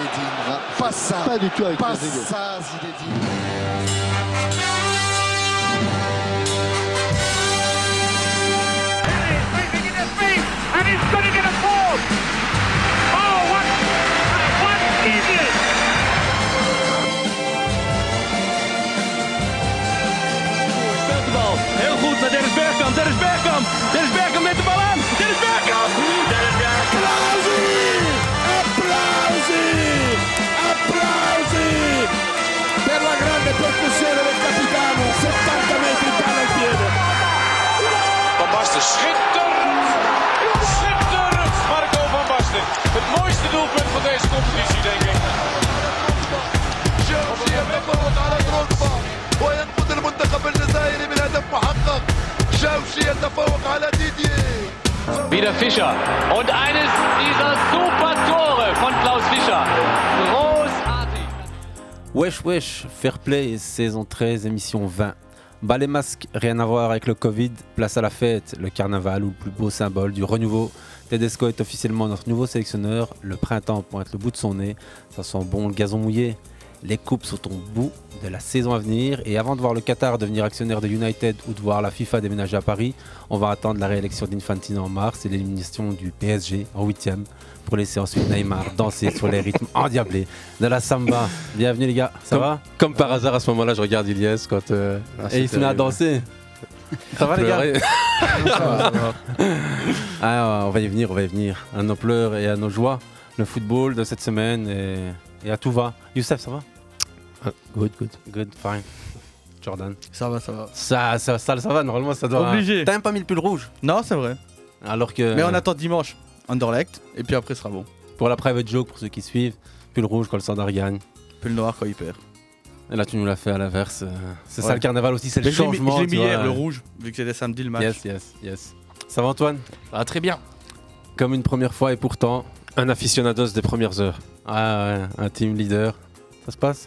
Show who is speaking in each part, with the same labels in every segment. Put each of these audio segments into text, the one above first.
Speaker 1: Zinedine. Pas ça.
Speaker 2: Pas du tout avec
Speaker 1: Pas
Speaker 2: Casemiro.
Speaker 1: ça, Zinedine.
Speaker 3: He's moving in his feet, and he's going to get a fourth. Oh, what, what is it?
Speaker 4: Speelt de bal. Heel goed naar Dennis Bergkamp. Dennis Bergkamp. Dennis Bergkamp neemt de bal aan. Dennis Bergkamp. Dennis Bergkamp.
Speaker 5: Van Basten schitterend. Schitterend, Marco van Basten. Het mooiste doelpunt van deze competitie, denk ik.
Speaker 6: وينقذ المنتخب الجزائري من هدف محقق شاوشي يتفوق على ديدييه
Speaker 4: Wieder Fischer. Und eines dieser super Tore von Klaus Fischer. Großartig.
Speaker 7: Wesh Wesh, Fair Play, saison 13, émission 20. Bas les masques, rien à voir avec le Covid, place à la fête, le carnaval ou le plus beau symbole du renouveau. Tedesco est officiellement notre nouveau sélectionneur, le printemps pointe le bout de son nez, ça sent bon le gazon mouillé. Les coupes sont au bout de la saison à venir et avant de voir le Qatar devenir actionnaire de United ou de voir la FIFA déménager à Paris, on va attendre la réélection d'Infantino en mars et l'élimination du PSG en huitième pour laisser ensuite Neymar danser sur les rythmes endiablés de la samba. Bienvenue les gars, ça
Speaker 8: Comme-
Speaker 7: va
Speaker 8: Comme par hasard, à ce moment-là, je regarde Ilias quand. euh,
Speaker 7: Et il se met à danser. Ça va les gars
Speaker 8: pleurer.
Speaker 7: Ah, on va y venir, on va y venir. À nos pleurs et à nos joies, le football de cette semaine et, et à tout va. Youssef, ça va
Speaker 8: Ah,
Speaker 2: Good, good.
Speaker 7: Good, fine. Jordan.
Speaker 2: Ça va, ça va.
Speaker 7: Ça, ça, ça, ça va, normalement ça doit.
Speaker 2: Obligé.
Speaker 7: T'as même pas mis le pull rouge
Speaker 2: Non, c'est vrai.
Speaker 7: Alors que.
Speaker 2: Mais on attend dimanche, Underlect, et puis après, ce sera bon.
Speaker 7: Pour la private joke, pour ceux qui suivent, pull rouge quand le Sandar gagne.
Speaker 2: Pull noir quand il perd.
Speaker 7: Et là tu nous l'as fait à l'inverse. euh, C'est ça
Speaker 2: Ouais.
Speaker 7: le carnaval aussi, c'est le
Speaker 2: Mais je l'ai mis-
Speaker 7: changement.
Speaker 2: je l'ai mis
Speaker 7: tu vois.
Speaker 2: hier, le rouge, vu que c'était samedi le match.
Speaker 7: Yes, yes, yes. Ça va Antoine
Speaker 8: Ah, très bien.
Speaker 7: Comme une première fois et pourtant,
Speaker 8: Un aficionados des premières heures.
Speaker 7: ah, ouais, un team leader. Ça se passe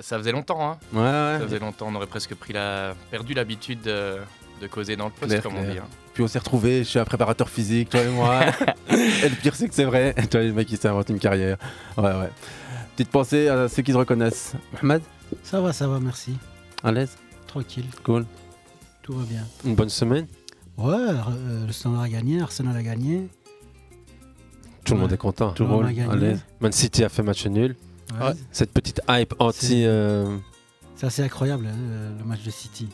Speaker 9: Ça faisait longtemps, hein.
Speaker 7: Ouais, ouais.
Speaker 9: Ça faisait longtemps. On aurait presque pris la... perdu l'habitude de... de causer dans le poste,
Speaker 7: Clair,
Speaker 9: comme on
Speaker 7: clair.
Speaker 9: dit. hein.
Speaker 7: Puis on s'est retrouvés, je suis un préparateur physique, toi et moi. et le pire, c'est que c'est vrai. Toi, le mec, il s'est inventé une carrière. Ouais, ouais. Petite pensée à ceux qui se reconnaissent. Mohamed,
Speaker 10: Ça va, ça va, merci.
Speaker 7: à l'aise
Speaker 10: Tranquille,
Speaker 7: Cool.
Speaker 10: tout va bien.
Speaker 7: Une bonne semaine
Speaker 10: Ouais, euh, le standard a gagné, Arsenal a gagné.
Speaker 8: Tout le
Speaker 10: Ouais.
Speaker 8: monde est content.
Speaker 7: Tout
Speaker 10: on
Speaker 7: roule,
Speaker 10: a gagné.
Speaker 7: à l'aise.
Speaker 8: Man City a fait match nul.
Speaker 10: Ouais.
Speaker 2: Ouais.
Speaker 8: Cette petite hype anti.
Speaker 10: C'est-
Speaker 8: euh,
Speaker 10: C'est assez incroyable euh, le match de City.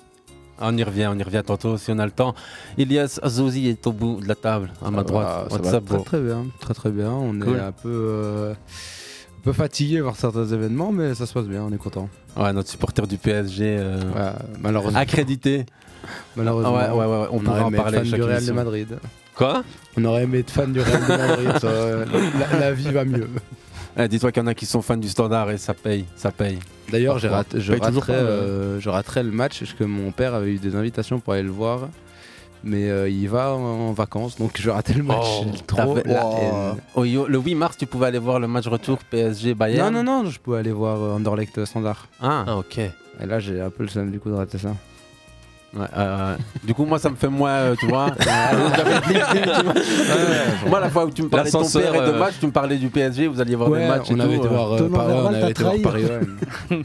Speaker 7: Ah, On y revient, on y revient tantôt si on a le temps. Ilias Azouzi est au bout de la table, à
Speaker 8: Ah,
Speaker 7: ma droite.
Speaker 11: Ça va
Speaker 7: What's up,
Speaker 11: très,
Speaker 7: bro
Speaker 11: très bien, très très bien. On
Speaker 7: Cool.
Speaker 11: est un peu, euh, un peu fatigué par certains événements, mais ça se passe bien, on est content.
Speaker 7: Ouais, notre supporter du PSG. euh,
Speaker 11: Ouais, malheureusement.
Speaker 7: Accrédité.
Speaker 11: malheureusement.
Speaker 7: Ah ouais, ouais, ouais, ouais, on
Speaker 11: On
Speaker 7: pourra
Speaker 11: aurait
Speaker 7: en
Speaker 11: aimé être
Speaker 7: parler à
Speaker 11: fan
Speaker 7: chaque
Speaker 11: du Real de
Speaker 7: émission.
Speaker 11: Madrid.
Speaker 7: Quoi
Speaker 11: On aurait aimé être fan du Real de Madrid. ça, euh, la, la vie va mieux.
Speaker 7: Eh, Dis-toi qu'il y en a qui sont fans du standard et ça paye, ça paye.
Speaker 11: D'ailleurs, j'ai raté- je,
Speaker 2: Paye toujours
Speaker 11: raterai,
Speaker 2: pas, ouais.
Speaker 11: euh, je raterai le match parce que mon père avait eu des invitations pour aller le voir. Mais euh, il va en, en vacances, donc je vais rater le match.
Speaker 7: Oh,
Speaker 11: J'ai trop
Speaker 7: t'avais
Speaker 11: la
Speaker 2: la
Speaker 11: haine.
Speaker 7: Oh, yo, le 8 mars, tu pouvais aller voir le match retour PSG-Bayern
Speaker 11: Non, non, non, je pouvais aller voir euh, Anderlecht euh, Standard.
Speaker 7: Ah,
Speaker 8: Ah, ok.
Speaker 11: Et là, j'ai un peu le seum du coup de rater ça.
Speaker 7: Ouais, euh, du coup, moi, ça me fait moins, euh, tu vois. euh, j'avais dit, tu vois. moi, la fois où tu me parlais de ton
Speaker 8: L'ascenseur,
Speaker 7: père et de
Speaker 8: euh,
Speaker 7: match, tu me parlais du PSG, vous alliez voir des matchs
Speaker 11: on
Speaker 7: et
Speaker 11: avait
Speaker 7: tout.
Speaker 11: été
Speaker 7: euh.
Speaker 11: voir euh,
Speaker 10: Thomas
Speaker 11: Paris, on
Speaker 10: Vermael
Speaker 11: avait
Speaker 10: t'a
Speaker 11: été voir
Speaker 10: trahi.
Speaker 11: Paris.
Speaker 7: Aïe,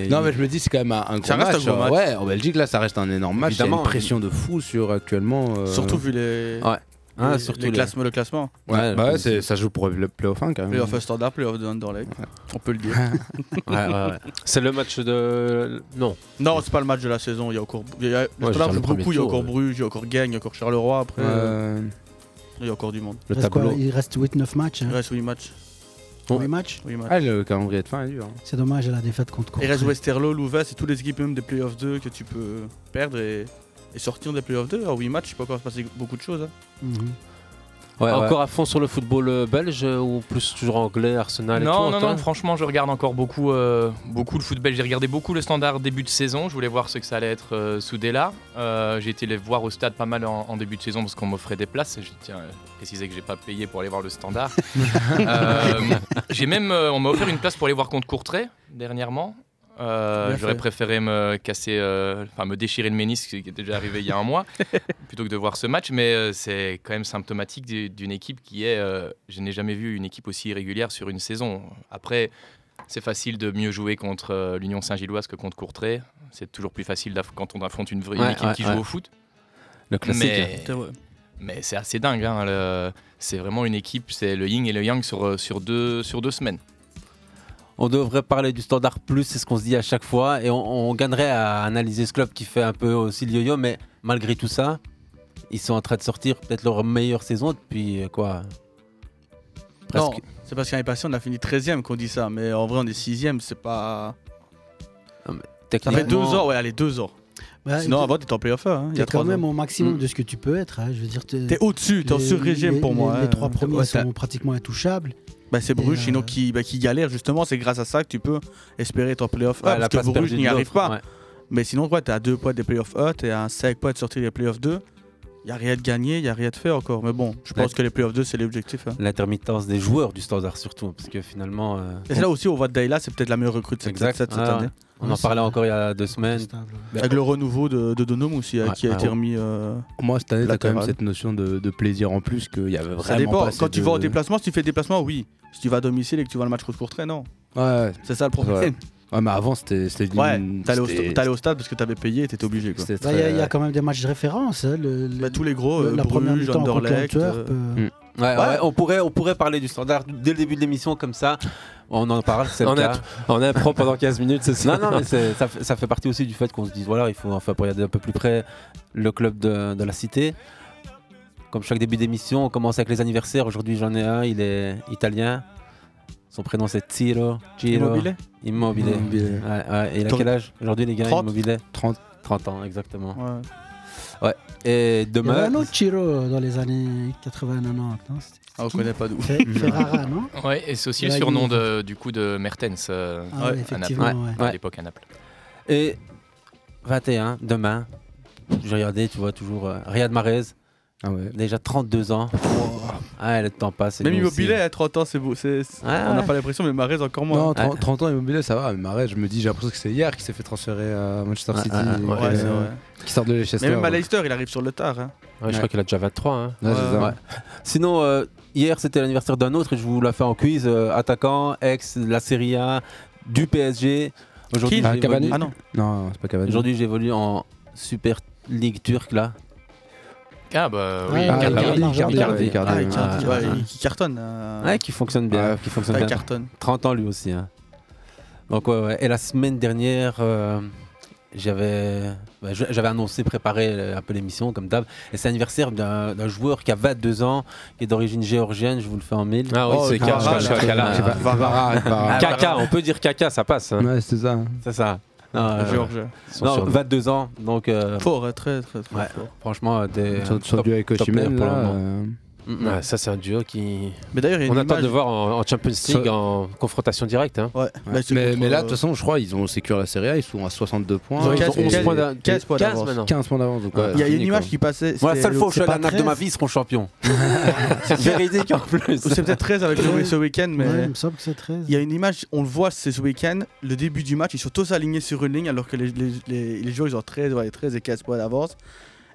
Speaker 7: aïe,
Speaker 11: non,
Speaker 7: aïe.
Speaker 11: mais je me dis, c'est quand même un, un gros
Speaker 2: Ça reste
Speaker 11: match.
Speaker 2: un gros
Speaker 11: euh,
Speaker 2: match.
Speaker 11: Ouais, en Belgique, là, ça reste un énorme match. Il y a
Speaker 7: Évidemment.
Speaker 11: une pression de fou sur actuellement. euh,
Speaker 2: Surtout vu les,
Speaker 7: Ouais. Hein,
Speaker 2: les-
Speaker 7: surtout
Speaker 2: les
Speaker 7: les-
Speaker 2: classements- le classement.
Speaker 11: Ouais,
Speaker 7: Ouais,
Speaker 11: bah ouais,
Speaker 7: comme
Speaker 11: c'est- ça joue pour le playoff 1 quand même.
Speaker 2: Playoff euh, standard, playoff de Underlect. On peut le dire.
Speaker 7: Ouais, ouais, ouais.
Speaker 8: C'est le match de. Non.
Speaker 2: non, c'est pas le match de la saison. Il y a encore. Il y a,
Speaker 8: Ouais,
Speaker 2: là,
Speaker 8: c'est le premier
Speaker 2: beaucoup. Il y a
Speaker 8: tour,
Speaker 2: encore
Speaker 8: ouais.
Speaker 2: Bruges, il y a encore Gagne, il y a encore Charleroi. Après, euh,
Speaker 11: Euh,
Speaker 2: il y a encore du monde.
Speaker 7: Le
Speaker 10: Reste quoi,
Speaker 7: tableau.
Speaker 10: il reste 8-9 matchs. hein.
Speaker 2: Il reste 8 matchs.
Speaker 7: Ouais.
Speaker 10: 8 matchs
Speaker 2: huit matchs.
Speaker 11: Ah, le calendrier de fin est dur. hein.
Speaker 10: C'est dommage à la défaite contre
Speaker 2: Il
Speaker 10: Courtrai.
Speaker 2: reste Westerlo, Louvain, c'est toutes les équipes même des playoffs 2 que tu peux perdre et, et sortir des playoffs 2. En 8 matchs, il peut encore se passer beaucoup de choses. hein.
Speaker 10: Mhm.
Speaker 7: Ouais, ouais.
Speaker 8: Encore à fond sur le football euh, belge euh, ou plus toujours anglais, Arsenal et tout
Speaker 9: Non, non,
Speaker 8: Antoine
Speaker 9: non, franchement, je regarde encore beaucoup, euh, beaucoup le football. J'ai regardé beaucoup le standard début de saison. Je voulais voir ce que ça allait être euh, sous Della. Euh, j'ai été les voir au stade pas mal en, en début de saison parce qu'on m'offrait des places. Je tiens à préciser que j'ai pas payé pour aller voir le standard. Euh, j'ai même, euh, on m'a offert une place pour aller voir contre Courtrai dernièrement. Euh,
Speaker 2: Bien
Speaker 9: J'aurais
Speaker 2: fait.
Speaker 9: préféré me casser, euh, enfin me déchirer le ménisque, ce qui est déjà arrivé il y a un mois, plutôt que de voir ce match. Mais euh, c'est quand même symptomatique du- d'une équipe qui est. euh, je n'ai jamais vu une équipe aussi irrégulière sur une saison. Après, c'est facile de mieux jouer contre euh, l'Union Saint-Gilloise que contre Courtrai. C'est toujours plus facile d'aff- quand on affronte une, vraie, une
Speaker 7: Ouais,
Speaker 9: équipe
Speaker 7: ouais,
Speaker 9: qui
Speaker 7: ouais.
Speaker 9: joue au foot.
Speaker 7: Le classique, hein.
Speaker 9: Mais,
Speaker 7: C'est vrai.
Speaker 9: mais c'est assez dingue. hein, le- c'est vraiment une équipe, c'est le yin et le yang sur, euh, sur, deux, sur deux semaines.
Speaker 7: On devrait parler du standard plus, c'est ce qu'on se dit à chaque fois, et on, on gagnerait à analyser ce club qui fait un peu aussi le yo-yo, mais malgré tout ça, ils sont en train de sortir peut-être leur meilleure saison depuis euh, quoi
Speaker 2: Non, c'est parce qu'année passée, on a fini 13ème qu'on dit ça, mais en vrai, on est 6ème, c'est pas.
Speaker 7: euh,
Speaker 2: Ça fait deux
Speaker 10: techniquement-
Speaker 2: ans, ouais, allez, deux ans.
Speaker 10: Bah,
Speaker 2: Sinon,
Speaker 10: t'es-
Speaker 2: avant, t'étais en playoff 1, hein, il y
Speaker 10: T'es
Speaker 2: a trois
Speaker 10: quand même
Speaker 2: ans.
Speaker 10: au maximum
Speaker 2: Mm.
Speaker 10: de ce que tu peux être. hein, Je veux dire,
Speaker 2: T'es au-dessus, t'es en
Speaker 10: les-
Speaker 2: sur-régime
Speaker 10: les-
Speaker 2: pour moi,
Speaker 10: Les, les
Speaker 2: hein.
Speaker 10: trois premiers
Speaker 2: Ouais, t'as-
Speaker 10: sont pratiquement intouchables.
Speaker 2: Bah, c'est Bruges, sinon qui, bah, qui galère justement, c'est grâce à ça que tu peux espérer ton playoff 1
Speaker 7: Ouais,
Speaker 2: parce
Speaker 7: la
Speaker 2: que
Speaker 7: place
Speaker 2: Bruges
Speaker 7: perdue de
Speaker 2: n'y arrive
Speaker 7: l'autre,
Speaker 2: pas.
Speaker 7: ouais.
Speaker 2: Mais sinon, quoi, t'es à 2 points des playoffs 1, t'es à 5 points de sortir des playoffs 2. Il n'y a rien de gagné, il n'y a rien de fait encore. Mais bon, je
Speaker 7: Ouais.
Speaker 2: pense que les playoffs 2, c'est l'objectif. hein.
Speaker 7: L'intermittence des joueurs du standard surtout, parce que finalement... euh,
Speaker 2: Et c'est là aussi, on voit Daila, c'est peut-être la meilleure recrue de cette,
Speaker 7: Exact.
Speaker 2: cette- cette
Speaker 7: Ah,
Speaker 2: année.
Speaker 7: On en parlait encore il y a deux semaines.
Speaker 2: Avec le renouveau de, de Donum aussi, euh,
Speaker 7: Ouais,
Speaker 2: qui a
Speaker 7: ouais.
Speaker 2: été remis. euh,
Speaker 11: Moi, cette année, t'as quand même
Speaker 2: latéral.
Speaker 11: cette notion de, de plaisir en plus qu'il y avait vraiment
Speaker 2: Ça dépend.
Speaker 11: pas
Speaker 2: Quand
Speaker 11: ces
Speaker 2: tu vas en
Speaker 11: deux-
Speaker 2: déplacement, si tu fais déplacement, oui. Si tu vas à domicile et que tu vas le match contre Courtrai, non.
Speaker 11: Ouais.
Speaker 2: C'est ça le problème.
Speaker 11: Ouais, Ouais, mais avant, c'était. c'était une-
Speaker 2: Ouais, t'allais au,
Speaker 11: c'était-
Speaker 2: sta- t'allais au stade parce que t'avais payé et t'étais obligé. Quoi.
Speaker 10: Bah, Il y, a- il
Speaker 7: euh,
Speaker 10: y a quand même des matchs de référence. hein, le- le-
Speaker 2: tous les gros,
Speaker 10: le-
Speaker 2: euh,
Speaker 10: la première
Speaker 2: Bruges,
Speaker 10: mi-temps contre
Speaker 2: Anderlecht,
Speaker 10: Antwerp,
Speaker 2: euh,
Speaker 10: euh,
Speaker 7: Mm. Ouais, ouais, on, pourrait, on pourrait parler du standard dès le début de l'émission comme ça. On en parle, c'est le
Speaker 8: On est-
Speaker 7: cas.
Speaker 8: on est pro pendant 15 minutes, c'est ça.
Speaker 7: Non, non, mais c'est- ça, fait- ça fait partie aussi du fait qu'on se dise voilà, il faut enfin pour regarder un peu plus près le club de, de la cité. Comme chaque début d'émission, on commence avec les anniversaires. Aujourd'hui, j'en ai un, il est italien. Son prénom c'est Tiro. Giro.
Speaker 2: Immobile
Speaker 7: Immobile.
Speaker 11: Immobile.
Speaker 7: Ouais, ouais. Et il a
Speaker 11: T'aurais-
Speaker 7: quel âge aujourd'hui, les gars
Speaker 11: 30?
Speaker 7: Immobile
Speaker 11: 30.
Speaker 7: 30 ans, exactement.
Speaker 2: Ouais.
Speaker 7: Ouais. Et
Speaker 10: Il y avait
Speaker 7: demain.
Speaker 10: un autre Chiro dans les années 80-90.
Speaker 2: Ah, on connaît pas d'où.
Speaker 10: Ferrara, non
Speaker 9: Ouais, et c'est aussi le
Speaker 10: Là, il-
Speaker 9: surnom de- du coup de Mertens euh,
Speaker 10: Ah ouais,
Speaker 9: à Naples,
Speaker 10: effectivement, ouais.
Speaker 9: à l'époque à Naples.
Speaker 7: Et 21, demain, j'ai regardé, tu vois, toujours euh, Riyad Mahrez.
Speaker 11: Ah
Speaker 7: Déjà 32 ans. Ah, le temps passe. et
Speaker 2: Même
Speaker 7: nous aussi.
Speaker 2: Immobilier à 30 ans, c'est beau. c'est- c'est-
Speaker 7: Ouais,
Speaker 2: on n'a
Speaker 7: ouais.
Speaker 2: pas l'impression, mais Marais encore moins.
Speaker 11: Non, 30, 30 ans immobilier, ça va. Mais Marais, je me dis, j'ai l'impression que c'est hier qu'il s'est fait transférer à Manchester
Speaker 2: Ouais,
Speaker 11: City.
Speaker 2: ouais,
Speaker 11: et
Speaker 2: ouais,
Speaker 11: qu'il est-
Speaker 2: c'est vrai.
Speaker 11: Qui sort de Leicester.
Speaker 2: Mais même à Leicester, il arrive sur le tard. hein.
Speaker 8: Ouais, je crois qu'il a déjà 23. hein.
Speaker 11: Ouais, c'est ça.
Speaker 7: Ouais. Sinon, euh, hier c'était l'anniversaire d'un autre et je vous la fais en quiz. euh, attaquant, ex, de la Serie A, du PSG. Aujourd'hui,
Speaker 11: Qui Ah,
Speaker 7: j'ai
Speaker 11: Cavani
Speaker 7: évolué-
Speaker 11: Ah non. Non, non, c'est pas Cavani.
Speaker 7: Aujourd'hui, j'évolue en Super League turque là.
Speaker 9: Ah bah
Speaker 2: Euh,
Speaker 7: oui, Ah, Icardi, Icardi, Icardi, Icardi, Icardi,
Speaker 2: Ah,
Speaker 7: ouais.
Speaker 2: Icardi,
Speaker 7: Ah,
Speaker 2: ouais,
Speaker 7: ah,
Speaker 2: il- qui cartonne. euh,
Speaker 7: Ouais, qui fonctionne bien. qui fonctionne
Speaker 2: ouais,
Speaker 7: bien.
Speaker 2: cartonne.
Speaker 7: 30 ans lui aussi. hein. Donc, ouais, ouais. Et la semaine dernière, euh, j'avais bah, je- j'avais annoncé, préparé euh, un peu l'émission comme d'hab. Et c'est l'anniversaire d'un d'un joueur qui a 22 ans, qui est d'origine géorgienne, je vous le fais en mille.
Speaker 8: Ah oui, Oh, c'est Kara, Kara, je crois Kara. Kara. Vara, Vara.
Speaker 7: Kaka, on peut dire Kaka, ça passe. hein.
Speaker 11: Ouais, c'est ça.
Speaker 7: C'est ça. Non, euh,
Speaker 2: Géorgien.
Speaker 7: non,
Speaker 2: Sur-
Speaker 7: 22 ans, donc. euh,
Speaker 2: Fort, hein, très, très, très
Speaker 7: ouais,
Speaker 2: fort.
Speaker 7: Franchement, euh, des.
Speaker 11: Sur- sur
Speaker 7: top-
Speaker 11: du avec
Speaker 7: top
Speaker 11: Osimhen,
Speaker 7: player pour le
Speaker 11: là,
Speaker 7: moment.
Speaker 11: euh,
Speaker 7: Mm, mm.
Speaker 8: Ouais, ça, c'est un duo qui.
Speaker 2: Mais d'ailleurs, il y a
Speaker 8: on
Speaker 2: une
Speaker 8: attend de
Speaker 2: image-
Speaker 8: voir en, en Champions League
Speaker 11: Ça-
Speaker 8: en confrontation directe. hein.
Speaker 11: Ouais.
Speaker 2: Bah,
Speaker 11: Mais, mais
Speaker 2: euh,
Speaker 11: là, de toute façon, je crois ils ont sécurisé la Serie A, ils sont à 62 points.
Speaker 8: Ils ont- ils ont 11 points d'a-
Speaker 2: 15 points
Speaker 11: 15
Speaker 2: d'avance.
Speaker 11: maintenant. 15 points d'avance. donc, ouais,
Speaker 2: Il y a
Speaker 11: fini,
Speaker 2: une
Speaker 8: hein.
Speaker 2: image
Speaker 11: quoi.
Speaker 2: qui passait.
Speaker 7: Moi, la
Speaker 2: c'était
Speaker 7: seule
Speaker 2: le-
Speaker 7: fois où je suis
Speaker 2: c'est
Speaker 7: allé à
Speaker 2: pas
Speaker 7: Naples de ma
Speaker 2: 13.
Speaker 7: vie, ils seront champions. c'est véridique en plus.
Speaker 2: Ou c'est peut-être 13 avec le, ce week-end, mais.
Speaker 10: Ouais, il me semble que c'est 13.
Speaker 2: Il y a une image, on le voit, c'est ce week-end, le début du match, ils sont tous alignés sur une ligne alors que les, les, les- les joueurs ils ont 13, ouais, 13 et 15 points d'avance.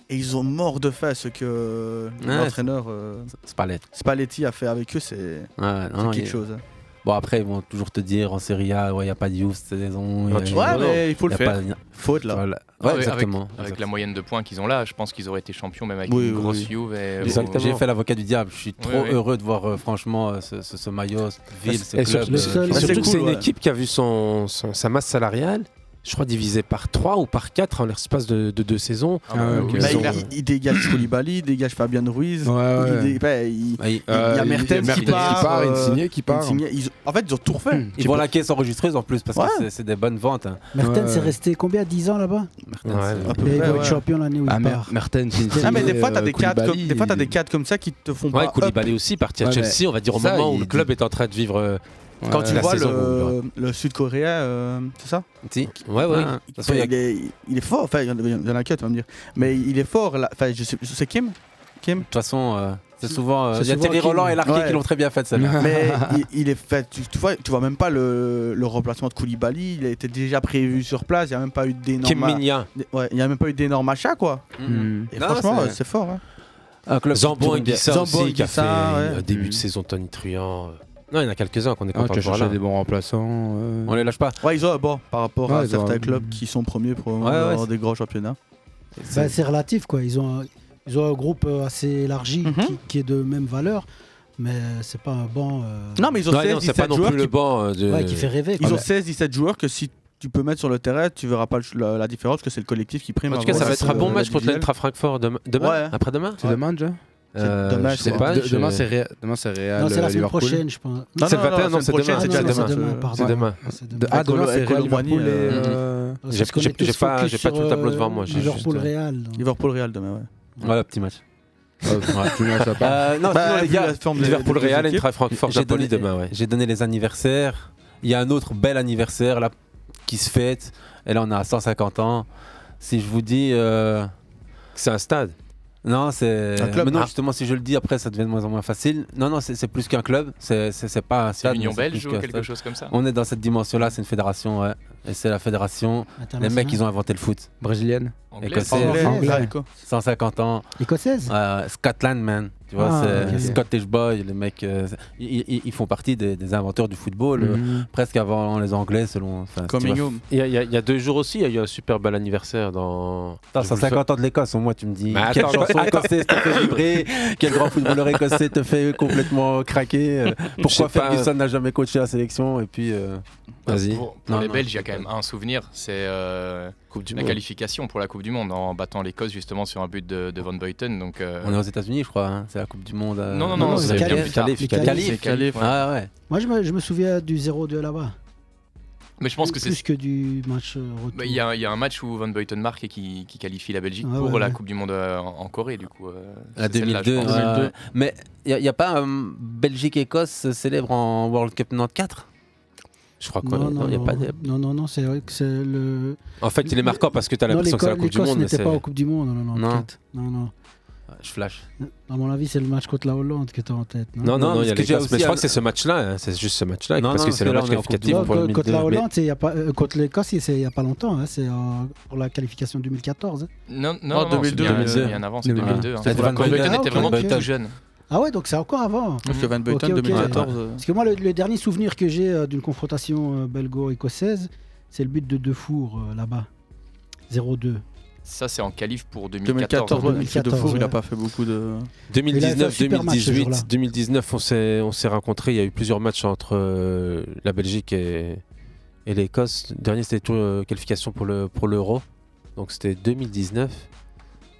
Speaker 2: Et ils ont mort de faim ce que
Speaker 7: Ouais,
Speaker 2: l'entraîneur euh,
Speaker 7: Spalletti.
Speaker 2: Spalletti a fait avec eux, c'est
Speaker 7: Ouais,
Speaker 2: c'est
Speaker 7: non,
Speaker 2: quelque
Speaker 7: il-
Speaker 2: chose. hein.
Speaker 7: Bon, après, ils vont toujours te dire en Serie A, ouais, il n'y a pas de youth cette saison. y a-
Speaker 2: Ouais,
Speaker 7: y a-
Speaker 2: mais il faut
Speaker 7: y
Speaker 2: le
Speaker 7: a
Speaker 2: faire.
Speaker 7: pas- y a-
Speaker 2: Faute là.
Speaker 7: Voilà.
Speaker 9: Ah
Speaker 7: Ouais,
Speaker 9: oui, avec-
Speaker 7: exactement.
Speaker 9: Avec, la moyenne de points qu'ils ont là, je pense qu'ils auraient été champions même avec
Speaker 7: Oui,
Speaker 9: une
Speaker 7: oui,
Speaker 9: grosse
Speaker 7: oui.
Speaker 9: Juve. et- euh,
Speaker 7: Exactement. J'ai fait l'avocat du diable. Je suis trop
Speaker 9: oui.
Speaker 7: heureux de voir euh, franchement euh, ce, ce, ce maillot, cette ville, ce
Speaker 8: Et
Speaker 7: club.
Speaker 8: surtout,
Speaker 7: euh,
Speaker 8: et
Speaker 7: qui-
Speaker 8: surtout que c'est une
Speaker 7: ouais.
Speaker 8: équipe qui a vu son, son- sa masse salariale, je crois, divisée par 3 ou par 4 en l'espace de, de deux saisons.
Speaker 9: Ah,
Speaker 7: Ah,
Speaker 8: Euh, Ils
Speaker 2: Bah,
Speaker 8: ont-
Speaker 2: il, il- il dégage Koulibaly, il dégage Fabian Ruiz,
Speaker 11: Ouais, ouais.
Speaker 2: Il, dé- bah, il-
Speaker 7: Bah, il-
Speaker 2: il- il y
Speaker 11: Euh,
Speaker 2: a Mertens, qui part, euh,
Speaker 11: Insigne qui part.
Speaker 2: Insigne, ils- en fait, ils ont tout refait.
Speaker 7: Ils vont à la caisse enregistreuse en plus parce
Speaker 2: Ouais.
Speaker 7: que c'est- c'est des bonnes ventes. hein.
Speaker 10: Mertens est resté combien 10 ans là-bas
Speaker 7: Mertens, c'est-
Speaker 2: à peu
Speaker 10: Il va
Speaker 2: près,
Speaker 10: être
Speaker 2: ouais.
Speaker 10: champion l'année où
Speaker 11: Ah,
Speaker 10: il
Speaker 11: Mer-
Speaker 10: part.
Speaker 11: Mertens, Insigne,
Speaker 2: Ah, mais des fois, t'as
Speaker 11: euh,
Speaker 2: des, cadres comme-
Speaker 11: Koulibaly,
Speaker 2: des fois, t'as des cadres comme ça qui te font
Speaker 8: Ouais,
Speaker 2: pas. up.
Speaker 8: Koulibaly aussi, parti à
Speaker 11: Ouais, mais
Speaker 8: Chelsea, on va dire au
Speaker 11: ça,
Speaker 8: moment où
Speaker 11: il-
Speaker 8: le club est en train de vivre. euh,
Speaker 2: Quand
Speaker 8: la
Speaker 2: tu vois
Speaker 8: saison
Speaker 2: le, le Sud-Coréen, euh, c'est ça
Speaker 7: Si.
Speaker 8: Ouais, ouais.
Speaker 7: Ah,
Speaker 2: il,
Speaker 7: de toute façon, il y a-
Speaker 2: il est, il est fort, enfin, il y en a- il y en a que, tu vas me dire. Mais il est fort, là. Enfin, je sais, je sais Kim Kim
Speaker 7: De toute façon, euh, C'est souvent. euh,
Speaker 2: C'est
Speaker 7: Il y a
Speaker 2: souvent
Speaker 7: Thierry
Speaker 2: Keane.
Speaker 7: Roland et Larquet
Speaker 2: Ouais.
Speaker 7: qui l'ont très bien fait celle-là.
Speaker 2: Mais il, il est fait. Tu, tu vois, tu vois même pas le, le remplacement de Koulibaly. Il a été déjà prévu sur place. Il n'y a même pas eu d'énorme.
Speaker 7: Kim Min-ya.
Speaker 2: des- Ouais, il n'y a même pas eu d'énorme achat, quoi.
Speaker 7: Mhm.
Speaker 2: Et
Speaker 7: Non,
Speaker 2: franchement,
Speaker 7: c'est-
Speaker 2: euh, c'est fort. hein.
Speaker 7: Zambo
Speaker 8: Zambo
Speaker 7: Anguissa
Speaker 8: Anguissa
Speaker 7: Zambo
Speaker 8: aussi qui a fait
Speaker 7: Anguissa,
Speaker 8: euh,
Speaker 7: ouais.
Speaker 2: Mm.
Speaker 8: début de saison tonitruant. Non, il y en a quelques-uns qu'on est
Speaker 11: Ah,
Speaker 8: content
Speaker 11: tu
Speaker 8: de
Speaker 11: as
Speaker 8: voir
Speaker 11: cherché
Speaker 8: là.
Speaker 11: des bons remplaçants. euh.
Speaker 7: On les lâche pas.
Speaker 2: Ouais, ils ont à bord par rapport
Speaker 11: Ouais,
Speaker 2: à
Speaker 11: ils
Speaker 2: certains
Speaker 11: ont-
Speaker 2: clubs qui sont premiers pour
Speaker 7: Ouais, ouais,
Speaker 2: des grands championnats.
Speaker 10: Bah, c'est relatif, quoi. Ils ont, un- ils ont un groupe euh, assez élargi
Speaker 8: Mhm.
Speaker 10: qui, qui est de même valeur, mais c'est pas un banc. euh,
Speaker 2: Non, mais ils ont
Speaker 10: Ouais,
Speaker 2: 16,
Speaker 10: non, c'est
Speaker 2: 17
Speaker 10: pas non
Speaker 2: joueurs
Speaker 10: plus le
Speaker 2: qui-
Speaker 7: hein,
Speaker 10: banc, euh, de- Ouais, qui fait rêver,
Speaker 2: Ils
Speaker 10: quoi.
Speaker 2: ont
Speaker 10: Ouais.
Speaker 2: 16, 17 joueurs que si tu peux mettre sur le terrain, tu verras pas le ch- la, la différence parce que c'est le collectif qui prime.
Speaker 7: En tout cas,
Speaker 2: avant
Speaker 7: ça va
Speaker 2: la-
Speaker 7: être un bon
Speaker 2: la
Speaker 7: match contre
Speaker 2: individuelle.
Speaker 7: l'Eintracht Francfort demain, demain
Speaker 2: Ouais.
Speaker 7: après-demain.
Speaker 11: C'est demain déjà
Speaker 7: Euh,
Speaker 11: C'est demain,
Speaker 7: je sais
Speaker 11: je
Speaker 7: pas.
Speaker 11: crois. De-
Speaker 7: je-
Speaker 11: demain, c'est Real- demain, c'est Real,
Speaker 10: Non, c'est la semaine
Speaker 11: Liverpool.
Speaker 10: prochaine, je pense.
Speaker 11: Non,
Speaker 7: C'est
Speaker 11: non,
Speaker 7: le
Speaker 11: non,
Speaker 7: 21, non,
Speaker 11: la
Speaker 7: c'est
Speaker 11: semaine
Speaker 7: demain.
Speaker 11: prochaine,
Speaker 10: c'est déjà demain.
Speaker 7: C'est
Speaker 10: pardon.
Speaker 7: demain.
Speaker 10: Ouais, c'est demain.
Speaker 11: Ah, demain,
Speaker 7: Colo-
Speaker 11: c'est Real
Speaker 7: Colo-Roumanie,
Speaker 11: Liverpool et.
Speaker 7: euh,
Speaker 11: euh,
Speaker 10: Parce
Speaker 7: J'ai
Speaker 10: qu'on
Speaker 7: j'ai-
Speaker 10: est tous
Speaker 7: j'ai pas,
Speaker 10: focus
Speaker 7: j'ai pas
Speaker 10: sur,
Speaker 7: tout le tableau devant
Speaker 10: euh,
Speaker 7: moi. j'ai juste,
Speaker 10: Liverpool
Speaker 7: euh,
Speaker 10: Real. donc.
Speaker 2: Liverpool-Real demain, ouais.
Speaker 7: Voilà, petit match.
Speaker 8: Ah,
Speaker 2: part.
Speaker 7: Euh, non,
Speaker 2: Bah,
Speaker 7: sinon, les
Speaker 2: vu
Speaker 7: gars,
Speaker 2: la forme des-
Speaker 7: Liverpool
Speaker 2: des deux
Speaker 7: Real et
Speaker 2: équipes.
Speaker 7: Eintracht Francfort
Speaker 2: J'ai
Speaker 7: Napoli
Speaker 2: donné-
Speaker 7: demain. ouais. J'ai donné les anniversaires. Il y a un autre bel anniversaire là qui se fête. Et là, on a 150 ans. Si je vous dis. euh,
Speaker 8: C'est un stade.
Speaker 7: Non, c'est.
Speaker 8: Un club.
Speaker 7: Mais non,
Speaker 8: Ah.
Speaker 7: justement, si je le dis après, ça devient de moins en moins facile. Non, non, c'est c'est plus qu'un club. C'est c'est- c'est pas un stade.
Speaker 9: l'Union
Speaker 7: mais c'est
Speaker 9: belge
Speaker 7: plus
Speaker 9: ou
Speaker 7: qu'un
Speaker 9: quelque
Speaker 7: stade.
Speaker 9: chose comme ça
Speaker 7: On est dans cette dimension-là. C'est une fédération, ouais. Et c'est la fédération. Les mecs, ils ont inventé le foot.
Speaker 11: Brésilienne
Speaker 9: Anglaise.
Speaker 7: Écossaise.
Speaker 9: Anglaise.
Speaker 2: Anglaise.
Speaker 7: 150 ans.
Speaker 10: Écossaise
Speaker 7: Euh, Scotland, man. Tu vois,
Speaker 10: Ah,
Speaker 7: c'est
Speaker 10: ok.
Speaker 7: Scottish Boy, les mecs. euh, c'est- ils, ils- ils font partie des, des inventeurs du football, euh,
Speaker 11: Mhm.
Speaker 7: presque avant les Anglais, selon. enfin, si tu
Speaker 2: Coming
Speaker 7: vas-
Speaker 2: home.
Speaker 8: Il y, a- il y a- il y a deux jours aussi, il y a eu un super bel anniversaire dans.
Speaker 7: Putain,
Speaker 8: Je vous le
Speaker 7: 150 ans de l'Écosse, au moins tu me dis.
Speaker 8: Mais
Speaker 7: Quelle
Speaker 8: attends,
Speaker 7: chanson
Speaker 8: attends.
Speaker 7: écossaise te fait vibrer Quel grand footballeur écossais te fait complètement craquer euh,
Speaker 8: Je sais
Speaker 7: Pourquoi
Speaker 8: pas.
Speaker 7: Ferguson n'a jamais coaché la sélection Et puis. euh, Vas-y.
Speaker 9: Pour, pour
Speaker 7: Non,
Speaker 9: les
Speaker 7: non.
Speaker 9: Belges, il y a quand même un souvenir, c'est euh,
Speaker 7: du
Speaker 9: la
Speaker 7: Monde.
Speaker 9: qualification pour la Coupe du Monde en battant l'Écosse justement sur un but de, de Van Buiten. Donc, euh,
Speaker 7: On est aux États-Unis, je crois. hein, C'est la Coupe du Monde. euh,
Speaker 9: Non, non, non,
Speaker 7: le
Speaker 9: c'est
Speaker 7: Calif,
Speaker 9: bien plus tard.
Speaker 7: Calif,
Speaker 9: Les
Speaker 7: Calif.
Speaker 9: Califs, les Califs, ouais.
Speaker 7: Ah ouais.
Speaker 10: Moi, je me, je me souviens du 0-2 là-bas.
Speaker 9: mais je pense que c'est
Speaker 10: plus que du match euh, retour.
Speaker 9: Bah, Il y, a- il y a un match où Van Buiten marque et qui, qui qualifie la Belgique
Speaker 10: Ah
Speaker 9: pour
Speaker 10: ouais,
Speaker 9: la
Speaker 10: ouais.
Speaker 9: Coupe du Monde euh, en, en Corée, du coup. euh,
Speaker 7: À
Speaker 9: c'est celle-là, je
Speaker 7: 2002.
Speaker 9: pense.
Speaker 7: ouais, ouais. Mais il n'y a, pas euh, Belgique-Écosse se euh, célèbre en World Cup 94
Speaker 8: Je crois Ah, quoi
Speaker 10: Non, non,
Speaker 8: Non, il y a
Speaker 10: non,
Speaker 8: pas de-
Speaker 10: non, non, non, c'est vrai que c'est le.
Speaker 8: En fait, il est marquant parce que t'as
Speaker 10: Non,
Speaker 8: l'impression que c'est la
Speaker 10: l'Éco-
Speaker 8: Coupe du
Speaker 10: l'Écosse
Speaker 8: Monde, mais
Speaker 10: n'était
Speaker 8: c'est-
Speaker 10: pas en Coupe du Monde, non, non, non.
Speaker 8: Non.
Speaker 10: peut-être. non, non.
Speaker 7: Je flash.
Speaker 10: À mon avis, c'est le match contre la Hollande que t'as en tête. Non,
Speaker 8: Non, non,
Speaker 7: Non,
Speaker 8: non, il y a
Speaker 7: parce que
Speaker 8: les
Speaker 7: j'ai
Speaker 8: Mais
Speaker 7: aussi
Speaker 8: je crois
Speaker 7: un-
Speaker 8: que c'est ce match-là, hein, c'est juste ce match-là,
Speaker 7: Non,
Speaker 8: parce
Speaker 7: non,
Speaker 8: que c'est
Speaker 7: parce que
Speaker 8: le
Speaker 7: là,
Speaker 8: match
Speaker 7: on est en Coupe du
Speaker 8: qualificatif
Speaker 10: Non,
Speaker 8: pour le
Speaker 10: co- contre la
Speaker 8: 2002. mais-
Speaker 10: Hollande, c'est il y a pas, euh, contre l'Écosse, c'est il n'y a pas longtemps. hein, c'est en- pour la qualification 2014. hein.
Speaker 9: Non, non, non, c'est
Speaker 2: 2002,
Speaker 9: bien,
Speaker 2: 2002.
Speaker 9: bien avant, c'est
Speaker 2: 2002,
Speaker 9: 2002. hein.
Speaker 2: c'était
Speaker 9: Van
Speaker 2: Van
Speaker 9: Buiten
Speaker 10: Buiten.
Speaker 9: était vraiment
Speaker 10: Ah, ok.
Speaker 9: tout jeune.
Speaker 10: Ah ouais, donc c'est encore avant.
Speaker 2: Parce que Van Buiten,
Speaker 10: Ok, ok.
Speaker 2: 2014, euh,
Speaker 10: Parce que moi, le, le dernier souvenir que j'ai euh, d'une confrontation euh, belgo-écossaise, c'est le but de Defour euh, là-bas. 0-2.
Speaker 9: Ça, c'est en qualif pour 2014.
Speaker 2: 2014, ouais, le de
Speaker 10: 2014,
Speaker 2: Four, il a
Speaker 10: ouais.
Speaker 2: pas fait beaucoup de.
Speaker 10: Il a fait un
Speaker 8: 2019,
Speaker 10: super match, ce
Speaker 8: 2018,
Speaker 10: jour-là.
Speaker 8: 2019, on s'est, on s'est rencontrés. Il y a eu plusieurs matchs entre euh, la Belgique et, et l'Écosse. Le dernier, c'était tour euh, qualification pour, le, pour l'Euro. Donc c'était 2019.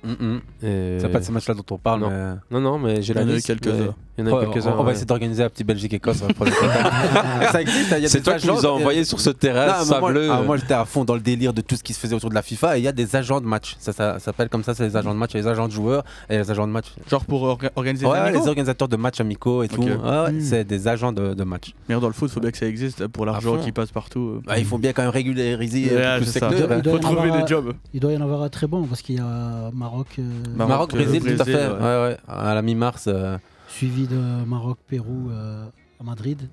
Speaker 7: Mhm.
Speaker 8: Et-
Speaker 7: C'est pas de ce match-là dont on parle.
Speaker 8: Non,
Speaker 7: mais-
Speaker 8: non, non, mais j'ai
Speaker 7: Euh,
Speaker 8: la
Speaker 7: Il y en a eu
Speaker 8: liste,
Speaker 7: quelques-uns.
Speaker 8: mais Il y en a eu
Speaker 7: Oh,
Speaker 8: quelques-uns.
Speaker 7: on- on va
Speaker 8: ouais.
Speaker 7: essayer d'organiser la petite Belgique-Écosse. on va prendre hein, le contact. ça existe, hein, il y a
Speaker 8: C'est
Speaker 7: des
Speaker 8: toi qui
Speaker 7: agents
Speaker 8: nous as
Speaker 7: de-
Speaker 8: envoyés sur ce terrain
Speaker 7: Non, mais moi-
Speaker 8: sableux.
Speaker 7: ah, Moi, j'étais à fond dans le délire de tout ce qui se faisait autour de la FIFA. Et il y a des agents de match. Ça, ça s'appelle comme ça c'est les agents de match. Il y a les agents de joueurs et les agents de match.
Speaker 2: Genre pour orga- organiser
Speaker 7: Ouais,
Speaker 2: des
Speaker 7: ouais, les
Speaker 2: amicaux Hmm.
Speaker 7: organisateurs de matchs amicaux et tout. Ouais, ouais, C'est des agents de, de match.
Speaker 2: Mais dans le foot, faut bien que ça existe pour l'argent
Speaker 7: fond.
Speaker 2: qui passe partout. euh.
Speaker 7: Bah, il faut bien quand même régulariser
Speaker 2: Ouais,
Speaker 7: euh, tout le
Speaker 2: c'est ça.
Speaker 7: secteur.
Speaker 2: Il doit-
Speaker 10: y en
Speaker 2: trouver
Speaker 10: avoir
Speaker 2: des
Speaker 10: un-
Speaker 2: jobs.
Speaker 10: Il doit y en avoir un très bon parce qu'il y a Maroc, euh,
Speaker 7: Maroc, Brésil, tout à fait.
Speaker 2: ouais.
Speaker 7: Ouais, ouais, À la mi-mars. euh,
Speaker 10: suivi de Maroc, Pérou euh, à Madrid.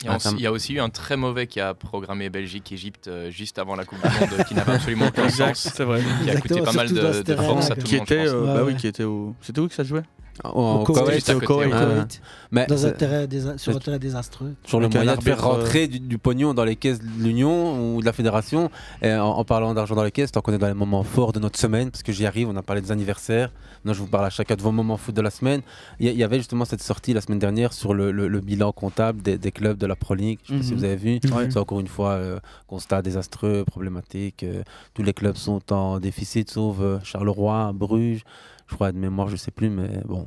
Speaker 9: Il y,
Speaker 2: Ah,
Speaker 9: a aussi-
Speaker 7: Attends.
Speaker 9: il y a aussi eu un très mauvais qui a programmé Belgique-Égypte euh, juste avant la Coupe du Monde, euh, qui n'avait absolument aucun
Speaker 2: Exact,
Speaker 9: sens.
Speaker 2: c'est vrai.
Speaker 9: Qui a coûté
Speaker 10: Exactement,
Speaker 9: pas mal
Speaker 10: surtout dans ce
Speaker 9: de, de
Speaker 10: terrain-là,
Speaker 9: force à tout
Speaker 2: qui
Speaker 9: le monde. je
Speaker 2: était,
Speaker 9: pense.
Speaker 2: euh,
Speaker 10: pense.
Speaker 2: bah
Speaker 10: Ouais,
Speaker 2: oui,
Speaker 10: ouais.
Speaker 2: qui était au. C'était où que ça se jouait
Speaker 7: en- en
Speaker 10: Koweït.
Speaker 7: Koweït.
Speaker 9: Juste à
Speaker 2: C'était au
Speaker 9: côté,
Speaker 2: Koweït.
Speaker 10: Au
Speaker 7: ouais.
Speaker 10: Koweït,
Speaker 7: Mais
Speaker 10: dans un
Speaker 7: c'est-
Speaker 10: terrain désa- sur un terrain désastreux.
Speaker 7: Sur le
Speaker 2: Avec un
Speaker 7: moyen de faire
Speaker 2: arbitre, euh,
Speaker 7: rentrer du, du pognon dans les caisses de l'Union ou de la Fédération. Et en, en parlant d'argent dans les caisses, tant qu'on est dans les moments forts de notre semaine, parce que j'y arrive, on a parlé des anniversaires. Maintenant, je vous parle à chacun de vos moments foot de la semaine. Il y, a- il y avait justement cette sortie la semaine dernière sur le, le- le bilan comptable des, des clubs de la Pro League. Je sais pas si
Speaker 2: Mhm.
Speaker 7: vous avez vu.
Speaker 2: Ouais.
Speaker 7: C'est encore une fois euh, constat désastreux, problématique. euh, tous les clubs sont en déficit, sauf euh, Charleroi, Bruges. Je crois de mémoire, je sais plus, mais bon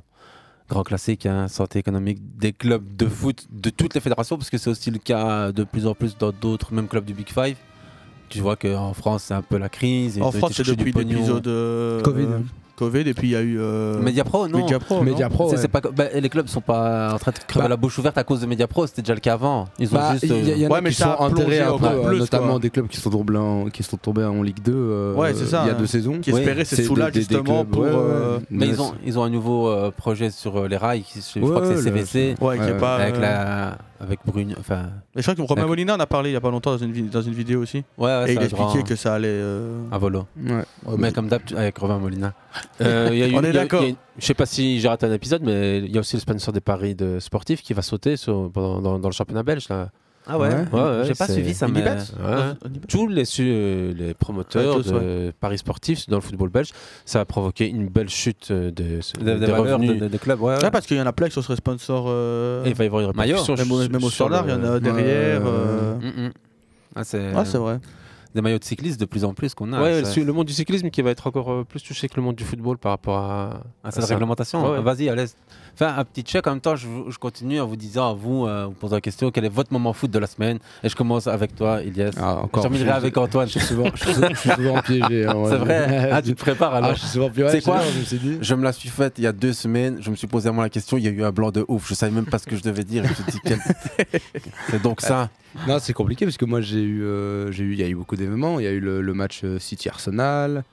Speaker 7: grand classique, hein, santé économique des clubs de foot de toutes les fédérations, parce que c'est aussi le cas de plus en plus dans d'autres, même clubs du Big Five. Tu vois qu'en France, c'est un peu la crise. et
Speaker 2: En
Speaker 7: tu-
Speaker 2: France,
Speaker 7: tu
Speaker 2: c'est
Speaker 7: cherches du
Speaker 2: depuis
Speaker 7: pognon.
Speaker 2: l'épisode. euh,
Speaker 10: Covid.
Speaker 2: euh, Covid et puis il y a eu. euh,
Speaker 7: Mediapro, non
Speaker 2: Mediapro, non Bah
Speaker 7: C'est- c'est pas co- bah, les clubs sont pas en train de crever la bouche ouverte à cause de Mediapro, c'était déjà le cas avant. Ils ont
Speaker 11: Bah,
Speaker 7: juste.
Speaker 11: il y,
Speaker 7: euh,
Speaker 11: il y en a qui sont enterrés un peu, euh, notamment des clubs qui sont tombés en, qui sont tombés en Ligue 2 euh,
Speaker 2: Ouais, c'est ça,
Speaker 11: il y a
Speaker 2: hein.
Speaker 11: deux saisons.
Speaker 2: Qui espéraient
Speaker 11: Ouais.
Speaker 2: ce
Speaker 11: C'est des-
Speaker 2: sous-là,
Speaker 11: des- des
Speaker 2: justement,
Speaker 11: clubs,
Speaker 2: pour,
Speaker 11: ouais, ouais.
Speaker 2: euh,
Speaker 7: Mais ils ont, ils ont un nouveau euh, projet sur euh, les rails, qui, je
Speaker 2: Ouais,
Speaker 7: crois que
Speaker 2: le-
Speaker 7: c'est CVC,
Speaker 2: Ouais, qui est pas,
Speaker 7: avec,
Speaker 2: euh,
Speaker 7: la, avec Brune. Enfin,
Speaker 2: Mais je crois que Romain Molina en a parlé il y a pas longtemps dans une, vi- dans une vidéo aussi.
Speaker 7: Ouais,
Speaker 2: et
Speaker 7: ouais, ça euh,
Speaker 2: il
Speaker 7: a
Speaker 2: expliquait
Speaker 7: droit.
Speaker 2: que ça allait.
Speaker 7: À volo. mais comme d'hab, tu- avec Robin Molina.
Speaker 8: Euh, il y a eu-
Speaker 7: On
Speaker 8: il y a-
Speaker 7: est
Speaker 8: il y a-
Speaker 7: d'accord.
Speaker 8: Je sais pas si j'ai raté un épisode, mais il y a aussi le sponsor des paris de sportifs qui va sauter sur- pendant- dans, dans le championnat belge. Là.
Speaker 7: Ah ouais J'ai pas
Speaker 8: c'est-
Speaker 7: suivi ça, mais-
Speaker 8: Ouais.
Speaker 7: Unibet
Speaker 8: Tous les, su- euh, les promoteurs
Speaker 7: Ouais, tous,
Speaker 8: de paris sportifs dans le football belge, ça a provoqué une belle chute euh, de,
Speaker 7: Des- des valeurs
Speaker 8: revenus.
Speaker 7: de- de- des clubs, ouais, ouais.
Speaker 2: Ouais, Ah, parce qu'il y en a plein qui sont sur les sponsors. euh,
Speaker 8: Et il va y avoir une répercussion
Speaker 2: Même, au-
Speaker 8: sur-
Speaker 2: même au
Speaker 8: sur
Speaker 2: standard, il y en a
Speaker 8: le-
Speaker 2: derrière.
Speaker 8: Ouais.
Speaker 2: euh,
Speaker 7: Mm, mm. Ah, c'est
Speaker 2: Ouais, c'est vrai.
Speaker 7: Des maillots de cyclistes de plus en plus qu'on a.
Speaker 8: Ouais,
Speaker 7: ça-
Speaker 8: le- le monde du cyclisme qui va être encore euh, plus touché que le monde du football par rapport à,
Speaker 7: Ah, c'est la réglementation.
Speaker 8: Ouais, ouais.
Speaker 7: Vas-y, à l'aise. Enfin, un petit check. En même temps, je, vous- je continue en vous disant, à vous, euh, vous posant la question, quel est votre moment foot de la semaine Et je commence avec toi, Ilias.
Speaker 11: Ah, encore,
Speaker 7: je terminerai
Speaker 11: je-
Speaker 7: avec Antoine.
Speaker 11: je suis souvent- je suis souvent- je suis souvent piégé, hein, ouais.
Speaker 7: C'est vrai. Ah, tu te prépares alors.
Speaker 11: Ah, je suis souvent piégé,
Speaker 7: C'est quoi
Speaker 11: je me suis dit.
Speaker 7: Je me la suis faite il y a deux semaines. Je me suis posé vraiment la question. Il y a eu un blanc de ouf. Je savais même pas ce que je devais dire. Je me suis dit, quel- C'est donc ça.
Speaker 11: Ah, Non, c'est compliqué parce que moi j'ai eu, euh, j'ai eu, il y a eu beaucoup d'événements. Il y a eu le, le match euh, City Arsenal,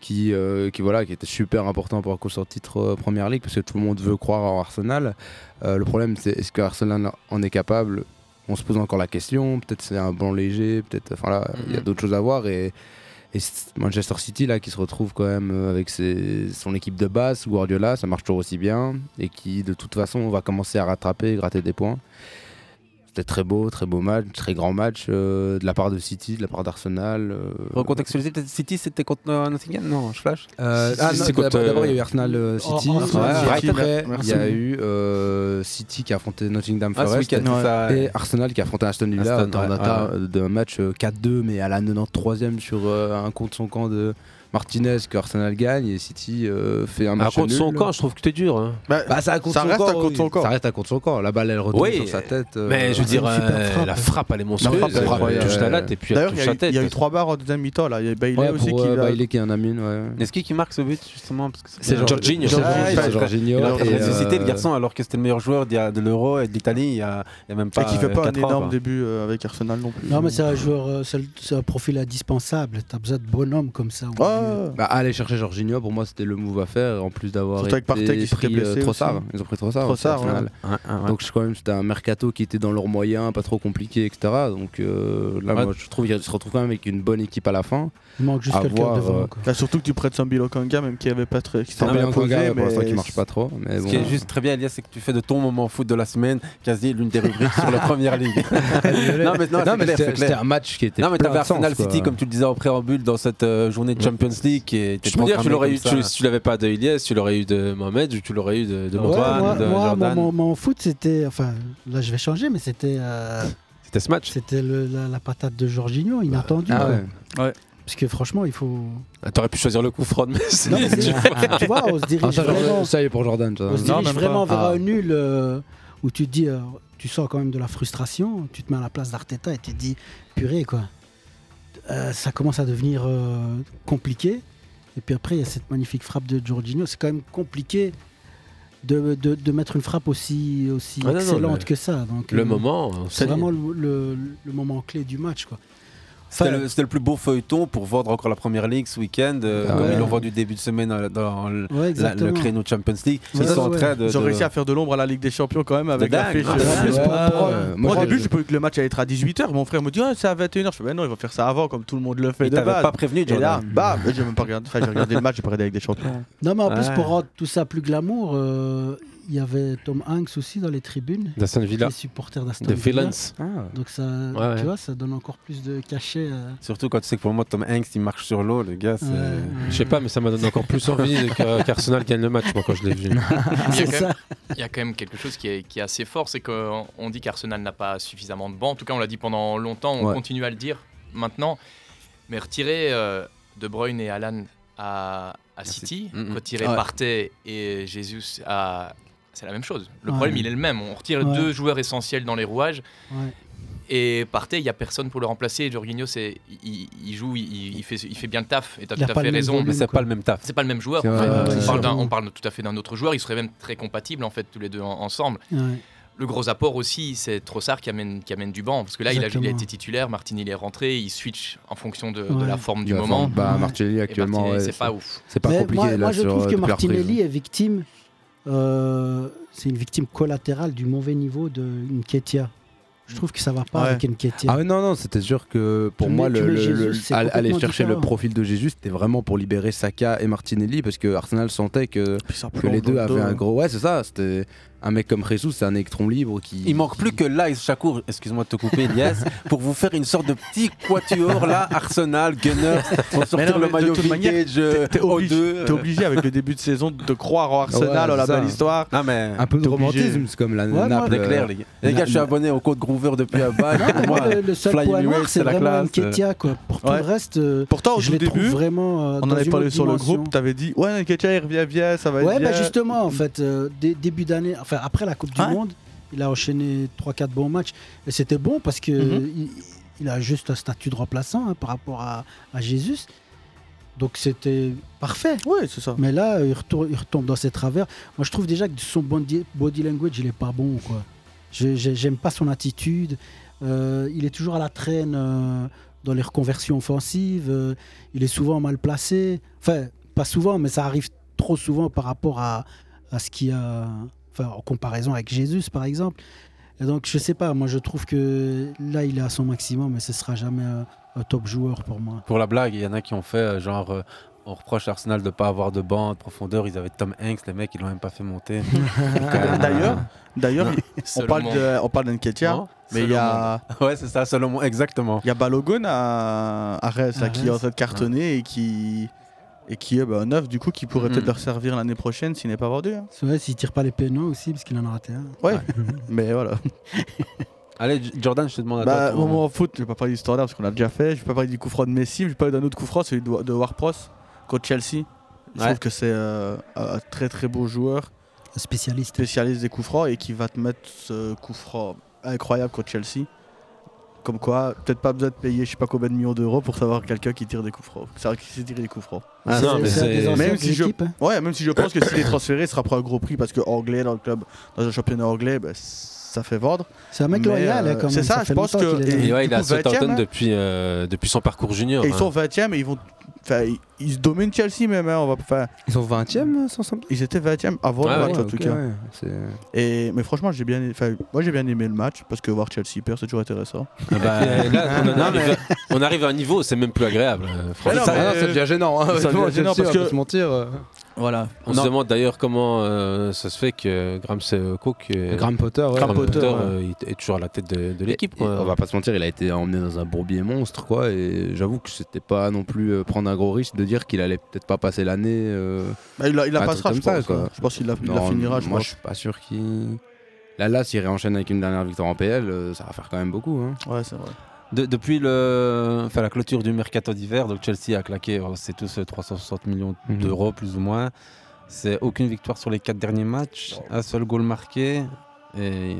Speaker 11: qui, euh, qui voilà, qui était super important pour la course au titre euh, Première Ligue parce que tout le monde veut croire en Arsenal. Euh, le problème, c'est est-ce que Arsenal en est capable On se pose encore la question. Peut-être c'est un banc léger. Peut-être, enfin là, il y a d'autres choses à voir et. et c- Manchester City là qui se retrouve quand même euh, avec ses- son équipe de base, Guardiola, ça marche toujours aussi bien et qui de toute façon va commencer à rattraper, et gratter des points. C'était très beau, très beau match, très grand match euh, de la part de City, de la part d'Arsenal. euh.
Speaker 7: Recontextualiser, peut-être City, c'était contre euh, Nottingham Non, je flash.
Speaker 11: Euh, ah, non, d'abord, d'abord, il y a eu Arsenal euh, City.
Speaker 7: Oh,
Speaker 11: Ouais,
Speaker 7: Arsenal,
Speaker 11: après,
Speaker 7: City,
Speaker 11: il y a eu euh, City qui a affronté Nottingham
Speaker 7: Ah, ce
Speaker 11: Forest
Speaker 7: week-end, c'est ça, ouais.
Speaker 11: et Arsenal qui a affronté Aston Villa
Speaker 7: Aston,
Speaker 11: en
Speaker 7: ouais,
Speaker 11: data
Speaker 7: ouais.
Speaker 11: d'un match euh, 4-2 mais à la 93e sur euh, un contre son camp de Martinez que Arsenal gagne et City euh, fait un
Speaker 8: Un
Speaker 11: match
Speaker 8: contre son
Speaker 11: nul.
Speaker 8: camp, je trouve que t'es dur. hein.
Speaker 11: Bah, ça, compte son corps, oui. Ça reste à contre son corps. La balle, elle retombe
Speaker 8: Oui,
Speaker 11: sur sa tête. euh,
Speaker 8: mais
Speaker 2: Ah,
Speaker 8: je veux dire,
Speaker 11: une super
Speaker 8: euh,
Speaker 2: hein.
Speaker 8: la frappe, elle est monstrueuse.
Speaker 11: frappe,
Speaker 8: Elle
Speaker 11: frappe,
Speaker 8: touche
Speaker 11: ouais.
Speaker 8: la latte et puis elle
Speaker 2: D'ailleurs,
Speaker 8: touche
Speaker 2: il y a
Speaker 8: sa
Speaker 2: eu-
Speaker 8: tête.
Speaker 2: il y a eu trois barres en deuxième mi-temps là. Il y a Bailey
Speaker 11: Ouais,
Speaker 2: aussi
Speaker 11: pour,
Speaker 2: qui.
Speaker 11: euh,
Speaker 2: l'a-
Speaker 11: Bailey qui est un amine, ouais.
Speaker 7: Est-ce qui qui marque ce but justement parce que
Speaker 11: C'est Gior- Jorginho. Jorginho,
Speaker 7: Ouais,
Speaker 11: c'est
Speaker 7: il-
Speaker 11: Jorginho.
Speaker 7: Il a
Speaker 11: Et,
Speaker 7: ressuscité
Speaker 11: euh,
Speaker 7: le garçon alors que c'était le meilleur joueur d'il y a- de l'Euro et de l'Italie il y a, il y a même pas.
Speaker 2: Et qui fait
Speaker 7: euh,
Speaker 2: pas un
Speaker 7: quatre ans,
Speaker 2: énorme
Speaker 7: quoi.
Speaker 2: début euh, avec Arsenal non plus.
Speaker 10: Non, mais c'est un joueur, euh, c'est le- c'est un profil indispensable. T'as besoin de bonhomme comme ça. au
Speaker 8: Ah,
Speaker 2: Oh
Speaker 10: milieu.
Speaker 11: Bah, aller chercher Jorginho, pour moi, c'était le move à faire. En plus d'avoir
Speaker 10: Surtout
Speaker 11: été
Speaker 10: avec Partey qui s'était
Speaker 11: pris
Speaker 10: blessé
Speaker 11: euh, Trossard.
Speaker 10: aussi.
Speaker 11: Ils ont pris Trossard.
Speaker 10: Trossard,
Speaker 11: aussi, au final.
Speaker 7: ouais. Ouais, ouais, ouais.
Speaker 11: Donc, je- quand même, c'était un mercato qui était dans leurs moyens, pas trop compliqué, etc. Donc, euh, là,
Speaker 2: Ouais.
Speaker 11: moi, je trouve qu'ils se retrouvent quand même avec une bonne équipe à la fin.
Speaker 10: Il manque juste
Speaker 11: À
Speaker 10: quelqu'un
Speaker 11: voir,
Speaker 10: devant,
Speaker 11: euh,
Speaker 10: quoi.
Speaker 2: Là, surtout que tu prêtes Sambi Lokanga, même qui avait pas très. qui s'était
Speaker 11: Sambi
Speaker 2: pas
Speaker 11: Lokanga,
Speaker 2: imposé,
Speaker 11: ouais, pour l'instant,
Speaker 2: mais-
Speaker 11: qui marche pas trop, mais
Speaker 7: Ce
Speaker 11: bon.
Speaker 7: qui est juste très bien, Elias, c'est que tu fais de ton moment foot de la semaine quasi l'une des rubriques sur la première ligue. non, mais, non,
Speaker 11: Non, mais
Speaker 7: c'est clair,
Speaker 11: c'était-
Speaker 7: c'est clair.
Speaker 11: c'était un match qui était
Speaker 7: Non, mais
Speaker 11: plein
Speaker 7: t'avais
Speaker 11: de sens,
Speaker 7: Arsenal
Speaker 11: quoi.
Speaker 7: City, comme tu le disais en préambule, dans cette euh, journée de Champions League. qui était
Speaker 8: Je peux dire, tu
Speaker 7: programmée
Speaker 8: l'aurais
Speaker 7: comme
Speaker 8: eu,
Speaker 7: ça.
Speaker 8: tu, si tu l'avais pas de Ilias, tu l'aurais eu de Mohamed, ou tu l'aurais eu de, de
Speaker 10: Ouais,
Speaker 8: Antoine,
Speaker 10: moi,
Speaker 8: de
Speaker 10: moi,
Speaker 8: Jordan.
Speaker 10: mon, mon- mon foot, c'était. Enfin, là, je vais changer, mais c'était. euh,
Speaker 8: C'était ce match.
Speaker 10: C'était le- la, la patate de Jorginho, inattendue.
Speaker 8: Ah
Speaker 10: quoi.
Speaker 8: ouais.
Speaker 10: Parce que franchement, il faut.
Speaker 8: Ah, T'aurais pu choisir le coup Fran, mais c'est.
Speaker 10: Non, mais c'est- tu vois, on se dirige
Speaker 11: Ah, ça, Jordan-
Speaker 10: vraiment.
Speaker 11: ça y est pour Jordan. Ah. ça.
Speaker 10: On se dirige vraiment vers un nul euh, où tu te dis, euh, tu sens quand même de la frustration, tu te mets à la place d'Arteta et tu te dis, purée quoi. Euh, ça commence à devenir euh, compliqué. Et puis après, il y a cette magnifique frappe de Jorginho. C'est quand même compliqué de, de- de mettre une frappe aussi, aussi
Speaker 8: Ah, non, non,
Speaker 10: excellente
Speaker 8: le-
Speaker 10: que ça. Donc, euh,
Speaker 8: le moment, on
Speaker 10: C'est
Speaker 8: sait.
Speaker 10: vraiment le, le- le moment clé du match. Quoi.
Speaker 7: C'était
Speaker 10: Enfin,
Speaker 7: le, c'était le plus beau feuilleton pour vendre encore la première ligue ce week-end, euh,
Speaker 10: Ah
Speaker 7: comme
Speaker 10: ouais.
Speaker 7: ils l'ont vendu début de semaine euh, dans le,
Speaker 10: Ouais,
Speaker 7: la- le
Speaker 10: exactement.
Speaker 7: créneau Champions League.
Speaker 2: Ouais,
Speaker 7: ils sont en
Speaker 2: ouais.
Speaker 7: train de.
Speaker 2: Ils ont
Speaker 7: de-
Speaker 2: réussi à faire de l'ombre à la Ligue des Champions quand même avec
Speaker 7: De
Speaker 2: la
Speaker 7: dingue.
Speaker 2: fiche.
Speaker 7: Ah,
Speaker 2: En plus,
Speaker 7: ouais.
Speaker 2: pour- pour-
Speaker 7: Ouais.
Speaker 2: Moi au
Speaker 7: Moi,
Speaker 2: début,
Speaker 7: je-
Speaker 2: je peux que le match allait être à 18h. Mon frère me dit Ah, c'est à 21h. Je fais Ben non, ils vont faire ça avant, comme tout le monde le fait
Speaker 7: Il
Speaker 2: de
Speaker 7: t'avait
Speaker 2: base.
Speaker 7: pas prévenu,
Speaker 2: Et là,
Speaker 7: Jordan.
Speaker 2: bam J'ai même pas regardé. Enfin, j'ai regardé le match, j'ai pas regardé avec des champions.
Speaker 10: Non, mais en plus,
Speaker 2: Ouais.
Speaker 8: Ah.
Speaker 10: pour rendre tout ça plus glamour, euh, il y avait Tom Hanks aussi dans les tribunes.
Speaker 8: D'Aston Villa.
Speaker 10: Qui est supporter d'Aston
Speaker 8: The
Speaker 10: Villa.
Speaker 8: Villains. Ah.
Speaker 10: Donc, ça,
Speaker 7: Ouais, ouais.
Speaker 10: tu vois, ça donne encore plus de cachet. euh.
Speaker 7: Surtout quand tu sais que pour moi, Tom Hanks, il marche sur l'eau, le gars. c'est-
Speaker 10: Ouais, ouais.
Speaker 8: Je sais pas, mais ça m'a donné encore plus envie que- qu'Arsenal gagne le match, moi, quand je l'ai vu.
Speaker 9: Il y, a quand même, il y a quand même quelque chose qui est, qui est assez fort, c'est qu'on on dit qu'Arsenal n'a pas suffisamment de bancs. En tout cas, on l'a dit pendant longtemps, on
Speaker 11: Ouais.
Speaker 9: continue à le dire maintenant. Mais retirer euh, De Bruyne et Alan à, à City,
Speaker 7: Mm, mm.
Speaker 9: retirer
Speaker 7: Ouais.
Speaker 9: Partey et Jesus à. C'est la même chose. Le
Speaker 7: Ouais.
Speaker 9: problème, il est le même. On retire
Speaker 7: Ouais.
Speaker 9: deux joueurs essentiels dans les rouages. et partait, il n'y a personne pour le remplacer. Jorginho, c'est, il, il joue, il, il fait, il fait bien le taf, et tu as
Speaker 7: Il a
Speaker 9: tout
Speaker 7: pas
Speaker 9: à fait
Speaker 7: le même
Speaker 9: raison.
Speaker 7: volume, Mais c'est quoi. pas le même taf.
Speaker 9: C'est pas le même joueur.
Speaker 7: C'est
Speaker 9: en
Speaker 7: vrai,
Speaker 9: fait.
Speaker 7: ouais,
Speaker 9: on,
Speaker 7: ouais,
Speaker 9: parle d'un-
Speaker 7: sûrement.
Speaker 9: on parle tout à fait d'un autre joueur, ils seraient même très compatibles, en fait, tous les deux en- ensemble.
Speaker 10: Ouais.
Speaker 9: Le gros apport aussi, c'est Trossard qui amène, qui amène du banc, parce que là, il a, il a
Speaker 11: Exactement.
Speaker 9: été titulaire, Martini est rentré, il switch en fonction de, de
Speaker 11: Ouais.
Speaker 9: la forme du
Speaker 11: De la
Speaker 9: moment.
Speaker 11: forme. Bah,
Speaker 9: Et
Speaker 11: Martinelli, actuellement,
Speaker 9: Martinelli,
Speaker 11: ouais,
Speaker 9: c'est
Speaker 11: c'est-
Speaker 9: pas ouf.
Speaker 11: c'est pas
Speaker 10: Mais
Speaker 11: compliqué,
Speaker 10: Moi,
Speaker 11: là,
Speaker 10: moi, je
Speaker 11: sur,
Speaker 10: trouve
Speaker 11: euh,
Speaker 10: que
Speaker 11: depuis la reprise.
Speaker 10: Martinelli est victime. euh, c'est une victime collatérale du mauvais niveau de Nketia. Je trouve que ça va pas
Speaker 11: Ouais.
Speaker 10: avec Nketia.
Speaker 11: Ah ouais, non, non, c'était sûr que pour
Speaker 10: Tu
Speaker 11: moi,
Speaker 10: mets- tu
Speaker 11: le,
Speaker 10: mets
Speaker 11: le-
Speaker 10: Jésus,
Speaker 11: le-
Speaker 10: c'est
Speaker 11: al- aller
Speaker 10: complètement
Speaker 11: chercher le
Speaker 10: différent.
Speaker 11: profil de Jésus, c'était vraiment pour libérer Saka et Martinelli parce que Arsenal sentait que, que
Speaker 7: plombe
Speaker 11: les deux
Speaker 7: dans le
Speaker 11: avaient
Speaker 7: dos,
Speaker 11: un
Speaker 7: hein.
Speaker 11: gros. Ouais, c'est ça, c'était un mec comme Jésus, c'est un électron libre qui.
Speaker 7: Il manque plus que Lies Chakour, excuse-moi de te couper, Elias, pour vous faire une sorte de petit quatuor là, Arsenal, Gunners, on
Speaker 2: Mais
Speaker 7: sortir
Speaker 2: non, mais
Speaker 7: le
Speaker 2: de
Speaker 7: maillot
Speaker 2: toute manière,
Speaker 7: vintage, euh,
Speaker 2: t'es- t'es obligé-
Speaker 7: O2.
Speaker 2: t'es obligé avec le début de saison de croire en Arsenal,
Speaker 7: Ouais,
Speaker 2: en la
Speaker 7: c'est ça.
Speaker 2: belle histoire.
Speaker 7: Non, mais
Speaker 11: Un peu de
Speaker 7: t'es obligé.
Speaker 11: romantisme, c'est comme la
Speaker 7: Ouais,
Speaker 11: Naples,
Speaker 7: moi, c'est clair,
Speaker 11: euh,
Speaker 7: les gars. Les gars, je suis
Speaker 11: la-
Speaker 7: abonné au code Groover depuis un bail.
Speaker 10: Non, mais
Speaker 7: Moi,
Speaker 10: moi, le, le seul
Speaker 7: Fly
Speaker 10: point
Speaker 7: Emirates,
Speaker 10: noir, c'est vraiment Nketia. Quoi. Pour tout
Speaker 2: Ouais.
Speaker 10: le reste, euh,
Speaker 2: Pourtant, au
Speaker 10: je
Speaker 2: tout
Speaker 10: les
Speaker 2: début,
Speaker 10: trouve vraiment. euh,
Speaker 2: on en
Speaker 10: dans
Speaker 2: avait
Speaker 10: une
Speaker 2: parlé
Speaker 10: autre
Speaker 2: sur le
Speaker 10: dimension.
Speaker 2: groupe, t'avais dit Ouais, Nketia, il revient bien, ça va
Speaker 10: Ouais,
Speaker 2: être bien.
Speaker 10: bah justement, en fait, euh, dé- début d'année, enfin après la Coupe du Monde, il a enchaîné 3-4 bons matchs. Et c'était bon parce que
Speaker 2: Mhm.
Speaker 10: il, il a juste un statut de remplaçant hein, par rapport à, à Jésus. Donc c'était parfait.
Speaker 2: Oui, c'est ça.
Speaker 10: Mais là, il retourne- il retombe, dans ses travers. Moi, je trouve déjà que son body, body language, il est pas bon. quoi. Je- je- J'aime pas son attitude. Euh, il est toujours à la traîne euh, dans les reconversions offensives. Euh, il est souvent mal placé. Enfin, pas souvent, mais ça arrive trop souvent par rapport à, à ce qu'il y a. Enfin, en comparaison avec Jésus, par exemple. Et donc, je sais pas. Moi, je trouve que là, il est à son maximum, mais ce sera jamais un- un top joueur pour moi.
Speaker 7: Pour la blague, il y en a qui ont fait euh, genre. euh, on reproche à Arsenal de ne pas avoir de banc, de profondeur. Ils avaient Tom Hanks, les mecs, ils l'ont même pas fait monter. euh,
Speaker 2: D'ailleurs, d'ailleurs, on
Speaker 7: Selon
Speaker 2: parle
Speaker 7: moi.
Speaker 2: de, on parle d'Nketia,
Speaker 7: Non,
Speaker 2: mais il y a,
Speaker 7: ouais, c'est ça, selon exactement.
Speaker 2: Il y a Balogun à, à Reims,
Speaker 10: Ah
Speaker 2: là,
Speaker 7: À
Speaker 2: qui est en
Speaker 7: Reims.
Speaker 2: train de cartonner et qui et qui est bah, neuf, du coup, qui pourrait
Speaker 10: Mm.
Speaker 2: peut-être leur servir l'année prochaine s'il n'est pas vendu. hein.
Speaker 10: C'est vrai, s'il tire pas les pénaux aussi, parce qu'il en a raté un.
Speaker 2: Ouais, mais voilà.
Speaker 7: Allez, J- Jordan, je te demande à
Speaker 2: Bah,
Speaker 7: toi.
Speaker 2: au
Speaker 7: ton-
Speaker 2: moment en foot, je vais pas parler du standard parce qu'on l'a déjà fait. Je vais pas parler du coup franc de Messi, mais je vais parler d'un autre coup franc, celui de, de Warpros contre Chelsea. Je
Speaker 7: Ouais.
Speaker 2: trouve que c'est euh, un très très beau joueur.
Speaker 10: Spécialiste.
Speaker 2: Spécialiste des coups francs et qui va te mettre ce coup franc incroyable contre Chelsea. Comme quoi, peut-être pas besoin de payer je sais pas combien de millions d'euros pour savoir quelqu'un qui tire des coups francs. C'est vrai qu'il sait tirer des coups francs.
Speaker 7: Ah non, C'est- mais c'est un c'est- des anciens
Speaker 2: Même
Speaker 7: de
Speaker 2: si je
Speaker 7: l'équipe, hein.
Speaker 2: Ouais, même si je pense que s'il est transféré, il sera pris un gros prix parce que anglais dans le club, dans un championnat anglais, bah, ça fait vendre.
Speaker 10: C'est un mec
Speaker 2: Mais,
Speaker 10: loyal, hein,
Speaker 2: euh,
Speaker 10: quand même.
Speaker 2: C'est ça,
Speaker 10: Ça
Speaker 2: je
Speaker 10: fait
Speaker 2: pense
Speaker 10: longtemps
Speaker 2: que.
Speaker 10: qu'il est là.
Speaker 2: et
Speaker 10: Et ouais,
Speaker 2: du
Speaker 10: il est à
Speaker 2: coup, 20e,
Speaker 7: Southampton
Speaker 2: hein.
Speaker 7: depuis, euh, depuis son parcours junior.
Speaker 2: Et ils
Speaker 7: hein.
Speaker 2: sont 20e et ils vont. Enfin, ils- ils se dominent Chelsea même. hein, on va, enfin,
Speaker 11: ils sont
Speaker 10: euh,
Speaker 11: 20e sans Southampton
Speaker 2: Ils étaient 20e avant
Speaker 11: Ouais,
Speaker 2: le match
Speaker 11: Ah ouais,
Speaker 2: en tout
Speaker 11: ok,
Speaker 2: cas.
Speaker 11: ouais, c'est-
Speaker 2: Et, mais franchement, j'ai bien, enfin, moi j'ai bien aimé le match parce que voir Chelsea perdre c'est toujours intéressant.
Speaker 7: Ah bah, là, on, en arrive à, on arrive à un niveau, où c'est même plus agréable. euh, franchement.
Speaker 11: Ah non, ça devient gênant, hein,
Speaker 2: ça
Speaker 11: honnêtement,
Speaker 2: devient gênant
Speaker 11: Chelsea,
Speaker 2: parce
Speaker 11: on va
Speaker 2: que-
Speaker 11: pas se mentir. euh.
Speaker 2: Voilà.
Speaker 7: On se demande d'ailleurs comment euh, ça se fait que Graham euh, Cook, euh,
Speaker 11: Graham Potter, ouais.
Speaker 7: Graham
Speaker 11: Graham
Speaker 7: Potter,
Speaker 11: Potter,
Speaker 7: euh, il est toujours à la tête de, de l'équipe.
Speaker 11: Et On va pas se mentir, il a été emmené dans un bourbier monstre, quoi. Et j'avoue que c'était pas non plus euh, prendre un gros risque de dire qu'il allait peut-être pas passer l'année. euh,
Speaker 2: Bah, il la- il la
Speaker 11: un truc
Speaker 2: passera,
Speaker 11: comme
Speaker 2: je pense, hein. Je pense qu'il la- il la
Speaker 11: Non,
Speaker 2: finira, je
Speaker 11: Moi,
Speaker 2: pense.
Speaker 11: je suis pas sûr qu'il. Là, là, s'il réenchaîne avec une dernière victoire en PL, euh, ça va faire quand même beaucoup. hein.
Speaker 2: Ouais, c'est vrai.
Speaker 7: De- depuis le, enfin, la clôture du mercato d'hiver, donc Chelsea a claqué, on sait tous, euh, 360 millions
Speaker 11: Mhm.
Speaker 7: d'euros plus ou moins. C'est aucune victoire sur les quatre derniers matchs, un seul goal marqué et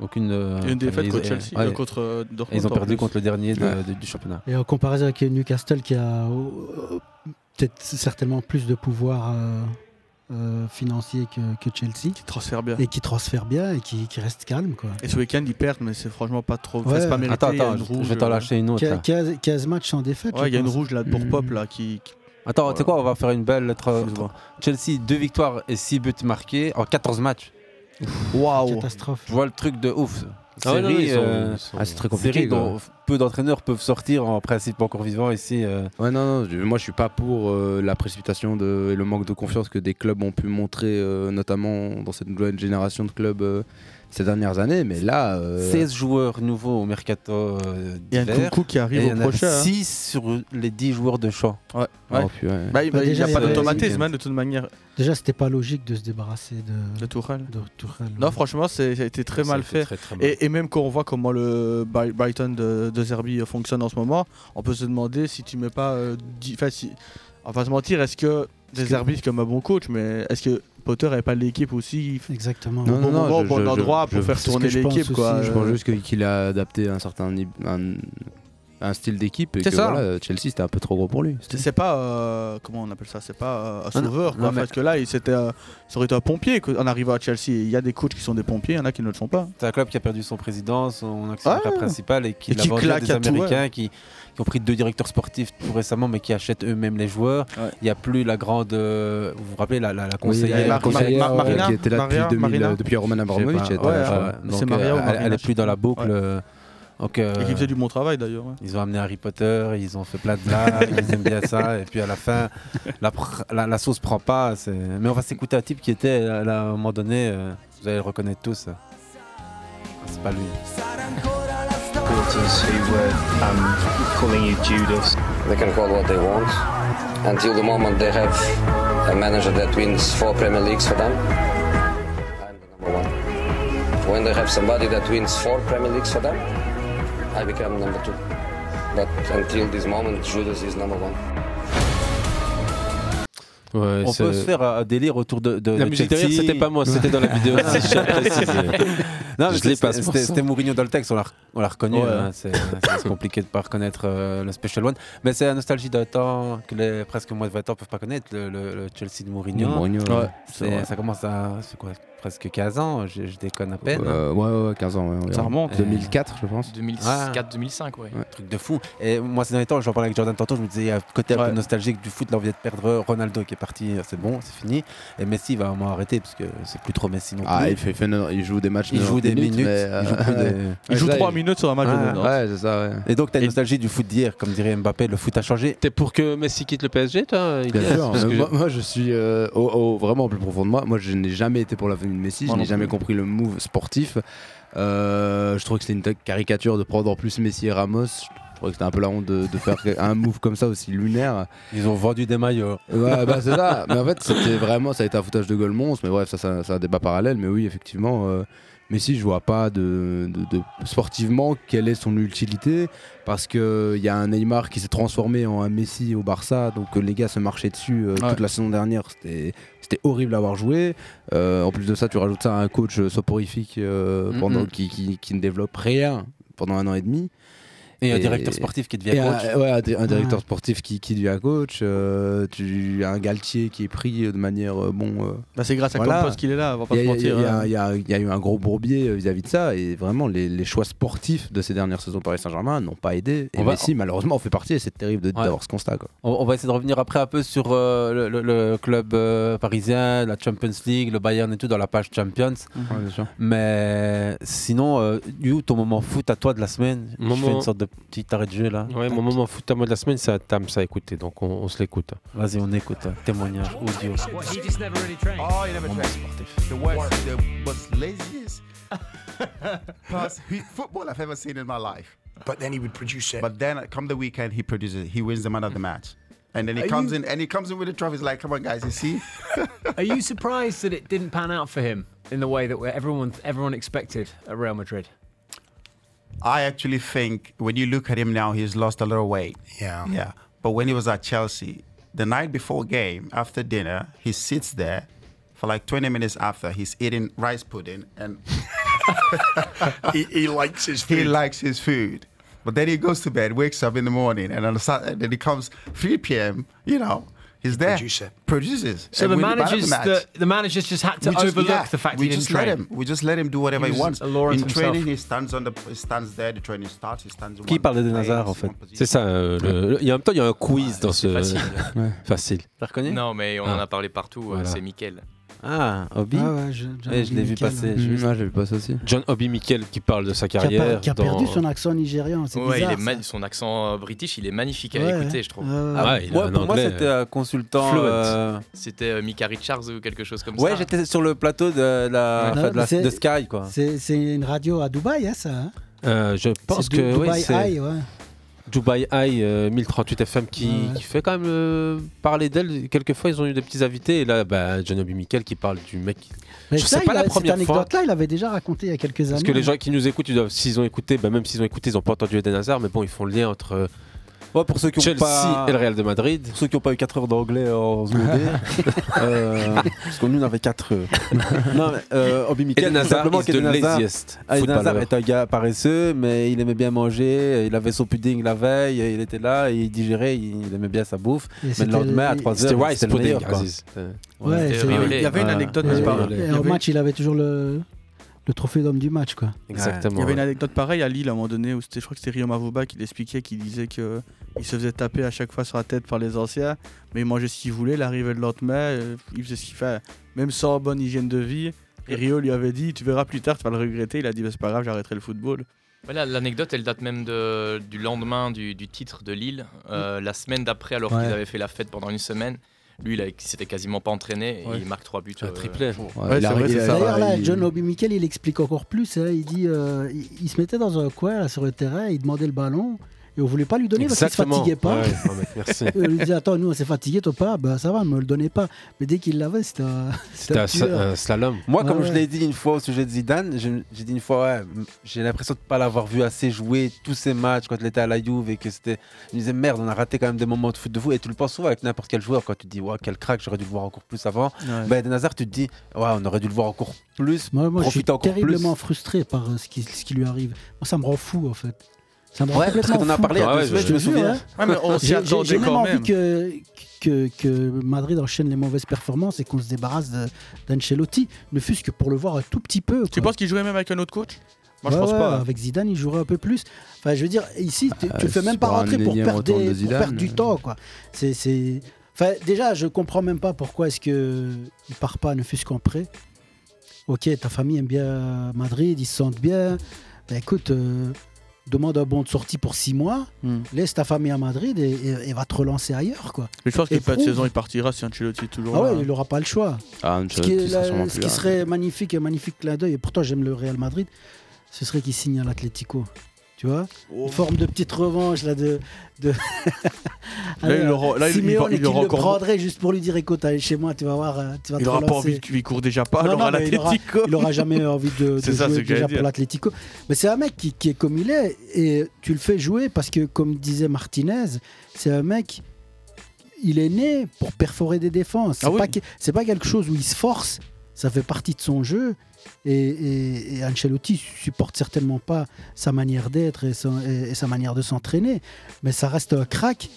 Speaker 7: aucune. euh,
Speaker 2: Et une défaite
Speaker 7: ils-
Speaker 2: contre
Speaker 7: euh,
Speaker 2: Chelsea, euh, contre, euh, Dortmund,
Speaker 7: Ils ont
Speaker 2: en
Speaker 7: perdu
Speaker 2: plus.
Speaker 7: contre le dernier de-
Speaker 2: Ouais.
Speaker 7: de- du championnat.
Speaker 10: en comparaison avec Newcastle qui a euh, peut-être certainement plus de pouvoir euh, euh, financier que, que Chelsea. Qui
Speaker 2: transfère bien.
Speaker 10: Et qui transfère bien et qui, qui reste calme. Quoi.
Speaker 2: Et ce week-end ils perdent, mais c'est franchement pas trop. enfin,
Speaker 10: Ouais.
Speaker 2: c'est pas mérité.
Speaker 7: Attends,
Speaker 2: il y a
Speaker 7: attends,
Speaker 2: une
Speaker 7: je-
Speaker 2: rouge,
Speaker 7: je vais t'en
Speaker 2: euh,
Speaker 7: lâcher une autre.
Speaker 10: Qui a-
Speaker 7: là. Mm.
Speaker 10: 15, 15 matchs sans défaite.
Speaker 2: Ouais,
Speaker 10: je
Speaker 2: il y a une
Speaker 10: pense.
Speaker 2: rouge là pour Pop là qui. qui-
Speaker 7: Hmm. Attends, tu sais
Speaker 2: Voilà.
Speaker 7: quoi, on va faire une belle. tra- Chelsea, 2 victoires et 6 buts marqués en 14 matchs.
Speaker 2: Waouh!
Speaker 10: Catastrophe.
Speaker 7: Tu vois le truc de ouf.
Speaker 11: Ah ouais, non, non,
Speaker 7: Série,
Speaker 11: ils sont-
Speaker 7: euh,
Speaker 11: ils sont- Ah, c'est très compliqué,
Speaker 7: série
Speaker 11: quoi.
Speaker 7: dont peu d'entraîneurs peuvent sortir en principe encore vivant ici. euh.
Speaker 11: Ouais, non, non, je- moi je suis pas pour euh, la précipitation de, et le manque de confiance que des clubs ont pu montrer, euh, notamment dans cette nouvelle génération de clubs euh, ces dernières années, mais là. euh,
Speaker 7: 16 joueurs nouveaux au mercato euh,
Speaker 2: Il y a
Speaker 7: d'hiver.
Speaker 2: Nkunku qui arrive
Speaker 7: Et il y
Speaker 2: au
Speaker 7: en a
Speaker 2: prochain, hein.
Speaker 7: 6 sur les 10 joueurs de champ.
Speaker 2: Ouais.
Speaker 7: Oh,
Speaker 2: ouais.
Speaker 7: purée.
Speaker 2: Bah, il
Speaker 10: Bah,
Speaker 2: bah, il y
Speaker 10: déjà,
Speaker 2: a
Speaker 10: il y
Speaker 2: pas
Speaker 10: avait-
Speaker 2: d'automatisme hein, de toute manière.
Speaker 10: Déjà, c'était pas logique de se débarrasser de,
Speaker 2: de Tourelle.
Speaker 10: De Tourelle,
Speaker 2: Non,
Speaker 10: ouais.
Speaker 2: franchement, c'est- ça a été très
Speaker 10: Ça a
Speaker 2: mal
Speaker 10: été
Speaker 2: fait.
Speaker 10: très, très mal.
Speaker 2: et, et même quand on voit comment le Bri- Brighton de, de Serbie euh, fonctionne en ce moment, on peut se demander si tu mets pas. euh, dix- Enfin, si- on va se mentir, est-ce que. Des
Speaker 11: que-
Speaker 2: Zerbi, c'est comme un bon coach, mais est-ce que Potter n'avait pas l'équipe aussi.
Speaker 10: Exactement.
Speaker 2: Bon, bon moment, bon endroit pour faire tourner l'équipe. quoi. Euh,
Speaker 11: Je pense juste que- qu'il a adapté un certain ni- un, un style d'équipe et
Speaker 2: C'est
Speaker 11: que
Speaker 2: ça.
Speaker 11: voilà, Chelsea c'était un peu trop gros pour lui.
Speaker 2: C'est- C'est pas. euh, comment on appelle ça C'est pas euh, un
Speaker 11: Ah non,
Speaker 2: sauveur. quoi,
Speaker 11: non, mais-
Speaker 2: Parce que là, il s'était, euh, ça aurait été un pompier. que- En arrivant à Chelsea, il y a des coachs qui sont des pompiers, il y en a qui ne le sont pas.
Speaker 7: C'est un club qui a perdu son président, son actionnaire
Speaker 2: Ouais.
Speaker 7: principal et qui
Speaker 2: Et
Speaker 7: l'a
Speaker 2: qui
Speaker 7: vendu à
Speaker 2: claque
Speaker 7: des
Speaker 2: à tout, ouais.
Speaker 7: Américains qui, qui ont pris deux directeurs sportifs tout récemment mais qui achètent eux-mêmes les joueurs. Il n'y a plus la grande. euh, vous vous rappelez la, la, la conseillère
Speaker 11: la
Speaker 7: euh,
Speaker 11: conseillère,
Speaker 7: Mar-
Speaker 11: euh,
Speaker 7: Marina
Speaker 11: qui était là depuis
Speaker 7: Maria,
Speaker 11: 2000,
Speaker 7: Marina.
Speaker 11: euh, depuis Roman
Speaker 7: Je sais pas,
Speaker 11: Abramovich, elle était là, je crois.
Speaker 7: ouais.
Speaker 11: Mais
Speaker 7: Donc,
Speaker 11: c'est Maria
Speaker 7: euh,
Speaker 11: ou
Speaker 7: elle-
Speaker 11: Marina,
Speaker 7: Elle
Speaker 11: je
Speaker 7: est
Speaker 11: sais
Speaker 7: plus dans la
Speaker 11: pas.
Speaker 7: boucle.
Speaker 11: Ouais.
Speaker 7: euh, donc,
Speaker 2: Et qui
Speaker 7: euh,
Speaker 2: faisait du bon travail d'ailleurs. ouais.
Speaker 7: ils ont amené Harry Potter, ils ont fait plein de blagues, ils aiment bien ça. Et puis à la fin, la, pr- la, la sauce prend pas. c'est- Mais on va s'écouter un type qui était là, là, à un moment donné, euh, vous allez le reconnaître tous. Ah, C'est pas lui.
Speaker 12: supporters who were um, calling you Judas.
Speaker 13: They can call what they want until the moment they have a manager that wins four Premier Leagues for them. I'm the number one. When they have somebody that wins four Premier Leagues for them, I become number two. But until this moment, Judas is number one.
Speaker 8: Ouais,
Speaker 7: on
Speaker 8: c'est-
Speaker 7: peut se faire euh, un un délire autour de, de-
Speaker 8: La
Speaker 7: de
Speaker 8: musique
Speaker 7: Chelsea. Ah,
Speaker 8: derrière, c'était pas moi, c'était dans la vidéo, si je tiens à préciser.
Speaker 7: non,
Speaker 8: Je
Speaker 7: mais
Speaker 8: l'ai
Speaker 7: c'était-
Speaker 8: pas, ce
Speaker 7: C'était
Speaker 8: morceau.
Speaker 7: c'était Mourinho dans le texte, on l'a, re- on l'a reconnu.
Speaker 8: Ouais.
Speaker 7: hein, c'est, c'est compliqué de pas reconnaître euh, le Special One. Mais c'est la nostalgie d'un temps que les presque moins de 20 ans peuvent pas connaître, le, le- le Chelsea de Mourinho.
Speaker 11: De Mourinho, ouais.
Speaker 7: C'est- euh,
Speaker 11: C'est vrai.
Speaker 7: ça commence à c'est quoi, presque 15 ans, je, je déconne à peine. hein.
Speaker 11: Euh, ouais, ouais, ouais, 15 ans. ouais, environ.
Speaker 7: Euh,
Speaker 11: 2004, je pense.
Speaker 7: 2004,
Speaker 9: 2005, ouais.
Speaker 7: Ah. Truc de fou. Et moi, ces derniers temps, j'en parlais avec Jordan tantôt, je me disais, il y a un côté un peu
Speaker 9: Ouais.
Speaker 7: nostalgique du foot, l'envie de perdre Ronaldo qui est parti, euh, c'est bon, c'est fini. Et Messi va vraiment arrêter parce que c'est plus trop Messi non plus.
Speaker 11: Ah, il, fait, fait neuf- il joue des matchs.
Speaker 7: Il
Speaker 11: neuf
Speaker 7: joue des minutes,
Speaker 11: mais,
Speaker 7: il joue plus
Speaker 11: euh,
Speaker 7: des-
Speaker 11: ouais, ça, il- Ouais, ouais,
Speaker 7: c'est ça, Et donc, t'as une nostalgie du foot d'hier, comme dirait Mbappé, le foot a changé.
Speaker 8: T'es pour que Messi quitte le PSG,
Speaker 7: euh,
Speaker 8: toi
Speaker 11: Bien
Speaker 8: Ilias
Speaker 11: sûr,
Speaker 8: Parce
Speaker 11: mais
Speaker 8: que
Speaker 11: moi, moi, je suis euh, au- au- vraiment au plus profond de moi. Moi je n'ai jamais été pour la venue de Messi,
Speaker 8: Moi
Speaker 11: je
Speaker 8: non
Speaker 11: n'ai jamais
Speaker 8: plus.
Speaker 11: compris le move sportif. Euh, je trouve que c'est une ta- caricature de prendre en plus Messi et Ramos. Je trouvais que c'était un peu la honte de, de faire un move comme ça aussi lunaire.
Speaker 7: Ils ont vendu des maillots.
Speaker 11: Ouais, bah c'est ça. Mais en fait, c'était vraiment, ça a été un foutage de gueule monstre. Mais bref, ça, ça- c'est un débat parallèle. Mais oui, effectivement, euh, Messi, je vois pas de, de- de- sportivement quelle est son utilité. Parce qu'il y a un Neymar qui s'est transformé en un Messi au Barça. Donc euh, les gars se marchaient dessus euh,
Speaker 2: Ouais.
Speaker 11: toute la saison dernière. C'était. C'était horrible à avoir joué. Euh, en plus de ça, tu rajoutes ça à un coach euh, soporifique euh,
Speaker 7: Mhm.
Speaker 11: pendant, qui, qui- qui ne développe rien pendant un an et demi.
Speaker 7: Et un directeur sportif qui devient
Speaker 11: et un-
Speaker 7: coach.
Speaker 11: ouais, un, di- un directeur
Speaker 7: Ouais.
Speaker 11: sportif qui, qui devient coach, euh, tu, un Galtier qui est pris euh, de manière euh, bon. euh,
Speaker 2: Bah, c'est grâce à Campos qu'il est là, on va pas
Speaker 11: Il y a-
Speaker 2: se mentir,
Speaker 11: Il y a-
Speaker 2: hein.
Speaker 11: il y, a- il y a eu un gros bourbier euh, vis-à-vis de ça, et vraiment les, les choix sportifs de ces dernières saisons Paris Saint-Germain n'ont pas aidé. Et
Speaker 7: On va-
Speaker 11: Messi, malheureusement, en fait partie, et c'est terrible de-
Speaker 7: Ouais.
Speaker 11: d'avoir ce constat. Quoi.
Speaker 7: On, on va essayer de revenir après un peu sur euh, le, le- le club euh, parisien, la Champions League, le Bayern et tout dans la page Champions.
Speaker 1: Mhm.
Speaker 11: Ouais, bien sûr.
Speaker 7: Mais sinon, euh, You, ton moment foot à toi de la semaine, je fais
Speaker 8: Moment-
Speaker 7: une sorte de petit arrêt de jeu là.
Speaker 8: Ouais, mon moment foot à moi de la semaine, c'est à Tamsa à écouter, donc on, on se l'écoute.
Speaker 7: Vas-y, on écoute, hein, témoignage audio.
Speaker 14: What, he just never really trained?
Speaker 1: Oh, you never trained. The worst, the most laziest pass he, football I've ever seen in my life. But then he would produce it. But then, come the weekend, he produces. it. He wins the man of the match, and then he
Speaker 14: Are
Speaker 1: comes
Speaker 14: you-
Speaker 1: in and he comes in with the trophies. Like, come on, guys, you see?
Speaker 14: Are you surprised that it didn't pan out for him in the way that everyone everyone expected at Real Madrid?
Speaker 1: I actually think when you look at him now, he's lost a lot of weight.
Speaker 14: Yeah.
Speaker 1: Yeah. But when he was at Chelsea, the night before game, after dinner, he sits there for like 20 minutes after. He's eating rice pudding and he, he likes his food. He likes his food. But then he goes to bed, wakes up in the morning, and on a Saturday, then he comes 3 p.m., you know, he's there. Produces.
Speaker 14: So
Speaker 1: And
Speaker 14: the
Speaker 1: win Man of
Speaker 14: managers,
Speaker 1: match.
Speaker 14: the, the managers just had to
Speaker 1: We just-
Speaker 14: overlook
Speaker 1: yeah,
Speaker 14: the fact
Speaker 1: we
Speaker 14: he didn't
Speaker 1: just
Speaker 14: train.
Speaker 1: let him. We just let him do whatever he,
Speaker 14: was
Speaker 1: wants.
Speaker 14: a law
Speaker 1: in
Speaker 14: unto himself.
Speaker 1: training, he stands on the he stands there. The training starts. He stands. on
Speaker 7: Qui
Speaker 1: one
Speaker 7: parlait de
Speaker 1: place.
Speaker 7: Nazar en fait
Speaker 8: C'est ça, euh, le- le- il y a- en même temps, il y a un quiz dans ce.
Speaker 9: facile.
Speaker 8: Ouais. facile.
Speaker 7: T'as reconnu
Speaker 9: Non, mais on en
Speaker 8: Ah.
Speaker 9: a parlé partout, euh,
Speaker 8: Voilà.
Speaker 9: c'est Mickaël.
Speaker 7: Ah, Obi
Speaker 10: Ah ouais, je- John
Speaker 7: Eh, je l'ai
Speaker 10: Obi
Speaker 7: vu
Speaker 10: Mikel,
Speaker 7: passer.
Speaker 10: ouais.
Speaker 7: juste.
Speaker 11: Mm, j'ai vu passer aussi.
Speaker 8: John Obi Mikel qui parle de sa
Speaker 10: Qui a,
Speaker 8: carrière.
Speaker 10: per- qui a
Speaker 8: dans-
Speaker 10: perdu son accent nigérian. C'est
Speaker 9: Ouais, il
Speaker 10: bizarre.
Speaker 9: est ma- son accent euh, british, il est magnifique à
Speaker 10: Ouais,
Speaker 9: écouter,
Speaker 10: ouais.
Speaker 9: je trouve.
Speaker 10: Ouais,
Speaker 7: Ah ouais. ouais, il a Ouais, un pour moi, anglais, c'était, euh, euh, consultant,
Speaker 9: Fluent.
Speaker 7: euh,
Speaker 9: C'était euh, Mika Richards ou quelque chose comme
Speaker 7: Ouais,
Speaker 9: ça.
Speaker 7: j'étais sur le plateau de la,
Speaker 10: Non,
Speaker 7: enfin, de, la-
Speaker 10: mais c'est-
Speaker 7: de Sky quoi.
Speaker 10: C'est c'est une radio à Dubaï, hein, ça. hein
Speaker 8: Euh, je pense
Speaker 10: C'est du-
Speaker 8: que oui,
Speaker 10: Dubai
Speaker 8: c'est
Speaker 10: Eye, ouais.
Speaker 8: Dubai euh, High 1038 FM qui,
Speaker 10: Ouais, ouais.
Speaker 8: qui fait quand même euh, parler d'elle. Quelquefois, ils ont eu des petits invités. Et là, bah, John Obi Mikel qui parle du mec.
Speaker 10: Mais
Speaker 8: je
Speaker 10: ça,
Speaker 8: sais pas
Speaker 10: il
Speaker 8: la
Speaker 10: a-
Speaker 8: première
Speaker 10: cette
Speaker 8: fois.
Speaker 10: anecdote-là, il avait déjà raconté il y a quelques années.
Speaker 7: hein.
Speaker 8: Parce que les gens qui nous écoutent, ils doivent- s'ils ont écouté, bah, même s'ils ont écouté, ils n'ont pas entendu Eden Hazard, mais bon, ils font le lien entre euh,
Speaker 7: Ouais, pour ceux qui ont
Speaker 8: Chelsea
Speaker 7: pas...
Speaker 8: et le Real de Madrid.
Speaker 7: Pour ceux qui n'ont pas eu 4 heures d'anglais en secondaire. euh, parce qu'on nous, on avait 4 heures. non, mais euh, Obi Mikel,
Speaker 8: Eden
Speaker 7: tout
Speaker 8: Hazard
Speaker 7: simplement,
Speaker 8: is
Speaker 7: qu'Eden
Speaker 8: the
Speaker 7: Hazard-
Speaker 8: laziest
Speaker 7: Ah, Eden Hazard
Speaker 8: footballer.
Speaker 7: est un gars paresseux, mais il aimait bien manger. Il avait son pudding la veille, il était là, il digérait, il aimait bien sa bouffe.
Speaker 8: Et
Speaker 7: mais
Speaker 8: c'était-
Speaker 7: le lendemain, à
Speaker 8: et-
Speaker 7: 3 heures,
Speaker 8: C'était rice
Speaker 7: le
Speaker 8: pudding,
Speaker 7: meilleur, quoi.
Speaker 8: Aziz. Euh,
Speaker 10: Ouais,
Speaker 8: Ouais,
Speaker 10: c'est-
Speaker 8: c'était riolé. Il y avait une
Speaker 10: Ouais.
Speaker 8: anecdote,
Speaker 10: Et-
Speaker 8: c'est pas
Speaker 10: et
Speaker 8: vrai.
Speaker 10: en match, il avait toujours le, le trophée d'homme du match. quoi.
Speaker 2: Il y avait une anecdote pareille à Lille à un moment donné où c'était, je crois que c'était Rio Mavouba qui l'expliquait, qui disait que il se faisait taper à chaque fois sur la tête par les anciens, mais il mangeait ce qu'il voulait, il arrivait le lendemain, euh, il faisait ce qu'il fallait, même sans bonne hygiène de vie. Et Rio lui avait dit, tu verras plus tard, tu vas le regretter. Il a dit, Bah, c'est pas grave, j'arrêterai le football.
Speaker 9: Voilà, l'anecdote, elle date même de- du lendemain du, du titre de Lille. Euh,
Speaker 8: Mm.
Speaker 9: La semaine d'après, alors
Speaker 2: Ouais.
Speaker 9: qu'ils avaient fait la fête pendant une semaine, lui, il, a- il s'était quasiment pas entraîné et
Speaker 2: Ouais.
Speaker 9: il marque trois buts. euh,
Speaker 8: Un triplé.
Speaker 9: pour-
Speaker 8: Ouais, Ouais, il c'est a- vrai, il c'est a- ça.
Speaker 10: D'ailleurs, là,
Speaker 8: il-
Speaker 10: John Obi Mikel, il explique encore plus. hein. Il dit euh, il, il se mettait dans un coin là, sur le terrain, il demandait le ballon. Et on voulait pas lui donner
Speaker 8: Exactement.
Speaker 10: parce qu'il se fatiguait pas.
Speaker 8: Ouais, ouais, mec, merci.
Speaker 10: Et on lui disait Attends, nous on s'est fatigué, toi pas Bah ça va, me le donnez pas. Mais dès qu'il l'avait, c'était un.
Speaker 7: C'était un
Speaker 10: tueur. Ah
Speaker 7: sa- un slalom. Moi,
Speaker 10: hein. Ouais,
Speaker 7: comme je
Speaker 10: ouais.
Speaker 7: l'ai dit une fois au sujet de Zidane, j'ai j'ai dit une fois, ouais, m- j'ai l'impression de ne pas l'avoir vu assez jouer tous ces matchs quand il était à la Juve et que c'était. Je me disais, merde, on a raté quand même des moments de foot de fou. Et tu le penses souvent avec n'importe quel joueur quand tu te dis, ouais, quel crack, j'aurais dû le voir encore plus avant.
Speaker 10: Ouais.
Speaker 7: Ben, Eden Hazard, tu te dis, ouais, on aurait dû le voir encore plus,
Speaker 10: Moi, moi, je suis
Speaker 7: profiter encore plus.
Speaker 10: terriblement frustré par euh, ce, qui, ce qui lui arrive. Moi, ça me rend fou, en fait. Ça me rend
Speaker 7: Ouais, parce
Speaker 10: complètement
Speaker 7: qu'on en a
Speaker 10: fou.
Speaker 7: parlé il y a
Speaker 10: Ah
Speaker 7: deux
Speaker 10: ouais,
Speaker 7: semaines,
Speaker 10: je
Speaker 7: je me
Speaker 10: te jure,
Speaker 7: souviens.
Speaker 10: hein.
Speaker 7: Ouais, mais on s'y
Speaker 10: J'ai- j'ai-
Speaker 7: attendait
Speaker 10: J'ai même
Speaker 7: quand
Speaker 10: envie
Speaker 7: même.
Speaker 10: que, que, que Madrid enchaîne les mauvaises performances et qu'on se débarrasse de- d'Ancelotti, ne fût-ce que pour le voir un tout petit peu.
Speaker 2: Tu penses qu'il jouerait même avec un autre coach Moi, je
Speaker 10: Ouais,
Speaker 2: pense
Speaker 10: ouais,
Speaker 2: pas. hein.
Speaker 10: Avec Zidane, il jouerait un peu plus. Enfin, je veux dire, ici, tu- tu fais même
Speaker 2: c'est
Speaker 10: pas
Speaker 2: pour Ah, un
Speaker 10: rentrer pour
Speaker 2: énième
Speaker 10: perdre,
Speaker 2: retour de
Speaker 10: des- pour
Speaker 2: Zidane. euh.
Speaker 10: perdre du temps, quoi. C'est, c'est- Enfin, déjà, je comprends même pas pourquoi est-ce que il part pas, ne fût-ce qu'en prêt. Ok, ta famille aime bien Madrid, ils se sentent bien. Ben écoute, euh, demande un bon de sortie pour six mois,
Speaker 2: Hmm.
Speaker 10: laisse ta famille à Madrid et, et- et va te relancer ailleurs, quoi.
Speaker 2: Mais je pense que
Speaker 10: Et
Speaker 2: pas de
Speaker 10: prouve-
Speaker 2: saison, il partira si Ancelotti est toujours
Speaker 10: Ah
Speaker 2: là. hein.
Speaker 10: ouais, il aura pas le choix.
Speaker 11: Ah,
Speaker 10: Ce qui, est la- ce qui serait magnifique, un magnifique clin d'œil, et pourtant j'aime le Real Madrid, ce serait qu'il signe à l'Atlético. Tu vois
Speaker 2: Oh.
Speaker 10: Une forme de petite revanche là de. de... Allez,
Speaker 2: il aura- là, il- il
Speaker 10: Simeone
Speaker 2: va- il
Speaker 10: qu'il
Speaker 2: aura
Speaker 10: le
Speaker 2: encore-
Speaker 10: prendrait juste pour lui dire écoute, allez chez moi, tu vas voir. euh, Tu vas
Speaker 2: Il
Speaker 10: te
Speaker 2: aura pas
Speaker 10: relancer.
Speaker 2: envie, de- il court déjà pas,
Speaker 10: Non,
Speaker 2: alors
Speaker 10: non,
Speaker 2: à
Speaker 10: mais il aura-
Speaker 2: l'Atletico.
Speaker 10: Il aura jamais envie de, de
Speaker 2: C'est ça, c'est ce
Speaker 10: jouer
Speaker 2: que j'allais
Speaker 10: déjà
Speaker 2: dire.
Speaker 10: pour l'Atlético. Mais c'est un mec qui, qui est comme il est et tu le fais jouer parce que, comme disait Martinez, c'est un mec. Il est né pour perforer des défenses. C'est
Speaker 2: Ah oui.
Speaker 10: pas que- c'est pas quelque chose où il se force. Ça fait partie de son jeu. Et, et, et Ancelotti supporte certainement pas sa manière d'être et, son- et- et sa manière de s'entraîner. Mais ça reste un crack.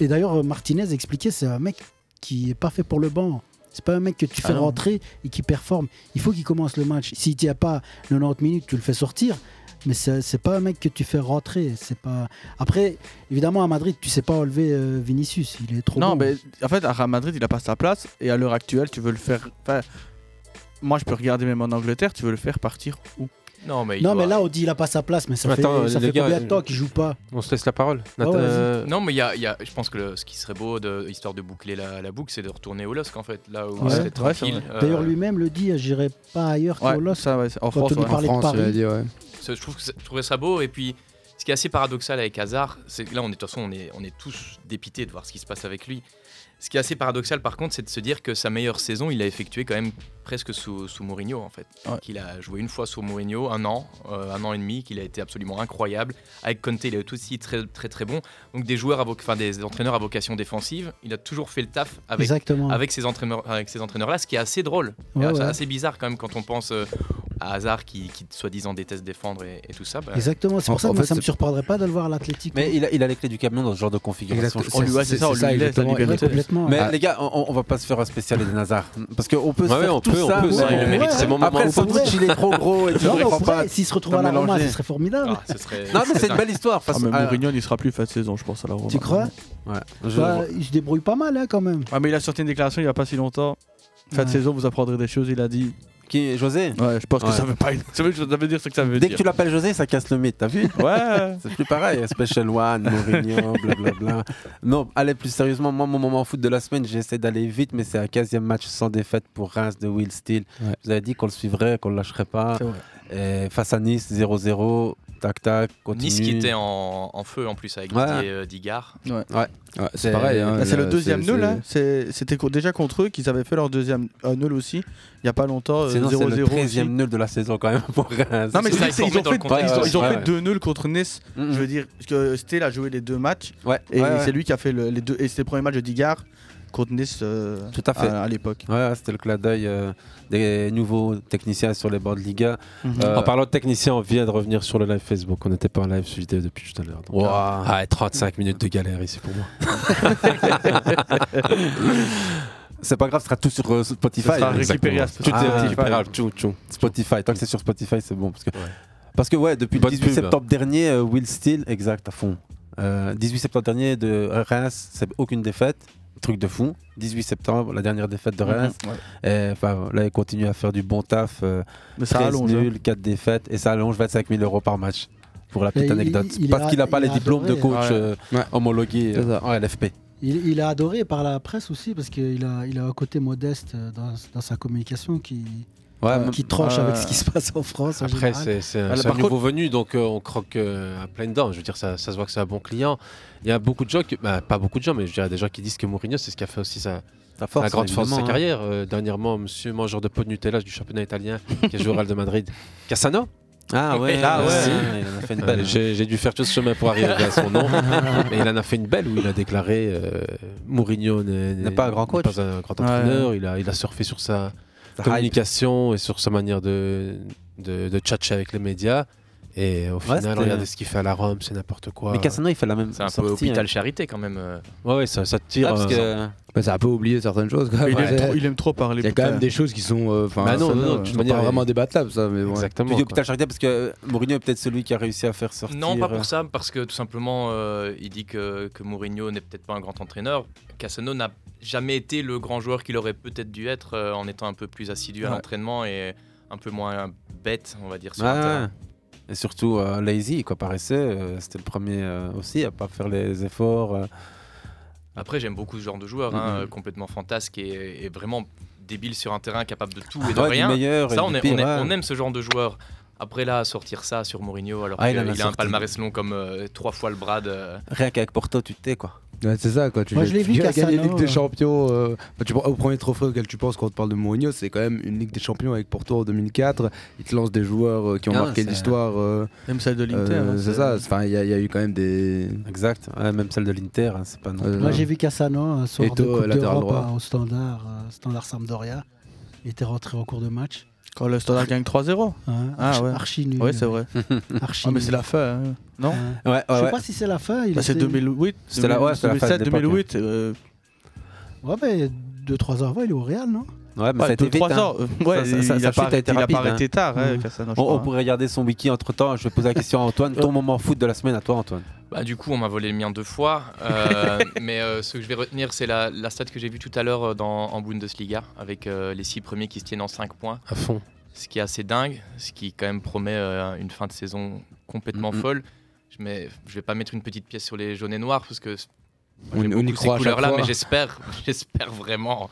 Speaker 10: Et d'ailleurs, euh, Martinez expliquait, c'est un mec qui est pas fait pour le banc. C'est pas un mec que tu
Speaker 2: Ah
Speaker 10: fais
Speaker 2: non.
Speaker 10: rentrer et qui performe. Il faut qu'il commence le match. S'il n'y a pas 90 minutes, tu le fais sortir. Mais c'est c'est pas un mec que tu fais rentrer. C'est pas. Après, évidemment, à Madrid, tu sais pas enlever euh, Vinicius. Il est trop
Speaker 2: non,
Speaker 10: bon.
Speaker 2: mais en fait, à Real Madrid, il a pas sa place. Et à l'heure actuelle, tu veux le faire. Enfin, moi, je peux regarder même en Angleterre, tu veux le faire partir où
Speaker 9: Non, mais, il
Speaker 10: non,
Speaker 9: doit-
Speaker 10: mais là, on dit il a pas sa place, mais ça
Speaker 8: Attends,
Speaker 10: fait, ça
Speaker 8: les
Speaker 10: fait
Speaker 8: gars,
Speaker 10: combien de temps qu'il joue pas
Speaker 8: On se laisse la parole.
Speaker 10: Ah ouais,
Speaker 8: Nathan-
Speaker 10: vas-y.
Speaker 8: euh,
Speaker 9: Non, mais il y a, il y a- je pense que le- ce qui serait beau, de, histoire de boucler la, la boucle, c'est de retourner au LOSC en fait, là où
Speaker 10: Ouais.
Speaker 9: c'était
Speaker 10: Ouais, c'est
Speaker 9: tranquille. euh,
Speaker 10: D'ailleurs, lui-même le dit j'irai pas ailleurs
Speaker 9: Ouais,
Speaker 10: qu'au LOSC.
Speaker 2: ça, ouais, c'est- en
Speaker 10: Quand
Speaker 2: France,
Speaker 10: on lui
Speaker 2: ouais. En
Speaker 10: parlait de
Speaker 2: France, il a
Speaker 10: Paris.
Speaker 2: dit, ouais.
Speaker 9: Ça, je, trouve que ça- je trouvais ça beau. Et puis, ce qui est assez paradoxal avec Hazard, c'est que là, on est, de toute façon, on est, on est tous dépités de voir ce qui se passe avec lui. Ce qui est assez paradoxal, par contre, c'est de se dire que sa meilleure saison, il l'a effectuée quand même presque sous, sous Mourinho, en fait. Qu'il a joué une fois sous Mourinho, un an, euh, un an et demi, qu'il a été absolument incroyable. Avec Conte, il a été aussi très, très, très bon. Donc, des joueurs, à voc- enfin, des entraîneurs à vocation défensive, il a toujours fait le taf avec,
Speaker 10: Exactement.
Speaker 9: avec ces entraîneurs, avec ces entraîneurs-là, ce qui est assez drôle,
Speaker 10: Ouais,
Speaker 9: Et
Speaker 10: ouais.
Speaker 9: assez bizarre quand même quand on pense euh, à Hazard qui, qui soi-disant déteste défendre et, et tout ça. bah-
Speaker 10: Exactement, c'est pour ça que
Speaker 7: en
Speaker 10: moi,
Speaker 7: fait,
Speaker 10: ça me
Speaker 7: c'est-
Speaker 10: surprendrait pas de le voir à l'Atlético.
Speaker 7: Mais il a, il a les clés du camion dans ce genre de configuration.
Speaker 10: Exact-
Speaker 7: je crois.
Speaker 10: on lui- ouais, c'est ça, on lui laisse la
Speaker 7: exactement.
Speaker 10: liberté. Ouais, complètement.
Speaker 7: Mais
Speaker 10: Ah.
Speaker 7: les gars, on, on va pas se faire un spécial Eden Hazard. Parce qu'on peut se
Speaker 8: Ouais,
Speaker 7: faire
Speaker 8: on
Speaker 7: tout
Speaker 8: peut, on
Speaker 7: ça.
Speaker 8: peut, ça, il le mérite, c'est mon moment
Speaker 7: Après,
Speaker 8: où
Speaker 7: le
Speaker 8: on peut.
Speaker 7: sandwich, il est trop gros. Et tu
Speaker 10: Non,
Speaker 7: le
Speaker 10: mais on
Speaker 7: prends
Speaker 10: pourrait,
Speaker 7: pas.
Speaker 10: s'il se retrouve à
Speaker 7: T'as
Speaker 10: la Roma,
Speaker 7: mélangé.
Speaker 10: Ah, ce serait formidable.
Speaker 7: Non, mais c'est une belle histoire.
Speaker 2: Ah,
Speaker 7: Parce
Speaker 2: mais
Speaker 7: ah,
Speaker 2: Mourinho, il sera plus fin de saison, je pense, à la Roma.
Speaker 10: euh, Tu crois
Speaker 7: Ouais.
Speaker 10: Bah, Il se débrouille pas mal hein, quand même.
Speaker 2: Ah, mais il a sorti une déclaration il y a pas si longtemps. Fin de
Speaker 10: Ouais.
Speaker 2: saison, vous apprendrez des choses, il a dit.
Speaker 7: Qui José
Speaker 2: Ouais, je pense que
Speaker 7: Ouais.
Speaker 2: ça veut pas. Ça veut, ça veut dire ce que ça veut
Speaker 7: Dès que
Speaker 2: dire.
Speaker 7: tu l'appelles José, ça casse le mythe, t'as vu
Speaker 2: Ouais.
Speaker 7: c'est plus pareil, Special One, Mourinho, blablabla. Non, allez, plus sérieusement, moi, mon moment foot de la semaine, j'essaie d'aller vite, mais c'est un 15e match sans défaite pour Reims de Will Steele. Je vous avais dit qu'on le suivrait, qu'on le lâcherait pas.
Speaker 8: C'est vrai.
Speaker 7: Et face à Nice, 0-0. Tac, tac, continue.
Speaker 9: Nice qui était en, en feu en plus avec
Speaker 7: Ouais.
Speaker 9: Didier, euh, Digard.
Speaker 2: Ouais.
Speaker 11: Ouais, c'est pareil, hein,
Speaker 2: Bah, c'est
Speaker 11: là,
Speaker 2: le deuxième
Speaker 11: c'est-
Speaker 2: nœud là. C'est- C'était co- déjà contre eux qu'ils avaient fait leur deuxième euh, nœud aussi. Il y a pas longtemps. euh,
Speaker 7: C'est non,
Speaker 2: 0-0.
Speaker 7: c'est le 13e
Speaker 2: aussi.
Speaker 7: nœud de la saison quand même pour Reims.
Speaker 2: Non mais je
Speaker 7: Ça,
Speaker 2: dis, c'est- ils ont fait,
Speaker 7: ils sont mis dans le
Speaker 2: ils ont-
Speaker 7: contexte.
Speaker 2: ils ont
Speaker 7: Ouais,
Speaker 2: fait
Speaker 7: ouais.
Speaker 2: deux nuls contre Nice. Je veux dire parce que Stel a joué les deux matchs.
Speaker 7: Ouais,
Speaker 2: Et
Speaker 7: ouais, ouais.
Speaker 2: c'est lui qui a fait le- les deux. Et c'était le premier match de Digard contre Nice. euh,
Speaker 7: Tout à fait.
Speaker 2: À, l'époque.
Speaker 7: Ouais, c'était le clin d'œil euh, des nouveaux techniciens sur les bords de Liga.
Speaker 2: Mhm.
Speaker 7: Euh,
Speaker 8: En parlant de technicien, on vient de revenir sur le live Facebook. On n'était pas en live vidéo depuis tout à l'heure. donc-
Speaker 7: Wow.
Speaker 8: Ah, 35 minutes de galère ici pour moi.
Speaker 7: c'est pas grave, ce sera tout sur euh, Spotify.
Speaker 8: Ça sera
Speaker 7: Exactement.
Speaker 8: récupéré à Spotify.
Speaker 7: Tout est
Speaker 8: Ah,
Speaker 7: récupérable. tchou, tchou. Spotify, tant que c'est sur Spotify, c'est bon. Parce que, parce que ouais, depuis
Speaker 8: Bonne
Speaker 7: le 18
Speaker 8: pub.
Speaker 7: septembre dernier, euh, Will Steele, exact, à fond. Euh, 18 septembre dernier de Reims, c'est aucune défaite. Truc de fou. 18 septembre, la dernière défaite de
Speaker 2: Mhm,
Speaker 7: Reims. Et, enfin, là, il continue à faire du bon taf. euh,
Speaker 2: Mais ça
Speaker 7: 13
Speaker 2: allonge, hein.
Speaker 7: nuls, 4 défaites. Et ça allonge 25 000 euros par match. Pour la
Speaker 10: Et
Speaker 7: petite
Speaker 10: il-
Speaker 7: anecdote.
Speaker 10: il
Speaker 7: parce
Speaker 10: a-
Speaker 7: qu'il n'a pas
Speaker 10: il
Speaker 7: les
Speaker 10: a
Speaker 7: diplômes de
Speaker 10: adoré.
Speaker 7: coach
Speaker 10: Ouais.
Speaker 7: euh, homologués
Speaker 10: C'est
Speaker 7: euh,
Speaker 10: ça.
Speaker 7: en LFP.
Speaker 10: Il, il est adoré par la presse aussi parce qu'il a, il a un côté modeste euh, dans, dans sa communication qui,
Speaker 8: Ouais,
Speaker 10: euh,
Speaker 8: mais-
Speaker 10: qui tranche avec
Speaker 8: Ouais.
Speaker 10: ce qui se passe en France. en
Speaker 8: Après,
Speaker 10: général.
Speaker 8: c'est c'est un,
Speaker 10: Ah, là,
Speaker 8: c'est un
Speaker 10: par
Speaker 8: nouveau
Speaker 10: contre-
Speaker 8: venu, donc euh, on croque euh, à plein dedans. Je veux dire, ça, ça se voit que c'est un bon client. Il y a beaucoup de gens, qui- bah, pas beaucoup de gens, mais je dirais des gens qui disent que Mourinho, c'est ce qui a fait aussi sa,
Speaker 7: Sa force,
Speaker 8: la grande force de sa
Speaker 7: évidemment, hein.
Speaker 8: carrière. Euh, dernièrement, monsieur mangeur de pot de Nutella du championnat italien qui a joué au Real de Madrid, Cassano.
Speaker 7: Ah ouais,
Speaker 8: Ah ouais.
Speaker 7: si, il en a fait une belle. hein.
Speaker 8: Euh, J'ai j'ai dû faire tout ce chemin pour arriver à son nom. Mais il en a fait une belle où il a déclaré euh, Mourinho n'est n'est
Speaker 7: pas un grand coach.
Speaker 8: n'est pas un grand
Speaker 7: hein. Ouais.
Speaker 8: entraîneur. Il, a, Euh, il a surfé sur sa
Speaker 7: Sa
Speaker 8: communication et sur sa manière de, de, de tchatcher avec les médias. Et au
Speaker 7: Ouais,
Speaker 8: final,
Speaker 7: c'était-
Speaker 8: regardez ce qu'il fait à la Rome, c'est n'importe quoi.
Speaker 7: Mais Cassano, il fait la même
Speaker 9: C'est un peu
Speaker 7: sortie,
Speaker 9: hôpital
Speaker 7: hein.
Speaker 9: charité quand même. euh.
Speaker 8: Ouais, ouais, ça, ça tire.
Speaker 7: Ah, parce
Speaker 8: euh,
Speaker 7: que-
Speaker 11: Bah, ça a un peu oublié certaines choses. quand
Speaker 8: Mais il
Speaker 11: même.
Speaker 8: aime
Speaker 11: Ouais.
Speaker 8: trop- il aime trop parler,
Speaker 11: Il y a quand
Speaker 8: putain.
Speaker 11: même des choses qui sont. euh, Enfin,
Speaker 8: Bah non,
Speaker 11: ça,
Speaker 8: non, non, de
Speaker 11: qui
Speaker 8: toute
Speaker 11: sont
Speaker 8: manière,
Speaker 11: pas vraiment
Speaker 8: il-
Speaker 11: débattables, ça. Mais bon.
Speaker 8: Exactement.
Speaker 7: Tu dis hôpital charité parce que euh, Mourinho est peut-être celui qui a réussi à faire sortir.
Speaker 9: Non, pas
Speaker 7: euh,
Speaker 9: pour ça, parce que tout simplement, euh, il dit que, que Mourinho n'est peut-être pas un grand entraîneur. Cassano n'a jamais été le grand joueur qu'il aurait peut-être dû être euh, en étant un peu plus assidu à
Speaker 7: Ouais.
Speaker 9: l'entraînement et un peu moins bête, on va dire, sur
Speaker 7: Ouais,
Speaker 9: un terrain.
Speaker 7: ouais. Et surtout euh, lazy, quoi, paraissait. euh, C'était le premier euh, aussi à pas faire les efforts. euh.
Speaker 9: Après, j'aime beaucoup ce genre de joueur, hein,
Speaker 7: Mhm.
Speaker 9: euh, complètement fantasque et, et vraiment débile sur un terrain, capable de tout et de
Speaker 7: Ah, Ouais, du
Speaker 9: rien.
Speaker 7: meilleur et
Speaker 9: ça,
Speaker 7: du
Speaker 9: on, est-
Speaker 7: pire,
Speaker 9: on est-
Speaker 7: ouais.
Speaker 9: on aime ce genre de joueur. Après là, sortir ça sur Mourinho, alors
Speaker 7: Ah, il
Speaker 9: qu'il
Speaker 7: en a
Speaker 9: a, un
Speaker 7: sorti.
Speaker 9: palmarès long comme euh, trois fois le Brad. euh,
Speaker 7: Rien qu'avec Porto, tu t'es quoi.
Speaker 11: Ouais, c'est ça, quoi. Tu,
Speaker 7: Moi,
Speaker 11: gagnes-
Speaker 7: je l'ai
Speaker 11: tu
Speaker 7: vu,
Speaker 11: gagnes- gagner la
Speaker 7: Cassano,
Speaker 11: Ligue des
Speaker 7: euh.
Speaker 11: Champions. euh, bah, tu, au premier trophée auquel tu penses quand on te parle de Mourinho, c'est quand même une Ligue des Champions avec Porto en 2004. Il te lance des joueurs euh, qui ont
Speaker 7: Ah,
Speaker 11: marqué
Speaker 7: c'est-
Speaker 11: l'histoire. euh,
Speaker 2: Même celle de l'Inter,
Speaker 11: euh,
Speaker 7: hein,
Speaker 11: c'est
Speaker 7: c'est-
Speaker 11: ça. Enfin, il y, a- il y a eu quand même des.
Speaker 7: Exact. Ouais, même celle de l'Inter, hein, c'est pas non.
Speaker 11: Euh,
Speaker 7: plus-
Speaker 10: Moi j'ai vu Cassano hein, un soir
Speaker 11: Eto'o,
Speaker 10: de Coupe
Speaker 11: latéral
Speaker 10: d'Europe
Speaker 11: droit.
Speaker 10: à- au Standard, euh, Standard Sampdoria. Il était rentré en cours de match.
Speaker 2: Quand le Standard gagne 3-0.
Speaker 10: Hein,
Speaker 2: ah
Speaker 10: archi-
Speaker 2: ouais.
Speaker 10: archi nul.
Speaker 2: Ouais, c'est vrai.
Speaker 10: Archi
Speaker 2: Ah, mais
Speaker 10: nul.
Speaker 2: c'est la fin, hein. non
Speaker 7: Ouais, ouais,
Speaker 10: Je sais
Speaker 7: ouais.
Speaker 10: pas si c'est la fin. il
Speaker 2: Bah, c'est
Speaker 10: était-
Speaker 2: 2008.
Speaker 7: C'était la- ouais, c'était la fin de
Speaker 2: 2007,
Speaker 7: l'époque,
Speaker 2: 2008.
Speaker 10: Ouais, mais 2-3 ans avant, il est au Real, non
Speaker 7: Ouais, mais
Speaker 2: Ouais,
Speaker 7: ça a été
Speaker 2: deux,
Speaker 7: vite,
Speaker 2: trois
Speaker 7: hein.
Speaker 2: ans. Ouais, il- il a
Speaker 7: sa
Speaker 2: pas
Speaker 7: chute
Speaker 2: arrêté-
Speaker 7: été
Speaker 2: il a pas
Speaker 7: rapide, hein. Mm.
Speaker 2: arrêté tard, ouais, Cassano, je
Speaker 7: on, on
Speaker 2: crois, hein.
Speaker 7: pourrait regarder son wiki entre temps. Je vais poser la question à Antoine. Ton moment foot de la semaine à toi, Antoine.
Speaker 9: Bah, du coup, on m'a volé le mien deux fois. euh, mais euh, ce que je vais retenir, c'est la, la stat que j'ai vue tout à l'heure euh, dans- en Bundesliga, avec euh, les six premiers qui se tiennent en 5 points.
Speaker 8: À fond.
Speaker 9: Ce qui est assez dingue, ce qui quand même promet euh, une fin de saison complètement
Speaker 8: Mhm.
Speaker 9: folle. Je ne je vais pas mettre une petite pièce sur les jaunes et noirs, parce que
Speaker 11: On-
Speaker 9: J'aime
Speaker 11: on y
Speaker 9: beaucoup ces
Speaker 11: croit à chaque
Speaker 9: couleurs-là,
Speaker 11: fois.
Speaker 9: mais j'espère, j'espère vraiment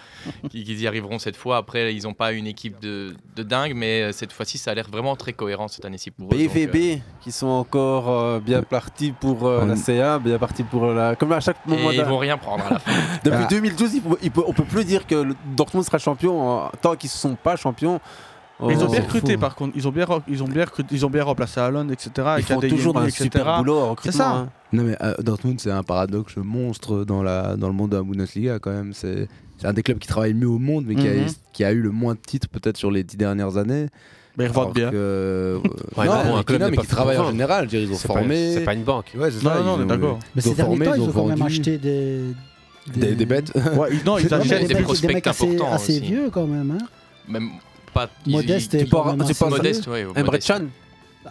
Speaker 9: qu'ils qu'ils y arriveront cette fois. Après, ils n'ont pas une équipe de, de dingue, mais euh, cette fois-ci, ça a l'air vraiment très cohérent cette année-ci pour eux. donc, euh,
Speaker 7: BVB qui sont encore euh, bien partis pour euh, la CA, bien partis pour la. Comme à chaque
Speaker 9: euh,
Speaker 7: moment.
Speaker 9: et
Speaker 7: de-
Speaker 9: ils vont rien prendre à la fin.
Speaker 7: Depuis
Speaker 9: Ah.
Speaker 7: 2012, il faut- il peut- on peut plus dire que le Dortmund sera champion euh, tant qu'ils ne sont pas champions.
Speaker 2: Mais ils ont
Speaker 7: Oh,
Speaker 2: bien
Speaker 7: c'est
Speaker 2: recruté
Speaker 7: fou.
Speaker 2: par contre, ils ont bien, rec- ils ont bien, recruté- ils ont bien remplacé Allen, etc. avec
Speaker 7: font
Speaker 2: Adeyemi,
Speaker 7: toujours un
Speaker 2: etc..
Speaker 7: super boulot en
Speaker 2: C'est
Speaker 7: recrutement,
Speaker 2: ça.
Speaker 7: hein.
Speaker 11: Non mais euh, Dortmund c'est un paradoxe monstre dans, la, dans le monde de la Bundesliga quand même. C'est c'est un des clubs qui travaille mieux au monde mais qui, a,
Speaker 2: Mhm.
Speaker 11: qui a eu le moins de titres peut-être sur les dix dernières années.
Speaker 2: Mais ils
Speaker 11: Alors
Speaker 2: revendent bien.
Speaker 11: que, euh,
Speaker 8: Ouais, mais
Speaker 11: non,
Speaker 8: bon, un
Speaker 11: mais qui-
Speaker 8: club
Speaker 11: non,
Speaker 8: n'est
Speaker 11: mais
Speaker 8: pas
Speaker 11: qui travaille en
Speaker 8: revendre.
Speaker 11: général. je veux dire, Ils ont
Speaker 8: C'est pas-
Speaker 11: formé.
Speaker 8: c'est pas une banque.
Speaker 11: Ouais, c'est
Speaker 8: Non,
Speaker 11: ça,
Speaker 8: non,
Speaker 11: ils
Speaker 8: on est
Speaker 11: ont-
Speaker 8: d'accord.
Speaker 10: Mais ces
Speaker 11: ont
Speaker 10: derniers
Speaker 11: formé,
Speaker 10: temps, ils ont, quand
Speaker 11: vendu.
Speaker 10: même acheté des.
Speaker 11: Des- des bêtes.
Speaker 2: Ouais, ils- non, ils
Speaker 10: Non, mais
Speaker 2: achètent
Speaker 10: des
Speaker 2: des
Speaker 10: mecs-
Speaker 2: prospects
Speaker 10: des mecs assez,
Speaker 2: importants
Speaker 10: assez
Speaker 2: aussi.
Speaker 10: vieux quand même. Hein.
Speaker 9: Même pas. ils-
Speaker 10: Modeste
Speaker 9: ils-
Speaker 10: et
Speaker 9: tu parles-
Speaker 10: quand même
Speaker 9: tu parles
Speaker 10: assez
Speaker 9: modeste,
Speaker 10: vieux.
Speaker 9: ouais, modeste. Emre Can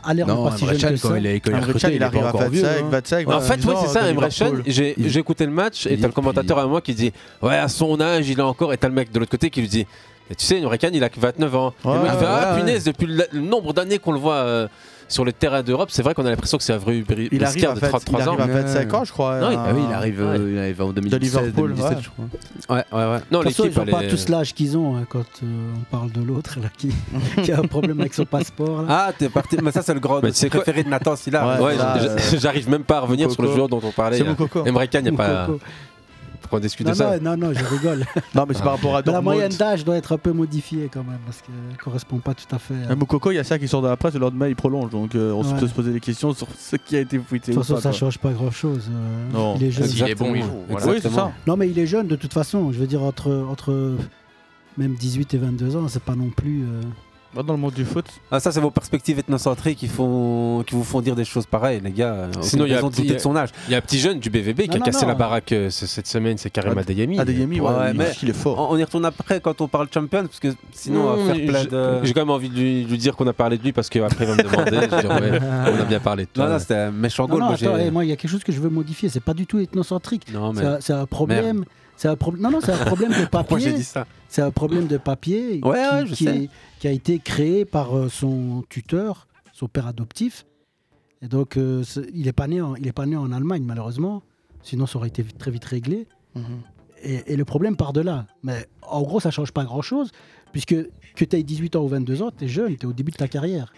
Speaker 10: A l'air
Speaker 11: Non,
Speaker 10: pas si
Speaker 11: Emre
Speaker 10: jeune
Speaker 11: Can,
Speaker 10: que
Speaker 11: quand
Speaker 10: ça.
Speaker 11: il est- quand il est
Speaker 2: Emre Can,
Speaker 11: recruté,
Speaker 2: il
Speaker 11: est
Speaker 2: arrive
Speaker 11: pas
Speaker 2: à
Speaker 11: encore vieux,
Speaker 2: 25,
Speaker 11: hein.
Speaker 2: 25,
Speaker 8: en fait, ouais, c'est ça, Emre Can.
Speaker 2: Liverpool.
Speaker 8: J'ai j'ai écouté le match et t'as le commentateur à moi qui dit Ouais, à son âge, il est encore. Et t'as le mec de l'autre côté qui lui dit Et tu sais, Nurkan, il a que 29 ans. Et
Speaker 11: Ouais,
Speaker 8: moi, il fait, ah,
Speaker 11: ouais,
Speaker 8: punaise, depuis le, le nombre d'années qu'on le voit euh, sur les terrains d'Europe, c'est vrai qu'on a l'impression que c'est un vrai Uberi-
Speaker 2: Il arrive
Speaker 8: Briscard
Speaker 2: à
Speaker 8: de
Speaker 2: vingt-
Speaker 8: 33
Speaker 2: il
Speaker 8: ans.
Speaker 2: arrive à 25 ans, je crois,
Speaker 8: Non, il,
Speaker 2: à-
Speaker 8: ah oui, il arrive, euh,
Speaker 2: Ouais.
Speaker 8: il arrive en
Speaker 2: De
Speaker 8: 2017,
Speaker 2: Liverpool,
Speaker 8: 2017,
Speaker 2: ouais.
Speaker 8: je crois. Ouais, ouais, ouais. Non,
Speaker 10: De toute façon,
Speaker 8: l'équipe,
Speaker 10: ils n'ont
Speaker 8: elle
Speaker 10: pas
Speaker 8: est-
Speaker 10: tous l'âge qu'ils ont hein, quand euh, on parle de l'autre là, qui, qui a un problème avec son passeport. Là.
Speaker 8: Ah, t'es parti. Mais ça, c'est le grand
Speaker 10: Mais
Speaker 8: mais
Speaker 10: tu sais
Speaker 8: préféré
Speaker 10: quoi
Speaker 8: de Nathan Silla.
Speaker 10: Ouais,
Speaker 8: Ouais, bah,
Speaker 10: ça,
Speaker 8: j-
Speaker 10: euh,
Speaker 8: j'arrive même pas à revenir sur le joueur
Speaker 10: Moukoko.
Speaker 8: dont on parlait.
Speaker 10: C'est
Speaker 8: il y a-
Speaker 10: Moukoko.
Speaker 8: Emre Can, il n'y a pas.
Speaker 10: Moukoko.
Speaker 8: Pourquoi on discute de
Speaker 10: non,
Speaker 8: ça
Speaker 10: non, non, non, je rigole.
Speaker 2: Non, mais c'est par rapport à
Speaker 10: Mais La
Speaker 2: Dortmund.
Speaker 10: moyenne d'âge doit être un peu modifiée quand même, parce qu'elle ne correspond pas tout à fait.
Speaker 2: Un Euh, Moukoko, il y a ça qui sort de la presse, le lendemain il prolonge. Donc euh, on
Speaker 10: Ouais.
Speaker 2: peut se poser des questions sur ce qui a été fouetté.
Speaker 10: De toute façon,
Speaker 2: ou pas,
Speaker 10: ça
Speaker 2: quoi.
Speaker 10: change pas grand-chose. euh,
Speaker 2: Non.
Speaker 10: il est jeune.
Speaker 2: S'il est bon, il joue,
Speaker 10: Exactement.
Speaker 2: voilà. Oui, c'est ça.
Speaker 10: Non, mais il est jeune de toute façon. Je veux dire, entre, entre même 18 et 22 ans, c'est pas non plus. euh,
Speaker 2: Va Dans le monde du foot.
Speaker 7: Ah, ça, c'est vos perspectives ethnocentriques qui, font, qui vous font dire des choses pareilles, les gars.
Speaker 8: Sinon, il y a un petit-
Speaker 7: de son âge.
Speaker 8: Il y a un petit jeune du BVB qui a
Speaker 7: non,
Speaker 8: cassé
Speaker 7: non.
Speaker 8: la baraque euh, ce- cette semaine, c'est Karim Ah, Adeyemi.
Speaker 2: Ah, fort. Mmh,
Speaker 7: On, on y retourne après quand on parle champion, parce que sinon, on va faire plein
Speaker 8: j'ai-
Speaker 7: de.
Speaker 8: J'ai quand même envie de lui, de lui dire qu'on a parlé de lui parce qu'après il va me demander. je vais dire, ouais, on a bien parlé de toi.
Speaker 7: Non, non, c'était un méchant
Speaker 10: Non,
Speaker 7: goal.
Speaker 10: non,
Speaker 7: moi, j'ai-
Speaker 10: attends, eh, moi, il y a quelque chose que je veux modifier. C'est pas du tout ethnocentrique.
Speaker 7: Non, mais-
Speaker 10: C'est un- C'est un problème. C'est un problème. Non, non, c'est un problème de papier.
Speaker 7: Pourquoi j'ai dit ça
Speaker 10: C'est un problème de papier
Speaker 7: Ouais,
Speaker 10: qui,
Speaker 7: ouais, je
Speaker 10: qui
Speaker 7: sais.
Speaker 10: est- qui a été créé par euh, son tuteur, son père adoptif. Et donc, euh, c'est- il est pas né en, il est pas né en Allemagne malheureusement. Sinon, ça aurait été vite- très vite réglé. Et, et le problème part de là. Mais en gros, ça change pas grand-chose, puisque que tu aies 18 ans ou 22 ans, tu es jeune, tu es au début de ta carrière.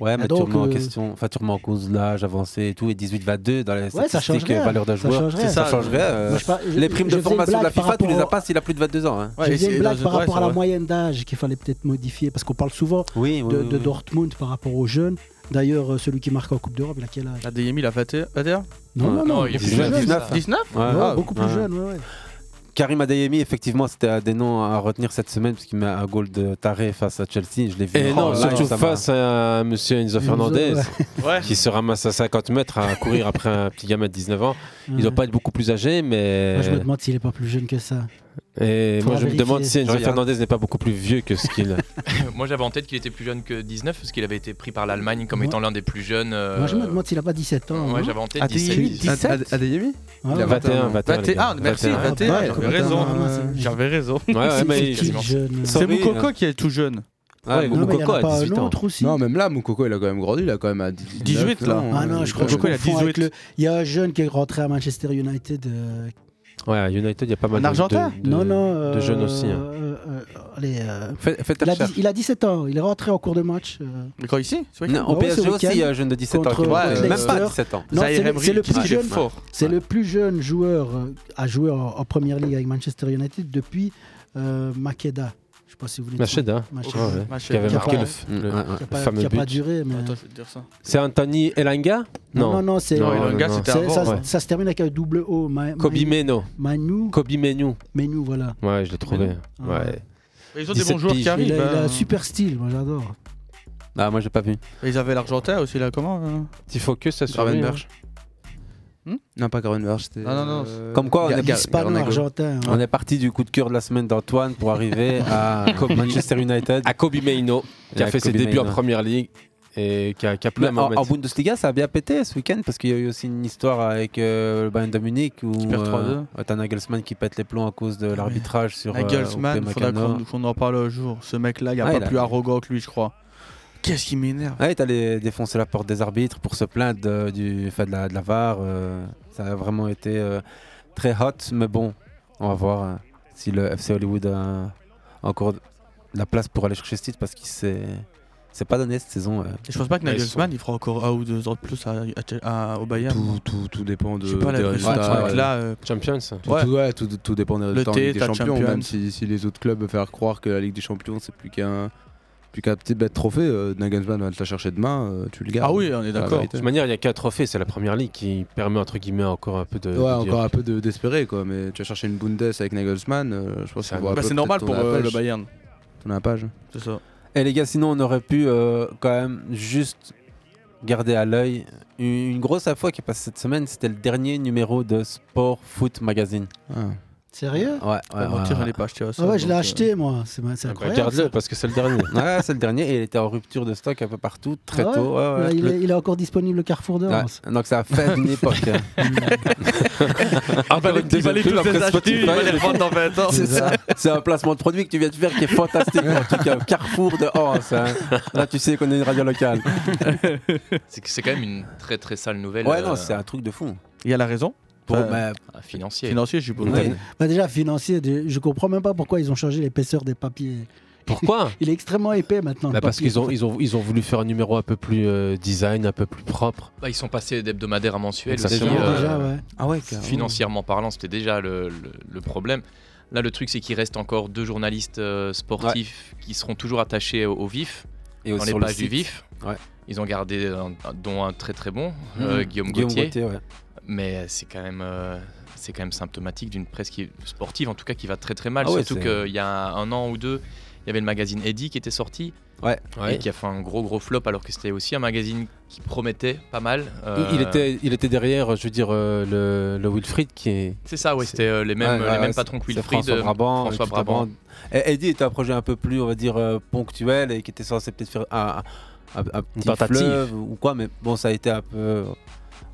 Speaker 7: Ouais, mais
Speaker 10: donc,
Speaker 7: tu remets en
Speaker 10: euh,
Speaker 7: question, enfin, tu remets en cause l'âge avancé et tout, et 18-22 dans les
Speaker 10: Ouais, ça
Speaker 7: statistiques, euh,
Speaker 10: changerait.
Speaker 7: valeur d'un
Speaker 10: Ça
Speaker 7: joueur.
Speaker 10: changerait.
Speaker 7: C'est Ça,
Speaker 10: Ça,
Speaker 7: changerait. euh,
Speaker 10: moi, je par- je-
Speaker 7: les primes
Speaker 10: je
Speaker 7: de
Speaker 10: faisais une
Speaker 7: formation de la
Speaker 10: blague par
Speaker 7: FIFA, tu les as
Speaker 10: rapport
Speaker 7: pas s'il a plus de 22 ans. hein.
Speaker 10: J'ai une blague par rapport à la moyenne d'âge qu'il fallait peut-être modifier, parce qu'on parle souvent
Speaker 7: Oui, oui,
Speaker 10: de,
Speaker 7: oui,
Speaker 10: de
Speaker 7: oui.
Speaker 10: Dortmund par rapport aux jeunes. D'ailleurs, euh, celui qui marque en Coupe d'Europe, il a quel âge
Speaker 2: Adeyemi, il a 21 21
Speaker 10: Non, non, non,
Speaker 2: il est plus
Speaker 10: beaucoup plus
Speaker 2: jeune.
Speaker 10: jeune.
Speaker 7: 19
Speaker 10: ça.
Speaker 2: 19
Speaker 7: Ouais,
Speaker 8: Ah,
Speaker 10: Ouais,
Speaker 7: ouais.
Speaker 10: beaucoup plus
Speaker 7: Ouais.
Speaker 10: jeune, ouais, ouais.
Speaker 7: Karim Adeyemi, effectivement, c'était un des noms à retenir cette semaine, puisqu'il met un goal de taré face à Chelsea. Je l'ai vu.
Speaker 8: Et
Speaker 7: en
Speaker 8: non,
Speaker 7: live,
Speaker 8: surtout
Speaker 7: ça m'a-
Speaker 8: face à monsieur Enzo Fernandez, qui se ramasse à 50 mètres à courir après un petit gamin de 19 ans. Il doit
Speaker 10: Ouais.
Speaker 8: pas être beaucoup plus âgé, mais.
Speaker 10: Moi, je me demande s'il est pas plus jeune que ça.
Speaker 8: Et moi,
Speaker 10: Faudra
Speaker 8: je me
Speaker 10: vérifier.
Speaker 8: demande si Enzo
Speaker 10: Regarde.
Speaker 8: Fernandez n'est pas beaucoup plus vieux que ce qu'il.
Speaker 9: Moi j'avais en tête qu'il était plus jeune que 19 parce qu'il avait été pris par l'Allemagne comme
Speaker 10: Moi-
Speaker 9: étant l'un des plus jeunes. euh,
Speaker 10: Moi, je me demande s'il a pas 17 ans.
Speaker 9: Ouais,
Speaker 10: non Ah,
Speaker 9: j'avais en
Speaker 8: Ah,
Speaker 9: tête
Speaker 2: Adeyemi,
Speaker 9: 17.
Speaker 2: Ad- Adeyemi
Speaker 10: Ouais,
Speaker 8: Il a 21, 21, les
Speaker 9: Ah,
Speaker 8: gars.
Speaker 2: 21, merci,
Speaker 8: 21.
Speaker 2: 21,
Speaker 8: Ouais,
Speaker 2: Ah, j'avais
Speaker 8: ouais, ouais,
Speaker 2: raison.
Speaker 8: ouais.
Speaker 2: J'avais raison.
Speaker 8: Ouais, ouais, C'est- mais c'est il- qui le jeune
Speaker 2: C'est
Speaker 8: Sorry,
Speaker 2: Moukoko
Speaker 8: hein.
Speaker 2: qui est tout jeune.
Speaker 8: Ah, mais
Speaker 10: non, mais il y en
Speaker 8: Moukoko
Speaker 10: a
Speaker 8: a
Speaker 10: pas un
Speaker 8: 18 ans.
Speaker 10: autre aussi.
Speaker 11: Non, même là, Moukoko, il a quand même grandi, il a quand même à 19
Speaker 2: 18, là.
Speaker 11: ans,
Speaker 10: Ah
Speaker 11: euh,
Speaker 10: non, je crois que je
Speaker 2: Coco, il a
Speaker 10: confonds avec
Speaker 2: 18.
Speaker 10: le- Il y a un jeune qui est rentré à Manchester United. euh,
Speaker 8: Ouais, à United, il y a pas mal de-
Speaker 10: Argentin
Speaker 8: de, de-
Speaker 10: Non, non.
Speaker 8: de
Speaker 10: euh,
Speaker 8: jeunes aussi. hein.
Speaker 10: euh, euh, allez, euh,
Speaker 8: Faites- faites
Speaker 10: il,
Speaker 8: la
Speaker 10: a dix-
Speaker 8: recherche.
Speaker 10: il a 17 ans, il est rentré en cours de match. euh,
Speaker 2: Mais quand ici c'est vrai qu'il-
Speaker 7: Non, au
Speaker 10: Ah ouais,
Speaker 7: PSG
Speaker 10: ce
Speaker 7: aussi,
Speaker 10: week-end,
Speaker 7: il y a un jeune de 17 ans qui
Speaker 10: contre-
Speaker 7: marque.
Speaker 10: contre
Speaker 7: Ouais, même pas
Speaker 10: Leicester.
Speaker 7: 17 ans.
Speaker 10: Non,
Speaker 7: Zaïre
Speaker 10: c'est le-
Speaker 7: Emery
Speaker 10: c'est le,
Speaker 7: qui
Speaker 10: plus
Speaker 7: est
Speaker 10: jeune.
Speaker 7: fort.
Speaker 10: C'est le plus jeune joueur euh, à jouer en, en première ligue avec Manchester United depuis euh, Makeda. Je sais pas si vous voulez.
Speaker 8: Macheda,
Speaker 10: Macheda.
Speaker 8: ouais, ouais,
Speaker 10: Macheda.
Speaker 8: qui avait
Speaker 10: Qui a
Speaker 8: marqué
Speaker 10: pas-
Speaker 8: le, f- le-
Speaker 10: qui a
Speaker 8: le
Speaker 10: pas-
Speaker 8: fameux
Speaker 10: qui a pas
Speaker 8: but.
Speaker 10: duré, mais-
Speaker 2: Attends, je vais te dire ça.
Speaker 8: C'est Anthony Elanga
Speaker 10: Non, non, non, c'est. euh,
Speaker 8: Elanga, c'était
Speaker 10: c'est-
Speaker 8: avant.
Speaker 10: ça,
Speaker 8: ouais.
Speaker 10: ça se termine avec un double O. Ma-
Speaker 8: Kobe
Speaker 10: Ma-
Speaker 8: Meno.
Speaker 10: Manu.
Speaker 8: Kobe Menu.
Speaker 10: Menu, voilà.
Speaker 8: Ouais, je l'ai trouvé.
Speaker 10: Ah.
Speaker 8: Ouais.
Speaker 2: Ils ont des
Speaker 8: 17
Speaker 2: bons joueurs
Speaker 8: piges.
Speaker 2: qui arrivent.
Speaker 10: Il a, il a
Speaker 2: hein.
Speaker 10: un super style, moi j'adore.
Speaker 7: Ah, moi, j'ai pas vu.
Speaker 2: Et Ils avaient l'Argentin aussi, là, comment hein
Speaker 8: Petit focus, ça sur lui, hein.
Speaker 11: Gravenberch. Non, pas Gravenberch, c'était.
Speaker 2: Hmm Non, non, non.
Speaker 7: Comme quoi, on
Speaker 11: Ga-
Speaker 7: est,
Speaker 11: Ga- Garnago.
Speaker 10: hein.
Speaker 7: on est parti du coup de cœur de la semaine d'Antoine pour arriver à
Speaker 8: Kobe.
Speaker 7: Manchester United.
Speaker 8: À Kobe Meino, qui a
Speaker 7: Et à
Speaker 8: fait ses
Speaker 7: Kobe
Speaker 8: débuts en
Speaker 7: Mainoo.
Speaker 8: première ligue et qui a, qui a plus
Speaker 7: Mais
Speaker 8: la main
Speaker 7: en, en Bundesliga, ça a bien pété ce week-end parce qu'il y a eu aussi une histoire avec euh, le Bayern de Munich où
Speaker 2: perds 3-2.
Speaker 7: euh, t'as Nagelsmann qui pète les plombs à cause de l'arbitrage sur. euh,
Speaker 2: Nagelsmann,
Speaker 7: Upamecano.
Speaker 2: Ah, faudra qu'on qu'on en parle un jour. Ce mec-là, il n'y a
Speaker 7: Ah,
Speaker 2: pas
Speaker 7: il a-
Speaker 2: plus arrogant que lui, je crois. Qu'est-ce qui m'énerve
Speaker 7: Ouais, t'allais défoncer la porte des arbitres pour se plaindre de, du, enfin, de, la, de la VAR. euh, ça a vraiment été euh, très hot, mais bon, on va voir euh, si le FC Hollywood a encore de la place pour aller chercher ce titre parce qu'il s'est c'est pas donné cette saison. euh.
Speaker 2: Et Je pense pas que Nagelsmann, il fera encore un ou deux ans de plus à, à- à- au Bayern.
Speaker 11: Tout, tout, tout dépend de.
Speaker 2: J'ai pas
Speaker 11: des
Speaker 2: l'impression que ce
Speaker 11: résultats,
Speaker 2: mec-là,
Speaker 11: ouais.
Speaker 2: euh,
Speaker 8: Champions.
Speaker 11: Tout,
Speaker 2: Ouais.
Speaker 11: tout- ouais, tout, tout dépend des
Speaker 2: Le
Speaker 11: résultats en Ligue
Speaker 2: thé,
Speaker 11: des
Speaker 2: t'as
Speaker 11: Champions.
Speaker 2: Champions.
Speaker 11: Même si, si les autres clubs veulent faire croire que la Ligue des Champions, c'est plus qu'un plus qu'un petit bête trophée, euh, Nagelsmann va te la chercher demain, euh, tu le
Speaker 2: Ah
Speaker 11: gardes. C'est la
Speaker 8: De
Speaker 11: vérité.
Speaker 8: toute manière, il y a qu'un trophée, c'est la première ligue qui permet entre guillemets encore un peu de. de
Speaker 11: Ouais,
Speaker 8: dire-
Speaker 11: encore un peu de- d'espérer quoi, mais tu vas chercher une Bundes avec Nagelsmann, euh, je pense qu'on voit un
Speaker 2: Bah,
Speaker 11: peu
Speaker 2: c'est normal
Speaker 11: peut-être
Speaker 2: pour
Speaker 11: tourner
Speaker 2: euh,
Speaker 11: la
Speaker 2: le
Speaker 11: page.
Speaker 2: Bayern.
Speaker 11: Tourner la page.
Speaker 2: C'est ça.
Speaker 7: Et les gars, sinon on aurait pu euh, quand même juste garder à l'œil une, une grosse info qui est passée cette semaine. C'était le dernier numéro de Sport Foot Magazine.
Speaker 11: Ah.
Speaker 10: Sérieux
Speaker 7: Ouais, ouais.
Speaker 2: Pas mentir, je l'ai pas acheté à ça,
Speaker 10: Ah ouais, je l'ai
Speaker 2: donc, euh,
Speaker 10: acheté, moi. C'est c'est
Speaker 7: Ah bah,
Speaker 10: incroyable.
Speaker 7: Garde-le parce que c'est le dernier. ouais, c'est le dernier et il était en rupture de stock un peu partout, très
Speaker 10: Ah ouais
Speaker 7: tôt. ouais, ouais.
Speaker 10: Là, il,
Speaker 7: Le-
Speaker 10: est, il est encore disponible au Carrefour de
Speaker 7: Ouais,
Speaker 10: Reims.
Speaker 7: donc ça a fait une époque.
Speaker 10: Ah bah, les- il fallait tous les acheter, il fallait les revendre dans 20 ans.
Speaker 7: C'est
Speaker 10: C'est
Speaker 7: ça.
Speaker 10: ça.
Speaker 7: C'est un placement de produit que tu viens de faire qui est fantastique. un truc à carrefour de Hans. hein. Là, tu sais qu'on est une radio locale.
Speaker 9: C'est que c'est quand même une très très sale nouvelle. euh,
Speaker 7: Ouais, non, c'est un truc de fou.
Speaker 2: Il y a la raison
Speaker 7: Pour,
Speaker 2: Enfin,
Speaker 9: bah, financier.
Speaker 2: Financier, je suppose.
Speaker 7: Ouais.
Speaker 10: Bah, déjà, financier, des- je comprends même pas pourquoi ils ont changé l'épaisseur des papiers.
Speaker 8: Pourquoi
Speaker 10: Il est extrêmement épais maintenant. le
Speaker 8: Bah, parce
Speaker 10: papier.
Speaker 8: qu'ils ont, ils ont, ils ont voulu faire un numéro un peu plus euh, design, un peu plus propre.
Speaker 9: Bah, ils sont passés d'hebdomadaire à mensuel. aussi, euh,
Speaker 8: Exactement.
Speaker 10: Déjà, ouais. Ah ouais, carrément.
Speaker 9: Financièrement parlant, c'était déjà le, le- le problème. Là, le truc, c'est qu'il reste encore deux journalistes euh, sportifs qui seront toujours attachés au, au vif,
Speaker 7: Et
Speaker 9: dans
Speaker 7: aussi
Speaker 9: les
Speaker 7: sur le
Speaker 9: pages du
Speaker 7: site.
Speaker 9: vif.
Speaker 7: Ouais.
Speaker 9: Ils ont gardé, un- un- dont un très très bon,
Speaker 7: Mhm.
Speaker 9: euh, Guillaume,
Speaker 7: Guillaume
Speaker 9: Gauthier.
Speaker 7: Gauthier, ouais.
Speaker 9: Mais c'est quand même. euh, c'est quand même symptomatique d'une presse qui est sportive, en tout cas qui va très très mal.
Speaker 7: Ah ouais,
Speaker 9: Surtout
Speaker 7: c'est-
Speaker 9: qu'il y a un an ou deux, il y avait le magazine Eddie qui était sorti.
Speaker 7: Ouais.
Speaker 9: Et qui a fait un gros gros flop alors que c'était aussi un magazine qui promettait pas mal.
Speaker 8: Il- Il,
Speaker 9: Euh,
Speaker 8: était, il était derrière, je veux dire, euh, le, le Wilfried qui est.
Speaker 9: C'est ça, ouais,
Speaker 8: c'est-
Speaker 9: c'était euh, les mêmes,
Speaker 8: Ouais, ouais,
Speaker 9: les mêmes
Speaker 8: ouais,
Speaker 9: patrons que
Speaker 8: c'est
Speaker 9: Wilfried,
Speaker 8: François
Speaker 9: euh,
Speaker 8: Brabant.
Speaker 9: François
Speaker 8: tout
Speaker 9: Brabant.
Speaker 7: Et Eh, Eddie était un projet un peu plus, on va dire, euh, ponctuel et qui était censé peut-être faire un, un- un- un petit
Speaker 8: tentative.
Speaker 7: fleuve ou quoi, mais bon, ça a été un peu,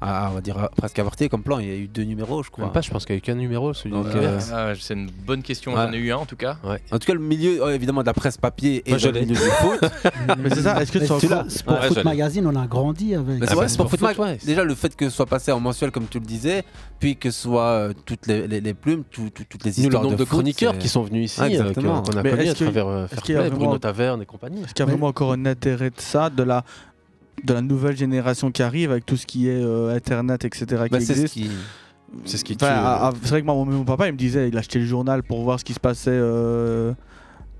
Speaker 7: ah, on va dire, euh, presque avorté comme plan. Il y a eu deux numéros, je crois.
Speaker 8: Même pas, je pense qu'il y a eu qu'un numéro. Celui
Speaker 7: Donc,
Speaker 8: de-
Speaker 7: euh,
Speaker 9: Ah, c'est une bonne question,
Speaker 7: Ouais.
Speaker 9: j'en ai eu un en tout cas.
Speaker 7: En tout cas, le milieu, euh, évidemment, de la presse papier et
Speaker 9: Moi, je
Speaker 7: le
Speaker 9: l'ai.
Speaker 7: milieu du foot.
Speaker 2: Mais c'est ça, est-ce que
Speaker 10: Mais
Speaker 2: tu as
Speaker 10: tu
Speaker 2: encore-
Speaker 10: l'as, Sport
Speaker 7: Ouais, je
Speaker 10: Foot
Speaker 7: l'ai.
Speaker 10: Magazine, on a grandi avec.
Speaker 7: Mais c'est vrai,
Speaker 8: Bah,
Speaker 7: Sport Foot Mag, déjà le fait que ce soit passé en mensuel, comme tu le disais, puis que ce soit euh, toutes les, les- les plumes, tout- tout- toutes les
Speaker 8: Nous, le
Speaker 7: histoires
Speaker 8: nombre de
Speaker 7: foot,
Speaker 8: chroniqueurs
Speaker 7: c'est-
Speaker 8: qui sont venus ici,
Speaker 7: Ouais,
Speaker 8: euh,
Speaker 7: exactement.
Speaker 8: que- qu'on a
Speaker 2: Mais
Speaker 8: connus
Speaker 2: est-ce
Speaker 8: à
Speaker 2: qu'il-
Speaker 8: travers euh,
Speaker 2: est-ce
Speaker 8: Fair
Speaker 2: qu'il y a
Speaker 8: Play,
Speaker 2: vraiment-
Speaker 8: Bruno Taverne et compagnie.
Speaker 2: Est-ce qu'il y a vraiment encore un intérêt de ça, de la, de la nouvelle génération qui arrive avec tout ce qui est euh, internet, etc. qui
Speaker 8: Bah, c'est ce
Speaker 2: existe
Speaker 8: qui- c'est ce qui
Speaker 2: Enfin,
Speaker 8: tue,
Speaker 2: à-
Speaker 8: euh.
Speaker 2: à- C'est vrai que moi, mon, mon papa, il me disait, il achetait le journal pour voir ce qui se passait. euh,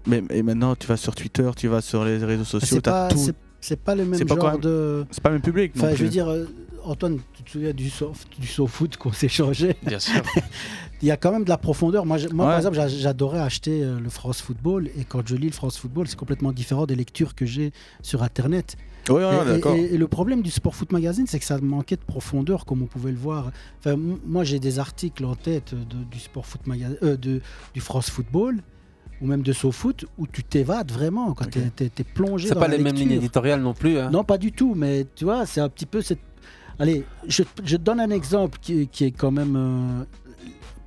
Speaker 2: mais et maintenant, tu vas sur Twitter, tu vas sur les réseaux sociaux,
Speaker 10: C'est
Speaker 2: t'as
Speaker 10: pas,
Speaker 2: tout.
Speaker 10: c'est- c'est pas le
Speaker 2: C'est
Speaker 10: même
Speaker 2: pas quand
Speaker 10: genre
Speaker 2: même-
Speaker 10: de.
Speaker 2: c'est pas le même public non
Speaker 10: Enfin, je veux
Speaker 2: plus.
Speaker 10: dire, euh, Antoine, tu te souviens du soft, du soft foot qu'on s'est changé
Speaker 9: Bien sûr.
Speaker 10: Il y a quand même de la profondeur. Moi, je- moi
Speaker 2: Ouais.
Speaker 10: par exemple, j'a- j'adorais acheter euh, le France Football et quand je lis le France Football, c'est complètement différent des lectures que j'ai sur Internet.
Speaker 2: Ouais, ouais,
Speaker 10: Et- et-
Speaker 2: d'accord.
Speaker 10: et, et le problème du Sport Foot Magazine, c'est que ça manquait de profondeur, comme on pouvait le voir. Enfin, m- moi, j'ai des articles en tête euh, de- du Sport Foot Magazine, euh, de- du France Football ou même de SoFoot où tu t'évades vraiment quand tu t'es t'es plongé
Speaker 7: C'est
Speaker 10: dans
Speaker 7: pas
Speaker 10: la
Speaker 7: les mêmes
Speaker 10: lecture.
Speaker 7: lignes éditoriales non plus. hein.
Speaker 10: Non, pas du tout, mais tu vois, c'est un petit peu cette. Allez, je, je te donne un exemple qui, qui est quand même euh,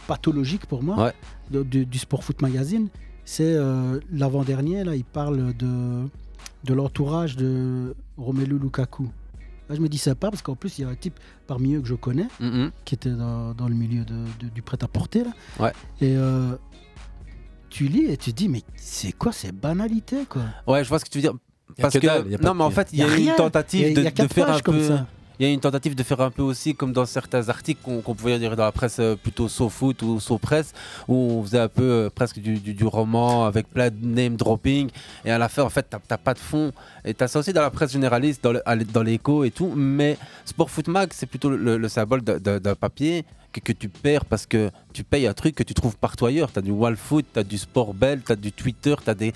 Speaker 10: pathologique pour moi,
Speaker 7: Ouais.
Speaker 10: de- du, du Sport Foot Magazine. C'est euh, l'avant-dernier, là, il parle de, de l'entourage de Romelu Lukaku. Là, je me dis sympa parce qu'en plus, il y a un type parmi eux que je connais
Speaker 7: Mhm.
Speaker 10: qui était dans, dans le milieu de- de- du prêt-à-porter. là.
Speaker 7: Ouais.
Speaker 10: Et euh, tu lis et tu te dis, mais c'est quoi ces banalités quoi
Speaker 7: Ouais, je vois ce que tu veux dire.
Speaker 10: Y a
Speaker 7: Parce
Speaker 10: que
Speaker 7: que,
Speaker 10: dalle, y a pas
Speaker 7: non,
Speaker 10: de-
Speaker 7: mais en fait, il y a,
Speaker 10: y a
Speaker 7: eu
Speaker 10: rien.
Speaker 7: une
Speaker 10: Y a-
Speaker 7: tentative
Speaker 10: y
Speaker 7: de,
Speaker 10: a
Speaker 7: de
Speaker 10: quatre
Speaker 7: faire un
Speaker 10: pages comme
Speaker 7: peu.
Speaker 10: ça.
Speaker 7: Il y a une tentative de faire un peu aussi comme dans certains articles qu'on qu'on pouvait lire dans la presse euh, plutôt sauf foot ou sauf presse, où on faisait un peu euh, presque du, du- du roman avec plein de name dropping. Et à la fin, en fait, t'as- t'as pas de fond. Et t'as ça aussi dans la presse généraliste, dans le- à l- dans l'écho et tout. Mais Sport Foot Mag, c'est plutôt le, le- le symbole d'un- d'un d'un papier que, que tu perds parce que tu payes un truc que tu trouves partout ailleurs. Tu as du Wall Foot, tu as du Sport Bell, tu as du Twitter, tu as des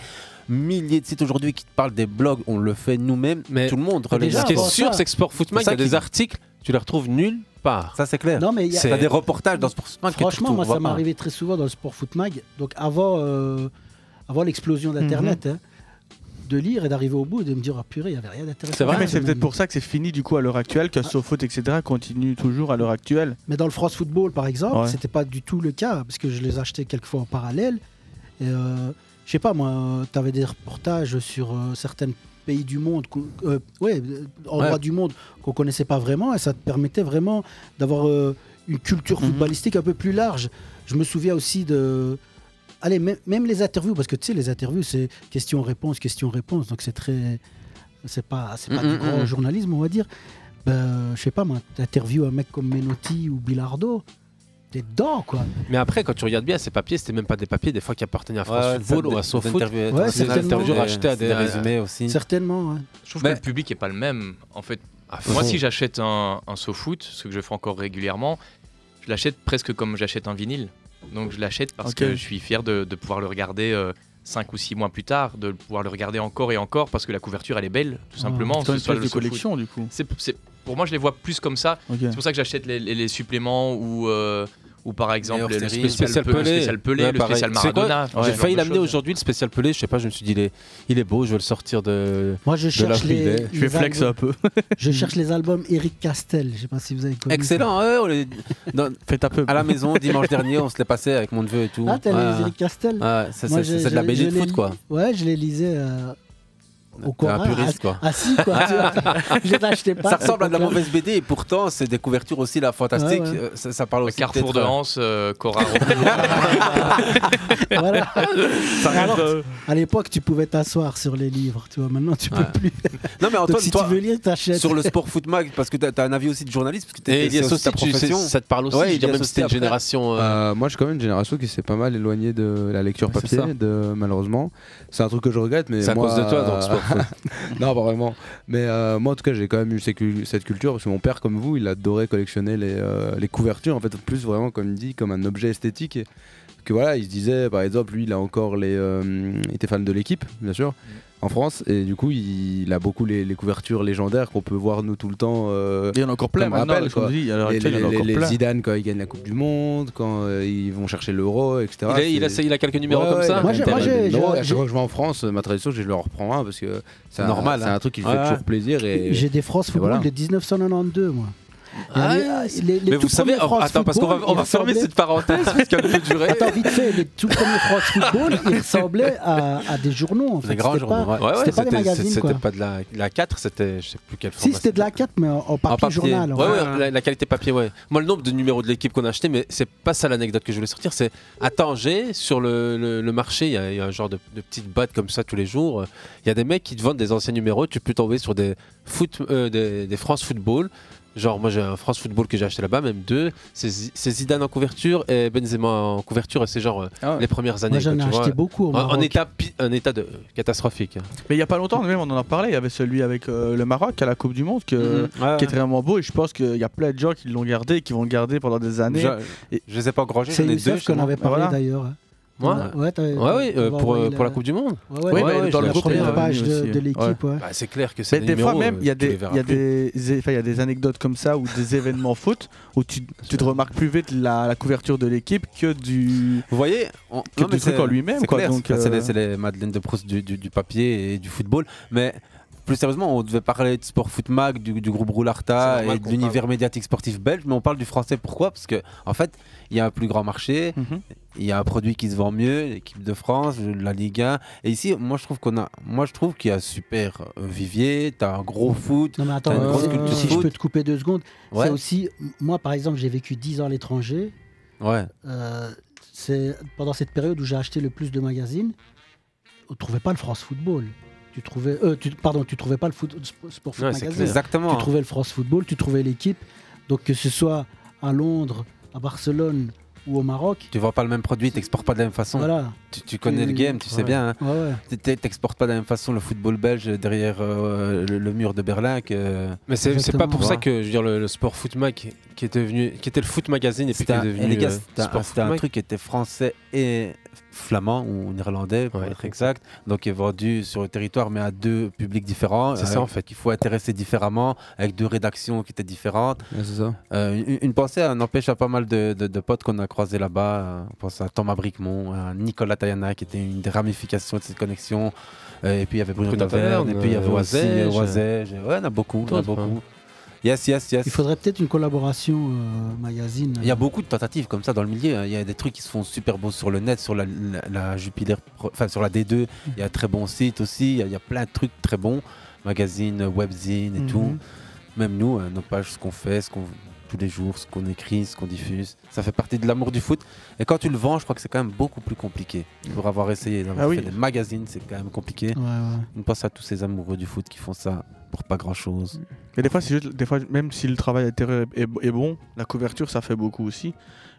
Speaker 7: milliers de sites aujourd'hui qui te parlent des blogs. On le fait nous-mêmes, mais tout le monde.
Speaker 8: Mais ce qui est sûr, c'est que Sport Foot Mag, il y a des
Speaker 7: articles, tu les retrouves nulle part. Ça, c'est clair.
Speaker 10: Non, mais il y a-
Speaker 7: C'est- t'as des reportages dans Sport Foot Mag. que tu
Speaker 10: Franchement, moi,
Speaker 7: retrouves
Speaker 10: ça m'est
Speaker 7: pas.
Speaker 10: arrivé très souvent dans le Sport Foot Mag. Donc, avant, euh, avant l'explosion d'Internet, hein, de lire et d'arriver au bout et de me dire, ah purée, il n'y avait rien d'intéressant.
Speaker 2: Ouais, mais c'est peut-être pour ça que c'est fini du coup à l'heure actuelle, que SoFoot, etc. continue toujours à l'heure actuelle.
Speaker 10: Mais dans le France Football, par exemple,
Speaker 2: Ouais.
Speaker 10: c'était pas du tout le cas, parce que je les achetais quelquefois en parallèle. Et euh, je sais pas, moi, tu avais des reportages sur euh, certains pays du monde, qu'on- euh, ouais, euh, endroits
Speaker 7: Ouais.
Speaker 10: du monde qu'on connaissait pas vraiment, et ça te permettait vraiment d'avoir euh, une culture footballistique un peu plus large. Je me souviens aussi de. Allez, même, même les interviews, parce que tu sais, les interviews, c'est question-réponse, question-réponse, donc c'est très. C'est pas, c'est pas
Speaker 7: Mhm,
Speaker 10: du grand
Speaker 7: mhm.
Speaker 10: journalisme, on va dire. Ben, je sais pas, moi, t'interviews un mec comme Menotti ou Bilardo, t'es dedans, quoi.
Speaker 8: Mais après, quand tu regardes bien, ces papiers, c'était même pas des papiers, des fois qui appartenaient à France
Speaker 7: Ouais,
Speaker 8: Football
Speaker 7: c'est
Speaker 8: ou à
Speaker 7: des-
Speaker 8: SoFoot.
Speaker 7: des interviews- Ouais,
Speaker 8: C'est des
Speaker 7: certainement.
Speaker 8: interviews
Speaker 7: Des-
Speaker 8: rachetées à
Speaker 7: c'est
Speaker 8: des,
Speaker 7: des résumés aussi.
Speaker 10: Certainement, ouais.
Speaker 9: Je trouve
Speaker 7: Mais-
Speaker 9: que le public est pas le même. En fait,
Speaker 7: fond.
Speaker 9: moi, si j'achète un, un SoFoot, ce que je fais encore régulièrement, je l'achète presque comme j'achète un vinyle. Donc je l'achète parce
Speaker 2: Ok.
Speaker 9: que je suis fier de, de pouvoir le regarder 5 ou 6 mois plus tard, de pouvoir le regarder encore et encore parce que la couverture elle est belle, tout
Speaker 2: Ah,
Speaker 9: simplement.
Speaker 2: c'est comme
Speaker 9: que
Speaker 2: une
Speaker 9: ce soit
Speaker 2: pièce
Speaker 9: le
Speaker 2: de collection,
Speaker 9: SoFoot.
Speaker 2: du coup.
Speaker 9: C'est- c'est- pour moi, je les vois plus comme ça.
Speaker 2: Ok.
Speaker 9: C'est pour ça que j'achète les, les- les suppléments ou, euh, Ou par exemple le,
Speaker 7: Meilleur série.
Speaker 9: spécial, Pelé, le spécial Pelé,
Speaker 7: Ouais,
Speaker 9: le
Speaker 7: pareil.
Speaker 9: spécial
Speaker 7: Tu sais quoi
Speaker 9: Maradona.
Speaker 7: J'ai
Speaker 9: ce
Speaker 7: failli
Speaker 9: genre de
Speaker 7: l'amener
Speaker 9: choses.
Speaker 7: aujourd'hui, le spécial Pelé. Je sais pas, je me suis dit, il est, il est beau, je vais le sortir de.
Speaker 10: Moi, je
Speaker 7: de
Speaker 10: cherche
Speaker 7: l'avril
Speaker 10: les-
Speaker 7: des-
Speaker 10: Je vais les flex albums. un peu. Je cherche les albums Eric Castel. Je sais pas si vous avez connu.
Speaker 7: Excellent, ouais, on les- dans- à la maison dimanche dernier, on se l'est passé avec mon neveu et tout.
Speaker 10: Ah, t'as
Speaker 7: Ouais,
Speaker 10: les
Speaker 7: ouais.
Speaker 10: Eric Castel
Speaker 7: Ouais, ça,
Speaker 10: Moi,
Speaker 7: c'est
Speaker 10: je-
Speaker 7: c'est de la
Speaker 10: je-
Speaker 7: BG
Speaker 10: je
Speaker 7: de
Speaker 10: les
Speaker 7: foot
Speaker 10: lis-
Speaker 7: quoi.
Speaker 10: Ouais, je les lisais euh, au Coran.
Speaker 7: puriste,
Speaker 10: ass-
Speaker 7: quoi.
Speaker 10: Assis, quoi. tu vois. je les achetais pas.
Speaker 7: Ça ressemble à de la
Speaker 10: Donc, euh,
Speaker 7: mauvaise BD et pourtant c'est des couvertures aussi là fantastiques.
Speaker 10: Ouais, ouais.
Speaker 7: Euh, Ça, ça parle aussi
Speaker 9: Carrefour
Speaker 7: peut-être,
Speaker 9: de
Speaker 7: euh,
Speaker 9: Hanse, euh, Cora.
Speaker 10: Voilà.
Speaker 7: Ah. Ça
Speaker 10: Mais alors,
Speaker 7: reste, euh,
Speaker 10: À l'époque, tu pouvais t'asseoir sur les livres. Tu vois, maintenant, tu
Speaker 7: Ouais.
Speaker 10: peux plus.
Speaker 7: Non mais
Speaker 10: Donc,
Speaker 7: Antoine,
Speaker 10: si
Speaker 7: toi,
Speaker 10: tu veux lire, t'achètes.
Speaker 7: sur le sport foot mag, parce que t'as as un avis aussi de journaliste, parce que
Speaker 8: Et
Speaker 7: t'es-
Speaker 8: Elias
Speaker 7: c'est aussi ta
Speaker 8: Ostic, tu sais,
Speaker 7: profession.
Speaker 8: ça te parle aussi, je veux dire,
Speaker 7: Elias
Speaker 8: même si t'es une
Speaker 7: Ostic, après.
Speaker 11: Euh, moi, je suis quand même une génération qui s'est pas mal éloignée de la lecture
Speaker 8: c'est
Speaker 11: papier,
Speaker 8: ça.
Speaker 11: de, malheureusement. C'est un truc que je regrette, mais
Speaker 8: C'est à
Speaker 11: moi- euh,
Speaker 8: cause de toi, donc, c'est pour ça.
Speaker 11: non, pas vraiment. Mais euh, moi, en tout cas, j'ai quand même eu ces cul- cette culture parce que mon père, comme vous, il adorait collectionner les, euh, les couvertures. En fait, plus vraiment, comme il dit, comme un objet esthétique. Et que voilà, il se disait, par exemple, lui, il a encore les. euh, il était fan de l'équipe, bien sûr.
Speaker 7: Mm.
Speaker 11: En France, et du coup, il, il a beaucoup les, les couvertures légendaires qu'on peut voir nous tout le temps. euh,
Speaker 2: Il y en a encore plein
Speaker 11: comme
Speaker 2: maintenant,
Speaker 11: rappel,
Speaker 2: je vous
Speaker 11: quoi.
Speaker 2: dis, à l'heure
Speaker 11: Les-
Speaker 2: actuelle, il y en a
Speaker 11: les-
Speaker 2: encore
Speaker 11: les
Speaker 2: plein.
Speaker 11: Zidane quand ils gagnent la Coupe du Monde, quand euh, ils vont chercher l'Euro, etc.
Speaker 7: Il a- il a-
Speaker 11: C'est-
Speaker 7: il a quelques numéros
Speaker 11: Ouais,
Speaker 7: comme
Speaker 11: ouais,
Speaker 7: ça
Speaker 11: il a
Speaker 7: Moi,
Speaker 11: quand
Speaker 7: j'ai-
Speaker 11: même
Speaker 7: moi, j'ai-
Speaker 11: des numéros.
Speaker 7: j'ai-
Speaker 11: À chaque fois que je vais en France, ma tradition, c'est que je leur reprends un parce que c'est un-
Speaker 7: Normal,
Speaker 11: C'est
Speaker 7: hein.
Speaker 11: un truc qui me
Speaker 7: Ouais,
Speaker 11: fait
Speaker 7: ouais.
Speaker 11: toujours plaisir. et-
Speaker 10: J'ai des France
Speaker 11: et
Speaker 10: Football
Speaker 11: voilà.
Speaker 10: de 1992, moi.
Speaker 7: Ah,
Speaker 10: les, les- les
Speaker 7: mais
Speaker 10: tout
Speaker 7: vous savez,
Speaker 10: premiers
Speaker 7: oh,
Speaker 10: France
Speaker 7: attends, parce qu'on
Speaker 10: Football,
Speaker 7: va, on
Speaker 10: ils
Speaker 7: va fermer
Speaker 10: ressemblaient-
Speaker 7: cette parenthèse parce qu'elle peut durer.
Speaker 10: Attends, vite fait, les tout premiers France Football, ils ressemblaient à, à des journaux. En fait.
Speaker 7: Des grands
Speaker 10: C'était
Speaker 7: journaux,
Speaker 10: pas-
Speaker 7: ouais. Ouais, ouais,
Speaker 10: C'était pas des
Speaker 7: c'était-
Speaker 10: magazines, quoi.
Speaker 7: C'était pas de la, la 4, c'était je sais plus quel
Speaker 10: Si,
Speaker 7: format.
Speaker 10: c'était de la 4, mais en, en papier,
Speaker 7: En Ah, papier.
Speaker 10: journal. en
Speaker 7: Ouais,
Speaker 10: fait.
Speaker 7: ouais, la, la qualité papier, ouais. Moi, le nombre de numéros de l'équipe qu'on a acheté, mais c'est pas ça l'anecdote que je voulais sortir. C'est à Tanger, sur le, le- le marché, il y a- il y, a un genre de, de petite boîte comme ça tous les jours. euh, Il y a des mecs qui te vendent des anciens numéros. Tu peux tomber sur des, foot, euh, des, des France Football. Genre, moi, j'ai un France Football que j'ai acheté là-bas, même deux. C'est Zi- c'est Zidane en couverture et Benzema en couverture. Et c'est genre euh, les premières années.
Speaker 10: j'en
Speaker 7: quoi,
Speaker 10: ai
Speaker 7: tu vois.
Speaker 10: acheté beaucoup au
Speaker 7: En- En,
Speaker 10: Maroc.
Speaker 7: état, pi- un état de catastrophique.
Speaker 2: Mais il y a pas longtemps, même on en a parlé, il y avait celui avec euh, le Maroc à la Coupe du Monde que-
Speaker 7: Mhm. Ouais,
Speaker 2: qui est
Speaker 7: ouais.
Speaker 2: vraiment beau et je pense qu'il y a plein de gens qui l'ont gardé et qui vont le garder pendant des années.
Speaker 7: Je-
Speaker 2: Et-
Speaker 7: je les ai pas engrangés,
Speaker 10: C'est
Speaker 7: j'en ai deux,
Speaker 10: Youssef qu'on
Speaker 7: justement.
Speaker 10: avait
Speaker 7: Bah
Speaker 10: parlé
Speaker 7: voilà.
Speaker 10: d'ailleurs. hein.
Speaker 7: Moi
Speaker 10: Ouais, t'avais-
Speaker 7: Ouais, ouais,
Speaker 10: on
Speaker 7: euh,
Speaker 10: va
Speaker 7: pour,
Speaker 10: envoyer
Speaker 7: euh, pour la Coupe du Monde.
Speaker 10: Ouais, ouais, mais dans la première page de, de l'équipe. ouais.
Speaker 7: Bah, c'est clair que c'est
Speaker 2: Mais
Speaker 7: des
Speaker 2: des fois
Speaker 7: numéros,
Speaker 2: même, il y, a
Speaker 7: euh, tu les
Speaker 2: des-
Speaker 7: verras
Speaker 2: il y, a
Speaker 7: plus.
Speaker 2: des- enfin, il y a des anecdotes comme ça ou des événements foot où tu, tu te remarques plus vite la, la couverture de l'équipe que du.
Speaker 7: Vous voyez, on-
Speaker 2: que
Speaker 7: non, mais
Speaker 2: du truc
Speaker 7: c'est-
Speaker 2: en lui-même.
Speaker 7: c'est
Speaker 2: quoi,
Speaker 7: clair,
Speaker 2: donc,
Speaker 7: c'est- c'est
Speaker 2: euh,
Speaker 7: les- c'est les, Madeleines de Proust du, du- du papier et du football. Mais plus sérieusement, on devait parler de Sport Foot Mag, du, du groupe Roularta et de l'univers médiatique sportif belge. Mais on parle du français pourquoi Parce que en fait, il y a un plus grand marché,
Speaker 2: Mhm.
Speaker 7: il y a un produit qui se vend mieux, l'équipe de France, la Ligue 1. Et ici, moi je trouve qu'on a, moi je trouve qu'il y a un super euh, vivier. T'as un gros foot.
Speaker 10: Non, mais attends,
Speaker 7: t'as une grosse
Speaker 10: euh,
Speaker 7: culture
Speaker 10: si je
Speaker 7: foot.
Speaker 10: peux te couper deux secondes,
Speaker 7: Ouais.
Speaker 10: c'est aussi, moi par exemple, j'ai vécu 10 ans à l'étranger.
Speaker 7: Ouais.
Speaker 10: Euh, c'est pendant cette période où j'ai acheté le plus de magazines, on trouvait pas le France Football. Tu trouvais, euh, tu, pardon, tu trouvais pas le foot, Sp- Sport Foot
Speaker 7: Ouais, c'est
Speaker 10: Magazine.
Speaker 7: clair. Exactement.
Speaker 10: Tu trouvais le France Football, tu trouvais l'équipe. Donc que ce soit à Londres, à Barcelone ou au Maroc,
Speaker 7: Tu vois pas le même produit, t'exportes pas de la même façon.
Speaker 10: Voilà.
Speaker 7: Tu, tu connais
Speaker 10: Tu-
Speaker 7: le game, tu sais
Speaker 10: Ouais.
Speaker 7: bien. hein.
Speaker 10: Ouais, ouais.
Speaker 7: Tu- tu- T'exportes pas de la même façon le football belge derrière euh, le, le mur de Berlin que.
Speaker 8: Mais c'est c'est pas pour ça
Speaker 7: que
Speaker 8: que je veux dire le, le sport foot mag qui est devenu, qui était le foot magazine et puis qui
Speaker 7: C'était
Speaker 8: est
Speaker 7: un,
Speaker 8: devenu
Speaker 7: et les gars,
Speaker 8: euh,
Speaker 7: c'était un-
Speaker 8: sport foot
Speaker 7: c'était un
Speaker 8: mag.
Speaker 7: truc qui était français et flamand ou néerlandais pour être exact. Donc est vendu sur le territoire mais à deux publics différents.
Speaker 8: C'est ça,
Speaker 7: avec-
Speaker 8: en fait.
Speaker 7: Qu'il faut intéresser différemment avec deux rédactions qui étaient différentes.
Speaker 11: Ouais, c'est ça.
Speaker 7: Euh, une, une pensée à- n'empêche à pas mal de, de- de potes qu'on a croisés là-bas. Euh, On pense à Thomas Bricmont, à Nicolas Tayana qui était une des ramifications de cette connexion. Euh, et puis il y avait Bruno
Speaker 8: Bruno
Speaker 7: Taverne, et
Speaker 8: Taverne,
Speaker 7: puis il y avait
Speaker 8: euh,
Speaker 7: aussi euh,
Speaker 8: Oisège.
Speaker 7: Oisège. Ouais, on a beaucoup, on a
Speaker 8: D'autres,
Speaker 7: beaucoup. Yes, yes, yes.
Speaker 10: il faudrait peut-être une collaboration euh, magazine.
Speaker 7: Il y a beaucoup de tentatives comme ça dans le milieu. hein. Il y a des trucs qui se font super beaux sur le net, sur la, la, la Jupiter, Pro- enfin sur la
Speaker 10: Mm.
Speaker 7: D2. Il y a un très bon site aussi. Il y a, il y a plein de trucs très bons, magazines, webzines et
Speaker 10: Mm-hmm.
Speaker 8: Mhm.
Speaker 7: tout. Même nous, hein, nos pages, ce qu'on fait, ce qu'on tous les jours, ce qu'on écrit, ce qu'on diffuse, ça fait partie de l'amour du foot. Et quand tu le vends, je crois que c'est quand même beaucoup plus compliqué. Pour avoir essayé d'avoir
Speaker 2: Ah oui.
Speaker 7: fait des magazines, c'est quand même compliqué.
Speaker 10: Ouais, ouais.
Speaker 7: On pense à tous ces amoureux du foot qui font ça pour pas grand chose.
Speaker 10: Mm.
Speaker 2: Mais des fois, c'est juste, des fois, même si le travail intérieur est, est- est bon, la couverture, ça fait beaucoup aussi.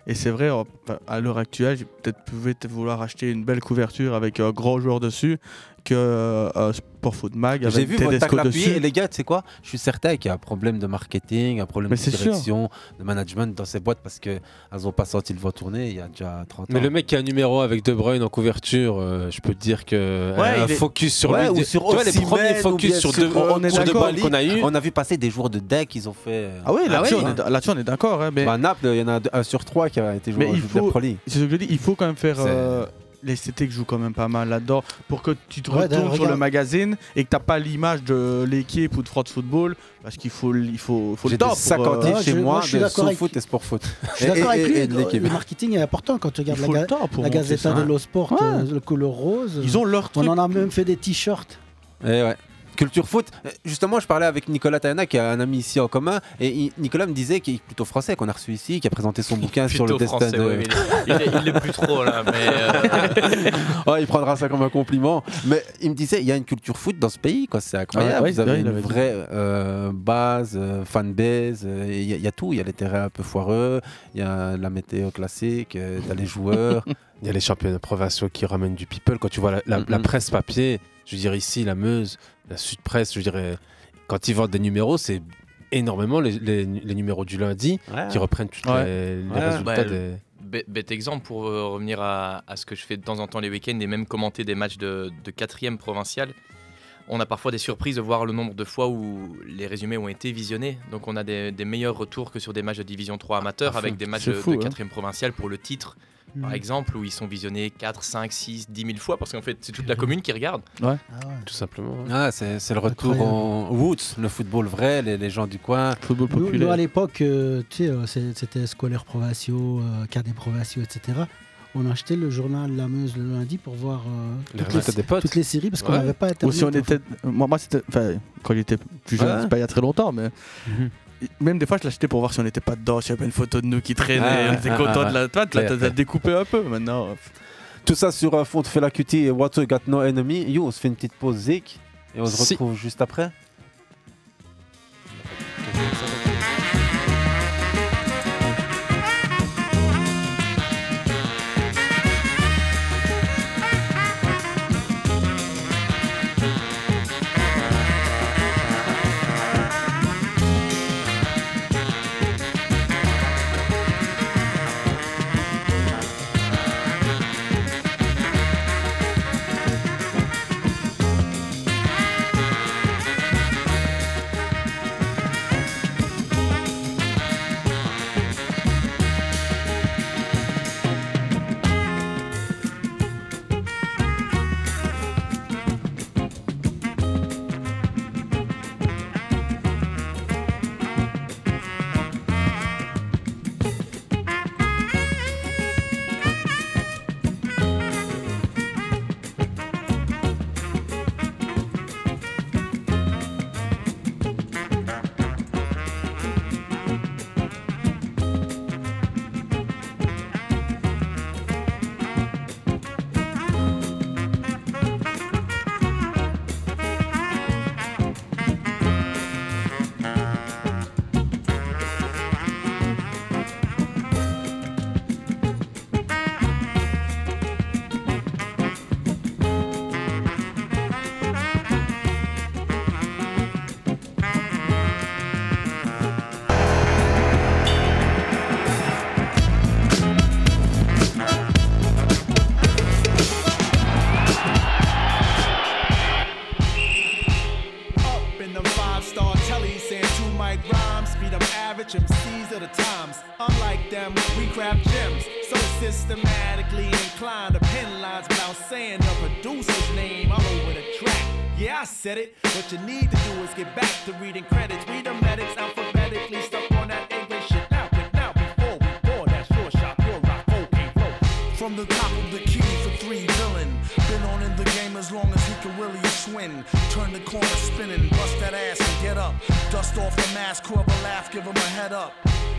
Speaker 2: Et c'est vrai, en- enfin, à l'heure actuelle, j'ai peut-être pu vite vouloir acheter une belle couverture avec un gros joueur dessus que euh, un Sport Food Mag
Speaker 7: J'ai
Speaker 2: avec
Speaker 7: vu votre tacle
Speaker 2: Tedesco
Speaker 7: appuyé,
Speaker 2: dessus.
Speaker 7: et les gars, tu sais quoi Je suis certain qu'il y a un problème de marketing, un problème
Speaker 2: Mais
Speaker 7: de
Speaker 2: c'est sûr.
Speaker 7: direction, de management dans ces boîtes parce qu'elles n'ont pas senti le vent tourner il y a déjà 30 ans.
Speaker 8: Mais le mec qui a un numéro avec De Bruyne en couverture, euh, je peux te dire que
Speaker 7: Ouais,
Speaker 8: un
Speaker 7: il est-
Speaker 8: focus sur
Speaker 7: Ouais,
Speaker 8: lui.
Speaker 7: ou
Speaker 8: de-
Speaker 7: sur
Speaker 8: tu vois, les
Speaker 7: Osimhen,
Speaker 8: premiers
Speaker 7: ou bien
Speaker 8: focus sur
Speaker 7: sur-
Speaker 8: De,
Speaker 7: on est
Speaker 8: sur De
Speaker 7: d'accord.
Speaker 8: Bruyne qu'on a eu.
Speaker 7: On a vu passer passé des joueurs de deck, ils ont
Speaker 8: euh,
Speaker 7: fait. euh,
Speaker 2: Ah oui, là-dessus, on est d- là-dessus, on est d'accord. hein, mais
Speaker 7: Bah, Naples, il y en a un sur trois qui a été joué
Speaker 2: mais
Speaker 7: en
Speaker 2: il
Speaker 7: Coupe de la
Speaker 2: faut,
Speaker 7: Pro League.
Speaker 2: c'est ce que je dis, il faut quand même faire.
Speaker 7: C'est-
Speaker 2: euh, L'esthétique joue quand même pas mal là-dedans pour que tu te
Speaker 10: Ouais, d'ailleurs,
Speaker 2: retournes sur
Speaker 10: regarde.
Speaker 2: le magazine et que t'as pas l'image de l'équipe ou de France Football parce qu'il faut, l- il faut, faut le
Speaker 7: J'ai des
Speaker 2: temps. pour, euh,
Speaker 7: 50 livres chez moi
Speaker 10: suis
Speaker 7: de
Speaker 10: d'accord
Speaker 7: sous
Speaker 10: avec-
Speaker 7: foot et sport foot.
Speaker 10: Je suis d'accord
Speaker 7: Et- et-
Speaker 10: avec lui.
Speaker 7: et de l'équipe.
Speaker 10: le marketing est important quand tu regardes
Speaker 7: Il
Speaker 10: la,
Speaker 7: faut le
Speaker 10: ga-
Speaker 7: temps pour
Speaker 10: la
Speaker 7: monter
Speaker 10: Gazeta
Speaker 7: ça.
Speaker 10: dello Sport,
Speaker 7: Ouais.
Speaker 10: euh, le couleur rose.
Speaker 7: Ils ont leur
Speaker 10: On
Speaker 7: truc.
Speaker 10: en a même fait des t-shirts.
Speaker 7: Eh ouais. Culture foot. Euh, Justement, je parlais avec Nicolas Tayana, qui a un ami ici en commun, et il- Nicolas me disait qu'il est plutôt français, qu'on a reçu ici, qui a présenté son bouquin sur le
Speaker 9: Plutôt
Speaker 7: destin
Speaker 9: français,
Speaker 7: de.
Speaker 9: oui, mais il est- il est- il est plus trop, là, mais, euh,
Speaker 7: Oh, il prendra ça comme un compliment. Mais il me disait, il y a une culture foot dans ce pays, quoi. C'est incroyable.
Speaker 2: Ah ouais,
Speaker 7: Vous
Speaker 2: c'est
Speaker 7: avez
Speaker 2: vrai, il
Speaker 7: une
Speaker 2: avait dit.
Speaker 7: vraie euh, base, euh, fanbase. euh, et Il y, a- il y a tout. Il y a les terrains un peu foireux, il y a la météo classique, euh, t'as les joueurs.
Speaker 8: Il y a les championnats provinciaux qui ramènent du people. Quand tu vois la, la-
Speaker 7: Mm,
Speaker 8: la
Speaker 7: mm.
Speaker 8: presse papier, je veux dire ici, la Meuse, la Sud Presse, je dirais, quand ils vendent des numéros, c'est énormément les, les- les numéros du lundi
Speaker 7: Ouais.
Speaker 8: qui reprennent toutes
Speaker 9: Ouais.
Speaker 8: les, les
Speaker 9: Ouais.
Speaker 8: résultats
Speaker 9: Bah,
Speaker 8: des.
Speaker 9: bê- Bête exemple pour euh, revenir à, à ce que je fais de temps en temps les week-ends et même commenter des matchs de, de 4 provincial. On a parfois des surprises de voir le nombre de fois où les résumés ont été visionnés. Donc on a des, des meilleurs retours que sur des matchs de Division 3 amateur
Speaker 8: Ah,
Speaker 9: avec
Speaker 8: fou.
Speaker 9: des matchs
Speaker 8: C'est
Speaker 9: de,
Speaker 8: fou,
Speaker 9: de
Speaker 8: hein.
Speaker 9: 4e provincial pour le titre, par
Speaker 8: Mhm.
Speaker 9: exemple, où ils sont visionnés 4, 5, 6, 10 000 fois parce qu'en fait c'est toute la
Speaker 8: Mm.
Speaker 9: commune qui regarde.
Speaker 2: Ouais.
Speaker 8: Tout simplement.
Speaker 7: Ah, c'est c'est le retour
Speaker 10: Incroyable.
Speaker 7: en Woods, le football vrai, les, les gens du coin.
Speaker 2: Football
Speaker 10: Nous, nous, à l'époque, euh, tu sais, euh, c'est- c'était scolaires provinciaux, euh, cadets provinciaux, etc. On achetait le journal La Meuse le lundi pour voir euh,
Speaker 2: Les
Speaker 10: toutes,
Speaker 2: résultats
Speaker 10: les,
Speaker 2: des potes.
Speaker 10: toutes les séries parce qu'on
Speaker 2: Ouais.
Speaker 10: n'avait pas
Speaker 2: Ou
Speaker 10: internet.
Speaker 2: si on
Speaker 10: en fait.
Speaker 2: était. Moi, moi, c'était. Enfin, quand j'étais plus jeune,
Speaker 10: Ouais.
Speaker 2: c'est pas il y a très longtemps, mais. Même des fois, je l'achetais pour voir si on n'était pas dedans, s'il y avait une photo de nous qui traînait,
Speaker 7: Ah,
Speaker 2: on était
Speaker 7: ah,
Speaker 2: content
Speaker 7: ah,
Speaker 2: de la. Toi, tu
Speaker 7: clair,
Speaker 2: l'as- t'as
Speaker 7: clair.
Speaker 2: découpé un peu maintenant.
Speaker 7: Tout ça sur euh, un fond de Fela Kuti et Water Got No Enemy. You, on se fait une petite pause zik et on se
Speaker 8: Si.
Speaker 7: retrouve juste après.
Speaker 15: up in the five-star telly saying two mic rhymes. Beat them average MCs of the times. Unlike them, we grab gems. So systematically inclined to pin lines without saying the producer's name all over the track. Yeah, I said it. What you need to do is get back to reading credits. Read the medics alphabetically stuck on that English shit. Now, but now before we bore that short shot, you're rock, okay, roll.
Speaker 16: From the top of the key for three villain. Been on in the game as long as he can really swing. Turn the corner spinning, bust that ass and get up. Dust off the mask, whoever laugh, give him a head up.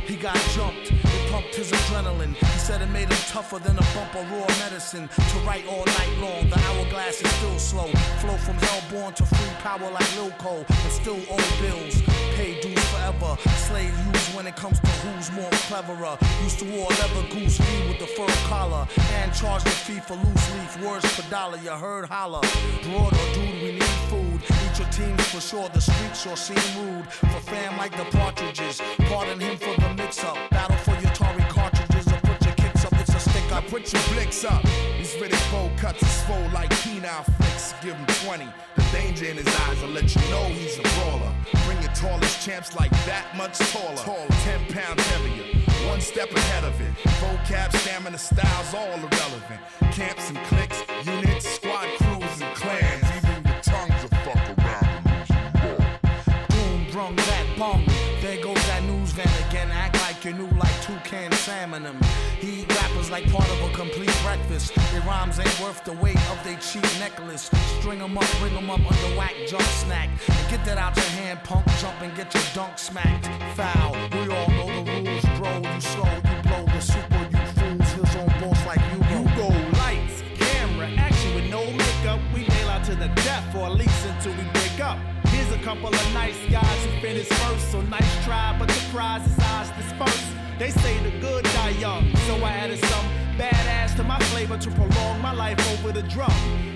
Speaker 16: He got jumped, it pumped his adrenaline. He said it made him tougher than a bump of raw medicine. To write all night long, the hourglass is still slow. Flow from hellborn to free power like Lil Cole, and still owe bills. Pay dues forever. Slave use when it comes to who's more cleverer. Used to wore leather goose fee with the fur collar and charged the fee for loose leaf words per dollar. You heard holler. Broad or dude, we need food. Eat your teams for sure. The streets sure seem rude. For fam like the partridges. Pardon him for the mix up. Battle for your Tory cartridges or put your kicks up. It's a stick up.
Speaker 15: Put your blicks up. These Riddick bowl cuts are swole like penile flicks. Give him 20. The danger in his eyes will let you know he's a brawler. Bring it
Speaker 17: tallest champs like that much taller. Ten pounds heavier, one step ahead of it. Vocab, stamina, styles all irrelevant. Camps and cliques, units, squad crews and clans. Even the tongues will fuck around and lose you all.
Speaker 16: Boom, brung that bong. There goes that news van again. Act like you knew like two canned salmon him. He eat rappers like part of a complete breakfast. Their rhymes ain't worth the weight of their cheap necklace. String 'em up, bring 'em up under whack jump snack. And get that out your hand, punk jump and get your dunk smacked. Foul, we all know the rules, bro. You slow, you blow the super, you fools. Heels on boss like you go.
Speaker 15: You go lights, camera, action with no makeup. We nail out to the death, or at least until we break up. Here's a couple of nice guys who finished first, so nice try, but the prize is eyes dispersed. They say the good die young, so I added some badass to my flavor to prolong my life over the drum.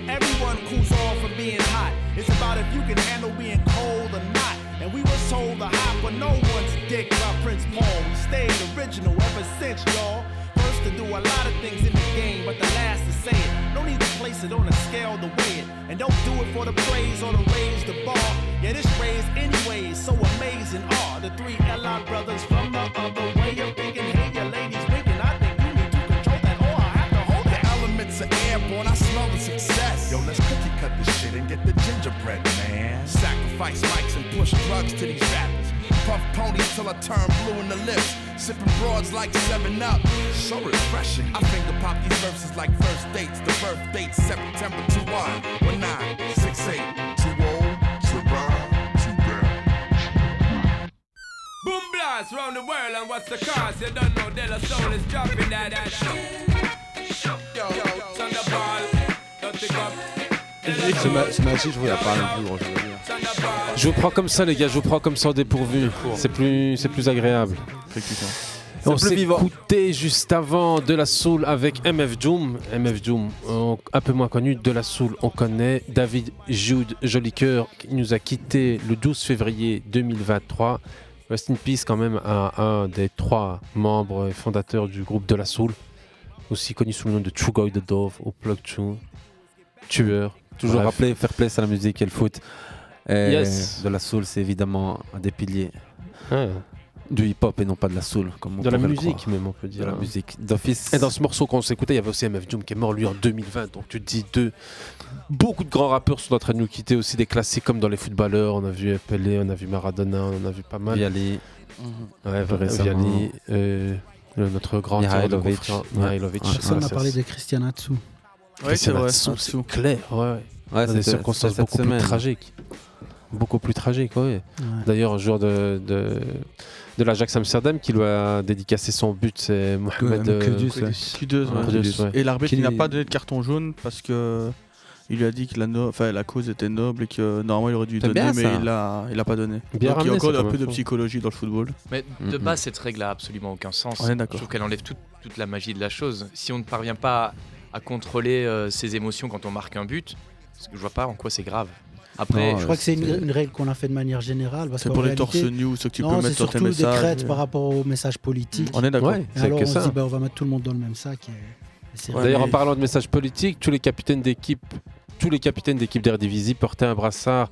Speaker 15: Everyone cools off from being hot. It's about if you can handle being cold or not. And we were told to hop but no one's dick by Prince Paul. We stayed original ever since, y'all. First to do a lot of things in the game, but the last to say it. No need to place it on a scale to weigh it. And don't do it for the praise or to raise the bar. Yeah, this raise anyways, so amazing are the three L.I. brothers from the other way of thinking. Hey, your ladies winking, I think you need to control that or I have to hold
Speaker 17: The elements are airborne, I smell the success. Yo, let's cookie cut this shit and get the gingerbread, man. Sacrifice mics and push drugs to these rappers. Puff ponies till I turn blue in the lips. Sipping broads like 7 Up. So refreshing. I finger pop these verses like first dates. The birth date September 21, 19, 68, 20, 21.
Speaker 18: Boom blast round the world and what's the cause? You don't know De La Soul is dropping that that show. Yo, yo, Thunderball, don't pick up.
Speaker 8: Ce, ma- ce match, je vous la parle plus gros, je veux dire. Je vous prends comme ça, les gars, je vous prends comme ça au dépourvu. C'est plus, c'est plus agréable.
Speaker 7: C'est
Speaker 8: On
Speaker 7: plus
Speaker 8: s'est
Speaker 7: vivant.
Speaker 8: écouté juste avant De La Soul avec MF Doom. MF Doom, euh, un peu moins connu. De La Soul, on connaît. David Jude Jolicoeur qui nous a quitté le 12 février 2023. Rest in peace quand même à un des trois membres et fondateurs du groupe De La Soul, aussi connu sous le nom de True Guy the Dove ou Plug Two, tueur.
Speaker 7: Toujours
Speaker 8: Bref.
Speaker 7: rappeler, fair play, c'est la musique et le foot. Et
Speaker 8: Yes. Ah.
Speaker 7: De la soul, c'est évidemment un des piliers
Speaker 8: Ouais.
Speaker 7: du hip-hop et non pas de la soul. Comme on
Speaker 8: de la
Speaker 7: pourrait le
Speaker 8: musique
Speaker 7: croire.
Speaker 8: même on peut dire
Speaker 7: De la
Speaker 8: hein.
Speaker 7: musique d'office.
Speaker 8: et dans ce morceau qu'on s'écoutait il y avait aussi MF Doom qui est mort lui en 2020 donc tu te dis deux beaucoup de grands rappeurs sont en train de nous quitter aussi des classiques comme dans les footballeurs on a vu Pelé on a vu Maradona on en a vu pas mal
Speaker 7: Viali.
Speaker 8: ouais,
Speaker 7: Tout
Speaker 8: vrai,
Speaker 7: récemment.
Speaker 8: Viali euh, le- notre grand
Speaker 7: Mihailovic. Ouais.
Speaker 10: Personne n'a parlé de Christian Atsu.
Speaker 8: Ouais, c'est vrai. C'est clair. Ouais, ouais.
Speaker 7: Ouais,
Speaker 8: Dans des
Speaker 7: c'était-
Speaker 8: circonstances
Speaker 7: c'était cette
Speaker 8: beaucoup
Speaker 7: semaine.
Speaker 8: plus tragiques. Beaucoup plus tragiques, ouais. D'ailleurs, un joueur de, de, de l'Ajax Amsterdam qui lui a dédicacé son but, c'est Mohamed euh,
Speaker 2: Kudus, ouais. Kudus, ouais.
Speaker 8: Kudus, ouais.
Speaker 2: Et l'arbitre
Speaker 8: Qui
Speaker 2: il n'a
Speaker 8: lui-
Speaker 2: pas donné de carton jaune parce que il lui a dit que la, no- enfin, la cause était noble et que euh, normalement il aurait dû
Speaker 8: C'est
Speaker 2: donner,
Speaker 8: bien,
Speaker 2: mais
Speaker 8: ça.
Speaker 2: il l'a il a pas donné.
Speaker 8: Bien
Speaker 2: Donc il y
Speaker 8: ramené,
Speaker 2: a encore
Speaker 8: ça,
Speaker 2: un
Speaker 8: comme
Speaker 2: peu de
Speaker 8: info.
Speaker 2: psychologie dans le football.
Speaker 9: Mais de
Speaker 2: Mm,
Speaker 9: base, cette règle a absolument aucun sens.
Speaker 2: On est d'accord.
Speaker 9: Je trouve qu'elle enlève toute, toute la magie de la chose. Si on ne parvient pas à, à contrôler euh, ses émotions quand on marque un but, parce que je vois pas en quoi c'est grave. Après,
Speaker 10: je crois que c'est une, une règle qu'on a fait de manière générale. parce
Speaker 2: C'est
Speaker 10: qu'en
Speaker 2: pour les
Speaker 10: réalité-
Speaker 2: torse nu, ceux que tu
Speaker 10: Non,
Speaker 2: peux
Speaker 10: c'est
Speaker 2: mettre sur tes
Speaker 10: surtout des
Speaker 2: messages.
Speaker 10: crêtes par rapport au message politique.
Speaker 2: On est d'accord. Ouais,
Speaker 10: Et
Speaker 8: c'est
Speaker 10: alors
Speaker 8: que
Speaker 10: on
Speaker 8: ça.
Speaker 10: se dit, bah, on va mettre tout le monde dans le même sac. et- et c'est
Speaker 8: D'ailleurs, en
Speaker 10: réglé.
Speaker 8: parlant de messages politiques, tous les capitaines d'équipe, tous les capitaines d'équipe d'Eredivisie portaient un brassard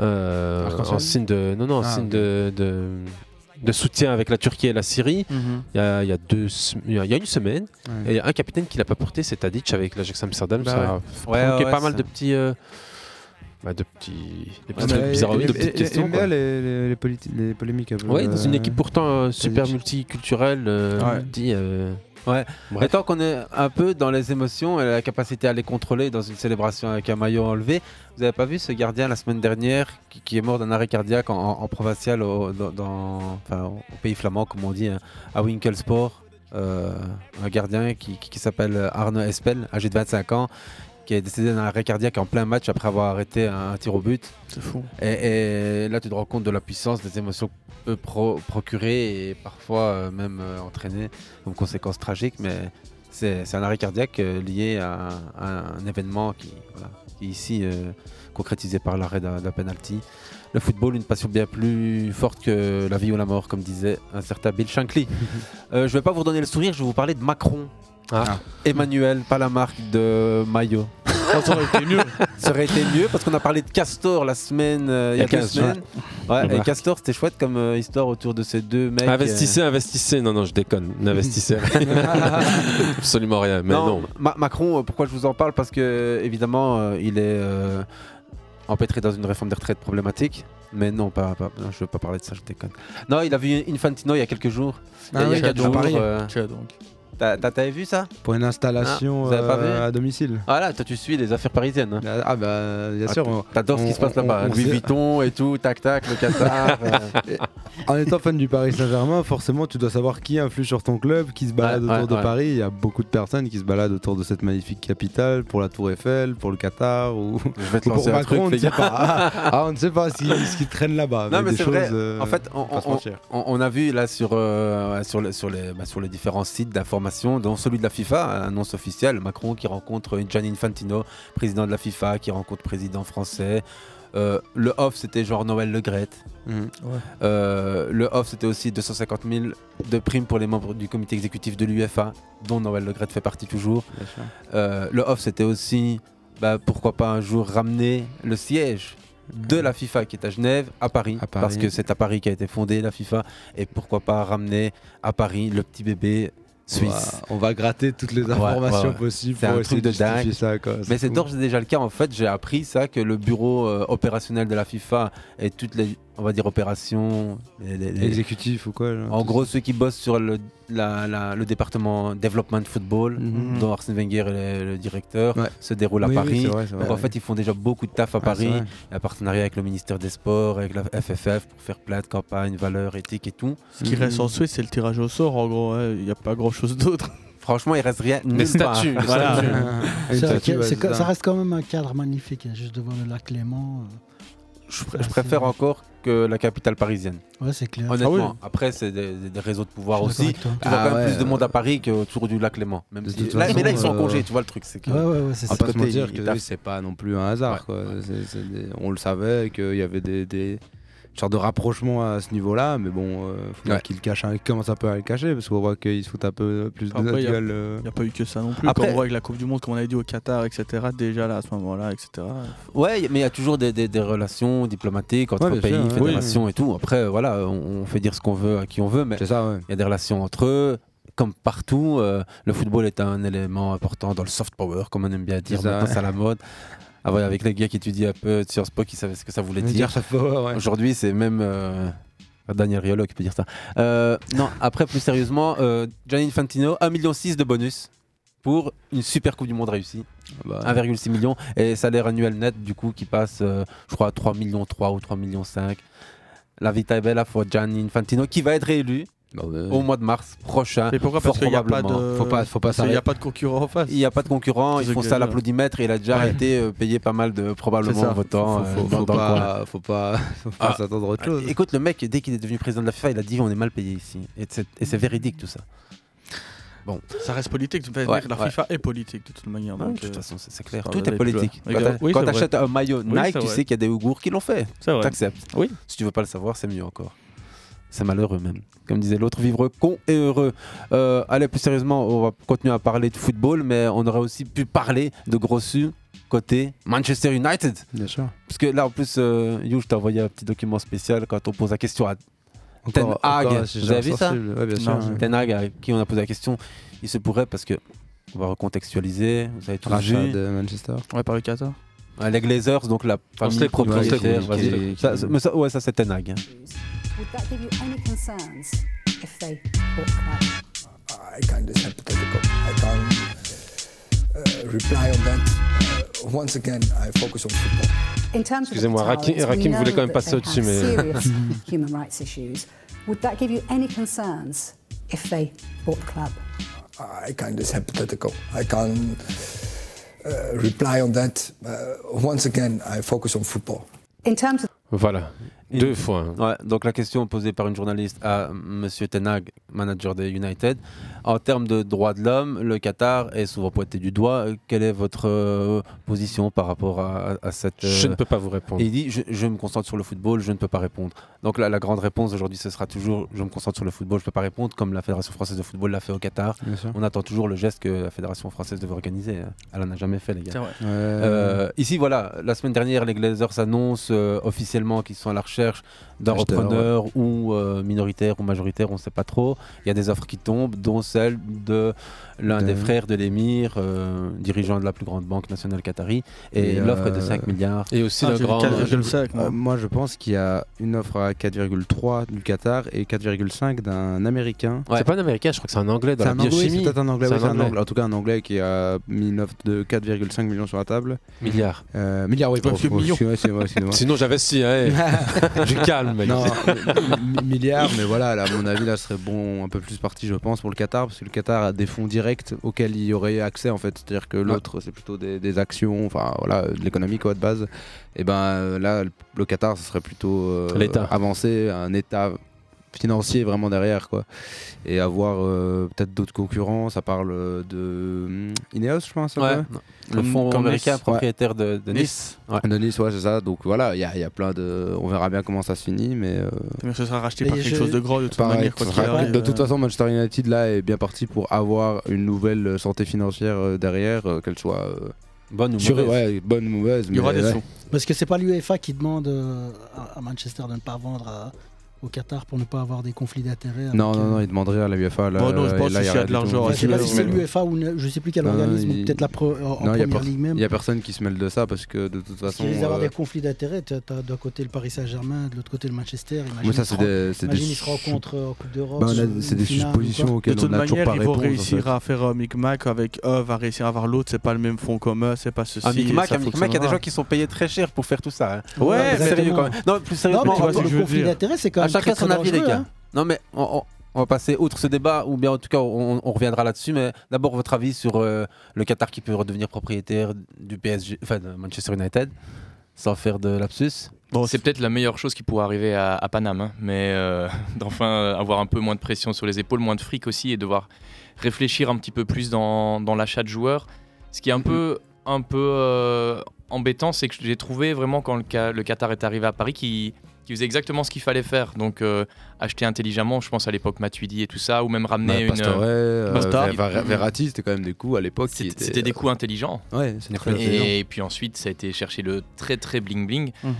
Speaker 8: euh,
Speaker 7: Arc-en-ciel
Speaker 8: en signe de, non non, en
Speaker 7: Ah,
Speaker 8: signe
Speaker 7: ok.
Speaker 8: de, de, de soutien avec la Turquie et la Syrie. Il
Speaker 7: Mhm.
Speaker 8: y, a, il y a deux, sem- il y a- il y a une semaine,
Speaker 7: Ouais.
Speaker 8: et il y a un capitaine qui l'a pas porté, c'est Tadic avec l'Ajax Amsterdam.
Speaker 7: Bah
Speaker 8: ça a
Speaker 7: ouais.
Speaker 8: provoqué
Speaker 7: Ouais, ouais,
Speaker 8: pas mal
Speaker 7: ça-
Speaker 8: de petits, euh, bah, de petits, des petits
Speaker 19: Ouais,
Speaker 8: trucs
Speaker 19: mais
Speaker 8: bizarros,
Speaker 19: il-
Speaker 8: de
Speaker 19: il-
Speaker 8: petites
Speaker 19: il-
Speaker 8: questions.
Speaker 19: il aime
Speaker 8: quoi.
Speaker 19: bien les, les, les politi- les polémiques.
Speaker 8: Oui, dans une équipe pourtant euh, super multiculturelle, euh,
Speaker 7: Ouais.
Speaker 8: multi, euh,
Speaker 7: Ouais.
Speaker 8: Bref.
Speaker 7: Et tant qu'on est un peu dans les émotions et la capacité à les contrôler dans une célébration avec un maillot enlevé, vous avez pas vu ce gardien la semaine dernière qui, qui est mort d'un arrêt cardiaque en, en- en provincial au, dans, dans- enfin, au pays flamand, comme on dit, hein, à Winkelsport Euh, un gardien qui, qui- qui s'appelle Arne Espel, âgé de 25 ans, qui est décédé d'un arrêt cardiaque en plein match après avoir arrêté un, un tir au but.
Speaker 2: C'est fou.
Speaker 7: Et, et là, tu te rends compte de la puissance des émotions que peut pro- procurer et parfois euh, même euh, entraîner comme conséquence tragique. Mais c'est c'est un arrêt cardiaque euh, lié à, un- à un événement qui, voilà, qui est ici euh, concrétisé par l'arrêt d'un d'un penalty. Le football, une passion bien plus forte que la vie ou la mort, comme disait un certain Bill Shankly. Euh, je vais pas vous donner le sourire, je vais vous parler
Speaker 2: Ah.
Speaker 7: de Macron. Emmanuel, pas la marque de maillot.
Speaker 2: Ça aurait été mieux.
Speaker 7: ça aurait été mieux parce qu'on a parlé de Castor la semaine, euh, il y a
Speaker 9: Il y a
Speaker 7: deux
Speaker 9: 15
Speaker 7: semaines.
Speaker 9: jours.
Speaker 7: Ouais,
Speaker 9: Ouais.
Speaker 7: et Castor, c'était chouette comme euh, histoire autour de ces deux
Speaker 10: euh,
Speaker 7: mecs.
Speaker 9: Investissez, investissez. Non, non, je déconne. N'investissez absolument rien. Mais non.
Speaker 7: euh, Ma- Macron, euh, pourquoi je vous en parle Parce que, évidemment, euh, il est euh, empêtré dans une réforme des retraites problématique. Mais non, pas, pas- non, je veux pas parler de ça, je déconne. Non, il a vu Infantino il y a quelques jours.
Speaker 11: Ah
Speaker 7: il y a
Speaker 11: oui,
Speaker 7: quatre
Speaker 11: à
Speaker 7: jours,
Speaker 11: Paris.
Speaker 7: euh,
Speaker 11: Tiens donc.
Speaker 7: T'as- t'as- T'avais vu ça
Speaker 11: Pour une installation
Speaker 7: Ah, vous avez pas
Speaker 11: euh,
Speaker 7: vu
Speaker 11: à domicile.
Speaker 7: Voilà, toi tu suis les affaires parisiennes.
Speaker 11: Ah bah bien
Speaker 7: Ah,
Speaker 11: sûr.
Speaker 7: t-
Speaker 11: on-
Speaker 7: T'adores ce qui
Speaker 11: on-
Speaker 7: se passe
Speaker 11: on-
Speaker 7: là-bas. hein.
Speaker 11: on
Speaker 7: Louis
Speaker 11: sait-
Speaker 7: Vuitton et tout, tac tac, le Qatar. euh.
Speaker 11: En étant fan du Paris Saint-Germain, forcément, tu dois savoir qui influe sur ton club, qui se balade
Speaker 7: Ouais,
Speaker 11: autour
Speaker 7: ouais,
Speaker 11: de
Speaker 7: ouais.
Speaker 11: Paris. Il y a beaucoup de personnes qui se baladent autour de cette magnifique capitale pour la Tour Eiffel, pour le Qatar ou
Speaker 7: vais te
Speaker 11: ou pour
Speaker 7: lancer un
Speaker 11: Macron.
Speaker 7: truc,
Speaker 11: on ne
Speaker 7: les
Speaker 11: sait
Speaker 7: gars.
Speaker 11: pas. Ah, ah, on ne sait pas ce qui, ce qui traîne là-bas.
Speaker 7: Non
Speaker 11: mais
Speaker 7: mais
Speaker 11: des
Speaker 7: c'est vrai.
Speaker 11: choses, euh,
Speaker 7: en fait, on,
Speaker 11: faut pas se
Speaker 7: on-
Speaker 11: mentir.
Speaker 7: on- on a vu là sur euh, ouais, sur, le- sur les bah, sur les différents sites d'information, dont celui de la FIFA, annonce officielle, Macron qui rencontre euh, Gianni Infantino, président de la FIFA, qui rencontre président français. Euh, le off c'était genre Noël Le Gret.
Speaker 11: Mhm. Ouais.
Speaker 7: Euh, le off c'était aussi 250 000 de primes pour les membres du comité exécutif de l'UFA, dont Noël Le Gret fait partie toujours.
Speaker 11: Bien sûr.
Speaker 7: Euh, le off, c'était aussi, bah, pourquoi pas un jour ramener le siège de la FIFA qui est à Genève, à Paris, parce
Speaker 9: Paris.
Speaker 7: que c'est à Paris qu'a été fondée la FIFA, et pourquoi pas ramener à Paris le petit bébé suisse.
Speaker 11: On va- on va gratter toutes les
Speaker 7: Ouais,
Speaker 11: informations
Speaker 7: ouais, ouais.
Speaker 11: possibles
Speaker 7: C'est
Speaker 11: pour
Speaker 7: un
Speaker 11: essayer
Speaker 7: truc de
Speaker 11: de justifier
Speaker 7: dingue.
Speaker 11: ça, quoi. C'est
Speaker 7: Mais c'est
Speaker 11: fou.
Speaker 7: d'ores et déjà le cas. En fait, j'ai appris ça que le bureau euh, opérationnel de la FIFA et toutes les, on va dire opérations, les- les- les-
Speaker 11: Exécutif ou quoi genre,
Speaker 7: En
Speaker 11: tout
Speaker 7: gros, ceux qui bossent sur le, la- la- le département développement de football,
Speaker 11: Mhm.
Speaker 7: dont Arsène Wenger est le, le directeur,
Speaker 11: Ouais.
Speaker 7: se déroule à
Speaker 11: Oui, oui,
Speaker 7: Paris.
Speaker 11: c'est vrai, c'est vrai,
Speaker 7: Donc en
Speaker 11: oui.
Speaker 7: fait, ils font déjà beaucoup de taf à
Speaker 11: Ah,
Speaker 7: Paris.
Speaker 11: c'est vrai.
Speaker 7: Il y a un partenariat avec le ministère des Sports, avec la FFF pour faire plein de campagnes, valeurs, éthique et tout.
Speaker 2: Ce qui reste en Suisse, c'est le tirage au sort, en gros. hein. Il n'y a pas grand chose d'autre.
Speaker 7: Franchement, il reste rien.
Speaker 2: Les
Speaker 7: nulle part.
Speaker 2: statues, les
Speaker 7: Voilà.
Speaker 2: statues.
Speaker 10: C'est vrai que- c'est que- ça reste quand même un cadre magnifique, hein, juste devant le lac euh. Clément.
Speaker 7: Je, pr- je préfère encore que la capitale parisienne.
Speaker 10: Ouais, c'est clair.
Speaker 7: Honnêtement,
Speaker 10: Ah oui.
Speaker 7: après, c'est des, des- des réseaux de pouvoir
Speaker 10: Je suis
Speaker 7: aussi. Tu
Speaker 10: d'accord
Speaker 7: vois
Speaker 10: avec toi.
Speaker 7: quand
Speaker 10: Ah
Speaker 7: même
Speaker 10: ouais,
Speaker 7: plus de monde à Paris qu'autour du lac Léman. Même
Speaker 11: De
Speaker 7: si-
Speaker 11: toute
Speaker 7: là- mais
Speaker 11: façon,
Speaker 7: là, ils sont en
Speaker 11: euh,
Speaker 7: congé, tu vois le truc. C'est que-
Speaker 11: On va pas se mentir que oui, c'est pas non plus un hasard. quoi. C'est- c'est des- On le savait qu'il y avait des, des sortes de rapprochements à ce niveau-là, mais bon, euh, faut
Speaker 7: Ouais.
Speaker 11: qu'ils cachent. un- Ils commencent un peu à le cacher parce qu'on voit qu'ils se foutent un peu plus de notre
Speaker 2: Après, il
Speaker 11: gueule.
Speaker 2: n'y a, pas eu que ça non plus.
Speaker 7: euh. Après-
Speaker 2: Comme on voit avec la Coupe du Monde, comme on avait dit au Qatar, etc. Déjà là, à ce moment-là, etc.
Speaker 7: Ouais, y- mais il y a toujours des, des- des relations diplomatiques entre
Speaker 2: Ouais, bien
Speaker 7: pays,
Speaker 2: sûr, ouais.
Speaker 7: fédérations
Speaker 2: Oui.
Speaker 7: et tout. Après, euh, voilà, on, on fait dire ce qu'on veut à qui on veut, mais il y a des relations entre eux. Comme partout, euh, le football est un élément important dans le soft power, comme on aime bien dire.
Speaker 11: C'est ça,
Speaker 7: Maintenant,
Speaker 11: ouais.
Speaker 7: c'est à la mode. Ah ouais, avec les gars qui étudient un peu de Sciences Po, qui savaient ce que ça voulait
Speaker 11: Dire
Speaker 7: dire.
Speaker 11: soft power, ouais.
Speaker 7: Aujourd'hui, c'est même. euh, Daniel Riolo qui peut dire ça. Euh, non, après, plus sérieusement, euh, Gianni Infantino, 1,6 million de bonus pour une super Coupe du Monde réussie. 1,6 million et salaire annuel net du coup qui passe euh, je crois à 3 millions 3 ou 3 millions 5 la vita est bella pour Gianni Infantino qui va être réélu
Speaker 2: Bah
Speaker 7: au mois de mars prochain
Speaker 2: Mais pourquoi
Speaker 7: fort
Speaker 2: Parce qu'il n'y a pas
Speaker 7: probablement.
Speaker 2: de. parce qu'il y a pas de concurrent en face.
Speaker 7: il n'y a pas de concurrent,
Speaker 2: C'est
Speaker 7: ils
Speaker 2: ça
Speaker 7: font
Speaker 2: que
Speaker 7: ça
Speaker 2: j'allais
Speaker 7: à
Speaker 2: dire.
Speaker 7: l'applaudimètre et il a déjà
Speaker 2: Ouais.
Speaker 7: été euh, payé pas mal de
Speaker 11: C'est
Speaker 7: probablement
Speaker 11: ça.
Speaker 7: votants.
Speaker 11: Faut- faut-
Speaker 7: euh, dans-
Speaker 11: faut
Speaker 7: dans le
Speaker 11: pas-
Speaker 7: coin.
Speaker 11: faut pas- faut pas
Speaker 7: Ah,
Speaker 11: s'attendre à autre
Speaker 7: ah,
Speaker 11: chose.
Speaker 7: Écoute, le mec, dès qu'il est devenu président de la FIFA, il a dit on est mal payé ici. Et c'est- et c'est véridique tout ça. Bon.
Speaker 2: Ça reste politique. de toute
Speaker 7: Ouais,
Speaker 2: manière, la
Speaker 7: ouais.
Speaker 2: FIFA est politique de toute manière.
Speaker 7: Ouais,
Speaker 2: donc,
Speaker 7: de toute
Speaker 2: euh,
Speaker 7: façon, c'est c'est clair.
Speaker 2: ça
Speaker 7: Tout
Speaker 2: va
Speaker 7: est
Speaker 2: aller
Speaker 7: politique.
Speaker 2: plus loin.
Speaker 7: Quand
Speaker 2: Égal-
Speaker 7: t'a-
Speaker 2: oui,
Speaker 7: Quand
Speaker 2: c'est vrai.
Speaker 7: t'achètes un maillot
Speaker 2: Oui,
Speaker 7: Nike,
Speaker 2: c'est
Speaker 7: tu
Speaker 2: vrai.
Speaker 7: sais qu'il y a des Ouïghours qui l'ont fait.
Speaker 2: C'est vrai.
Speaker 7: T'acceptes. Oui. Si tu veux pas le savoir, c'est mieux encore. C'est malheureux même. Comme disait l'autre, vivre con et heureux. Euh, allez, plus sérieusement, on va continuer à parler de football, mais on aurait aussi pu parler de grossu côté Manchester United.
Speaker 11: Bien sûr.
Speaker 7: Parce que là, en plus, euh, You, je t'ai envoyé un petit document spécial quand on pose la question à Ten
Speaker 11: Encore-
Speaker 7: Hag.
Speaker 11: encore un sujet
Speaker 7: Vous avez vu ça
Speaker 11: sensible. Ouais, bien sûr,
Speaker 7: Non,
Speaker 11: ouais.
Speaker 7: Ten Hag, à qui on a posé la question, il se pourrait parce que on va recontextualiser. Vous avez tous
Speaker 11: Rachat
Speaker 7: vu.
Speaker 11: de Manchester.
Speaker 2: Ouais, par le Qatar.
Speaker 7: Ouais, les Glazers, donc la
Speaker 11: On se
Speaker 7: famille
Speaker 11: les propose,
Speaker 7: propriétaire,
Speaker 11: on se les propose.
Speaker 7: vas-y.
Speaker 11: Qui- qui-
Speaker 7: Ça, ça- mais ça- ouais, ça c'est Ten Hag. hein.
Speaker 20: Would that give you any concerns if they bought club?
Speaker 21: I kind of hypothetical. I can't uh, reply on that. Uh, once again, I focus on football.
Speaker 20: In terms of the
Speaker 9: Excusez-moi,
Speaker 20: Qataris,
Speaker 9: Rakim-
Speaker 20: we
Speaker 9: Rakim
Speaker 20: know
Speaker 9: voulait quand même
Speaker 20: that
Speaker 9: passer
Speaker 20: they
Speaker 9: au-dessus,
Speaker 20: have
Speaker 9: mais-
Speaker 20: serious human rights issues. Would that give you any concerns if they bought the club?
Speaker 21: I kind of hypothetical. I can't uh, reply on that. Uh, once again, I focus on football.
Speaker 20: In terms of
Speaker 9: Voilà.
Speaker 8: Deux fois.
Speaker 7: Ouais, donc la question posée par une journaliste à Monsieur Tenag, manager des United, en termes de droits de l'homme, le Qatar est souvent pointé du doigt. Quelle est votre euh, position par rapport à, à cette... euh,
Speaker 8: Je ne peux pas vous répondre.
Speaker 7: Et il dit, je, je me concentre sur le football, je ne peux pas répondre. Donc la, la grande réponse aujourd'hui, ce sera toujours, je me concentre sur le football, je ne peux pas répondre, comme la Fédération française de football l'a fait au Qatar.
Speaker 8: Bien sûr.
Speaker 7: On attend toujours le geste que la Fédération française devait organiser. Elle n'en a jamais fait, les gars.
Speaker 8: C'est vrai. Ouais.
Speaker 7: Euh, ici, voilà, la semaine dernière, les Glazers annoncent euh, officiellement qu'ils sont à la recherche d'un
Speaker 8: Acheteur,
Speaker 7: repreneur ou euh, minoritaire ou majoritaire, on ne sait pas trop. Il y a des offres qui tombent, dont celle de l'un
Speaker 8: De-
Speaker 7: des frères de l'émir, euh, dirigeant de la plus grande banque nationale qatari, et, l'offre est de 5 milliards.
Speaker 11: Euh, moi, je pense qu'il y a une offre à 4,3 du Qatar et 4,5 d'un Américain.
Speaker 8: C'est pas un américain, je crois que c'est un anglais dans
Speaker 11: C'est
Speaker 8: la
Speaker 11: un Anglais,
Speaker 8: biochimie.
Speaker 11: C'est peut-être un anglais,
Speaker 8: C'est
Speaker 11: oui,
Speaker 8: un
Speaker 11: c'est un
Speaker 8: Anglais.
Speaker 11: Anglais. En tout cas, un anglais qui a mis une offre de 4,5 millions sur la table.
Speaker 8: Milliard.
Speaker 11: Euh, milliard, oui,
Speaker 8: Ouais,
Speaker 11: pardon.
Speaker 8: parce que million.
Speaker 11: Excusez-moi, excusez-moi, excusez-moi.
Speaker 8: Sinon, j'investis, hein, eh. Je calme, mec.
Speaker 11: Non, mi- milliard, mais voilà, là, à mon avis, là, ce serait bon, un peu plus parti, je pense, pour le Qatar, parce que le Qatar a des fonds directs auxquels il y aurait accès, en fait. C'est-à-dire que l'autre, c'est plutôt des, des actions, enfin, voilà, de l'économie, quoi, de base. Et ben euh, là, le- le Qatar, ce serait plutôt euh,
Speaker 8: L'État.
Speaker 11: avancé, un État financier vraiment derrière quoi et avoir euh, peut-être d'autres concurrents ça parle euh, de hum, Ineos je pense un
Speaker 7: Ouais.
Speaker 11: peu.
Speaker 7: Non. Le fonds
Speaker 11: Comme
Speaker 7: américain
Speaker 11: Nice.
Speaker 7: propriétaire de- de Nice.
Speaker 11: Ouais. De Nice, ouais, c'est ça. Donc voilà, il y, a- il y a plein de. On verra bien comment ça se finit, mais. euh,
Speaker 2: Mais ce sera racheté
Speaker 11: Mais
Speaker 2: par
Speaker 11: je-
Speaker 2: quelque chose de gros de toute
Speaker 11: pareil,
Speaker 2: manière. quoi
Speaker 11: ce
Speaker 2: qu'il
Speaker 11: sera-
Speaker 2: arrive. euh.
Speaker 11: de toute façon, Manchester United là est bien parti pour avoir une nouvelle euh, santé financière euh, derrière, euh, qu'elle soit euh,
Speaker 7: bonne
Speaker 10: ou
Speaker 11: ouais, bonne ou mauvaise. mais ouais.
Speaker 10: Parce que c'est pas l'UEFA qui demande euh, à à Manchester de ne pas vendre à- au Qatar pour ne pas avoir des conflits d'intérêts. avec,
Speaker 11: Non, non,
Speaker 10: euh,
Speaker 11: non, il demanderait à la UEFA. Là,
Speaker 2: Bon, non, je
Speaker 11: euh,
Speaker 2: pense
Speaker 11: là,
Speaker 2: que s'il y a
Speaker 11: rien
Speaker 2: de
Speaker 11: du
Speaker 2: l'argent
Speaker 11: tout.
Speaker 10: Je sais pas si c'est l'UEFA ou ne- je sais plus quel
Speaker 11: Non, non,
Speaker 10: organisme, ou
Speaker 11: il-
Speaker 10: peut-être la pro- en- en
Speaker 11: Non, il y a
Speaker 10: première
Speaker 11: per-
Speaker 10: ligue même.
Speaker 11: Il y a personne qui se mêle de ça parce que de toute façon.
Speaker 10: S'ils allaient avoir
Speaker 11: euh,
Speaker 10: des conflits d'intérêts, tu as d'un côté le Paris Saint-Germain, de l'autre côté le Manchester. Imagine,
Speaker 11: Mais ça,
Speaker 10: ils
Speaker 11: c'est
Speaker 10: se
Speaker 11: des-
Speaker 10: ren-
Speaker 11: c'est des
Speaker 10: imagine ils se
Speaker 11: su-
Speaker 10: rencontrent euh, en Coupe d'Europe.
Speaker 11: Ben, on a-
Speaker 10: sur une
Speaker 11: c'est des
Speaker 10: finale ou
Speaker 11: suppositions
Speaker 10: quoi.
Speaker 11: auxquelles
Speaker 2: de toute
Speaker 11: on n'a toujours
Speaker 2: manière,
Speaker 11: pas
Speaker 2: ils vont
Speaker 11: réponse, en
Speaker 2: réussir
Speaker 11: fait.
Speaker 2: à faire un micmac avec eux, va réussir à avoir l'autre, c'est pas le même fond commun, c'est pas ceci.
Speaker 7: Un Ah, micmac,
Speaker 2: ça
Speaker 7: un micmac, hein, il y a des
Speaker 2: fonctionnera.
Speaker 7: gens qui sont payés très cher pour faire tout ça. hein.
Speaker 2: Ouais,
Speaker 7: mais
Speaker 2: exactement.
Speaker 7: sérieux quand même. Non, plus sérieusement,
Speaker 10: Non, mais le conflit d'intérêts, c'est quand
Speaker 7: À
Speaker 10: même
Speaker 7: chacun
Speaker 10: très, très
Speaker 7: son avis, les
Speaker 10: dangereux,
Speaker 7: gars.
Speaker 10: hein.
Speaker 7: Non, mais on, on- on va passer outre ce débat, ou bien en tout cas, on, on reviendra là-dessus. Mais d'abord, votre avis sur euh, le Qatar qui peut redevenir propriétaire du PSG, enfin de Manchester United, sans faire de lapsus.
Speaker 9: c'est peut-être la meilleure chose qui pourrait arriver à, à Paname, hein, mais euh, d'enfin euh, avoir un peu moins de pression sur les épaules, moins de fric aussi, et devoir réfléchir un petit peu plus dans, dans l'achat de joueurs. Ce qui est un
Speaker 11: Mm-hmm.
Speaker 9: peu, un peu euh, embêtant, c'est que j'ai trouvé vraiment quand le, Ca- le Qatar est arrivé à Paris qui, qui faisait exactement ce qu'il fallait faire. Donc euh, acheter intelligemment, je pense à l'époque Matuidi et tout ça, ou même ramener une.
Speaker 11: Ouais, Bah, Pastore, euh,
Speaker 9: Bastard.
Speaker 11: Ver- Ver- Verratti, c'était quand même des coups à l'époque. qui
Speaker 9: C'était
Speaker 11: étaient-
Speaker 9: c'était des coups intelligents.
Speaker 11: Ouais, c'est très intelligent.
Speaker 9: et, puis ensuite, ça a été chercher le très très bling bling.
Speaker 11: Mhm.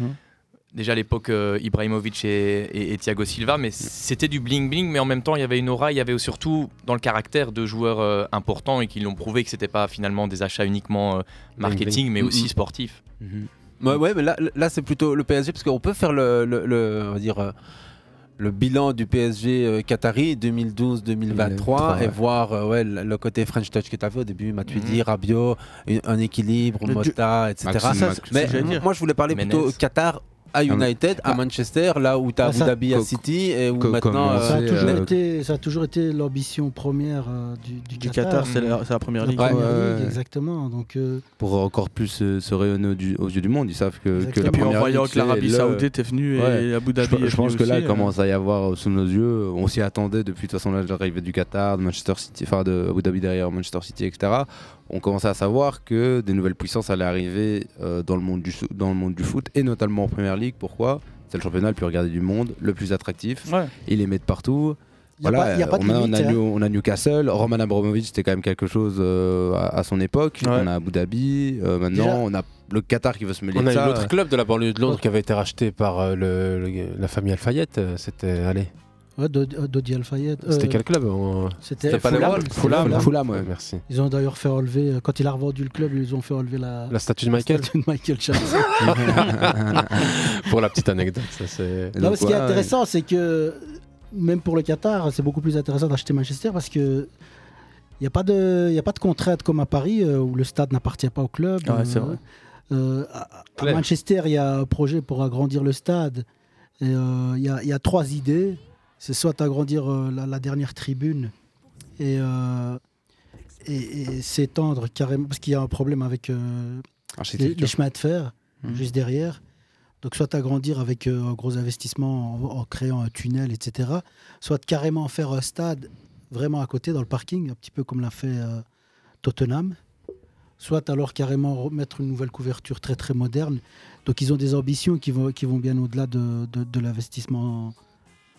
Speaker 9: Déjà à l'époque, euh, Ibrahimovic et, et- et Thiago Silva, mais c'était du bling bling, mais en même temps, il y avait une aura, il y avait surtout dans le caractère de joueurs euh, importants et qui l'ont prouvé que c'était pas finalement des achats uniquement euh, marketing, mais
Speaker 7: Mhm.
Speaker 9: aussi sportifs.
Speaker 7: Ouais, ouais, mais là, là c'est plutôt le PSG, parce qu'on peut faire le, le- le- on va dire, euh, le bilan du PSG euh, Qatari 2012-2023 et
Speaker 8: ouais.
Speaker 7: voir euh, ouais, le le côté French Touch que tu avais au début, Matuidi,
Speaker 8: Mhm.
Speaker 7: Rabiot, une- un équilibre,
Speaker 8: Le
Speaker 7: Mota, etc.
Speaker 8: Maxime,
Speaker 7: Ça,
Speaker 8: Maxime,
Speaker 7: mais
Speaker 8: j'allais dire.
Speaker 7: moi, je voulais parler plutôt
Speaker 8: Menez.
Speaker 7: Qatar à United, à Manchester, là où tu as
Speaker 10: Ah,
Speaker 7: Abu
Speaker 10: ça-
Speaker 7: Dhabi à
Speaker 10: co-
Speaker 7: City et où
Speaker 11: co-
Speaker 7: maintenant...
Speaker 11: comment
Speaker 10: Ça a
Speaker 11: c'est,
Speaker 10: toujours
Speaker 11: euh,
Speaker 10: été, ça a toujours été l'ambition première euh, du, du,
Speaker 2: Qatar, c'est la- c'est la première ligue.
Speaker 11: Ouais, ouais.
Speaker 10: ligue, Exactement. Donc, euh,
Speaker 11: Pour encore plus euh, se rayonner au du- aux yeux du monde, ils savent que, que
Speaker 2: Exactement. Et puis en
Speaker 11: première
Speaker 2: voyant
Speaker 11: ligue,
Speaker 2: que l'Arabie
Speaker 11: c'est le-
Speaker 2: Saoudite est venue et Abu Dhabi
Speaker 11: je,
Speaker 2: est
Speaker 11: je pense
Speaker 2: venu
Speaker 11: que là,
Speaker 2: aussi,
Speaker 11: il
Speaker 2: euh.
Speaker 11: commence à y avoir euh, sous nos yeux. On s'y attendait depuis de toute façon là, l'arrivée du Qatar, de Manchester City, enfin de Abu Dhabi derrière Manchester City, etc. On commençait à savoir que des nouvelles puissances allaient arriver euh, dans le monde du sou- dans le monde du foot et notamment en première ligue. Pourquoi C'est le championnat le plus regardé du monde, le plus attractif. Ils les mettent partout.
Speaker 10: Y a
Speaker 11: Voilà,
Speaker 10: pas- y a pas de
Speaker 11: on, a, on a
Speaker 10: limite, hein.
Speaker 11: New- on a Newcastle, Roman Abramovich c'était quand même quelque chose euh, à, à son époque. On a Abu Dhabi, euh, maintenant
Speaker 8: Déjà-
Speaker 11: on a le Qatar qui veut se mêler
Speaker 8: On
Speaker 11: de
Speaker 8: a eu
Speaker 11: ça.
Speaker 8: l'autre club de la banlieue de Londres qui avait été racheté par euh, le- le- la famille Al-Fayette. euh, C'était, allez,
Speaker 10: ouais, Dodi euh, Dodi Al Fayed,
Speaker 8: c'était
Speaker 10: euh,
Speaker 8: quel club on-
Speaker 10: C'était
Speaker 8: pas les
Speaker 10: Fulham.
Speaker 8: Wolves
Speaker 10: C'était
Speaker 8: Fulham.
Speaker 10: Fulham.
Speaker 8: Fulham, ouais, merci.
Speaker 10: Ils ont d'ailleurs fait enlever, euh, quand il a revendu le club, ils ont fait enlever la,
Speaker 8: La statue de Michael.
Speaker 10: statue de Michael Jackson.
Speaker 8: Pour la petite anecdote, ça c'est.
Speaker 10: Non, mais ce qui est intéressant, c'est que même pour le Qatar, c'est beaucoup plus intéressant d'acheter Manchester parce que. Il n'y a, pas de- y a pas de contrainte comme à Paris euh, où le stade n'appartient pas au club.
Speaker 2: Ouais, c'est vrai.
Speaker 10: euh, à, à
Speaker 2: Clair.
Speaker 10: Manchester, il y a un projet pour agrandir le stade. Et, euh, Il y, a- il y a trois idées. C'est soit agrandir euh, la, la dernière tribune et, euh, et- et s'étendre carrément, parce qu'il y a un problème avec euh, les,
Speaker 11: Architecture.
Speaker 10: les chemins de fer
Speaker 11: Mhm.
Speaker 10: juste derrière. Donc soit agrandir avec euh, un gros investissement en, en créant un tunnel, etc. Soit carrément faire un stade vraiment à côté dans le parking, un petit peu comme l'a fait euh, Tottenham. Soit alors carrément remettre une nouvelle couverture très très moderne. Donc ils ont des ambitions qui vont, qui vont bien au-delà de, de- de l'investissement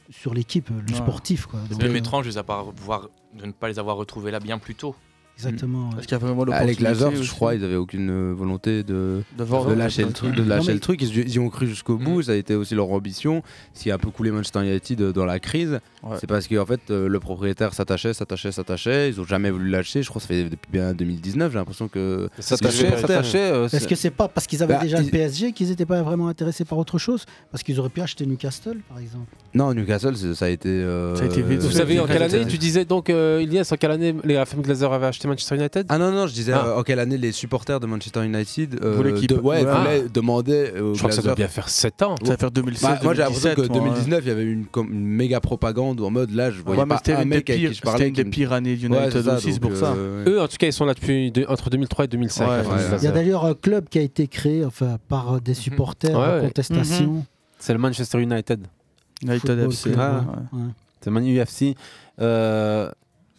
Speaker 10: sur l'équipe, le
Speaker 9: Ouais.
Speaker 10: sportif. quoi.
Speaker 9: C'est
Speaker 10: Donc,
Speaker 9: même
Speaker 10: euh,
Speaker 9: étrange de, les avoir- voir- de ne pas les avoir retrouvés là bien plus tôt.
Speaker 10: Exactement.
Speaker 2: Parce qu'il y a vraiment
Speaker 11: Avec
Speaker 2: l'opportunité
Speaker 11: Lazare,
Speaker 2: aussi.
Speaker 11: je crois, ils avaient aucune euh, volonté de,
Speaker 2: De vendre,
Speaker 11: de lâcher
Speaker 2: de-
Speaker 11: le truc.
Speaker 2: Non,
Speaker 11: De lâcher
Speaker 2: mais- Mm.
Speaker 11: le truc. Ils, ils y ont cru jusqu'au bout. Ça a été aussi leur ambition. Ce qui a un peu coulé Manchester United euh, dans la crise, c'est parce que en fait, euh, le propriétaire s'attachait, s'attachait, s'attachait. Ils ont jamais voulu lâcher. Je crois que ça fait depuis bien 2019. J'ai l'impression que
Speaker 7: S'attacher, s'attacher, euh,
Speaker 10: Est-ce que c'est pas parce qu'ils avaient
Speaker 11: Bah,
Speaker 10: déjà le
Speaker 11: ils-
Speaker 10: PSG qu'ils n'étaient pas vraiment intéressés par autre chose Parce qu'ils auraient pu acheter Newcastle, par exemple.
Speaker 11: Non, Newcastle, c'est- ça a été. euh,
Speaker 8: Ça a été vite. Vous savez en quelle année tu disais donc euh, Ilias en quelle année les FM Glazer avaient acheté Manchester United
Speaker 11: Ah non non je disais
Speaker 8: Ah.
Speaker 11: euh, en quelle année les supporters de Manchester United euh,
Speaker 8: Voulaient qu'ils-
Speaker 11: de- ouais,
Speaker 8: Ah.
Speaker 11: voulaient demander aux
Speaker 8: Je crois que ça
Speaker 11: Glazers-
Speaker 8: doit bien faire 7 ans.
Speaker 11: Ouais. Bah, moi j'ai l'impression que 2019 il y avait une, com- une méga propagande où en mode là je voyais
Speaker 2: hein. Ouais, mais
Speaker 11: pas
Speaker 2: c'était
Speaker 11: un
Speaker 2: une des
Speaker 11: mec avec
Speaker 2: pires-
Speaker 11: qui je parlais.
Speaker 2: c'était une des
Speaker 11: qui me-
Speaker 2: pires années du
Speaker 11: Ouais,
Speaker 2: United
Speaker 11: c'est ça,
Speaker 2: aussi, c'est
Speaker 11: donc,
Speaker 2: pour ça.
Speaker 11: euh,
Speaker 8: Eux en tout cas ils sont là depuis de- entre 2003 et 2005.
Speaker 11: Ouais,
Speaker 8: les FM
Speaker 11: ouais.
Speaker 8: Glazer.
Speaker 10: Il y a d'ailleurs un club qui a été créé enfin, par euh, des supporters en contestation.
Speaker 7: Mhm. C'est le Manchester United.
Speaker 10: United Mhm. Football FC. Club,
Speaker 7: Ah,
Speaker 10: ouais. Ouais.
Speaker 7: C'est Man UFC. euh,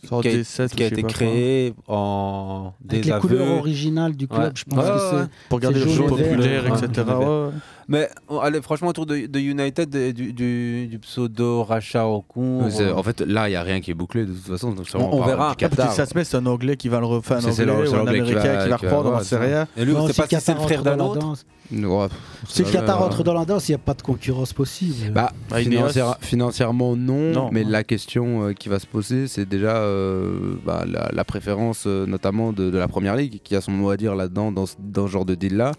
Speaker 10: Sorte
Speaker 7: qui a,
Speaker 10: des sept ou
Speaker 7: qui a
Speaker 10: je sais
Speaker 7: été
Speaker 10: pas quoi.
Speaker 7: créé en
Speaker 10: Avec les
Speaker 7: désaveu.
Speaker 10: couleurs originales du club,
Speaker 7: Ouais.
Speaker 10: je pense
Speaker 7: Ouais,
Speaker 10: que
Speaker 7: ouais,
Speaker 10: c'est-
Speaker 7: ouais.
Speaker 10: Pour garder c'est le jaune jaune et vert. hein. populaire,
Speaker 7: Ouais,
Speaker 10: etc.,
Speaker 7: jaune et vert.
Speaker 10: ouais, ouais.
Speaker 7: Mais on- allez, franchement, autour de, de United, et du, du, du pseudo rachat au con.
Speaker 11: Mais c'est- En fait là il y a rien qui est bouclé de toute façon. donc c'est
Speaker 7: On-
Speaker 11: vraiment
Speaker 7: on
Speaker 11: pas
Speaker 7: verra.
Speaker 11: du
Speaker 7: Après,
Speaker 11: Qatar.
Speaker 2: Ça se met, c'est un anglais qui va le refaire, un
Speaker 11: C'est- c'est
Speaker 2: anglais
Speaker 11: le-
Speaker 2: ou
Speaker 11: c'est
Speaker 2: un
Speaker 11: l'anglais qui
Speaker 2: américain
Speaker 11: va-
Speaker 2: qui va
Speaker 11: qui va-
Speaker 2: reprendre, on
Speaker 11: ouais,
Speaker 2: sait
Speaker 11: ça.
Speaker 2: rien.
Speaker 11: Et lui, on
Speaker 10: Non,
Speaker 11: sait
Speaker 10: si
Speaker 11: pas
Speaker 10: le
Speaker 11: si c'est le
Speaker 10: Qatar
Speaker 11: frère
Speaker 10: rentre
Speaker 11: d'un
Speaker 10: dans la
Speaker 11: autre.
Speaker 10: danse.
Speaker 2: hein.
Speaker 11: Ouais, pff,
Speaker 10: Si
Speaker 11: ça
Speaker 10: le
Speaker 11: va, hein.
Speaker 10: Qatar
Speaker 11: ouais.
Speaker 10: rentre dans la danse, il n'y a pas de concurrence possible.
Speaker 11: Bah,
Speaker 2: Ah,
Speaker 10: Bah, il
Speaker 11: financière-
Speaker 10: est-
Speaker 11: financièrement non,
Speaker 10: Non,
Speaker 11: mais
Speaker 10: ouais.
Speaker 11: la question euh, qui va se poser c'est déjà euh, bah, la, la préférence euh, notamment de, de la première ligue qui a son mot à dire là-dedans dans, ce- dans ce genre de deal là.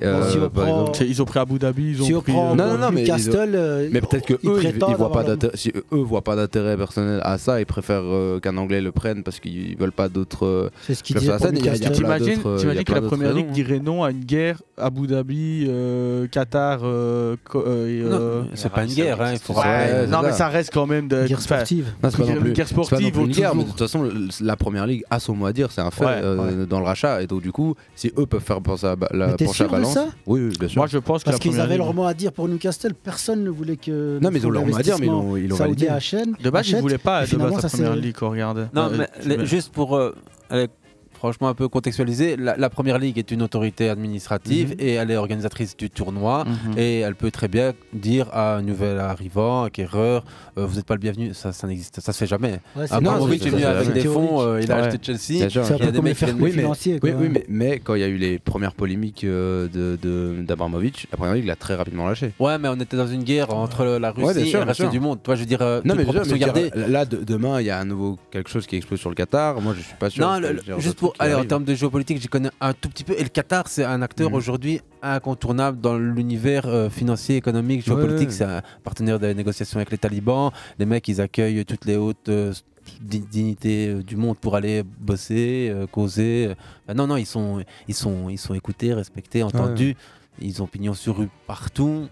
Speaker 10: si on prend-
Speaker 2: C'est- Ils ont pris Abu Dhabi, ils ont
Speaker 10: Si on
Speaker 2: pris.
Speaker 10: prend-
Speaker 2: euh,
Speaker 11: non, non, non, mais, ils ont-
Speaker 10: Newcastle, euh,
Speaker 11: mais peut-être que eux,
Speaker 10: ils
Speaker 11: ils- ils,
Speaker 10: prétendent
Speaker 11: voient pas
Speaker 10: avoir leur-
Speaker 11: d'intérêt- si eux voient pas d'intérêt personnel à ça, ils préfèrent euh, qu'un Anglais le prenne parce qu'ils veulent pas d'autres. euh,
Speaker 10: C'est ce
Speaker 2: qui
Speaker 11: plein
Speaker 2: disait
Speaker 11: de
Speaker 2: pour
Speaker 11: personnes, il y a- il y a plein
Speaker 2: T'imagines
Speaker 11: d'autres, euh, il y a
Speaker 2: t'imagines que
Speaker 11: plein
Speaker 2: la
Speaker 11: d'autres
Speaker 2: première ligue
Speaker 11: raisons.
Speaker 2: dirait non à une guerre Abu Dhabi, euh, Qatar. euh, co- euh, et,
Speaker 7: Non,
Speaker 2: euh,
Speaker 7: c'est pas une guerre, hein, il faut
Speaker 2: Ouais,
Speaker 7: rappeler.
Speaker 2: non,
Speaker 11: c'est
Speaker 2: mais
Speaker 11: ça.
Speaker 2: ça reste quand même de.
Speaker 10: Guerre
Speaker 2: enfin,
Speaker 10: sportive.
Speaker 11: Non, c'est pas non plus-
Speaker 2: Une guerre
Speaker 11: c'est pas non
Speaker 2: sportive,
Speaker 11: plus une
Speaker 2: au
Speaker 11: guerre, mais de
Speaker 2: toujours.
Speaker 11: toute façon, le- la première ligue a son mot à dire, c'est un fait
Speaker 2: Ouais,
Speaker 11: euh, dans le rachat. Et donc, du coup, si eux peuvent faire penser à ba- la
Speaker 10: Mais t'es
Speaker 11: pencher à
Speaker 10: sûr de
Speaker 11: balance.
Speaker 10: ça
Speaker 11: oui, oui, bien sûr.
Speaker 2: Moi, je pense
Speaker 10: Parce qu'ils avaient leur mot à dire pour Newcastle, personne ne voulait que.
Speaker 11: Non, mais ils ont leur mot à dire, mais ils l'ont- ils l'ont validé.
Speaker 10: Saoudien HN.
Speaker 2: De base, ils
Speaker 10: achète,
Speaker 2: voulaient pas
Speaker 10: et
Speaker 2: de
Speaker 10: finalement,
Speaker 2: base la
Speaker 10: ça
Speaker 2: première
Speaker 10: s'est-
Speaker 2: ligue, regarde. Euh,
Speaker 7: Non, mais les- juste pour euh, aller franchement un peu contextualiser, la, la Première Ligue est une autorité administrative
Speaker 2: Mhm.
Speaker 7: et elle est organisatrice du tournoi
Speaker 2: Mhm.
Speaker 7: et elle peut très bien dire à un nouvel arrivant, acquéreur, euh, vous n'êtes pas le bienvenu. Ça, ça n'existe, ça se fait jamais.
Speaker 11: Ouais, c'est-
Speaker 7: Ah,
Speaker 11: non,
Speaker 7: Abramovich
Speaker 11: c'est-
Speaker 7: est venu
Speaker 11: c'est-
Speaker 7: avec
Speaker 11: c'est
Speaker 7: des fonds,
Speaker 11: théorique.
Speaker 7: euh,
Speaker 2: Ah
Speaker 7: il a
Speaker 11: Ouais.
Speaker 7: acheté Chelsea.
Speaker 11: Bien sûr.
Speaker 7: il y a des mecs qui viennent-
Speaker 11: Oui, mais- Oui, oui, mais, mais quand il y a eu les premières polémiques euh, de- de- d'Abramovich, la première ligue l'a très rapidement lâché.
Speaker 7: Ouais, mais on était dans une guerre entre la Russie
Speaker 11: bien sûr,
Speaker 7: et le
Speaker 11: bien
Speaker 7: reste
Speaker 11: sûr.
Speaker 7: du monde. Toi, je veux dire, euh,
Speaker 11: Non,
Speaker 7: toute
Speaker 11: mais, déjà,
Speaker 7: proportion
Speaker 11: mais je veux dire,
Speaker 7: gardée,
Speaker 11: là, de- demain, il y a à nouveau quelque chose qui explose sur le Qatar. Moi, je suis pas sûr.
Speaker 7: Non,
Speaker 11: Je
Speaker 7: le-
Speaker 11: veux
Speaker 7: le-
Speaker 11: dire,
Speaker 7: juste
Speaker 11: d'autres
Speaker 7: pour
Speaker 11: trucs qui
Speaker 7: aller en
Speaker 11: arrivent.
Speaker 7: termes de géopolitique, j'y connais un tout petit peu. Et le Qatar, c'est un acteur
Speaker 11: Mhm.
Speaker 7: aujourd'hui incontournable dans l'univers euh, financier, économique,
Speaker 11: Ouais,
Speaker 7: géopolitique.
Speaker 11: ouais.
Speaker 7: C'est un partenaire des négociations avec les talibans. Les mecs, ils accueillent toutes les hautes euh, di- dignités euh, du monde pour aller bosser, euh, causer. Ben non, non, ils sont, ils sont, ils sont écoutés, respectés, entendus. Ils ont pignon sur rue partout.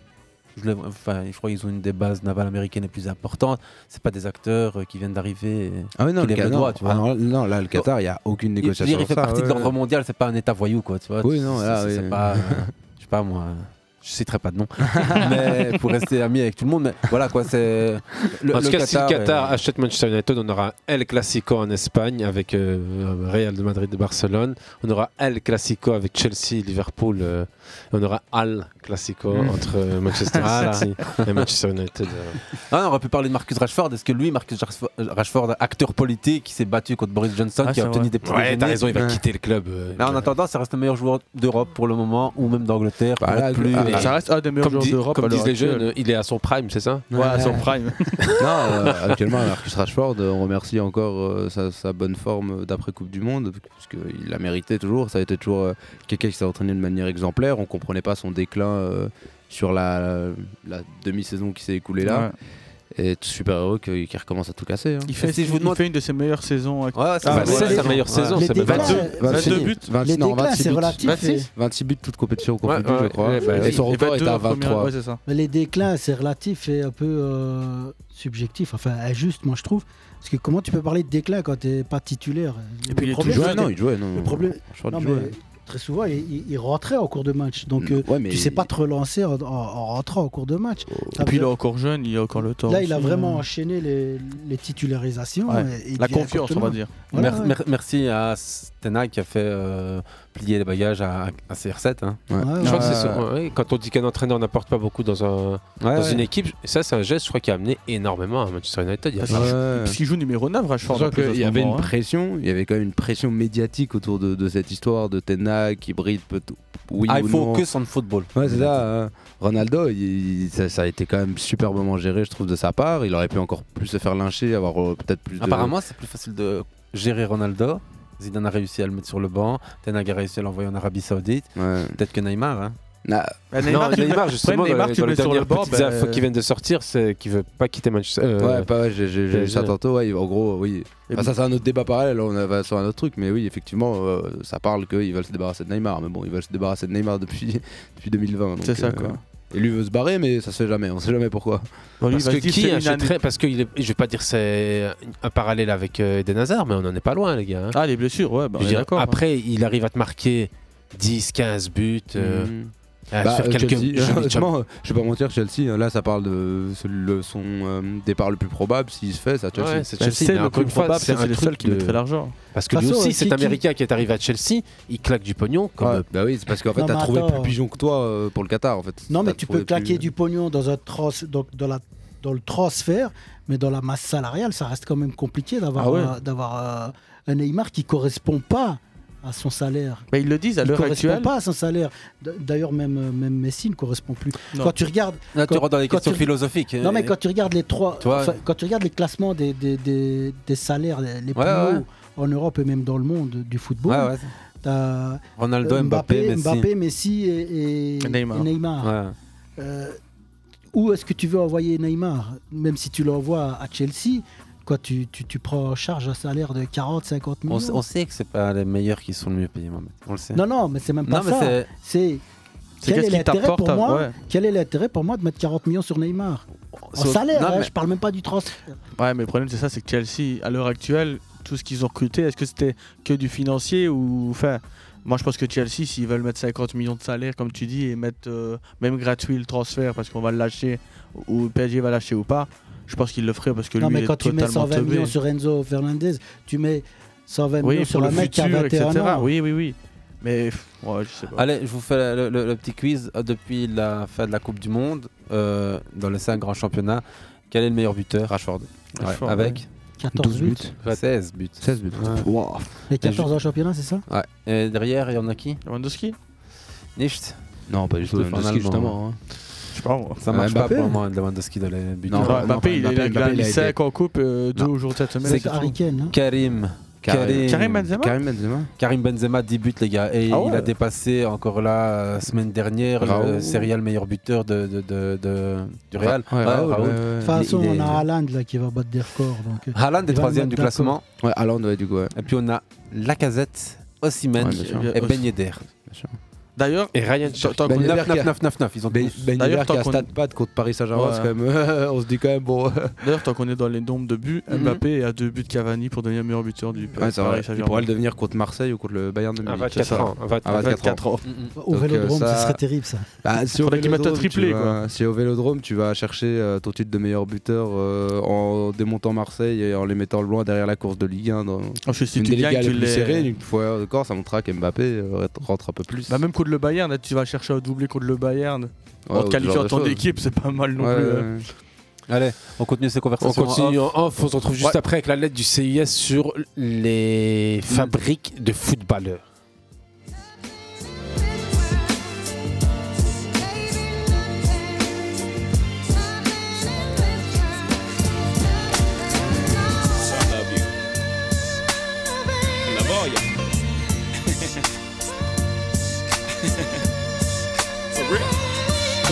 Speaker 7: Je, le- enfin, je crois qu'ils ont une des bases navales américaines les plus importantes. C'est pas des acteurs euh, qui viennient d'arriver. et
Speaker 11: Ah oui, non,
Speaker 7: qui
Speaker 11: le
Speaker 7: lèvent
Speaker 11: Qatar-
Speaker 7: doigt, tu vois.
Speaker 11: ah non, non, là, le Qatar, il n'y a aucune
Speaker 7: Je veux
Speaker 11: négociation.
Speaker 7: dire, il
Speaker 11: sur
Speaker 7: fait
Speaker 11: ça,
Speaker 7: partie de
Speaker 11: ouais,
Speaker 7: l'ordre
Speaker 11: ouais.
Speaker 7: mondial, c'est pas un état voyou, quoi. Tu vois,
Speaker 11: Oui, non,
Speaker 7: C'est-
Speaker 11: là,
Speaker 7: c'est- c'est
Speaker 11: oui.
Speaker 7: pas. euh, je sais pas, moi. Je citerai pas de nom. mais pour rester ami avec tout le monde, mais voilà, quoi, c'est. le-
Speaker 8: en
Speaker 7: le
Speaker 8: tout cas, si le
Speaker 7: Qatar,
Speaker 8: Qatar
Speaker 7: euh,
Speaker 8: achète Manchester United, on aura El Clasico en Espagne avec euh, Real de Madrid de Barcelone. On aura El Clasico avec Chelsea, Liverpool. euh, et on aura Al Clasico
Speaker 9: Mmh.
Speaker 7: Mm.
Speaker 8: entre euh, Manchester
Speaker 7: Ah là.
Speaker 8: City et Manchester United. euh.
Speaker 7: Ah, on aurait pu parler de Marcus Rashford. Est-ce que lui, Marcus Rashfo- Rashford, acteur politique, qui s'est battu contre Boris Johnson,
Speaker 8: Ah,
Speaker 7: qui a
Speaker 8: c'est
Speaker 7: obtenu
Speaker 8: vrai.
Speaker 7: des petits
Speaker 8: Ouais,
Speaker 7: déjeuners
Speaker 8: t'as raison, il va quitter le club, euh,
Speaker 7: Mais en attendant, ça reste le meilleur joueur d'Europe pour le moment, ou même d'Angleterre.
Speaker 8: Bah,
Speaker 7: peut-être
Speaker 8: là,
Speaker 7: plus,
Speaker 8: ah,
Speaker 7: mais-
Speaker 8: ça reste un des meilleurs Comme joueurs dit- d'Europe comme à l'heure disent les actuelle. jeunes, euh, il est à son prime, c'est ça
Speaker 2: Ouais, à son prime.
Speaker 11: Non, euh, actuellement, Marcus Rashford, euh, on remercie encore euh, sa, sa bonne forme euh, d'après Coupe du Monde, parce qu'il l'a mérité toujours. Ça a été toujours euh, quelqu'un qui s'est entraîné de manière exemplaire. On comprenait pas son déclin euh, sur la, la demi-saison qui s'est écoulée là. Et t- super heureux que- qu'il recommence à tout casser. hein.
Speaker 2: Il fait,
Speaker 7: si je vous
Speaker 2: il
Speaker 7: demande-
Speaker 2: fait une de ses meilleures saisons. actuelles.
Speaker 7: Ouais, c'est Ah, sa ouais. meilleure- sa meilleure Ouais. saison,
Speaker 2: Les euh,
Speaker 7: c'est même
Speaker 2: déclins,
Speaker 7: pas-
Speaker 2: 22, 22 buts.
Speaker 11: vingt- non, 26 buts.
Speaker 2: 26.
Speaker 11: 26 buts, toutes compétitions
Speaker 8: Ouais,
Speaker 11: confondues,
Speaker 8: ouais,
Speaker 11: je crois.
Speaker 8: ouais, bah,
Speaker 11: et son
Speaker 8: et
Speaker 11: record est
Speaker 8: 22
Speaker 11: à
Speaker 8: en première,
Speaker 11: 23.
Speaker 8: ouais, c'est ça.
Speaker 10: Mais les déclins, c'est relatif et un peu euh, subjectif, enfin injuste, moi je trouve. Parce que comment tu peux parler de déclin quand t'es pas titulaire
Speaker 11: Et puis, il est
Speaker 10: problème,
Speaker 11: toujours-
Speaker 10: c'était-
Speaker 11: non, il jouait, non.
Speaker 10: Le problème,
Speaker 11: Franchement, il
Speaker 10: non, mais
Speaker 11: jouait. Mm,
Speaker 10: très souvent, il, il- il rentrait en cours de match. Donc, euh,
Speaker 2: mais
Speaker 10: tu sais pas te relancer en, en- en rentrant en cours de match.
Speaker 11: Oh,
Speaker 10: T'as
Speaker 2: Et puis il est
Speaker 10: besoin-
Speaker 2: encore jeune, il a encore le temps.
Speaker 10: Là, il a
Speaker 2: aussi,
Speaker 10: vraiment
Speaker 2: hein.
Speaker 10: enchaîné les, les titularisations.
Speaker 7: Ouais.
Speaker 10: et il devient contenant. Voilà,
Speaker 7: Mer-
Speaker 10: ouais.
Speaker 7: mer- merci à Stena qui a fait euh, plier les bagages à, à CR7. hein.
Speaker 8: Je crois que c'est ça, ouais, quand on dit qu'un entraîneur n'apporte pas beaucoup dans, un, dans
Speaker 7: ouais.
Speaker 8: une équipe, ça c'est un geste, je crois, qui a amené énormément à Manchester United. Il y a
Speaker 7: Parce
Speaker 8: pas-
Speaker 7: qu'il-
Speaker 2: Parce qu'il joue numéro 9, Rashford.
Speaker 11: Sachant
Speaker 2: en plus, à
Speaker 11: qu'il
Speaker 2: ce
Speaker 11: y avait
Speaker 2: moment,
Speaker 11: une
Speaker 2: hein.
Speaker 11: pression, il y avait quand même une pression médiatique autour de, de cette histoire de Tenag qui brille peut oui
Speaker 7: I
Speaker 11: ou non.
Speaker 7: focus on football.
Speaker 11: Ouais, c'est ça. hein. Ronaldo, il- il- ça, ça a été quand même superbement géré, je trouve, de sa part. Il aurait pu encore plus se faire lyncher, avoir euh, peut-être plus de-
Speaker 7: Apparemment, c'est plus facile de gérer Ronaldo. Zidane a réussi à le mettre sur le banc. Tenag a réussi à l'envoyer en Arabie Saoudite. Peut-être que Neymar. hein.
Speaker 8: Non, Neymar, justement,
Speaker 7: Ouais, Neymar,
Speaker 8: dans,
Speaker 7: tu
Speaker 8: dans
Speaker 7: le
Speaker 8: les
Speaker 7: mets sur le
Speaker 8: dernières
Speaker 7: banc,
Speaker 8: petites
Speaker 2: ben,
Speaker 7: bah,
Speaker 8: infos
Speaker 2: euh,
Speaker 8: qui viennent de sortir, c'est qu'il veut pas quitter Manchester.
Speaker 7: euh,
Speaker 11: ouais, pas, ouais, j'ai- j'ai j'ai lu ça tantôt. ouais, en gros, oui. Enfin, ça, c'est un autre débat parallèle. là, On va sur un autre truc, mais oui, effectivement, euh, ça parle qu'ils veulent se débarrasser de Neymar. Mais bon, ils veulent se débarrasser de Neymar depuis, depuis 2020. donc,
Speaker 2: C'est ça,
Speaker 11: euh,
Speaker 2: quoi.
Speaker 11: Et lui veut se barrer, mais ça se fait jamais. On sait jamais pourquoi.
Speaker 8: Parce que qui achèterait Parce que il est- je vais pas dire c'est un parallèle avec euh, Eden Hazard, mais on en est pas loin, les gars. hein.
Speaker 2: Ah, les blessures, ouais,
Speaker 8: Je
Speaker 2: bah, on
Speaker 8: veux
Speaker 2: est
Speaker 8: dire,
Speaker 2: d'accord.
Speaker 8: après, il arrive à te marquer 10, 15 buts. euh,
Speaker 2: Mm.
Speaker 11: Mhm.
Speaker 8: à
Speaker 11: Bah,
Speaker 8: faire
Speaker 11: euh,
Speaker 8: quelques
Speaker 11: Chelsea,
Speaker 8: je-
Speaker 11: honnêtement, euh, je vais pas mentir, Chelsea, euh, là ça parle de ce- le- son euh, départ le plus probable, s'il se fait, ça Chelsea.
Speaker 8: Ouais, c'est Chelsea, mais encore une fois, c'est un truc de- Parce que
Speaker 11: De
Speaker 8: lui
Speaker 11: toute
Speaker 8: aussi,
Speaker 11: façon, euh,
Speaker 8: cet
Speaker 11: qui- qui-
Speaker 8: Américain qui est arrivé à Chelsea, il claque du pognon. Comme
Speaker 11: Ouais, bah oui, c'est parce qu'en fait,
Speaker 10: Non,
Speaker 11: t'as
Speaker 10: mais
Speaker 11: trouvé
Speaker 10: attends.
Speaker 11: plus pigeon que toi euh, pour le Qatar, en fait.
Speaker 10: Non, mais
Speaker 11: T'as
Speaker 10: tu
Speaker 11: trouvé
Speaker 10: peux claquer
Speaker 11: plus-
Speaker 10: du pognon dans, un trans, donc dans, la, dans le transfert, mais dans la masse salariale, ça reste quand même compliqué d'avoir
Speaker 2: Ah ouais.
Speaker 10: un- d'avoir euh, un Neymar qui correspond pas à son salaire.
Speaker 2: Bah, ils le disent à
Speaker 10: Il
Speaker 2: l'heure
Speaker 10: correspond
Speaker 2: actuelle.
Speaker 10: pas à son salaire. D- D'ailleurs, même, euh, même Messi ne correspond plus.
Speaker 7: Non.
Speaker 10: Quand tu regardes.
Speaker 7: Là, tu
Speaker 10: quand-
Speaker 7: rentres dans les
Speaker 10: quand
Speaker 7: questions
Speaker 10: tu-
Speaker 7: philosophiques. euh,
Speaker 10: Non, mais
Speaker 7: Et-
Speaker 10: quand tu regardes les trois.
Speaker 7: Tu vois.
Speaker 10: enfin, quand tu regardes les classements des, des, des, des salaires les, les plus
Speaker 7: Ouais, ouais.
Speaker 10: hauts en Europe et même dans le monde du football.
Speaker 7: Ouais, ouais.
Speaker 10: t'as,
Speaker 7: Ronaldo,
Speaker 10: euh,
Speaker 7: Mbappé, Messi.
Speaker 10: Messi et, et-
Speaker 7: Et Neymar.
Speaker 10: et Neymar.
Speaker 7: Ouais.
Speaker 10: Euh, où est-ce que tu veux envoyer Neymar Même si tu l'envoies à Chelsea, quoi, tu, tu, tu prends en charge un salaire de 40-50
Speaker 7: On,
Speaker 10: millions.
Speaker 7: s- on sait que c'est pas les meilleurs qui sont le mieux payés, Mohamed. On le sait.
Speaker 10: Non, non, mais c'est même pas
Speaker 7: Non, mais
Speaker 10: ça.
Speaker 7: c'est-
Speaker 10: C'est
Speaker 7: C'est
Speaker 10: quel est
Speaker 7: qu'est-ce qui
Speaker 10: l'intérêt
Speaker 7: t'apporte
Speaker 10: pour
Speaker 7: à-
Speaker 10: moi
Speaker 7: ouais.
Speaker 10: Quel est l'intérêt pour moi de mettre 40 millions sur Neymar En
Speaker 2: Sauf-
Speaker 10: salaire,
Speaker 2: non,
Speaker 10: hein,
Speaker 2: mais-
Speaker 10: je parle même pas du transfert.
Speaker 2: Ouais, mais le problème, c'est ça, c'est que Chelsea, à l'heure actuelle, tout ce qu'ils ont recruté, est-ce que c'était que du financier ou. Enfin, moi, je pense que Chelsea, s'ils veulent mettre 50 millions de salaire, comme tu dis, et mettre euh, même gratuit le transfert parce qu'on va le lâcher, ou le PSG va lâcher ou pas, je pense qu'ils le feraient parce que
Speaker 10: non,
Speaker 2: lui,
Speaker 10: mais
Speaker 2: il
Speaker 10: quand
Speaker 2: est
Speaker 10: tu mets
Speaker 2: totalement
Speaker 10: 120
Speaker 2: teubé.
Speaker 10: millions sur Enzo Fernandez, tu mets 120
Speaker 2: oui,
Speaker 10: millions sur
Speaker 2: pour
Speaker 10: un
Speaker 2: le
Speaker 10: mec qui a
Speaker 2: futur,
Speaker 10: 21
Speaker 2: etc.
Speaker 10: ans.
Speaker 2: Oui, oui, oui. Mais. pff, Ouais, je sais pas.
Speaker 7: Allez, je vous fais le, le- le petit quiz. Euh, Depuis la fin de la Coupe du Monde, euh, dans les 5 grands championnats, quel est le meilleur buteur Rashford. Ouais,
Speaker 10: Rashford, ouais.
Speaker 7: avec
Speaker 10: 14 buts.
Speaker 7: 16 buts. 16 buts.
Speaker 10: Les 14 en championnat, c'est ça
Speaker 7: Ouais. Et derrière, il y en a qui
Speaker 2: Lewandowski
Speaker 7: Nicht
Speaker 11: Non, pas du tout,
Speaker 7: Stéphane
Speaker 11: Lewandowski,
Speaker 7: Allemand.
Speaker 11: justement, hein.
Speaker 2: Je sais pas, moi.
Speaker 7: Ça marche
Speaker 11: Mbappé,
Speaker 7: pas pour
Speaker 11: hein.
Speaker 7: moi, Lewandowski dans les buts.
Speaker 11: Non,
Speaker 2: Mbappé,
Speaker 11: Mbappé,
Speaker 2: il,
Speaker 11: Mbappé,
Speaker 2: a- il a
Speaker 11: Mbappé, il a
Speaker 2: glissé
Speaker 11: été-
Speaker 2: en coupe euh, deux jours de cette semaine.
Speaker 7: C'est
Speaker 2: surtout.
Speaker 10: hein.
Speaker 7: Karim.
Speaker 2: Karim. Karim Benzema
Speaker 7: Karim Benzema Karim Benzema 10 buts les gars et
Speaker 2: Ah ouais.
Speaker 7: il a dépassé encore là euh, semaine dernière le
Speaker 11: Raoul.
Speaker 7: serial meilleur buteur de, de, de- de- du Real.
Speaker 11: Ouais, Raoul, ouais, ouais.
Speaker 7: Il-
Speaker 10: De toute
Speaker 7: il
Speaker 10: façon,
Speaker 7: est-
Speaker 10: on a Haaland là, qui va battre des records. Donc, euh,
Speaker 7: Haaland
Speaker 10: il
Speaker 7: est
Speaker 10: va le
Speaker 7: troisième
Speaker 10: mettre
Speaker 7: du
Speaker 10: d'accord.
Speaker 7: classement.
Speaker 11: Ouais, Haaland, ouais, du coup, ouais.
Speaker 7: Et puis on a Lacazette, Osimhen
Speaker 11: Ouais, bien sûr.
Speaker 7: et Ben Yedder.
Speaker 2: D'ailleurs,
Speaker 7: Et Ryan
Speaker 11: Cherki.
Speaker 7: tant
Speaker 11: Ben
Speaker 7: qu'on-
Speaker 11: Yedder
Speaker 7: 9,
Speaker 11: qui a-
Speaker 7: 9, 9, 9, ils ont
Speaker 11: Ben,
Speaker 7: tous.
Speaker 11: ben
Speaker 2: D'ailleurs,
Speaker 11: Yedder qui
Speaker 2: tant
Speaker 11: a
Speaker 2: qu'on-
Speaker 11: stat pad contre Paris Saint-Germain,
Speaker 2: Ouais.
Speaker 11: c'est quand même. euh, on se dit quand même, bon. Mhm.
Speaker 2: D'ailleurs, tant qu'on est dans les nombres de buts, Mbappé est à deux buts de Cavani pour devenir meilleur buteur du
Speaker 11: Ouais, c'est vrai.
Speaker 2: Paris Saint-Germain.
Speaker 11: Il pourrait le devenir contre Marseille ou contre le Bayern de
Speaker 2: À
Speaker 11: Munich.
Speaker 2: 24
Speaker 11: C'est ça.
Speaker 2: ans, à 24
Speaker 11: À 24 ans.
Speaker 2: Mm, mm.
Speaker 10: Au
Speaker 11: Donc, euh,
Speaker 10: Vélodrome, ce serait terrible, ça.
Speaker 11: Bah, si au
Speaker 2: Faudrait qu'il mette un
Speaker 11: Vélodrome, tu
Speaker 2: triplé,
Speaker 11: vas-
Speaker 2: quoi.
Speaker 11: Si au Vélodrome, tu vas chercher euh, ton titre de meilleur buteur euh, en démontant Marseille et en les mettant loin derrière la course de Ligue 1. Dans
Speaker 2: Ah, Parce que si
Speaker 11: une
Speaker 2: tu
Speaker 11: des
Speaker 2: gagnes,
Speaker 11: ligues
Speaker 2: tu
Speaker 11: les plus
Speaker 2: l'es-
Speaker 11: serrées, une fois encore, ça montrera qu'Mbappé euh, rentre un peu plus.
Speaker 2: Bah, même contre le Bayern, là, tu vas chercher à doubler contre le Bayern. en
Speaker 11: ou
Speaker 2: te
Speaker 11: ce
Speaker 2: qualifiant
Speaker 11: genre de
Speaker 2: ton
Speaker 11: choses.
Speaker 2: équipe, c'est pas mal non
Speaker 11: Ouais,
Speaker 2: plus.
Speaker 11: ouais,
Speaker 2: euh.
Speaker 11: ouais.
Speaker 7: Allez, on continue ces
Speaker 8: On
Speaker 7: conversations.
Speaker 8: continue
Speaker 7: en
Speaker 8: en
Speaker 7: off.
Speaker 8: off, on se retrouve juste
Speaker 7: Ouais.
Speaker 8: après avec la lettre du CIS sur les fabriques de footballeurs.
Speaker 18: So I love you. I love all you. For real.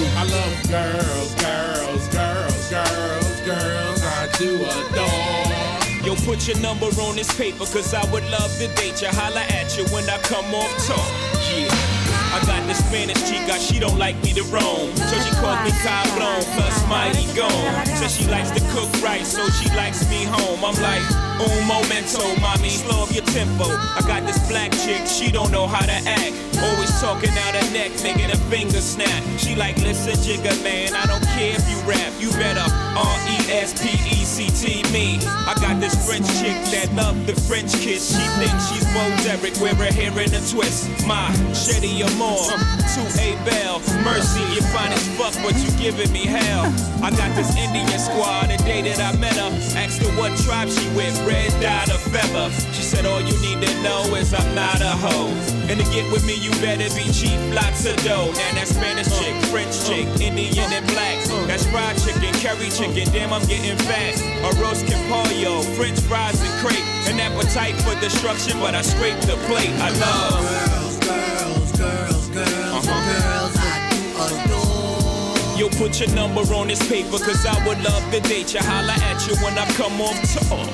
Speaker 18: I love girls, girls, girls, girls, girls. I do adore. Yo, put your number on this paper, cause I would love to date you. Holla at you when I come off talk. Yeah. I got the Spanish chica, she don't like me to roam. So she calls me Cablon, plus mighty gone. Says she likes to cook right, so she likes me home. I'm like, un momento, mommy, slow up your tempo. I got this black chick, she don't know how to act. Always talking out her neck, making her finger snap. She like, listen, jigger man, I don't care if you rap. You better E R-E-S-P-E-C-T me. I got this French chick that love the French kiss. She thinks she's Bo Derek, wear her hair in a twist. My Shetty Amore, to a bell. Mercy, you fine as fuck, but you giving me hell. I got this Indian squad the day that I met her. Asked her what tribe she with, red dot or feather. She said, all you need to know is I'm not a hoe. And to get with me, you better be cheap, lots of dough. Now that Spanish chick, French chick, Indian and black. That's fried chicken, curry chicken, damn, I'm getting fat. A roast campollo, French fries and crepe. An appetite for destruction, but I scrape the plate. I love girls, girls, girls, girls, girls. I do adore. Uh-huh. Yo, put your number on this paper, cause I would love to date you. Holla at you when I come off tour.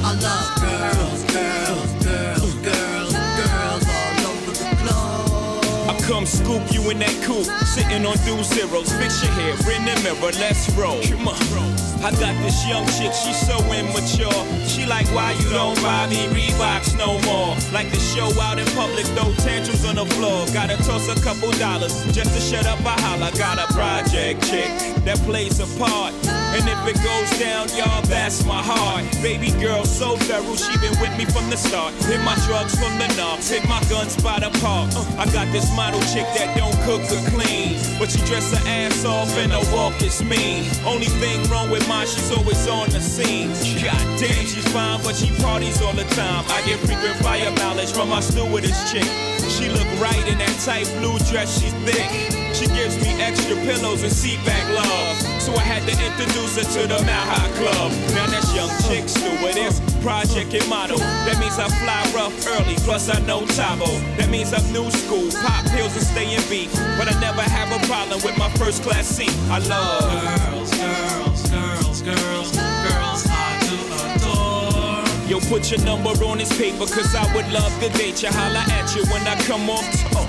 Speaker 18: I love girls, girls, girls, girls, girls all over the globe. I come scoop you in that coupe, sitting on two zeros. Fix your hair in the mirror, let's roll. Come on. I got this young chick, she's so immature. She like, why you don't buy me Reeboks no more? Like to show out in public, throw tantrums on the floor. Gotta toss a couple dollars just to shut up. I holla, got a project chick that plays a part. And if it goes down, y'all, that's my heart. Baby girl, so thorough, she been with me from the start. Hit my drugs from the knob, hit my guns by the park. Uh, I got this model chick that don't cook or clean. But she dress her ass off and her walk is mean. Only thing wrong with mine, she's always on the scene. God damn, she's fine, but she parties all the time. I get frequent fire mileage from my stewardess chick. She look right in that tight blue dress, she's thick. She gives me extra pillows and seat back love. So I had to introduce her to the Mile High Club. Now that's young chick stewardess, project and model. That means I fly rough early, plus I know Tabo. That means I'm new school, pop pills and stay in beat. But I never have a problem with my first class seat. I love girls, girls, girls, girls, girls I do adore. Yo, put your number on this paper, cause I would love to date you. Holla at you when I come off tour.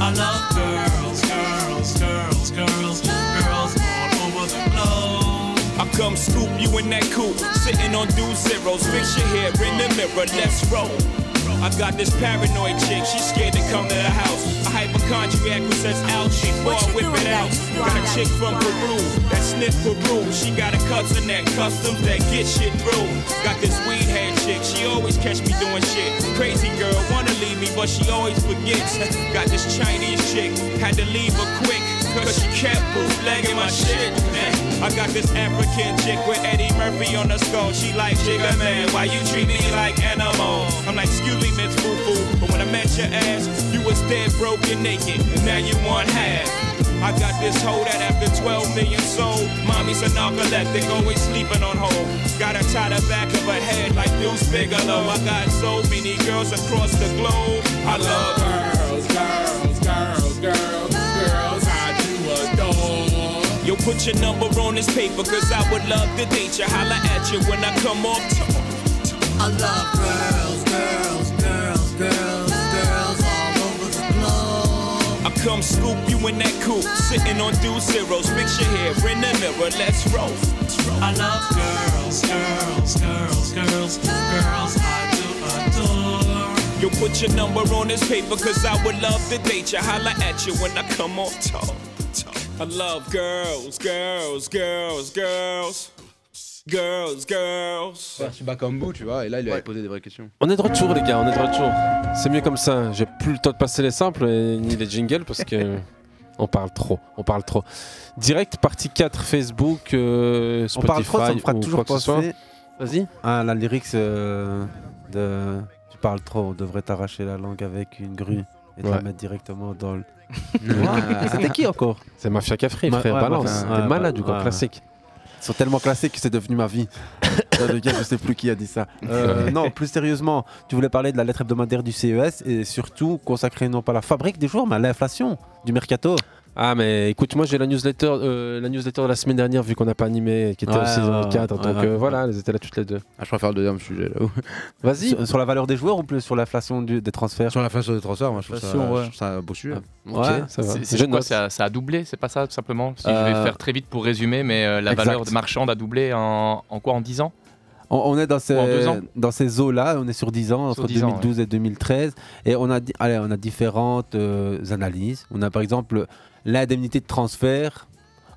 Speaker 18: I love girls, girls, girls, girls, girls all over the globe. I come scoop you in that coupe, sitting on two zeros. Fix your hair in the mirror, let's roll. I got this paranoid chick, she's scared to come to the house. A hypochondriac who says ouchie, boy, whip it out. Got a chick from Peru, that sniff Peru. She got a cousin that customs that get shit through. Got this weed head chick, she always catch me doing shit. Crazy girl, wanna leave me, but she always forgets. Got this Chinese chick, had to leave her quick. Cause she kept bootlegging my shit, man. I got this African chick with Eddie Murphy on the skull. She like, Jigga man, why you treat me like animal? I'm like, excuse me, Miss Foo Foo, but when I met your ass, you was dead, broken, naked, and now you want half. I got this hoe that after 12 million sold, mommy's a narcoleptic, always sleeping on hold. Got her tie the back of her head like Deuce Bigelow. I got so many girls across the globe. I love girls, girls, girls, girls, girls. I do adore. Yo, put your number on this paper, cause I would love to date you. Holla at you when I come off tour. I love girls, girls, girls, girls, girls all over the globe. I come scoop you in that coupe, sitting on two zeros. Fix your hair in the mirror, let's roll. I love girls, girls, girls, girls, girls I do adore. Yo, put your number on this paper, cause I would love to date you. Holla at you when I come off top. I love girls, girls, girls, girls. Girls, girls.
Speaker 11: Je suis Bakambu, Ah, tu vois, et là il avait posé des vraies questions.
Speaker 8: On est de retour, les gars, on est de retour. C'est mieux comme ça. J'ai plus le temps de passer les samples et- ni les jingles parce que. On parle trop, on parle trop. Direct, partie 4, Facebook, euh,
Speaker 7: On parle
Speaker 8: Spotify,
Speaker 7: trop, ça me fera
Speaker 8: ou
Speaker 7: toujours
Speaker 8: quoi que ce soit.
Speaker 7: penser.
Speaker 8: Vas-y.
Speaker 7: Ah, la lyrics euh, de Tu parles trop, on devrait t'arracher la langue avec une grue et te la
Speaker 8: Ouais.
Speaker 7: mettre directement dans le.
Speaker 11: Ah.
Speaker 7: C'était qui encore
Speaker 8: C'est Mafia Cafri,
Speaker 7: Ma-
Speaker 8: frère,
Speaker 7: ouais,
Speaker 8: balance.
Speaker 7: Mafia-
Speaker 8: T'es
Speaker 7: ouais,
Speaker 8: malade ou
Speaker 7: ouais,
Speaker 8: quoi,
Speaker 7: ouais.
Speaker 8: classique.
Speaker 7: Ils sont tellement classiques que c'est devenu ma vie. Putain, le gars, je sais plus qui a dit ça. Euh, non, plus sérieusement, tu voulais parler de la lettre E hebdomadaire du CES et surtout consacrer non pas à la fabrique des joueurs, mais à l'inflation du mercato.
Speaker 8: Ah mais écoute moi j'ai la newsletter euh, la newsletter de la semaine dernière vu qu'on n'a pas animé qui était
Speaker 7: Ouais,
Speaker 8: au saison
Speaker 7: ouais,
Speaker 8: 4
Speaker 7: ouais,
Speaker 8: donc
Speaker 7: ouais,
Speaker 8: euh,
Speaker 7: ouais.
Speaker 8: voilà elles étaient là toutes les deux.
Speaker 11: Ah, je préfère le deuxième sujet là.
Speaker 8: Vas-y.
Speaker 7: Sur, sur la valeur des joueurs ou plus sur l'inflation du- des transferts
Speaker 11: Sur l'inflation des transferts, moi je
Speaker 7: trouve
Speaker 11: ça- Inflation, ouais. je trouve ça un beau sujet.
Speaker 7: Ouais,
Speaker 9: Ok,
Speaker 7: ça va.
Speaker 9: C'est- c'est
Speaker 7: Je
Speaker 9: quoi,
Speaker 7: note.
Speaker 9: ça, ça a doublé, c'est pas ça tout simplement Si je
Speaker 7: Euh,
Speaker 9: vais faire très vite pour résumer, mais euh, la
Speaker 7: exact.
Speaker 9: valeur de marchande a doublé en, en quoi En 10 ans
Speaker 7: On, on est dans ces,
Speaker 9: en deux ans.
Speaker 7: dans ces eaux-là, on est sur 10 ans,
Speaker 9: Sur
Speaker 7: entre
Speaker 9: 10 ans,
Speaker 7: 2012 et 2013. Et on a, di- allez, on a différentes euh, analyses. On a par exemple l'indemnité de transfert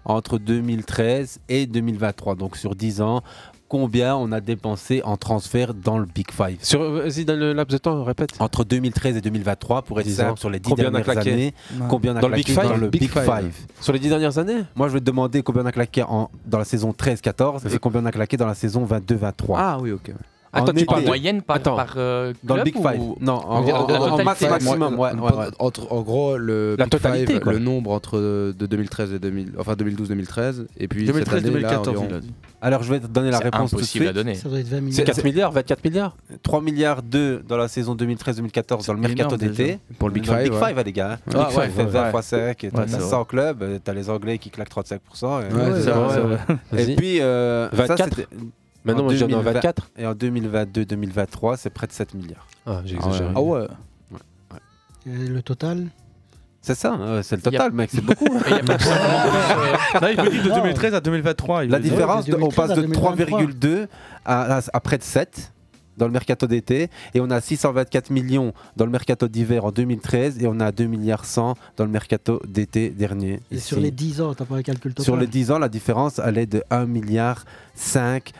Speaker 7: entre 2013 et 2023. Donc sur 10 ans, combien on a dépensé en transfert dans le Big Five
Speaker 8: Sur euh, vas-y dans le laps de temps répète.
Speaker 7: Entre 2013 et 2023 pour être
Speaker 8: 10 ans.
Speaker 7: simple sur les 10
Speaker 8: Combien on a
Speaker 7: dernières
Speaker 8: claqué
Speaker 7: années,
Speaker 8: Ouais.
Speaker 7: combien on a
Speaker 8: Dans le
Speaker 7: claqué
Speaker 8: Big Five
Speaker 7: dans le
Speaker 8: Big
Speaker 7: Big,
Speaker 8: Five.
Speaker 7: Five.
Speaker 8: Sur les 10 dernières années
Speaker 7: Moi, je vais te demander combien on a claqué en, dans la saison 13-14 et combien on a claqué dans la saison 22-23.
Speaker 11: Ah oui, ok.
Speaker 9: Attends, tu parles
Speaker 7: de-
Speaker 9: moyenne par-
Speaker 7: Attends.
Speaker 9: par, euh,
Speaker 7: Dans le
Speaker 9: club
Speaker 7: Big Five.
Speaker 9: ou-
Speaker 7: Non, en,
Speaker 9: La
Speaker 7: en- en- en
Speaker 9: totalité.
Speaker 7: masse maximum. ouais, ouais, ouais.
Speaker 11: Entre, en gros, le,
Speaker 7: La
Speaker 11: Big Five,
Speaker 7: totalité, quoi.
Speaker 11: le nombre entre euh, de 2013 et 2000, enfin 2012-2013, et puis
Speaker 7: 2013,
Speaker 11: cette année, là,
Speaker 7: 2014,
Speaker 11: environ-
Speaker 7: il a dit. Alors, je vais te donner la
Speaker 11: C'est
Speaker 7: réponse tout de
Speaker 11: impossible
Speaker 7: suite.
Speaker 11: à donner. Ça doit être 20 milliards.
Speaker 7: C'est
Speaker 11: 4
Speaker 7: milliards, 24 milliards 3 milliards 2 dans la saison 2013-2014 dans le mercato
Speaker 11: énorme, déjà.
Speaker 7: d'été.
Speaker 11: Pour le Big
Speaker 7: Dans
Speaker 11: Five,
Speaker 7: Big
Speaker 11: ouais.
Speaker 7: Five, hein, les gars. hein.
Speaker 11: Ouais.
Speaker 7: Big
Speaker 11: Ah, ouais,
Speaker 7: Five, fait
Speaker 11: ouais.
Speaker 7: 20 x 5,
Speaker 11: Ouais,
Speaker 7: t'as
Speaker 11: c'est
Speaker 7: t'as
Speaker 11: vrai.
Speaker 7: 100 clubs, euh, t'as les Anglais qui claquent 35%. et-
Speaker 11: Ouais, Ouais, c'est vrai, c'est vrai.
Speaker 7: Et
Speaker 11: Vas-y.
Speaker 7: puis, euh, ça,
Speaker 8: 24.
Speaker 7: c'était-
Speaker 8: Maintenant,
Speaker 7: en
Speaker 8: on est déjà dans
Speaker 7: 2020,
Speaker 8: 24.
Speaker 7: Et en 2022-2023, c'est près de 7 milliards.
Speaker 8: Ah, j'ai
Speaker 10: exagéré.
Speaker 8: Ah ouais.
Speaker 10: Et le total
Speaker 7: C'est ça, euh, c'est le total, mec, c'est beaucoup.
Speaker 2: Là, il veut dire de 2013 à 2023. il
Speaker 7: La
Speaker 2: veut dire.
Speaker 7: différence, de- on passe de
Speaker 2: 2023.
Speaker 7: 3,2 à, à- à près de 7 dans le mercato d'été et on a 624 millions dans le mercato d'hiver en 2013 et on a 2 milliards 100 dans le mercato d'été dernier.
Speaker 10: Et
Speaker 7: ici.
Speaker 10: sur les 10 ans, t'as pas un calcul total
Speaker 7: Sur les 10 ans, la différence elle est de 1 milliard 5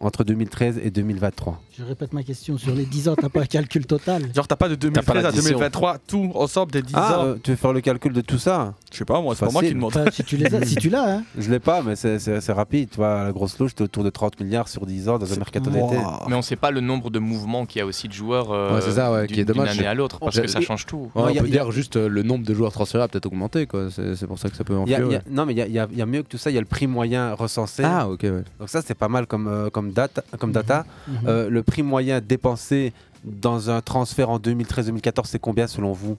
Speaker 7: entre 2013 et 2023.
Speaker 10: Je répète ma question. Sur les 10 ans, t'as pas un calcul total
Speaker 2: Genre, t'as pas de
Speaker 7: pas
Speaker 2: 2013 à
Speaker 7: l'addition.
Speaker 2: 2023, tout ensemble des 10
Speaker 7: Ah,
Speaker 2: ans.
Speaker 7: euh, tu veux faire le calcul de tout ça
Speaker 2: Je sais pas, moi, c'est pas moi qui demande. Enfin, si tu les as- si tu l'as, hein.
Speaker 7: Je l'ai pas, mais c'est- c'est c'est rapide. Tu vois, la grosse louche, t'es autour de 30 milliards sur 10 ans dans un mercato d'été.
Speaker 9: Mais on sait pas le nombre de mouvements qu'il y a aussi de joueurs euh,
Speaker 11: Ouais, c'est ça, ouais,
Speaker 9: d'une
Speaker 11: qui est dommage.
Speaker 9: d'une année à l'autre, parce
Speaker 11: On-
Speaker 9: que ça change tout.
Speaker 11: Ouais, on
Speaker 7: Non, y a-
Speaker 11: peut
Speaker 7: y a-
Speaker 11: dire juste euh, le nombre de joueurs transférés a peut-être augmenté, quoi. C'est c'est pour ça que ça peut
Speaker 7: Y a-
Speaker 11: influer.
Speaker 7: y a-
Speaker 11: ouais.
Speaker 7: non, mais il y a, y a- y a mieux que tout ça. Il y a le prix moyen recensé.
Speaker 11: Ah, ok, ouais.
Speaker 7: Donc ça, c'est pas mal comme, euh, comme, data, comme data.
Speaker 11: Mhm.
Speaker 7: Euh, le prix moyen dépensé dans un transfert en 2013-2014, c'est combien selon vous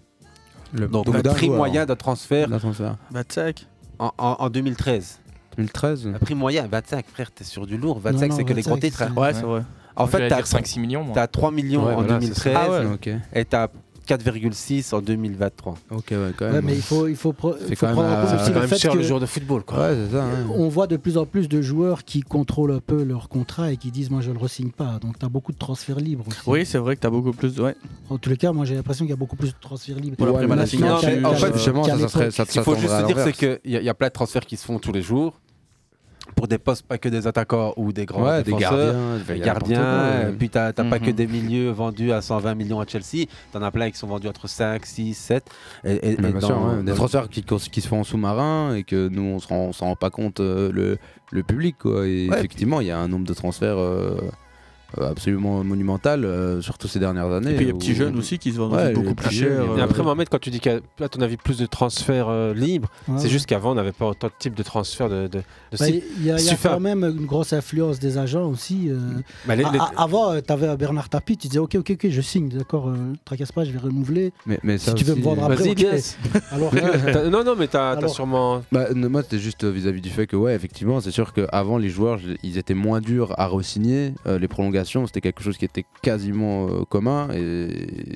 Speaker 11: Le-
Speaker 7: Donc,
Speaker 11: donc
Speaker 7: le
Speaker 11: d'un
Speaker 7: prix
Speaker 11: joueur.
Speaker 7: moyen d'un transfert,
Speaker 11: D'un transfert.
Speaker 2: 25.
Speaker 7: En, en- en 2013.
Speaker 11: 2013
Speaker 7: Le prix moyen, 25, frère, t'es sur du lourd. 25,
Speaker 11: Non, non,
Speaker 7: c'est que les gros
Speaker 11: 25,
Speaker 7: titres. hein.
Speaker 11: c'est- Ouais, c'est vrai.
Speaker 7: En
Speaker 9: Moi,
Speaker 7: fait,
Speaker 9: j'allais
Speaker 7: t'as
Speaker 9: dire 5-6 millions, moi.
Speaker 7: T'as 3 millions
Speaker 11: Ouais,
Speaker 7: en
Speaker 11: voilà, c'est ça.
Speaker 7: 2013
Speaker 11: Ah ouais. Ok.
Speaker 7: et t'as 4,6 en 2023.
Speaker 11: Ok, ouais, quand
Speaker 10: Ouais, mais il faut, il faut, pro-
Speaker 7: C'est
Speaker 10: faut
Speaker 7: quand même,
Speaker 10: prendre en
Speaker 7: euh,
Speaker 10: compte aussi
Speaker 7: c'est quand
Speaker 10: le
Speaker 7: même
Speaker 10: fait
Speaker 7: cher
Speaker 10: que
Speaker 7: le joueur de football, quoi.
Speaker 11: Ouais, c'est ça. hein.
Speaker 10: On voit de plus en plus de joueurs qui contrôlent un peu leur contrat et qui disent moi je le resigne pas. Donc tu as beaucoup de transferts libres. aussi.
Speaker 2: Oui, c'est vrai que t'as beaucoup plus de. Ouais.
Speaker 10: En tous les cas, moi j'ai l'impression qu'il y a beaucoup plus de transferts libres.
Speaker 2: Pour la prime à la
Speaker 10: Maintenant
Speaker 2: signature, euh,
Speaker 10: qu'à-
Speaker 7: en
Speaker 10: qu'à-
Speaker 7: fait,
Speaker 10: qu'à
Speaker 7: justement,
Speaker 10: l'époque.
Speaker 7: Ce qu'il faut juste se dire, c'est qu'il y, a- y a plein de transferts qui se font tous les jours pour des postes, pas que des attaquants ou des grands
Speaker 11: Ouais, des
Speaker 7: défenseurs,
Speaker 11: gardiens,
Speaker 7: des
Speaker 11: il y a
Speaker 7: gardiens,
Speaker 11: n'importe quoi, ouais.
Speaker 7: euh, puis t'as t'as pas
Speaker 11: Mhm.
Speaker 7: que des milieux vendus à 120 millions à Chelsea, t'en as plein qui sont vendus entre 5, 6, 7. Et, et-
Speaker 11: Mais
Speaker 7: et
Speaker 11: bien
Speaker 7: dans-
Speaker 11: sûr, hein, des
Speaker 7: dans-
Speaker 11: transferts qui, cons- qui se font en sous-marin et que nous on se rend- on s'en rend pas compte euh, le, le public quoi. Et
Speaker 7: Ouais,
Speaker 11: effectivement, il y a un nombre de transferts euh, euh, absolument monumental, euh, surtout ces dernières années.
Speaker 2: Et puis, il y a
Speaker 11: où-
Speaker 2: petits jeunes aussi qui se vendent
Speaker 11: euh, Ouais,
Speaker 2: aussi beaucoup
Speaker 11: les
Speaker 2: plus
Speaker 11: petits
Speaker 2: cher.
Speaker 11: jeunes, il y en a
Speaker 8: Et
Speaker 2: euh,
Speaker 8: après Mohamed, quand tu dis qu'à à ton avis plus de transferts euh, libres,
Speaker 10: Ouais,
Speaker 8: c'est
Speaker 10: ouais.
Speaker 8: juste qu'avant on n'avait pas autant de types de transferts de. de, de
Speaker 10: Bah, Il
Speaker 8: sites.
Speaker 10: y a, il y a
Speaker 8: Suffit-
Speaker 10: quand même une grosse influence des agents aussi. euh.
Speaker 8: Bah, les-
Speaker 10: A-
Speaker 8: les-
Speaker 10: a- Avant, tu avais Bernard Tapie, tu disais ok, ok, ok, je signe, d'accord, euh, tracasse pas, je vais renouveler.
Speaker 11: Mais, mais
Speaker 10: si
Speaker 11: ça
Speaker 10: tu veux me
Speaker 11: aussi,
Speaker 10: vendre
Speaker 11: euh,
Speaker 10: après,
Speaker 11: Vas-y,
Speaker 10: ok.
Speaker 11: yes.
Speaker 10: Alors
Speaker 11: Ouais.
Speaker 10: que-
Speaker 8: T'as- Non, non, mais t'as t'as
Speaker 10: Alors-
Speaker 8: sûrement.
Speaker 11: Bah, non, moi, c'était juste euh, vis-à-vis du fait que, ouais, effectivement, c'est sûr qu'avant, les joueurs, je- ils étaient moins durs à re-signer. Euh, les prolongations, c'était quelque chose qui était quasiment euh, commun. Et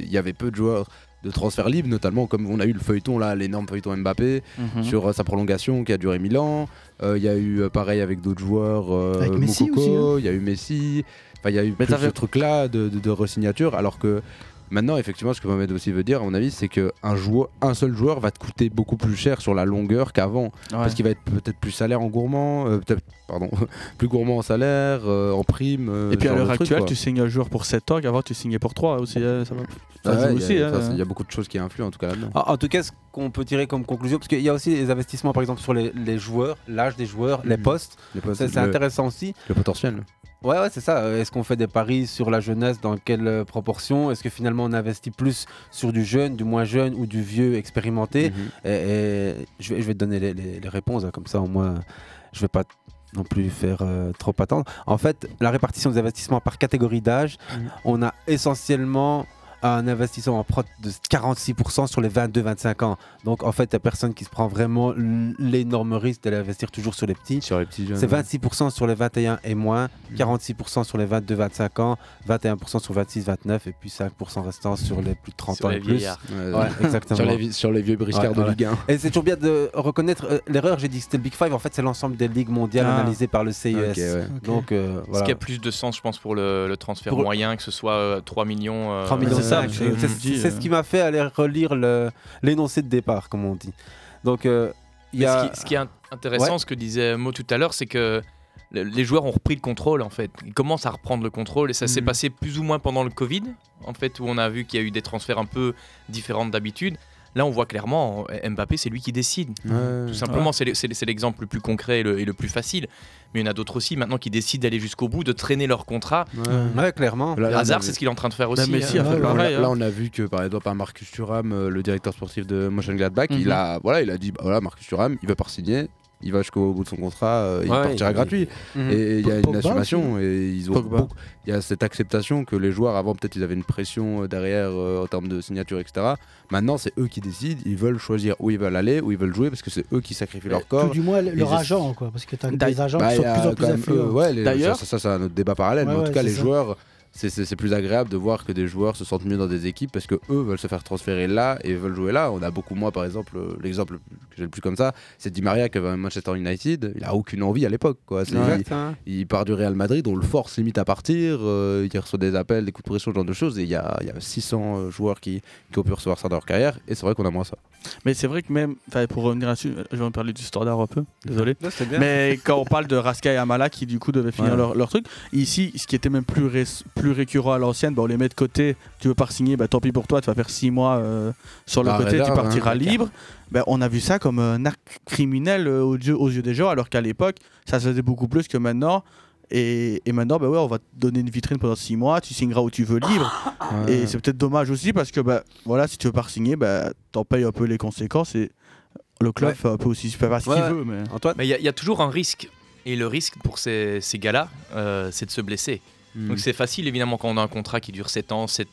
Speaker 11: il y avait peu de joueurs de transfert libre, notamment comme on a eu le feuilleton, là, l'énorme feuilleton Mbappé,
Speaker 2: Mhm.
Speaker 11: sur euh, sa prolongation qui a duré 1000 ans. Euh, Il y a eu, euh, pareil, avec d'autres joueurs, euh,
Speaker 2: Avec Messi
Speaker 11: Moukoko,
Speaker 2: aussi, hein.
Speaker 11: il y a eu Messi. Enfin, il y a eu
Speaker 2: Mais
Speaker 11: plus
Speaker 2: t'avais-
Speaker 11: ce truc-là de, de, de re-signature, alors que. Maintenant, effectivement, ce que Mohamed aussi veut dire, à mon avis, c'est qu'un joueur, un seul joueur va te coûter beaucoup plus cher sur la longueur qu'avant. Parce qu'il va être peut-être plus salaire en gourmand, euh, peut-être- pardon, plus gourmand en salaire, euh, en prime. euh,
Speaker 2: Et puis à
Speaker 11: ce genre
Speaker 2: l'heure
Speaker 11: de truc,
Speaker 2: actuelle,
Speaker 11: quoi.
Speaker 2: tu signes un joueur pour 7 ans, avant tu signais pour 3 aussi. hein, ça va.
Speaker 11: Ah
Speaker 2: Ça
Speaker 11: ouais,
Speaker 2: joue
Speaker 11: il y a-
Speaker 2: aussi. hein. Ah,
Speaker 11: enfin, c'est- il y a beaucoup de choses qui influent en tout cas là-dedans.
Speaker 7: En, en tout cas, ce qu'on peut tirer comme conclusion, parce qu'il y a aussi les investissements, par exemple, sur les, les joueurs, l'âge des joueurs, les
Speaker 2: Mm.
Speaker 11: Mhm.
Speaker 7: postes.
Speaker 11: Les postes,
Speaker 7: Ça, c'est
Speaker 11: le-
Speaker 7: intéressant aussi.
Speaker 11: Le potentiel.
Speaker 7: Ouais, ouais, c'est ça. Euh, Est-ce qu'on fait des paris sur la jeunesse Dans quelle euh, proportion Est-ce que finalement on investit plus sur du jeune, du moins jeune ou du vieux expérimenté Et, et je, vais, je vais te donner les, les- les réponses, hein, comme ça au moins euh, je vais pas non plus faire euh, trop attendre. En fait, la répartition des investissements par catégorie d'âge, on a essentiellement à un investissement en prod de 46% sur les 22-25 ans. Donc en fait, il n'y a personne qui se prend vraiment l- l'énorme risque d'aller investir toujours sur les petits.
Speaker 11: Sur les petits jeunes,
Speaker 7: C'est
Speaker 11: ouais.
Speaker 7: 26% sur les 21 et moins, 46% sur les 22-25 ans, 21% sur 26-29 et puis 5% restant sur les plus de 30
Speaker 11: Sur
Speaker 7: ans
Speaker 11: les
Speaker 7: et plus.
Speaker 11: vieillards.
Speaker 7: Ouais,
Speaker 11: Ouais.
Speaker 7: exactement.
Speaker 11: Sur les vi- sur les vieux briscards de Ligue 1.
Speaker 7: Et c'est toujours bien de reconnaître euh, l'erreur. J'ai dit que c'était le Big Five. En fait, c'est l'ensemble des ligues mondiales
Speaker 9: Ah.
Speaker 7: analysées par le CIS.
Speaker 9: Ok, ouais.
Speaker 7: Donc, euh,
Speaker 9: Ce
Speaker 7: voilà.
Speaker 9: qui a plus de sens, je pense, pour le, le transfert
Speaker 7: Pour-
Speaker 9: moyen, que ce soit euh, 3 millions. euh,
Speaker 7: 3 millions
Speaker 9: c'est ça,
Speaker 7: cinq.
Speaker 9: je-
Speaker 7: C'est-
Speaker 9: je me
Speaker 7: C'est
Speaker 9: dis,
Speaker 7: c'est
Speaker 9: euh,
Speaker 7: ce qui m'a fait aller relire le- l'énoncé de départ, comme on dit. Donc, euh, il y
Speaker 9: Mais
Speaker 7: a.
Speaker 9: ce, qui, ce qui est int- intéressant,
Speaker 7: Ouais.
Speaker 9: ce que disait Mo tout à l'heure, c'est que le- les joueurs ont repris le contrôle en fait. Ils commencent à reprendre le contrôle et ça s'est
Speaker 7: Mhm.
Speaker 9: passé plus ou moins pendant le Covid, en fait, où on a vu qu'il y a eu des transferts un peu différents d'habitude. Là, on voit clairement, euh, Mbappé, c'est lui qui décide.
Speaker 11: Ouais.
Speaker 9: Tout simplement,
Speaker 11: Ouais.
Speaker 9: c'est le- c'est le- c'est l'exemple le plus concret et le, et le plus facile. Mais il y en a d'autres aussi maintenant qui décident d'aller jusqu'au bout, de traîner leur contrat.
Speaker 7: Ouais, clairement.
Speaker 9: Le hasard, c'est ce qu'il est en train de faire aussi. euh,
Speaker 11: Ouais, hein. là, là, on a vu que par exemple par Marcus Thuram, euh, le directeur sportif de Mönchengladbach, il
Speaker 7: Mhm.
Speaker 11: a voilà, il a dit bah voilà Marcus Thuram, il va pas signer, il va jusqu'au bout de son contrat, euh, il
Speaker 7: Ouais,
Speaker 11: partira
Speaker 7: il-
Speaker 11: gratuit.
Speaker 7: Mhm.
Speaker 11: Et il y a une
Speaker 7: Pogba
Speaker 11: assumation
Speaker 7: aussi.
Speaker 11: et ils ont
Speaker 7: Pogba.
Speaker 11: beaucoup- il y a cette acceptation que les joueurs avant peut-être ils avaient une pression euh, derrière euh, en termes de signature etc. Maintenant c'est eux qui décident, ils veulent choisir où ils veulent aller, où ils veulent jouer parce que c'est eux qui sacrifient leur corps.
Speaker 10: Ou du moins
Speaker 11: Ils
Speaker 10: leur
Speaker 11: essaient-
Speaker 10: agent, quoi, parce que tu as
Speaker 11: D'a-
Speaker 10: des agents
Speaker 11: Bah,
Speaker 10: qui sont
Speaker 11: y
Speaker 10: de
Speaker 11: a
Speaker 10: plus en plus
Speaker 11: quand même eux,
Speaker 10: influents.
Speaker 11: ouais, les-
Speaker 10: D'ailleurs,
Speaker 11: ça, ça, ça, c'est un autre débat parallèle. mais
Speaker 10: Ouais,
Speaker 11: en tout
Speaker 10: ouais,
Speaker 11: cas,
Speaker 10: c'est
Speaker 11: les
Speaker 10: ça.
Speaker 11: joueurs, c'est- c'est c'est plus agréable de voir que des joueurs se sentent mieux dans des équipes parce que eux veulent se faire transférer là et veulent jouer là. On a beaucoup moins, par exemple, euh, l'exemple que j'ai le plus comme ça, c'est Di Maria qui va à Manchester United. Il a aucune envie à l'époque. quoi. C'est-
Speaker 7: Ouais.
Speaker 11: Il, il part du Real Madrid, on le force limite à partir. euh, il reçoit des appels, des coups de pression, ce genre de choses. Et il y a, il y a 600 euh, joueurs qui, qui ont pu recevoir ça dans leur carrière. Et c'est vrai qu'on a moins ça.
Speaker 2: Mais c'est vrai que même, enfin, pour revenir là-dessus, je vais en parler du standard un peu, désolé.
Speaker 7: Non, c'est bien.
Speaker 2: Mais quand on parle de Raska et Amala qui du coup devaient finir
Speaker 7: Ouais.
Speaker 2: leur, leur truc, ici, ce qui était même plus, ré- plus récurrent à l'ancienne, bah, on les met de côté, tu veux pas signer, bah, tant pis pour toi, tu vas faire 6 mois euh, sur le
Speaker 11: Bah,
Speaker 2: côté,
Speaker 11: réserve,
Speaker 2: tu
Speaker 11: hein,
Speaker 2: partiras
Speaker 11: ouais,
Speaker 2: libre. Bah, on a vu ça comme un arc criminel euh, aux, yeux, aux yeux des gens, alors qu'à l'époque, ça se faisait beaucoup plus que maintenant. Et, et maintenant, bah ouais, on va te donner une vitrine pendant 6 mois, tu signeras où tu veux libre.
Speaker 7: Ah.
Speaker 11: Ouais.
Speaker 2: Et c'est peut-être dommage aussi parce que bah, voilà, si tu veux pas signer, bah, t'en payes un peu les conséquences et le club
Speaker 9: Ouais.
Speaker 2: fait un peu aussi,
Speaker 11: Bah,
Speaker 2: fait pas ce qu'il veut. Mais...
Speaker 9: Mais il y, a- il y a toujours un risque. Et le risque pour ces, ces gars-là, euh, c'est de se blesser.
Speaker 11: Mm.
Speaker 9: Donc c'est facile évidemment quand on a un contrat qui dure 7 ans, 7,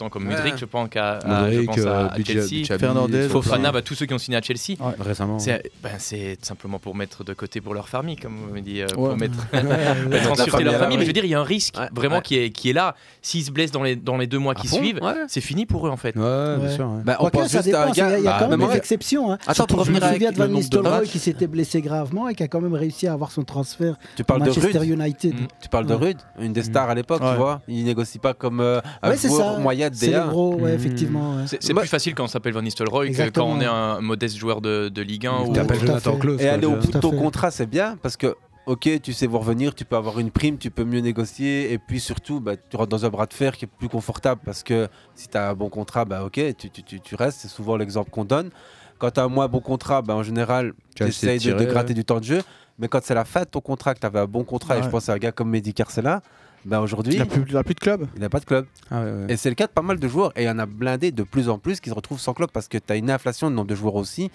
Speaker 9: ans comme
Speaker 11: Ouais.
Speaker 9: Mudrik, je pense, qu'à- à,
Speaker 11: Mudryk,
Speaker 9: je pense à-
Speaker 11: euh,
Speaker 9: à
Speaker 11: Bicha-
Speaker 9: Ah, Chelsea,
Speaker 11: Bichabi, Fernandez,
Speaker 9: Fofana,
Speaker 11: Fofana.
Speaker 9: bah, tous ceux qui ont signé à Chelsea.
Speaker 11: Récemment,
Speaker 9: C'est
Speaker 11: ouais.
Speaker 9: ben, c'est simplement pour mettre de côté pour leur famille, comme vous me dites, euh,
Speaker 11: Ouais.
Speaker 9: pour mettre,
Speaker 11: Ouais,
Speaker 9: mettre
Speaker 11: ouais.
Speaker 9: en
Speaker 11: La
Speaker 9: sûreté
Speaker 11: famille,
Speaker 9: leur
Speaker 11: ouais,
Speaker 9: famille. Mais
Speaker 11: ouais.
Speaker 9: je veux dire, il y a un risque vraiment
Speaker 11: ouais.
Speaker 9: Qui, est, qui est là. S'ils se blessent dans les, dans les deux mois qui
Speaker 11: fond,
Speaker 9: suivent,
Speaker 11: ouais.
Speaker 9: c'est fini pour eux en fait.
Speaker 11: bien sûr, ouais. Bah,
Speaker 10: Quoique, ça dépend, il y a- il y a quand même des exceptions. hein.
Speaker 7: bah, Attends, pour
Speaker 10: je me
Speaker 7: revenir avec
Speaker 10: souviens de Van
Speaker 7: le nombre de
Speaker 10: Nistelrooy
Speaker 7: matchs.
Speaker 10: qui s'était blessé gravement et qui a quand même réussi à avoir son transfert
Speaker 7: Tu parles
Speaker 10: à Manchester
Speaker 7: de Rude.
Speaker 10: United.
Speaker 11: Hmm.
Speaker 7: Tu parles de
Speaker 10: Ouais.
Speaker 7: Rude, une des stars à l'époque, tu vois. Il négocie pas comme euh, un
Speaker 10: Mm. Ouais, c'est
Speaker 7: joueur
Speaker 10: ça.
Speaker 7: moyen de
Speaker 10: C'est les
Speaker 7: DA.
Speaker 10: gros,
Speaker 9: Mm.
Speaker 10: ouais, effectivement. ouais.
Speaker 9: C'est c'est plus facile quand on s'appelle Van Nistelrooy que quand
Speaker 10: Exactement.
Speaker 9: on est un modeste joueur de, de Ligue 1. Ou...
Speaker 7: t'appelles
Speaker 11: Jonathan Klaus,
Speaker 7: Et
Speaker 11: quoi,
Speaker 7: aller au
Speaker 11: je-
Speaker 7: bout
Speaker 11: Tout
Speaker 7: de
Speaker 11: à
Speaker 7: ton
Speaker 11: fait.
Speaker 7: contrat, c'est bien parce que. Ok, tu sais voir venir, tu peux avoir une prime, tu peux mieux négocier, et puis surtout, bah, tu rentres dans un bras de fer qui est plus confortable parce que si tu as un bon contrat, bah, ok, tu, tu- tu- tu restes, c'est souvent l'exemple qu'on donne. Quand tu as un moins bon contrat, bah, en général, tu
Speaker 11: Tu essaies de
Speaker 7: essayes de, de
Speaker 11: tirer,
Speaker 7: gratter
Speaker 11: ouais.
Speaker 7: du temps de jeu, mais quand c'est la fin de ton contrat, que tu avais un bon contrat, et
Speaker 11: Ouais.
Speaker 7: je pense à un gars comme Mehdi Carcela, bah, aujourd'hui.
Speaker 2: Il a plus- plus de club Ah
Speaker 7: Il n'a pas de club. Et c'est le cas de pas mal de joueurs, et il y en a blindé de plus en plus qui se retrouvent sans club parce que tu as une inflation de nombre de joueurs aussi.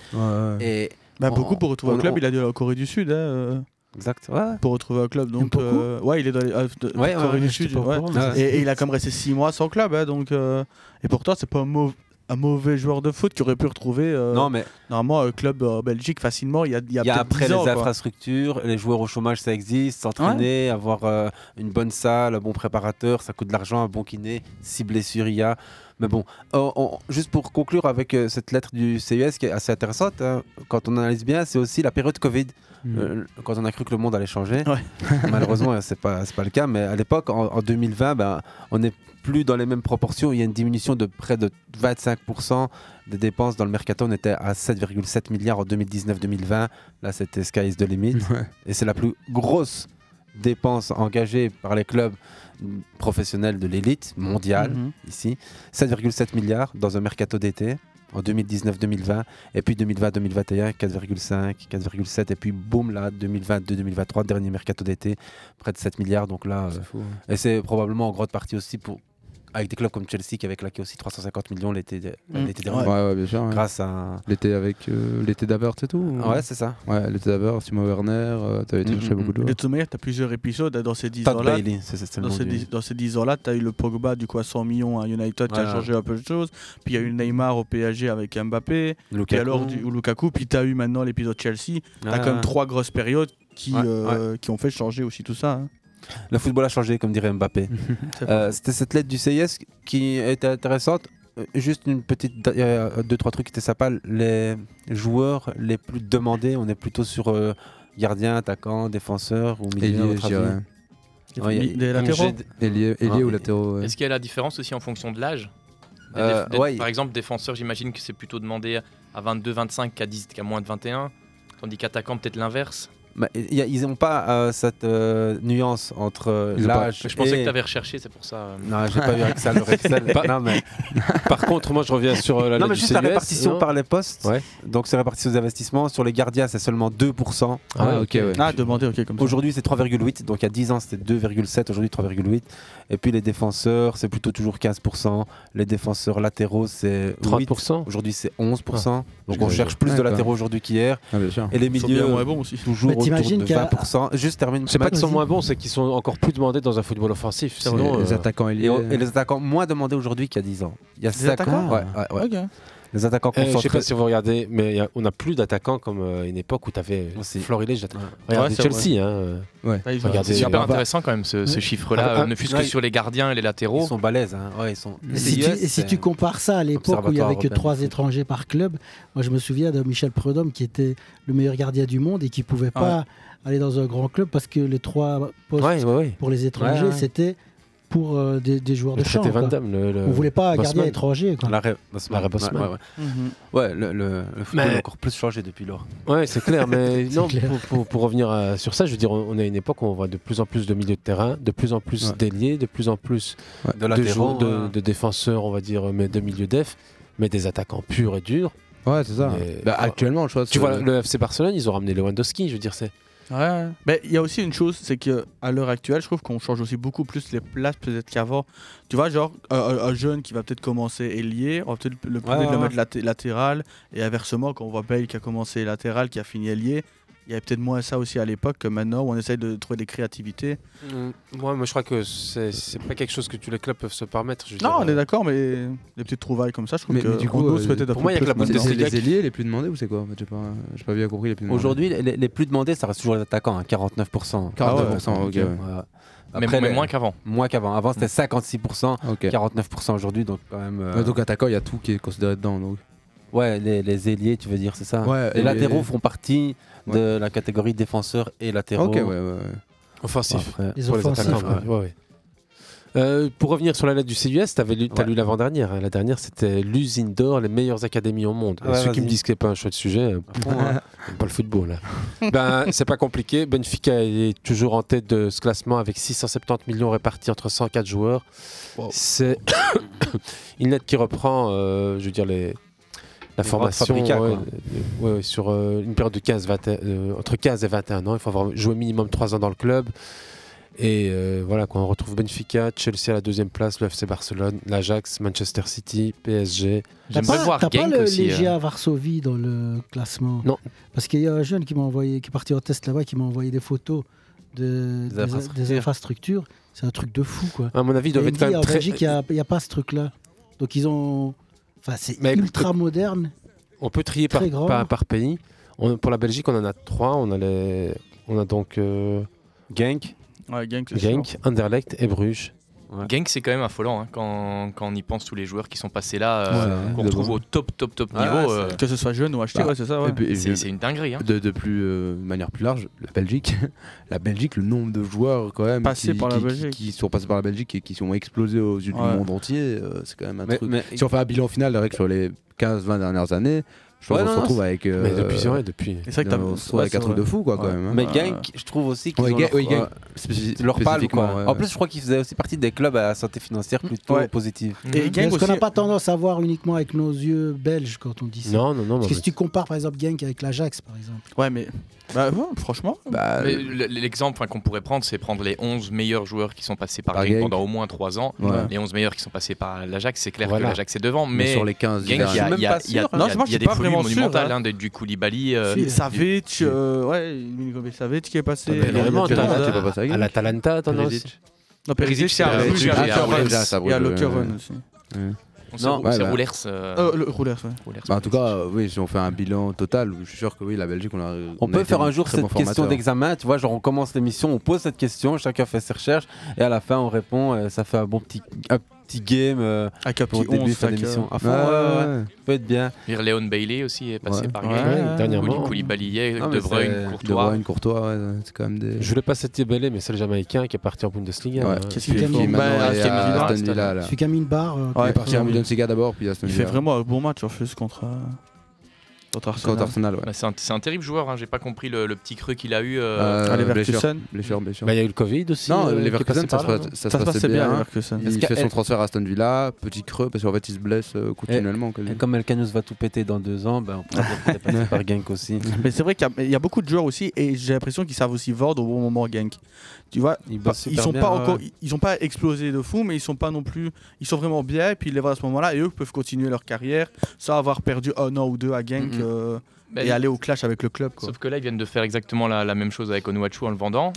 Speaker 7: Et
Speaker 2: Bah,
Speaker 7: on-
Speaker 2: beaucoup pour retrouver
Speaker 7: on-
Speaker 2: un club,
Speaker 7: on-
Speaker 2: il a dû aller en Corée du Sud. hein, euh,
Speaker 7: Exact, ouais.
Speaker 2: Pour retrouver un club, donc euh, ouais, il est dans les, euh, de-
Speaker 7: Ouais, ouais,
Speaker 2: Corée
Speaker 7: ouais,
Speaker 2: du Sud,
Speaker 7: j'étais pas au
Speaker 2: ouais.
Speaker 7: courant, mais ça,
Speaker 2: et,
Speaker 7: c'est-
Speaker 2: et il a quand même resté 6 mois sans club, hein, donc euh, et pourtant c'est pas un, mau- un mauvais joueur de foot qui aurait pu retrouver euh,
Speaker 7: Non, mais-
Speaker 2: normalement un club euh, en Belgique facilement. Il y a, il y a
Speaker 7: Il y a
Speaker 2: peut-être
Speaker 7: après
Speaker 2: 10 ans,
Speaker 7: les
Speaker 2: quoi.
Speaker 7: infrastructures, les joueurs au chômage, ça existe. S'entraîner, avoir euh, une bonne salle, un bon préparateur, ça coûte de l'argent, un bon kiné, si blessure il y a. Mais bon, on- on- juste pour conclure avec euh, cette lettre du CES qui est assez intéressante, hein, quand on analyse bien, c'est aussi la période Covid.
Speaker 2: Hmm.
Speaker 11: Mhm.
Speaker 7: Euh, quand on a cru que le monde allait changer, malheureusement, c'est pas, c'est pas le cas, mais à l'époque, en, en 2020, ben, on n'est plus dans les mêmes proportions. Il y a une diminution de près de 25% des dépenses dans le mercato. On était à 7,7 milliards en 2019-2020. Là, c'était Sky is the limit. Et c'est la plus grosse dépense engagée par les clubs professionnels de l'élite mondiale,
Speaker 11: Mhm.
Speaker 7: ici. 7,7 milliards dans un mercato d'été en 2019-2020, et puis 2020-2021, 4,5, 4,7, et puis boum là, 2022-2023, dernier mercato d'été, près de 7 milliards, donc là, euh,
Speaker 11: fou, hein.
Speaker 7: et c'est probablement en grande partie aussi pour avec des clubs comme Chelsea qui avait claqué aussi 350 millions l'été de-
Speaker 11: Mm.
Speaker 7: l'été dernier.
Speaker 11: Ouais, ouais, bien sûr. ouais.
Speaker 7: euh, Grâce à.
Speaker 11: L'été avec euh, l'été d'Abert, c'est tout ou-
Speaker 7: Ouais, c'est ça.
Speaker 11: Ouais, l'été d'Abert, Timo Werner, euh, t'avais été
Speaker 7: Mm,
Speaker 11: chercher
Speaker 7: mm,
Speaker 11: beaucoup de
Speaker 2: De
Speaker 11: joueurs.
Speaker 2: toute manière, tu as plusieurs épisodes. hein, Dans ces 10
Speaker 7: Todd
Speaker 2: ans-là,
Speaker 7: Bailey, c'est- c'est le
Speaker 2: dans
Speaker 7: nom
Speaker 2: ces
Speaker 7: du-
Speaker 2: 10 dans ces 10 ans-là, tu as eu le Pogba du coup, à 100 millions à United qui
Speaker 7: Ouais.
Speaker 2: a changé un peu de choses. Puis il y a eu le Neymar au PSG avec Mbappé.
Speaker 7: Lukaku.
Speaker 2: Puis alors, du, ou Lukaku. Puis tu as eu maintenant l'épisode Chelsea. Tu as
Speaker 7: Ouais.
Speaker 2: quand même trois grosses périodes qui,
Speaker 7: Ouais,
Speaker 2: euh, qui ont fait changer aussi tout ça. hein.
Speaker 7: Le football a changé, comme dirait Mbappé.
Speaker 2: C'est
Speaker 7: Euh, C'était cette lettre du CIS qui était intéressante. Euh, Juste une petite, da- euh, deux trois trucs qui étaient sympas. Les joueurs les plus demandés, on est plutôt sur euh, gardien, attaquant, défenseur ou milieu. à
Speaker 11: Ailier,
Speaker 7: votre
Speaker 11: je
Speaker 7: avis
Speaker 11: dirais.
Speaker 7: Ouais, il y a-
Speaker 11: Des latéraux
Speaker 7: J'ai d-
Speaker 11: Ailier- ailier
Speaker 7: Hein,
Speaker 11: ou latéraux, ouais.
Speaker 9: Est-ce qu'il y a la différence aussi en fonction de l'âge Des
Speaker 7: Euh,
Speaker 9: déf- des-
Speaker 7: ouais.
Speaker 9: Par exemple, défenseur, j'imagine que c'est plutôt demandé à 22, 25 qu'à 10, qu'à moins de 21. Tandis qu'attaquant, peut-être l'inverse.
Speaker 7: Bah, y a- ils n'ont pas euh, cette euh, nuance entre euh,
Speaker 9: Ils ont pas-
Speaker 7: l'âge.
Speaker 9: Je pensais
Speaker 7: et-
Speaker 9: que t'avais recherché, c'est pour ça, euh.
Speaker 7: Non, j'ai pas vu avec ça le Rexel.
Speaker 8: Par-
Speaker 7: Non, mais-
Speaker 8: Par contre, moi, je reviens sur euh, la
Speaker 7: non,
Speaker 8: lettre
Speaker 7: mais
Speaker 8: du
Speaker 7: juste la
Speaker 8: CES,
Speaker 7: répartition
Speaker 8: non
Speaker 7: par les postes.
Speaker 8: Ouais.
Speaker 7: Donc c'est réparti aux investissements. Sur les gardiens, c'est seulement 2%.
Speaker 8: Ah ouais, ok, ouais.
Speaker 2: Ah, demandé, ok, comme ça.
Speaker 7: Aujourd'hui, c'est 3,8. Donc il y a 10 ans, c'était 2,7. Aujourd'hui, 3,8. Et puis les défenseurs, c'est plutôt toujours 15%. Les défenseurs latéraux, c'est
Speaker 8: 30%.
Speaker 7: 8. Aujourd'hui, c'est 11%.
Speaker 8: Ah.
Speaker 7: Donc on
Speaker 8: Ouais,
Speaker 7: cherche
Speaker 8: ouais.
Speaker 7: plus de
Speaker 8: Ouais,
Speaker 7: latéraux
Speaker 8: quoi.
Speaker 7: aujourd'hui qu'hier.
Speaker 8: Ah, bien sûr.
Speaker 7: Et les
Speaker 8: Ils sont bien
Speaker 7: milieux,
Speaker 8: moins bons aussi.
Speaker 7: toujours
Speaker 8: Mais
Speaker 7: autour
Speaker 8: t'imagines
Speaker 7: de
Speaker 8: qu'à-
Speaker 7: 20%. Juste termine.
Speaker 8: C'est pas qu'ils sont
Speaker 7: Vas-y.
Speaker 8: moins bons, c'est qu'ils sont encore plus demandés dans un football offensif.
Speaker 7: C'est
Speaker 8: Sinon, euh,
Speaker 7: vrai. et, et les attaquants moins demandés aujourd'hui qu'il y a 10 ans. Il y a
Speaker 8: Des
Speaker 7: 5
Speaker 8: attaquants
Speaker 7: ans. Ouais, ouais, ouais.
Speaker 8: Ok.
Speaker 7: Les attaquants
Speaker 8: Eh, je sais
Speaker 7: concentrés.
Speaker 8: pas si vous regardez, mais y a- on n'a plus d'attaquants comme euh, une époque où tu avais florilège d'attaquants. Regardez
Speaker 9: Ouais, c'est
Speaker 8: Chelsea.
Speaker 9: vrai.
Speaker 8: Hein, euh,
Speaker 9: Ouais. Ah, ils sont-
Speaker 8: regardez-
Speaker 9: C'est super
Speaker 8: Ah, bah-
Speaker 9: intéressant quand même, ce- ce
Speaker 8: Ouais.
Speaker 9: chiffre-là,
Speaker 8: Ah,
Speaker 9: euh, ne fût-ce que
Speaker 8: ouais.
Speaker 9: sur les gardiens et les latéraux.
Speaker 7: Ils sont balèzes. hein. Ouais, ils sont...
Speaker 9: Et
Speaker 10: Et si, tu,
Speaker 7: CIS,
Speaker 10: et si
Speaker 7: c'est-
Speaker 10: tu compares ça à l'époque où il n'y
Speaker 7: Observatoire
Speaker 10: avait que
Speaker 7: européen
Speaker 10: trois
Speaker 7: du foot.
Speaker 10: étrangers par club, moi je me souviens de Michel Prudhomme qui était le meilleur gardien du monde et qui pouvait
Speaker 7: Ah
Speaker 10: pas
Speaker 7: ouais.
Speaker 10: aller dans un grand club parce que les trois postes
Speaker 8: Ouais, ouais, ouais.
Speaker 10: pour les étrangers
Speaker 8: Ouais, ouais.
Speaker 10: c'était pour euh, des, des joueurs
Speaker 8: Le
Speaker 10: de champ.
Speaker 8: traité Van
Speaker 10: quoi.
Speaker 8: Damme, le- le
Speaker 10: On voulait pas un
Speaker 8: Bosman.
Speaker 10: gardien étranger. quoi.
Speaker 7: L'arrêt Bosman.
Speaker 8: L'arrêt Bosman.
Speaker 7: Ouais, ouais, ouais.
Speaker 10: Mhm.
Speaker 7: Ouais, le, le- le football
Speaker 8: Mais-
Speaker 7: a encore plus changé depuis lors.
Speaker 8: Ouais, c'est clair, mais
Speaker 7: C'est
Speaker 8: non,
Speaker 7: clair.
Speaker 8: Pour, pour- pour revenir à- sur ça, je veux dire, on on est à une époque où on voit de plus en plus de milieux de terrain, de plus en plus
Speaker 7: Ouais.
Speaker 8: d'ailiers, de plus en plus
Speaker 7: De
Speaker 8: de,
Speaker 7: latéraux,
Speaker 8: joueurs- de-
Speaker 7: ouais.
Speaker 8: de défenseurs, on va dire, mais de milieux def, mais des attaquants purs et durs.
Speaker 11: Ouais, c'est ça.
Speaker 8: Mais-
Speaker 11: Bah, actuellement, je crois.
Speaker 8: Tu vois,
Speaker 11: c'est-
Speaker 8: le FC Barcelone, ils ont ramené Lewandowski, je veux dire, c'est.
Speaker 2: Ouais. Mais il y a aussi une chose, c'est que à l'heure actuelle, je trouve qu'on change aussi beaucoup plus les places peut-être qu'avant. Tu vois, genre un- un, un jeune qui va peut-être commencer ailier, on va peut-être le priver
Speaker 7: Ouais,
Speaker 2: de le
Speaker 7: ouais.
Speaker 2: mettre laté- latéral, et inversement, quand on voit Bale qui a commencé latéral, qui a fini ailier, il y avait peut-être moins ça aussi à l'époque que maintenant où on essaye de trouver des créativités.
Speaker 8: Mm. moi, je crois que c'est pas quelque chose que tous les clubs peuvent se permettre.
Speaker 2: Non, on est d'accord, mais les petites trouvailles comme ça, je trouve
Speaker 11: Mais, mais
Speaker 2: que
Speaker 11: du
Speaker 2: on
Speaker 11: coup,
Speaker 2: ose
Speaker 11: euh,
Speaker 2: peut-être un peu plus maintenant.
Speaker 11: C'est les ailiers les plus demandés ou c'est quoi en fait, J'ai pas, Euh, j'ai pas bien compris les plus demandés.
Speaker 7: Aujourd'hui, les, les plus demandés, ça reste toujours les attaquants, hein, 49%.
Speaker 11: 49%, ok, Ah ouais. Mm.
Speaker 7: Après,
Speaker 11: Mais- mais
Speaker 7: les-
Speaker 11: moins
Speaker 9: qu'avant.
Speaker 7: Moins qu'avant. Avant, c'était 56%, 49% aujourd'hui, donc quand même. euh,
Speaker 11: Ouais, donc attaquant, il y a tout qui est considéré dedans. Donc.
Speaker 7: Ouais, les, les ailiers, tu veux dire, c'est ça
Speaker 11: Ouais,
Speaker 7: Les
Speaker 11: et-
Speaker 7: latéraux font partie de la catégorie défenseurs et latéraux.
Speaker 8: Ok, ouais, ouais, ouais. Offensif.
Speaker 7: Après,
Speaker 8: Les
Speaker 7: pour
Speaker 8: offensifs,
Speaker 7: attaquants,
Speaker 8: ouais. Euh, pour revenir sur la lettre du CUS, tu lu, t'as lu l'avant-dernière. hein. La dernière, c'était l'usine d'or, les meilleures académies au monde.
Speaker 7: Ouais,
Speaker 8: Et ceux qui
Speaker 7: vas-y.
Speaker 8: me disent que c'est pas un chouette sujet, euh, pff,
Speaker 7: hein.
Speaker 8: j'aime pas le football. là. ben, c'est pas compliqué. Benfica est toujours en tête de ce classement avec 670 millions répartis entre 104 joueurs. C'est une lettre qui reprend, euh, je veux dire, les, la
Speaker 7: Les droits de
Speaker 8: formation
Speaker 7: fabrica,
Speaker 8: ouais,
Speaker 7: quoi.
Speaker 8: euh, ouais, ouais, sur euh, une période de 15, 20, euh, entre 15 et 21 ans. Il faut avoir joué minimum 3 ans dans le club. Et euh, voilà, quand on retrouve Benfica, Chelsea à la deuxième place, le FC Barcelone, l'Ajax, Manchester City, PSG.
Speaker 10: T'as pas, t'as pas le
Speaker 7: euh.
Speaker 10: Legia Varsovie dans le classement
Speaker 8: Non.
Speaker 10: Parce qu'il y a un jeune qui m'a envoyé, qui est parti en test là-bas, qui m'a envoyé des photos de, des,
Speaker 8: infrastructures.
Speaker 10: des infrastructures. C'est un truc de fou, quoi.
Speaker 8: À mon avis, ils doivent
Speaker 10: Et il
Speaker 8: être quand
Speaker 10: dit,
Speaker 8: même
Speaker 10: en
Speaker 8: très-
Speaker 10: Belgique, il n'y a, pas ce truc-là. Donc ils ont. Enfin, c'est ultra moderne.
Speaker 8: On peut trier par,
Speaker 10: Très grand.
Speaker 8: par, par pays. On- pour la Belgique, on en a trois. On a, les, on a donc euh, Genk,
Speaker 2: Ouais, Genk, c'est
Speaker 8: Genk, Anderlecht et Bruges.
Speaker 9: Genk, c'est quand même affolant hein, quand, quand on y pense tous les joueurs qui sont passés là, euh,
Speaker 8: Ouais,
Speaker 9: qu'on
Speaker 8: de
Speaker 9: retrouve
Speaker 8: bon.
Speaker 9: au top, top, top
Speaker 8: Ouais,
Speaker 9: niveau.
Speaker 8: ouais,
Speaker 9: euh,
Speaker 2: Que ce soit jeune ou acheté,
Speaker 11: Bah,
Speaker 2: ouais, c'est ça.
Speaker 11: et
Speaker 2: Ouais.
Speaker 11: puis- et
Speaker 9: C'est-
Speaker 11: puis-
Speaker 9: c'est une dinguerie, hein.
Speaker 11: De, de plus, euh, de manière plus large, la Belgique, la Belgique, le nombre de joueurs quand même
Speaker 2: Passés
Speaker 11: qui,
Speaker 2: par la
Speaker 11: qui- qui-
Speaker 2: Belgique.
Speaker 11: qui sont passés par la Belgique et qui sont explosés aux yeux du
Speaker 7: Ouais.
Speaker 11: monde entier, euh, c'est quand même un
Speaker 7: Mais-
Speaker 11: truc.
Speaker 7: mais-
Speaker 11: Si on fait un bilan final, la règle sur les 15-20 dernières années, Je pense
Speaker 7: Ouais,
Speaker 11: qu'on
Speaker 7: non,
Speaker 11: se
Speaker 7: non,
Speaker 11: retrouve
Speaker 7: c'est-
Speaker 11: avec. euh,
Speaker 7: Mais depuis, c'est vrai,
Speaker 8: depuis.
Speaker 7: C'est vrai que t'as-
Speaker 11: on se retrouve avec
Speaker 7: ouais,
Speaker 11: un
Speaker 7: c'est
Speaker 11: truc de
Speaker 7: vrai.
Speaker 11: fou, quoi, quand
Speaker 7: Ouais.
Speaker 11: même. hein.
Speaker 7: Mais
Speaker 11: Ouais.
Speaker 7: Genk, je trouve aussi qu'ils
Speaker 11: Ouais,
Speaker 7: ont
Speaker 11: Genk-
Speaker 7: leur,
Speaker 11: oui, Genk,
Speaker 7: euh,
Speaker 11: spécifi-
Speaker 7: leur palme, quoi.
Speaker 11: spécifiquement, ouais.
Speaker 7: En plus, je crois qu'ils faisaient aussi partie des clubs à santé financière plutôt Mhm.
Speaker 2: Ouais.
Speaker 7: positive.
Speaker 2: Et Genk
Speaker 10: Parce qu'on n'a
Speaker 2: aussi-
Speaker 7: euh,
Speaker 10: pas tendance à voir uniquement avec nos yeux belges quand on dit ça.
Speaker 7: Non, non, non,
Speaker 10: Parce
Speaker 7: mais-
Speaker 10: que si tu compares par exemple Genk avec l'Ajax, par exemple.
Speaker 2: Ouais, mais. Bah, ouais, franchement.
Speaker 11: Bah, Ah,
Speaker 9: Mais
Speaker 11: euh,
Speaker 9: l- L'exemple enfin, qu'on pourrait prendre, c'est prendre les 11 meilleurs joueurs qui sont passés par
Speaker 11: Par
Speaker 9: Genk
Speaker 11: Genk.
Speaker 9: pendant au moins 3 ans.
Speaker 11: Ouais.
Speaker 9: Les 11 meilleurs qui sont passés par l'Ajax, c'est clair
Speaker 11: Voilà.
Speaker 9: que l'Ajax est devant.
Speaker 11: Mais
Speaker 9: Mais,
Speaker 11: sur les 15
Speaker 9: Genk, il y
Speaker 11: derniers.
Speaker 9: a-
Speaker 11: Je suis même
Speaker 9: il y a,
Speaker 11: pas
Speaker 9: il y a-
Speaker 11: sûr,
Speaker 9: il y
Speaker 2: hein.
Speaker 9: a-
Speaker 2: Non, je pense
Speaker 9: il y a
Speaker 2: que
Speaker 9: des
Speaker 2: je suis pas
Speaker 9: folies
Speaker 2: vraiment sûr,
Speaker 9: monumentales
Speaker 2: hein.
Speaker 9: hein, de- du Koulibaly. euh,
Speaker 2: Si, Savic, euh, ouais, Milinkovic Savic qui est passé.
Speaker 9: Ah, mais vraiment,
Speaker 2: Perisic.
Speaker 9: t'as-
Speaker 2: t'as-
Speaker 9: t'es pas passé à Genk
Speaker 2: à
Speaker 8: l'Atalanta, t'en as
Speaker 2: Perisic.
Speaker 8: aussi.
Speaker 2: Non, Perisic, c'est à
Speaker 8: Perisic,
Speaker 2: Bruges,
Speaker 8: c'est à
Speaker 2: il y a
Speaker 8: Bruges,
Speaker 2: Rollers,
Speaker 8: c'est à
Speaker 2: Il y a
Speaker 8: Bruges,
Speaker 2: Lokeren
Speaker 8: ouais.
Speaker 2: aussi.
Speaker 11: euh, Ouais.
Speaker 9: On sait- Non, on sait Roulers, euh,
Speaker 2: Euh, le- Roulers, ouais.
Speaker 11: Bah, en tout cas, euh, oui, si on fait un bilan total, je suis sûr que oui, la Belgique, on a.
Speaker 7: On,
Speaker 11: a
Speaker 7: peut
Speaker 11: été
Speaker 7: faire un
Speaker 11: des
Speaker 7: jour
Speaker 11: très
Speaker 7: cette
Speaker 11: bons
Speaker 7: question
Speaker 11: formateurs.
Speaker 7: d'examen, tu vois, genre on commence l'émission, on pose cette question, chacun fait ses recherches, et à la fin on répond, euh, ça fait un bon petit, un petit game euh,
Speaker 2: Avec un
Speaker 7: pour
Speaker 2: petit 11,
Speaker 7: fin
Speaker 2: tac,
Speaker 7: d'émission.
Speaker 2: euh.
Speaker 7: À fond,
Speaker 2: Ouais,
Speaker 7: ouais, ouais,
Speaker 2: ouais,
Speaker 7: ouais. ça peut être bien.
Speaker 9: Leon Bailey aussi est passé
Speaker 11: Ouais.
Speaker 9: par
Speaker 11: Ouais,
Speaker 9: Genk.
Speaker 11: ouais, dernièrement.
Speaker 9: Kouli- Bah, Koulibaly,
Speaker 11: Non, mais
Speaker 9: De Bruyne,
Speaker 11: c'est-
Speaker 9: Courtois.
Speaker 11: De Bruyne, Courtois, ouais, c'est quand même des.
Speaker 8: Je voulais pas citer Belé, mais c'est le Jamaïcain qui est parti en Bundesliga.
Speaker 11: Ouais.
Speaker 8: hein.
Speaker 11: Qu'est-ce qu'il Qui est fait maintenant Bah, est à Aston Villa, Aston Villa, là.
Speaker 10: Celui qui a mis une barre. euh,
Speaker 11: Il Ah, est
Speaker 10: contre-
Speaker 11: parti à Bundesliga d'abord, puis à Aston
Speaker 2: Il
Speaker 11: Villa.
Speaker 2: fait vraiment un bon match, Orpheus, contre, euh, contre Arsenal.
Speaker 11: Contre Arsenal, ouais.
Speaker 9: Bah, c'est un, c'est un terrible joueur, hein, j'ai pas compris le, le petit creux qu'il a eu. euh,
Speaker 11: Euh,
Speaker 2: Ah, Leverkusen.
Speaker 11: blessure, blessure.
Speaker 8: Bah, il y a eu le Covid aussi,
Speaker 11: Non,
Speaker 8: euh, qui est
Speaker 11: Leverkusen,
Speaker 8: passé
Speaker 11: ça,
Speaker 8: par
Speaker 11: se
Speaker 8: là,
Speaker 11: passe-
Speaker 8: non
Speaker 11: ça
Speaker 2: Ça
Speaker 11: se
Speaker 2: se
Speaker 11: passait
Speaker 2: passait bien,
Speaker 11: bien. hein.
Speaker 2: Leverkusen.
Speaker 11: Il
Speaker 7: Est-ce
Speaker 11: fait
Speaker 7: qu'elle-
Speaker 11: son transfert à Aston Villa, petit creux, parce qu'en fait, il se blesse euh, continuellement. quasi.
Speaker 7: Et comme Elkanus va tout péter dans deux ans, ben, on pourrait dire qu'on est passé par Genk aussi.
Speaker 2: Mais c'est vrai qu'il y a- il y, a beaucoup de joueurs aussi, et j'ai l'impression qu'ils savent aussi vendre au bon moment, Genk. Tu vois,
Speaker 7: Ils
Speaker 9: Bah,
Speaker 2: pas-
Speaker 7: bossent
Speaker 2: Bah, ils,
Speaker 7: super
Speaker 2: sont
Speaker 7: bien,
Speaker 2: pas
Speaker 7: ouais.
Speaker 2: encore, ils- ils ont pas explosé de fou, mais ils sont pas non plus, ils sont vraiment bien. Et puis ils les voient à ce moment-là, et eux peuvent continuer leur carrière sans avoir perdu un an ou deux à Genk
Speaker 9: Mhm.
Speaker 2: euh,
Speaker 9: Ben,
Speaker 2: et aller au clash avec le club. Quoi.
Speaker 9: Sauf que là, ils viennent de faire exactement la, la même chose avec Onuachu en le vendant.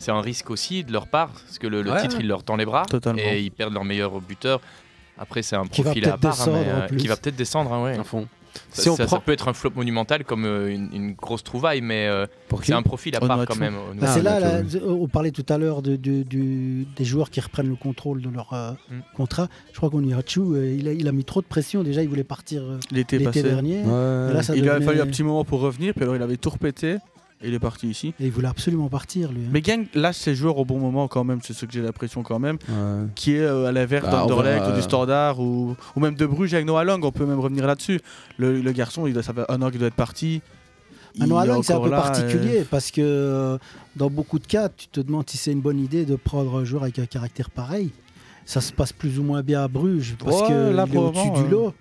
Speaker 9: c'est un risque aussi de leur part, parce que le, le
Speaker 2: Ouais.
Speaker 9: titre, il leur tend les bras
Speaker 2: Totalement.
Speaker 9: et ils perdent leur meilleur buteur. Après, c'est un
Speaker 2: Qui va
Speaker 9: profil à
Speaker 2: peut-être
Speaker 9: part, hein, mais,
Speaker 2: descendre, en
Speaker 9: euh,
Speaker 2: plus.
Speaker 9: qui va peut-être descendre. hein, ouais. Ça,
Speaker 8: Si on
Speaker 9: ça- ça
Speaker 8: prend-
Speaker 9: peut être un flop monumental comme euh, une, une grosse trouvaille, mais euh, c'est un profil à part quand même.
Speaker 2: Ah,
Speaker 9: Onuachu.
Speaker 10: Bah, c'est là, là, on parlait tout à l'heure de, de- du- des joueurs qui reprennent le contrôle de leur euh, contrat. Je crois qu'on y a Tchou, euh, il, a- il a mis trop de pression. Déjà, il voulait partir euh,
Speaker 2: L'été passé.
Speaker 10: dernier. Et là, ça
Speaker 2: il lui avait
Speaker 10: devenait-
Speaker 2: fallu un petit moment pour revenir, puis alors il avait tout repété, et il est parti ici.
Speaker 10: Et il voulait absolument partir, lui. hein.
Speaker 2: Mais Gang lâche ses joueurs au bon moment quand même, c'est ce que j'ai l'impression quand même,
Speaker 11: Ouais.
Speaker 2: qui est euh, à l'inverse
Speaker 11: Bah, on
Speaker 2: d'Anderlecht
Speaker 11: verra,
Speaker 2: ou
Speaker 11: euh.
Speaker 2: du Standard ou, ou même de Bruges avec Noah Lang, on peut même revenir là-dessus. Le, le garçon, il doit, ça fait un an qu'il doit être parti. Il
Speaker 10: Maintenant,
Speaker 2: est
Speaker 10: Alan, c'est un
Speaker 2: encore
Speaker 10: peu
Speaker 2: là,
Speaker 10: particulier
Speaker 2: euh,
Speaker 10: parce que euh, dans beaucoup de cas, tu te demandes si c'est une bonne idée de prendre un joueur avec un caractère pareil. Ça se passe plus ou moins bien à Bruges parce
Speaker 2: Ouais,
Speaker 10: que
Speaker 2: là,
Speaker 10: il est au-dessus
Speaker 2: probablement,
Speaker 10: du
Speaker 2: euh,
Speaker 10: lot.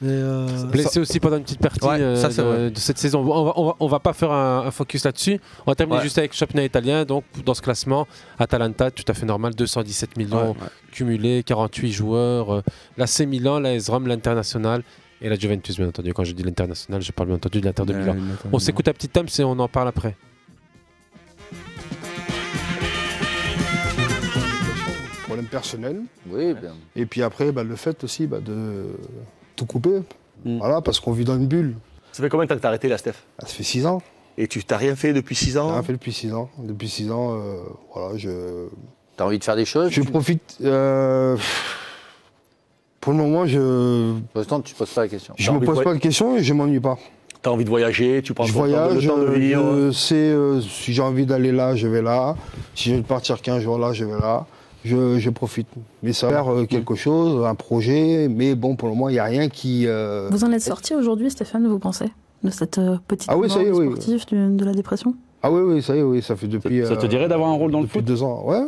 Speaker 10: Mais, euh,
Speaker 8: Blessé aussi pendant une petite partie
Speaker 10: Ouais,
Speaker 8: euh,
Speaker 10: ça, c'est
Speaker 8: de,
Speaker 10: vrai.
Speaker 8: de cette saison. On va, on va, on va pas faire un, un focus là-dessus. On va terminer
Speaker 11: Ouais.
Speaker 8: juste avec le championnat italien. Donc, dans ce classement, Atalanta, tout à fait normal, 217 millions cumulés, 48 joueurs. euh, L'AC Milan, l'AS Rome, l'International et la Juventus, bien entendu. Quand je dis l'International, je parle bien entendu de l'Inter de
Speaker 11: Ouais,
Speaker 8: Milan.
Speaker 11: l'Inter
Speaker 8: On
Speaker 11: Milan.
Speaker 8: s'écoute un petit thème et on en parle après.
Speaker 3: problème personnel. Et puis après, bah, le fait aussi bah, de tout couper.
Speaker 22: Mm.
Speaker 3: Voilà, parce qu'on vit dans une bulle. Ah,
Speaker 22: Ça fait combien de temps que t'as arrêté là, Steph
Speaker 3: Ça fait 6 ans.
Speaker 22: Et tu t'as rien fait depuis 6
Speaker 3: J'ai
Speaker 22: ans
Speaker 3: rien fait depuis 6 ans. Depuis 6 ans, euh, voilà, je.
Speaker 22: T'as envie de faire des choses
Speaker 3: Je profite. euh, Pour le moment, je.
Speaker 22: Pour l'instant, tu te poses pas la question.
Speaker 3: Je me pose pas de questions et je m'ennuie pas.
Speaker 22: T'as envie de voyager, tu prends
Speaker 3: Je
Speaker 22: le temps de-
Speaker 3: voyage,
Speaker 22: le temps de
Speaker 3: je-
Speaker 22: venir.
Speaker 3: je sais euh, si j'ai envie d'aller là, je vais là. Si je veux partir 15 jours là, je vais là. Je, je profite. Mais ça va faire euh,
Speaker 22: Mm.
Speaker 3: quelque chose, un projet. Mais bon, pour le moment, il n'y a rien qui. euh,
Speaker 23: Vous en êtes sorti aujourd'hui, Stéphane, vous pensez De cette euh, petite
Speaker 3: Ah oui, ça y est,
Speaker 23: mort
Speaker 3: oui.
Speaker 23: sportive du- de la dépression
Speaker 3: Ah oui, oui, ça y est, oui, ça fait depuis.
Speaker 23: Ça- ça te
Speaker 3: dirait d'avoir un rôle dans le foot Depuis deux ans, ouais.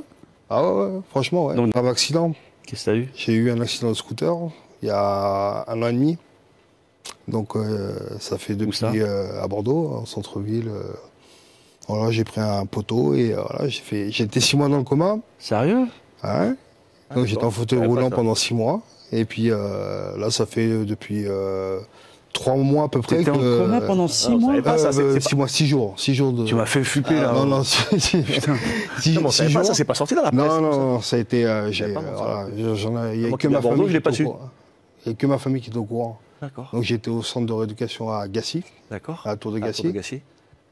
Speaker 3: Ah ouais, ouais, franchement, ouais. Donc, grave accident.
Speaker 22: Qu'est-ce que t'as eu
Speaker 3: J'ai eu un accident de scooter il y a un an et demi. Donc euh, ça fait depuis euh, à Bordeaux, en centre-ville. euh, voilà, j'ai pris un poteau et euh, voilà, j'ai fait. J'étais six mois dans le coma.
Speaker 22: Sérieux
Speaker 3: Hein
Speaker 22: Ah,
Speaker 3: Donc
Speaker 22: d'accord.
Speaker 3: j'étais en fauteuil
Speaker 22: Je savais pas
Speaker 3: roulant
Speaker 22: ça.
Speaker 3: pendant six mois. Et puis euh, là, ça fait euh, depuis euh, trois mois à peu près.
Speaker 22: T'étais en
Speaker 3: que-
Speaker 22: coma pendant six Ah, on mois savait pas ça, c'est-
Speaker 3: Euh,
Speaker 22: c'est
Speaker 3: Six
Speaker 22: pas-
Speaker 3: mois, six jours, six jours de.
Speaker 22: Tu m'as fait flipper,
Speaker 3: Ah,
Speaker 22: là.
Speaker 3: Non, non, si- si- six-
Speaker 22: Non, mais on savait
Speaker 3: six
Speaker 22: pas,
Speaker 3: jours.
Speaker 22: ça, c'est pas sorti dans la presse,
Speaker 3: Non,
Speaker 22: comme
Speaker 3: non,
Speaker 22: ça.
Speaker 3: non, ça a été. euh, j'ai-
Speaker 22: pas, moi, ça.
Speaker 3: voilà, j'en ai- il y a
Speaker 22: Moi
Speaker 3: que
Speaker 22: qui
Speaker 3: ma
Speaker 22: l'ai à Bordeaux,
Speaker 3: famille.
Speaker 22: je l'ai
Speaker 3: qui
Speaker 22: pas
Speaker 3: était
Speaker 22: su.
Speaker 3: au courant. Il y a que ma famille qui est au courant.
Speaker 22: D'accord.
Speaker 3: Donc j'étais au centre de rééducation à Gassy. D'accord. À la Tour de Gassy. Et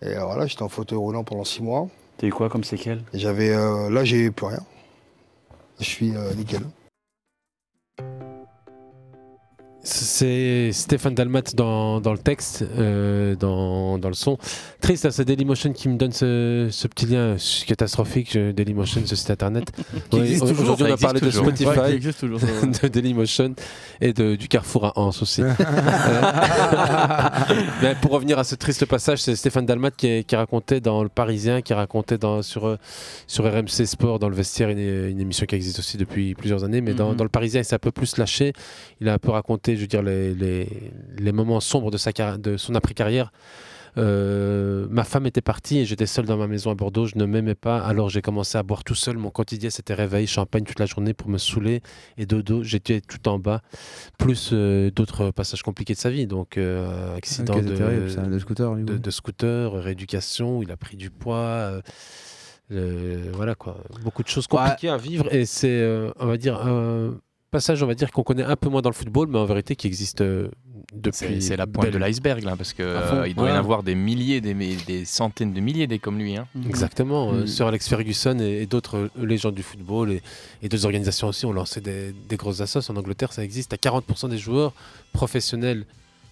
Speaker 3: euh, voilà, j'étais en fauteuil roulant pendant six mois.
Speaker 22: T'as eu quoi comme séquelles
Speaker 3: J'avais. euh, là, j'ai plus rien. Je suis euh, nickel.
Speaker 8: C'est Stéphane Dalmat dans, dans le texte, euh, dans, dans le son. Triste, hein, c'est Dailymotion qui me donne ce, ce petit lien euh, catastrophique, je- Dailymotion, ce site internet.
Speaker 7: Qui existe
Speaker 8: au-
Speaker 7: toujours,
Speaker 8: Aujourd'hui,
Speaker 7: ça
Speaker 8: on a parlé de
Speaker 7: existe toujours.
Speaker 8: Spotify,
Speaker 7: Ouais, qui existe toujours, ça, ouais.
Speaker 8: de Dailymotion et de- du Carrefour à Anse aussi. Mais pour revenir à ce triste passage, c'est Stéphane Dalmat qui, qui racontait dans Le Parisien, qui racontait dans, sur, euh, sur RMC Sport, dans le vestiaire, une, une émission qui existe aussi depuis plusieurs années. Mais dans,
Speaker 7: Mm-hmm.
Speaker 19: Mhm.
Speaker 8: dans Le Parisien, il s'est un peu plus lâché. Il a un peu raconté, je veux dire, les, les, les moments sombres de, sa, carri- de son après-carrière. Euh, ma femme était partie et j'étais seul dans ma maison à Bordeaux. Je ne m'aimais pas, alors j'ai commencé à boire tout seul. Mon quotidien s'était réveillé champagne toute la journée pour me saouler. Et dodo, j'étais tout en bas, plus euh, d'autres passages compliqués de sa vie. Donc, euh, accident
Speaker 11: Ok, c'est
Speaker 8: de,
Speaker 11: Ah, terrible, ça, de scooter, du
Speaker 8: de,
Speaker 11: coup.
Speaker 8: de scooter, rééducation, il a pris du poids. euh, euh, voilà quoi, beaucoup de choses compliquées à vivre et c'est, euh, on va dire, un passage, on va dire qu'on connaît un peu moins dans le football, mais en vérité qui existe euh, depuis.
Speaker 9: C'est- C'est la pointe
Speaker 8: belle-
Speaker 9: de l'iceberg, là, parce qu'il
Speaker 8: À fond.
Speaker 9: il doit y
Speaker 8: Ouais.
Speaker 9: en avoir des milliers, des, mais des centaines de milliers des comme lui. Hein.
Speaker 8: Exactement. euh,
Speaker 9: Mm.
Speaker 8: Sir Alex Ferguson et, et d'autres euh, légendes du football et, et d'autres organisations aussi ont lancé des, des grosses assos. En Angleterre, ça existe. À 40% des joueurs professionnels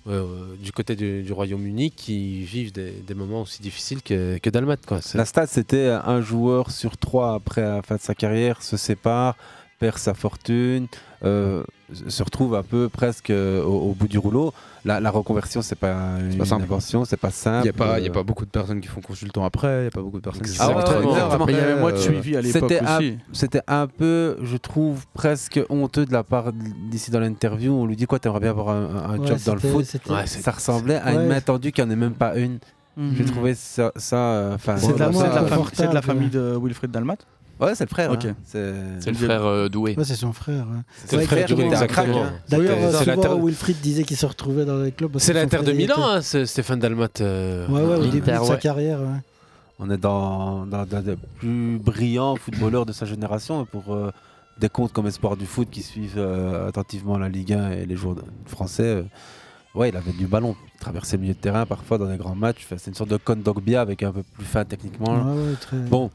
Speaker 8: euh, du côté du, du Royaume-Uni qui vivent des, des moments aussi difficiles que, que Dalmat. Quoi. C'est-
Speaker 7: La stat, c'était un joueur sur trois après la fin de sa carrière se sépare, perd sa fortune, euh, se retrouve un peu presque euh, au, au bout du rouleau. La, la reconversion, c'est pas une
Speaker 11: pas simple.
Speaker 7: invention, c'est pas simple.
Speaker 11: Il n'y a, pas- y a
Speaker 7: Euh,
Speaker 11: pas beaucoup de personnes qui font consultant après, il n'y a pas beaucoup de personnes
Speaker 7: Ah ouais,
Speaker 11: qui sont entraîneurs
Speaker 7: exactement.
Speaker 11: après, euh,
Speaker 7: C'était un- C'était un peu, je trouve, presque honteux de la part d- d'ici dans l'interview. On lui dit quoi, t'aimerais bien avoir un, un
Speaker 10: Ouais,
Speaker 7: job dans le
Speaker 10: c'était-
Speaker 7: foot
Speaker 10: c'était-
Speaker 7: Ouais, Ça ressemblait à une
Speaker 10: Ouais.
Speaker 7: main tendue qui en est même pas une. J'ai
Speaker 2: Mhm.
Speaker 7: trouvé ça. ça euh, enfin,
Speaker 2: C'est de la-
Speaker 7: vraiment
Speaker 2: c'est de la fam-
Speaker 7: confortable.
Speaker 2: c'est de la famille de Wilfred Dalmat
Speaker 7: Ouais, c'est le frère.
Speaker 2: Ok.
Speaker 7: hein. C'est
Speaker 9: C'est le frère euh, doué.
Speaker 10: Ouais, c'est son frère. hein. ouais.
Speaker 7: C'est le frère
Speaker 8: Doué,
Speaker 7: qui était un crack.
Speaker 8: exactement.
Speaker 7: hein.
Speaker 10: D'ailleurs,
Speaker 8: C'était- c'est
Speaker 10: euh, souvent,
Speaker 8: l'Inter-
Speaker 10: Wilfried disait qu'il se retrouvait dans les clubs. parce
Speaker 8: C'est
Speaker 10: que son
Speaker 8: l'Inter de
Speaker 10: frère y
Speaker 8: Milan,
Speaker 10: était.
Speaker 8: hein, ce- Stéphane Dalmat.
Speaker 7: hein.
Speaker 8: euh,
Speaker 10: Ouais, ouais, au
Speaker 8: l'Inter,
Speaker 10: début de sa
Speaker 8: ouais.
Speaker 10: carrière. ouais.
Speaker 7: On est dans, dans, dans des plus brillants footballeurs de sa génération pour euh, des comptes comme Espoir du foot qui suivent euh, attentivement la Ligue 1 et les joueurs de- français. euh, ouais, il avait du ballon, il traversait le milieu de terrain parfois dans des grands matchs. Enfin, c'est une sorte de Kondogbia avec un peu plus fin techniquement.
Speaker 10: Ouais, ouais, très-
Speaker 7: Bon.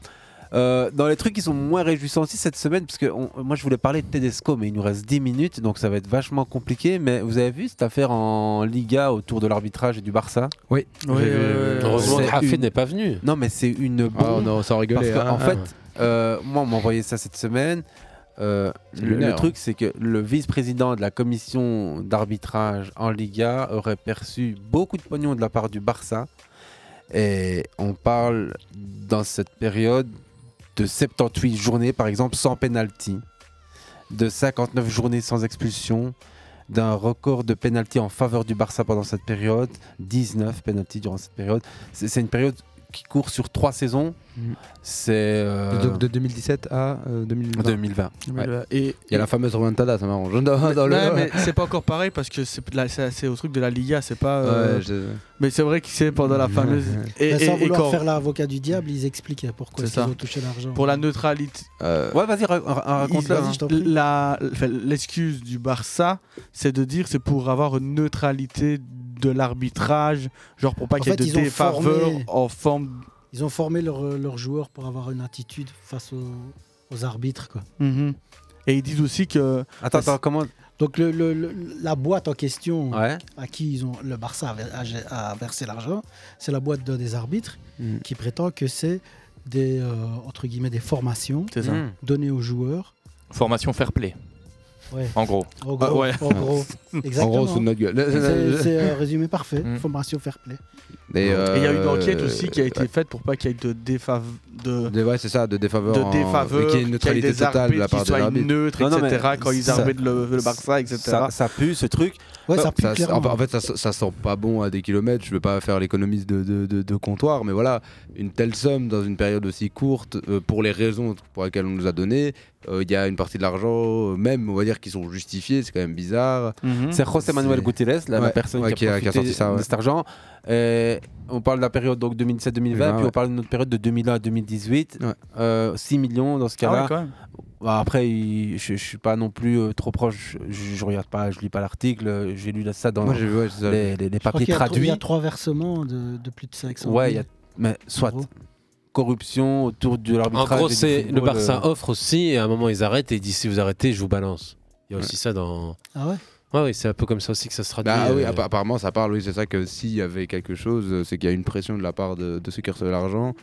Speaker 7: euh, dans les trucs qui sont moins réjouissants aussi cette semaine, parce que on- moi je voulais parler de Tedesco, mais il nous reste 10 minutes, donc ça va être vachement compliqué. Mais vous avez vu cette affaire en Liga autour de l'arbitrage et du Barça
Speaker 11: Oui.
Speaker 8: Oui, J'ai vu, oui, oui. Heureusement que
Speaker 7: C'est
Speaker 8: Raffet
Speaker 7: une-
Speaker 8: n'est pas venu.
Speaker 7: Non, mais c'est une
Speaker 11: Ah
Speaker 7: bombe.
Speaker 11: non, sans rigoler,
Speaker 7: Parce qu'en
Speaker 11: hein, hein.
Speaker 7: fait, euh, moi, on m'a envoyé ça cette semaine. Euh,
Speaker 11: C'est
Speaker 7: le, le
Speaker 11: lunaire.
Speaker 7: truc, c'est que le vice-président de la commission d'arbitrage en Liga aurait perçu beaucoup de pognon de la part du Barça. Et on parle dans cette période de 78 journées, par exemple, sans penalty, de 59 journées sans expulsion, d'un record de penalty en faveur du Barça pendant cette période, 19 penalty durant cette période. C'est c'est une période qui court sur trois saisons.
Speaker 11: Mhm.
Speaker 7: C'est euh,
Speaker 11: De, de 2017 à euh, 2020.
Speaker 7: 2020.
Speaker 11: Ouais.
Speaker 2: Et-
Speaker 11: Il y a la fameuse remontada, ça m'arrange. Dans-
Speaker 2: Mais-
Speaker 11: dans le-
Speaker 2: ouais, mais c'est pas encore pareil parce que c'est la- c'est c'est au truc de la Liga, c'est pas. euh,
Speaker 11: Ouais, je-
Speaker 2: Mais c'est vrai que c'est pendant la fameuse. Et,
Speaker 10: Mais sans
Speaker 2: et- et
Speaker 10: vouloir
Speaker 2: quand-
Speaker 10: faire l'avocat du diable, ils expliquaient pourquoi
Speaker 2: C'est
Speaker 10: ils
Speaker 2: ça.
Speaker 10: ont touché l'argent.
Speaker 2: Pour la neutralité.
Speaker 7: Ouais, vas-y, ra- ra- raconte-le,
Speaker 2: Ils-
Speaker 7: hein.
Speaker 2: vas-y, je t'en prie. La- enfin, L'excuse du Barça, c'est de dire c'est pour avoir une neutralité de l'arbitrage, genre pour pas
Speaker 10: En
Speaker 2: qu'il y ait
Speaker 10: fait,
Speaker 2: de
Speaker 10: ils ont
Speaker 2: défaveur
Speaker 10: formé-
Speaker 2: en forme.
Speaker 10: Ils ont formé leurs leurs joueurs pour avoir une attitude face aux, aux arbitres. Quoi.
Speaker 2: Mhm. Et ils disent aussi que.
Speaker 7: Attends, attends, comment.
Speaker 10: Donc le- le- le- la boîte en question
Speaker 7: Ouais.
Speaker 10: à qui ils ont, le Barça a ver- a, gé- a versé l'argent, c'est la boîte d'un des arbitres
Speaker 7: Mhm.
Speaker 10: qui prétend que c'est des, euh, entre guillemets, des formations
Speaker 9: C'est ça. Mhm.
Speaker 10: données aux joueurs.
Speaker 9: Formation fair play.
Speaker 10: Ouais.
Speaker 9: En gros. Ah
Speaker 10: En gros, en gros. Exactement.
Speaker 11: sous notre gueule.
Speaker 10: C'est- C'est euh, un résumé parfait, formation fair play.
Speaker 2: Et
Speaker 11: Et
Speaker 2: il y a
Speaker 11: euh,
Speaker 2: une enquête aussi qui a été faite pour pas qu'il y ait de défaveur. De...
Speaker 11: De- ouais, c'est ça, de défaveur.
Speaker 2: de
Speaker 11: en-
Speaker 2: défaveur,
Speaker 11: et qu'il y ait une
Speaker 2: qu'il y ait
Speaker 11: neutralité
Speaker 2: des
Speaker 11: totale de
Speaker 2: arbitres
Speaker 11: la part
Speaker 2: qui
Speaker 11: de
Speaker 2: soient
Speaker 11: l'arbitre.
Speaker 2: neutres,
Speaker 11: Non, non, mais
Speaker 2: etc. Quand ils
Speaker 11: ça-
Speaker 2: arbitrent le, le Barça, etc.
Speaker 7: Ça, ça pue ce truc.
Speaker 10: Ouais, ça pue
Speaker 11: s-
Speaker 10: clairement.
Speaker 11: en, en fait, ça, s- ça sent pas bon à des kilomètres. Je veux pas faire l'économiste de, de, de- de comptoir, mais voilà, une telle somme dans une période aussi courte, euh, pour les raisons pour lesquelles on nous a donné, euh, il y a une partie de l'argent, euh, même, on va dire, qui sont justifiés. C'est quand même bizarre.
Speaker 7: Mhm. C'est José Manuel Gutiérrez, la, la
Speaker 11: Ouais,
Speaker 7: personne
Speaker 11: ouais,
Speaker 7: qui, a, profité
Speaker 11: sorti ça. ouais.
Speaker 7: de cet argent. Euh, on parle de la période donc 2017-2020,
Speaker 11: Ouais,
Speaker 7: puis
Speaker 11: ben ouais.
Speaker 7: on parle d'une autre période de 2001 à 2018. Euh, 6 millions dans ce
Speaker 2: Ah ouais,
Speaker 7: cas-là.
Speaker 2: quand même.
Speaker 7: Bah, après, il- je, je suis pas non plus euh, trop proche. Je, je regarde pas, je lis pas l'article. euh, J'ai lu ça dans
Speaker 11: Moi, j'ai vu, ouais, c'est ça.
Speaker 7: les, les- les
Speaker 11: Je
Speaker 10: Je crois
Speaker 7: papiers
Speaker 10: qu'il y a tro- Il
Speaker 7: traduits.
Speaker 10: y a trois versements de, de plus de 500
Speaker 7: Ouais,
Speaker 10: 000.
Speaker 7: il y a- mais soit corruption autour de
Speaker 8: En
Speaker 7: l'arbitrage.
Speaker 8: gros,
Speaker 7: et du
Speaker 8: c'est le
Speaker 7: football,
Speaker 8: Barça
Speaker 7: euh,
Speaker 8: offre aussi, et à un moment, ils arrêtent et ils disent si vous arrêtez, je vous balance. Il y a aussi ça dans.
Speaker 10: Ah ouais
Speaker 8: Ouais, oui, c'est un peu comme ça aussi que ça se traduit.
Speaker 11: Bah oui,
Speaker 8: euh,
Speaker 11: appa- apparemment ça parle, oui, c'est ça que s'il y avait quelque chose, euh, c'est qu'il y a une pression de la part de, de ceux qui reçoivent l'argent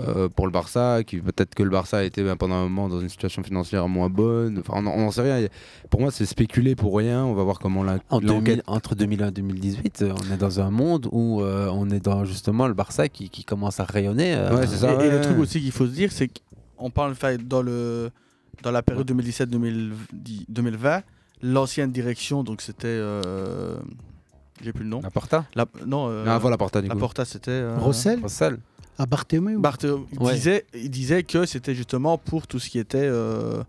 Speaker 11: euh, pour le Barça, qui peut-être que le Barça a été ben, pendant un moment dans une situation financière moins bonne, enfin on n'en sait rien. Il y a- Pour moi c'est spéculé pour rien, on va voir comment la-
Speaker 7: En 2000
Speaker 11: l'enquête...
Speaker 7: entre 2001 et 2018, euh, on est dans un monde où euh, on est dans justement le Barça qui, qui commence à rayonner. euh,
Speaker 2: et, et le truc aussi qu'il faut se dire, c'est qu'on parle enfin, dans, le, dans la période 2017-2020, l'ancienne direction, donc c'était. euh, j'ai plus le nom.
Speaker 11: La Porta
Speaker 2: Non, euh,
Speaker 11: Non, avant la Porta, du
Speaker 2: la
Speaker 11: coup.
Speaker 2: Porta, c'était. euh,
Speaker 10: Rossel À Barthélemy ou-
Speaker 2: Barthé- il,
Speaker 10: Ouais.
Speaker 2: disait, il disait que c'était justement pour tout ce qui était, euh,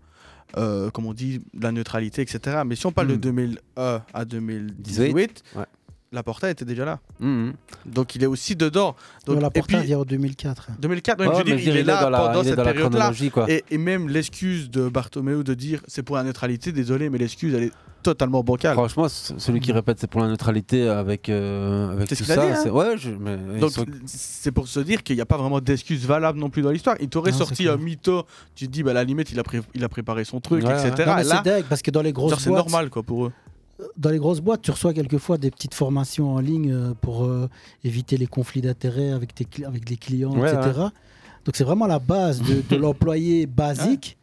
Speaker 2: euh, comme on dit, la neutralité, etc. Mais si on parle
Speaker 11: Hmm.
Speaker 2: de 2001 à 2018, la Porta était déjà là.
Speaker 11: Hmm,
Speaker 2: Donc il est aussi dedans. Donc,
Speaker 10: Non, la
Speaker 2: et
Speaker 10: Porta
Speaker 2: puis-
Speaker 10: vient en 2004.
Speaker 2: 2004,
Speaker 7: Ouais,
Speaker 2: même, je
Speaker 7: mais
Speaker 2: veux
Speaker 7: je
Speaker 2: dire, il
Speaker 7: dirais,
Speaker 2: est
Speaker 7: il est
Speaker 2: là
Speaker 7: dans la-
Speaker 2: pendant
Speaker 7: il est
Speaker 2: cette
Speaker 7: dans la
Speaker 2: période-là.
Speaker 7: chronologie, quoi.
Speaker 2: Et, et même l'excuse de Bartomeu de dire c'est pour la neutralité, désolé, mais l'excuse elle est totalement bancale.
Speaker 7: Franchement, c- celui qui répète c'est pour la neutralité avec, euh, avec
Speaker 2: C'est ce
Speaker 7: tout
Speaker 2: qu'il a
Speaker 7: ça.
Speaker 2: dit, hein.
Speaker 7: c'est- Ouais, je- mais ils
Speaker 2: Donc
Speaker 7: sont-
Speaker 2: c'est pour se dire qu'il n'y a pas vraiment d'excuse valable non plus dans l'histoire. Il t'aurait
Speaker 10: Non, c'est
Speaker 2: sorti
Speaker 10: clair.
Speaker 2: un mytho, tu te dis bah, à la limite il a, pré- il a préparé son truc,
Speaker 10: Ouais,
Speaker 2: etc.
Speaker 10: ouais. Non, mais
Speaker 2: Là,
Speaker 10: c'est dingue, parce que dans les grosses
Speaker 2: genre, c'est
Speaker 10: boîtes-
Speaker 2: normal quoi pour eux.
Speaker 10: Dans les grosses boîtes, tu reçois quelquefois des petites formations en ligne euh, pour euh, éviter les conflits d'intérêts avec, tes cli- avec les clients,
Speaker 4: Ouais,
Speaker 10: etc.
Speaker 4: ouais.
Speaker 10: Donc c'est vraiment la base de, de l'employé basique.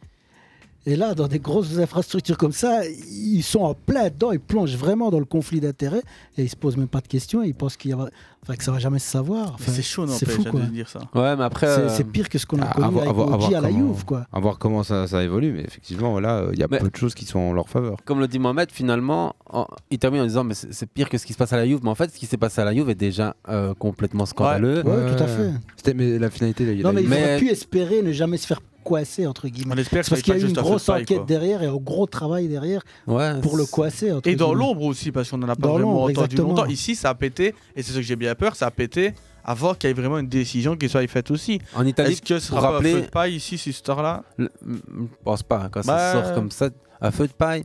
Speaker 10: Et là, dans des grosses infrastructures comme ça, ils sont en plein dedans, ils plongent vraiment dans le conflit d'intérêts et ils se posent même pas de questions, ils pensent qu'il y a... enfin, que ça va jamais se savoir. Enfin,
Speaker 2: c'est chaud,
Speaker 10: c'est
Speaker 2: n'empêche,
Speaker 10: fou
Speaker 2: de
Speaker 10: quoi.
Speaker 2: dire ça.
Speaker 7: Ouais, mais après,
Speaker 10: C'est-
Speaker 7: euh,
Speaker 10: c'est pire que ce qu'on a
Speaker 11: Ah,
Speaker 10: connu avec Oji à la
Speaker 11: comment-
Speaker 10: Juve, quoi.
Speaker 11: à voir comment ça, ça évolue, mais effectivement, voilà, euh, il y a peu de choses qui sont en leur faveur.
Speaker 7: Comme le dit Mohamed, finalement, en- il termine en disant mais c'est c'est pire que ce qui se passe à la Juve. Mais en fait, ce qui s'est passé à la Juve est déjà euh, complètement scandaleux.
Speaker 10: Ouais, tout à fait.
Speaker 11: C'était mais la finalité. la-
Speaker 10: Non,
Speaker 7: la-
Speaker 10: mais ils auraient pu espérer ne jamais se faire coasser, entre guillemets.
Speaker 2: On espère que
Speaker 10: C'est parce
Speaker 2: ça va
Speaker 10: qu'il y a
Speaker 2: être
Speaker 10: eu une
Speaker 2: juste un
Speaker 10: grosse
Speaker 2: feu de paille,
Speaker 10: enquête
Speaker 2: quoi.
Speaker 10: derrière et un gros travail derrière pour le coasser. entre
Speaker 2: Et dans
Speaker 10: guillemets.
Speaker 2: l'ombre aussi, parce qu'on n'en a pas
Speaker 10: Dans
Speaker 2: vraiment
Speaker 10: l'ombre,
Speaker 2: entendu
Speaker 10: exactement.
Speaker 2: longtemps. Ici, ça a pété, et c'est ce que j'ai bien peur, ça a pété avant qu'il y ait vraiment une décision qui soit faite aussi.
Speaker 7: En Italie,
Speaker 2: est-ce que ce
Speaker 7: pour
Speaker 2: sera pas un
Speaker 7: rappeler-
Speaker 2: feu de paille ici, cette histoire-là
Speaker 7: Le- m- m- Je pense pas. hein, Quand
Speaker 2: Bah-
Speaker 7: ça sort comme ça, à feu de paille.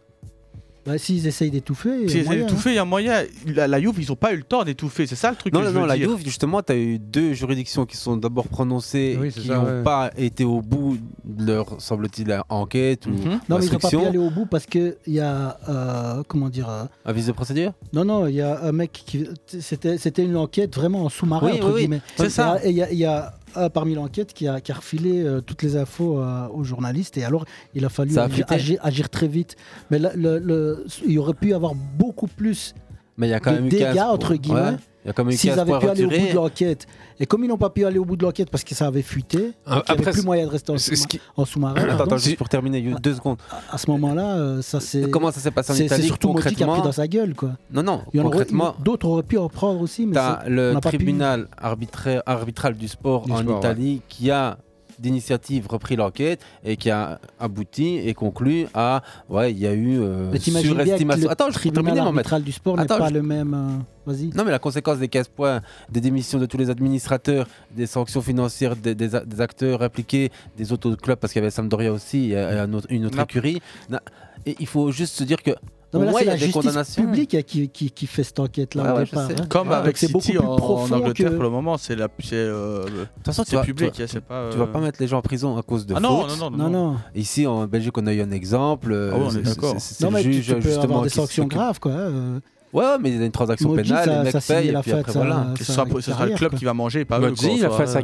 Speaker 10: Bah, S'ils essayent d'étouffer. il y a
Speaker 2: Si ils ont
Speaker 10: moyen, hein.
Speaker 2: étouffé, il y a moyen. La, la Juve, ils n'ont pas eu le temps d'étouffer, c'est ça le truc
Speaker 7: Non,
Speaker 2: que
Speaker 7: non,
Speaker 2: je veux
Speaker 7: non, la
Speaker 2: dire.
Speaker 7: Juve, justement, tu as eu deux juridictions qui sont d'abord prononcées,
Speaker 2: Oui, c'est
Speaker 7: qui
Speaker 2: ça,
Speaker 7: n'ont
Speaker 2: ouais.
Speaker 7: pas été au bout de leur, semble-t-il, enquête ou
Speaker 10: Non, mais ils n'ont pas pu
Speaker 7: instruction.
Speaker 10: aller au bout parce qu'il y a. euh, comment dire euh,
Speaker 7: Avis de procédure
Speaker 10: Non, non, il y a un mec qui. C'était c'était une enquête vraiment en sous-marin,
Speaker 7: Oui,
Speaker 10: entre
Speaker 7: oui, oui,
Speaker 10: guillemets.
Speaker 7: c'est ça.
Speaker 10: Et il y a, il y a un parmi l'enquête qui a, qui a refilé euh, toutes les infos euh, aux journalistes. Et alors, il a fallu
Speaker 7: Ça a
Speaker 10: agir,
Speaker 7: fuité.
Speaker 10: agir- agir très vite. Mais là, le- le- il y aurait pu y avoir beaucoup plus
Speaker 7: Mais il y a quand
Speaker 10: de
Speaker 7: même eu
Speaker 10: dégâts,
Speaker 7: 15
Speaker 10: entre
Speaker 7: ouais,
Speaker 10: guillemets.
Speaker 7: il y a quand même eu
Speaker 10: S'ils
Speaker 7: 15
Speaker 10: avaient pu
Speaker 7: points
Speaker 10: aller au bout
Speaker 7: retirés.
Speaker 10: de l'enquête. Et comme ils n'ont pas pu aller au bout de l'enquête parce que ça avait fuité,
Speaker 7: Ah,
Speaker 10: qu'il n'y avait
Speaker 7: après,
Speaker 10: plus Ah. moyen de rester en
Speaker 7: c'est ce
Speaker 10: sous-marin-
Speaker 7: qui-
Speaker 10: en sous-marin.
Speaker 7: Attends,
Speaker 10: pardon,
Speaker 7: attends, juste pour terminer, Yo- deux secondes.
Speaker 10: à ce moment-là, euh, ça c'est.
Speaker 7: Comment ça s'est passé en
Speaker 10: c'est-
Speaker 7: Italie
Speaker 10: C'est surtout Motti qui a pris
Speaker 7: concrètement
Speaker 10: dans sa gueule, quoi.
Speaker 7: Non, non,
Speaker 10: Il y en aurait-
Speaker 7: concrètement-
Speaker 10: D'autres auraient pu en prendre aussi, mais.
Speaker 7: T'as
Speaker 10: c'est- on
Speaker 7: le
Speaker 10: n'a pas pu.
Speaker 7: tribunal arbitraire- arbitral du sport
Speaker 10: Du
Speaker 7: en
Speaker 10: sport,
Speaker 7: Italie qui a d'initiative repris l'enquête et qui a abouti et conclu à ouais il y a eu euh,
Speaker 10: Mais t'imagines bien que
Speaker 7: surestimation
Speaker 10: le
Speaker 7: attends je vais
Speaker 10: tribunal
Speaker 7: terminer mon maître
Speaker 10: arbitral du sport n'est
Speaker 7: Attends,
Speaker 10: pas
Speaker 7: je-
Speaker 10: le même. euh, Vas-y.
Speaker 7: non mais la conséquence des 15 points des démissions de tous les administrateurs des sanctions financières des, des a- des acteurs impliqués des autres clubs parce qu'il y avait Sampdoria aussi et, un autre- une autre
Speaker 10: Naples.
Speaker 7: écurie Na- et il faut juste se dire que
Speaker 10: Non, mais là,
Speaker 7: ouais, il
Speaker 10: c'est
Speaker 7: y a
Speaker 10: la
Speaker 7: des
Speaker 10: justice
Speaker 7: condamnations
Speaker 10: publique euh, qui, qui, qui fait cette enquête-là
Speaker 7: Ouais,
Speaker 10: au
Speaker 7: ouais, je
Speaker 10: départ.
Speaker 7: sais.
Speaker 10: hein.
Speaker 2: Comme
Speaker 10: Donc,
Speaker 2: avec
Speaker 10: c'est beaucoup
Speaker 2: City
Speaker 7: euh,
Speaker 10: plus
Speaker 2: en, en
Speaker 10: profond
Speaker 2: Angleterre
Speaker 10: que-
Speaker 2: pour le moment, c'est la c'est euh,
Speaker 7: De toute façon, tu
Speaker 2: c'est
Speaker 7: vas-
Speaker 2: public,
Speaker 7: tu vas-
Speaker 2: hein, c'est pas.
Speaker 7: tu vas
Speaker 2: euh,
Speaker 7: pas mettre les gens en prison à cause de
Speaker 2: Ah non,
Speaker 7: fautes.
Speaker 2: non, non, non, Non, non. non.
Speaker 7: Ici en Belgique, on a eu un exemple. euh,
Speaker 2: Ah ouais, on est
Speaker 7: c'est-
Speaker 2: d'accord.
Speaker 7: c'est- C'est
Speaker 10: Non,
Speaker 7: le
Speaker 10: mais tu-
Speaker 7: juge
Speaker 10: tu peux
Speaker 7: justement
Speaker 10: avoir des
Speaker 7: qui
Speaker 10: sanctions
Speaker 7: s'occupe-
Speaker 10: graves, quoi. euh.
Speaker 7: Ouais, ouais, mais il y a une transaction
Speaker 10: Moji,
Speaker 7: pénale,
Speaker 10: ça-
Speaker 7: les
Speaker 10: ça
Speaker 7: mecs
Speaker 10: signait
Speaker 7: payent, et
Speaker 10: la
Speaker 7: puis
Speaker 10: fête,
Speaker 7: après
Speaker 10: ça-
Speaker 7: voilà.
Speaker 10: ça- Ce sera- ce sera le carrière, club quoi. qui
Speaker 2: va manger et pas eux, quoi, en soi,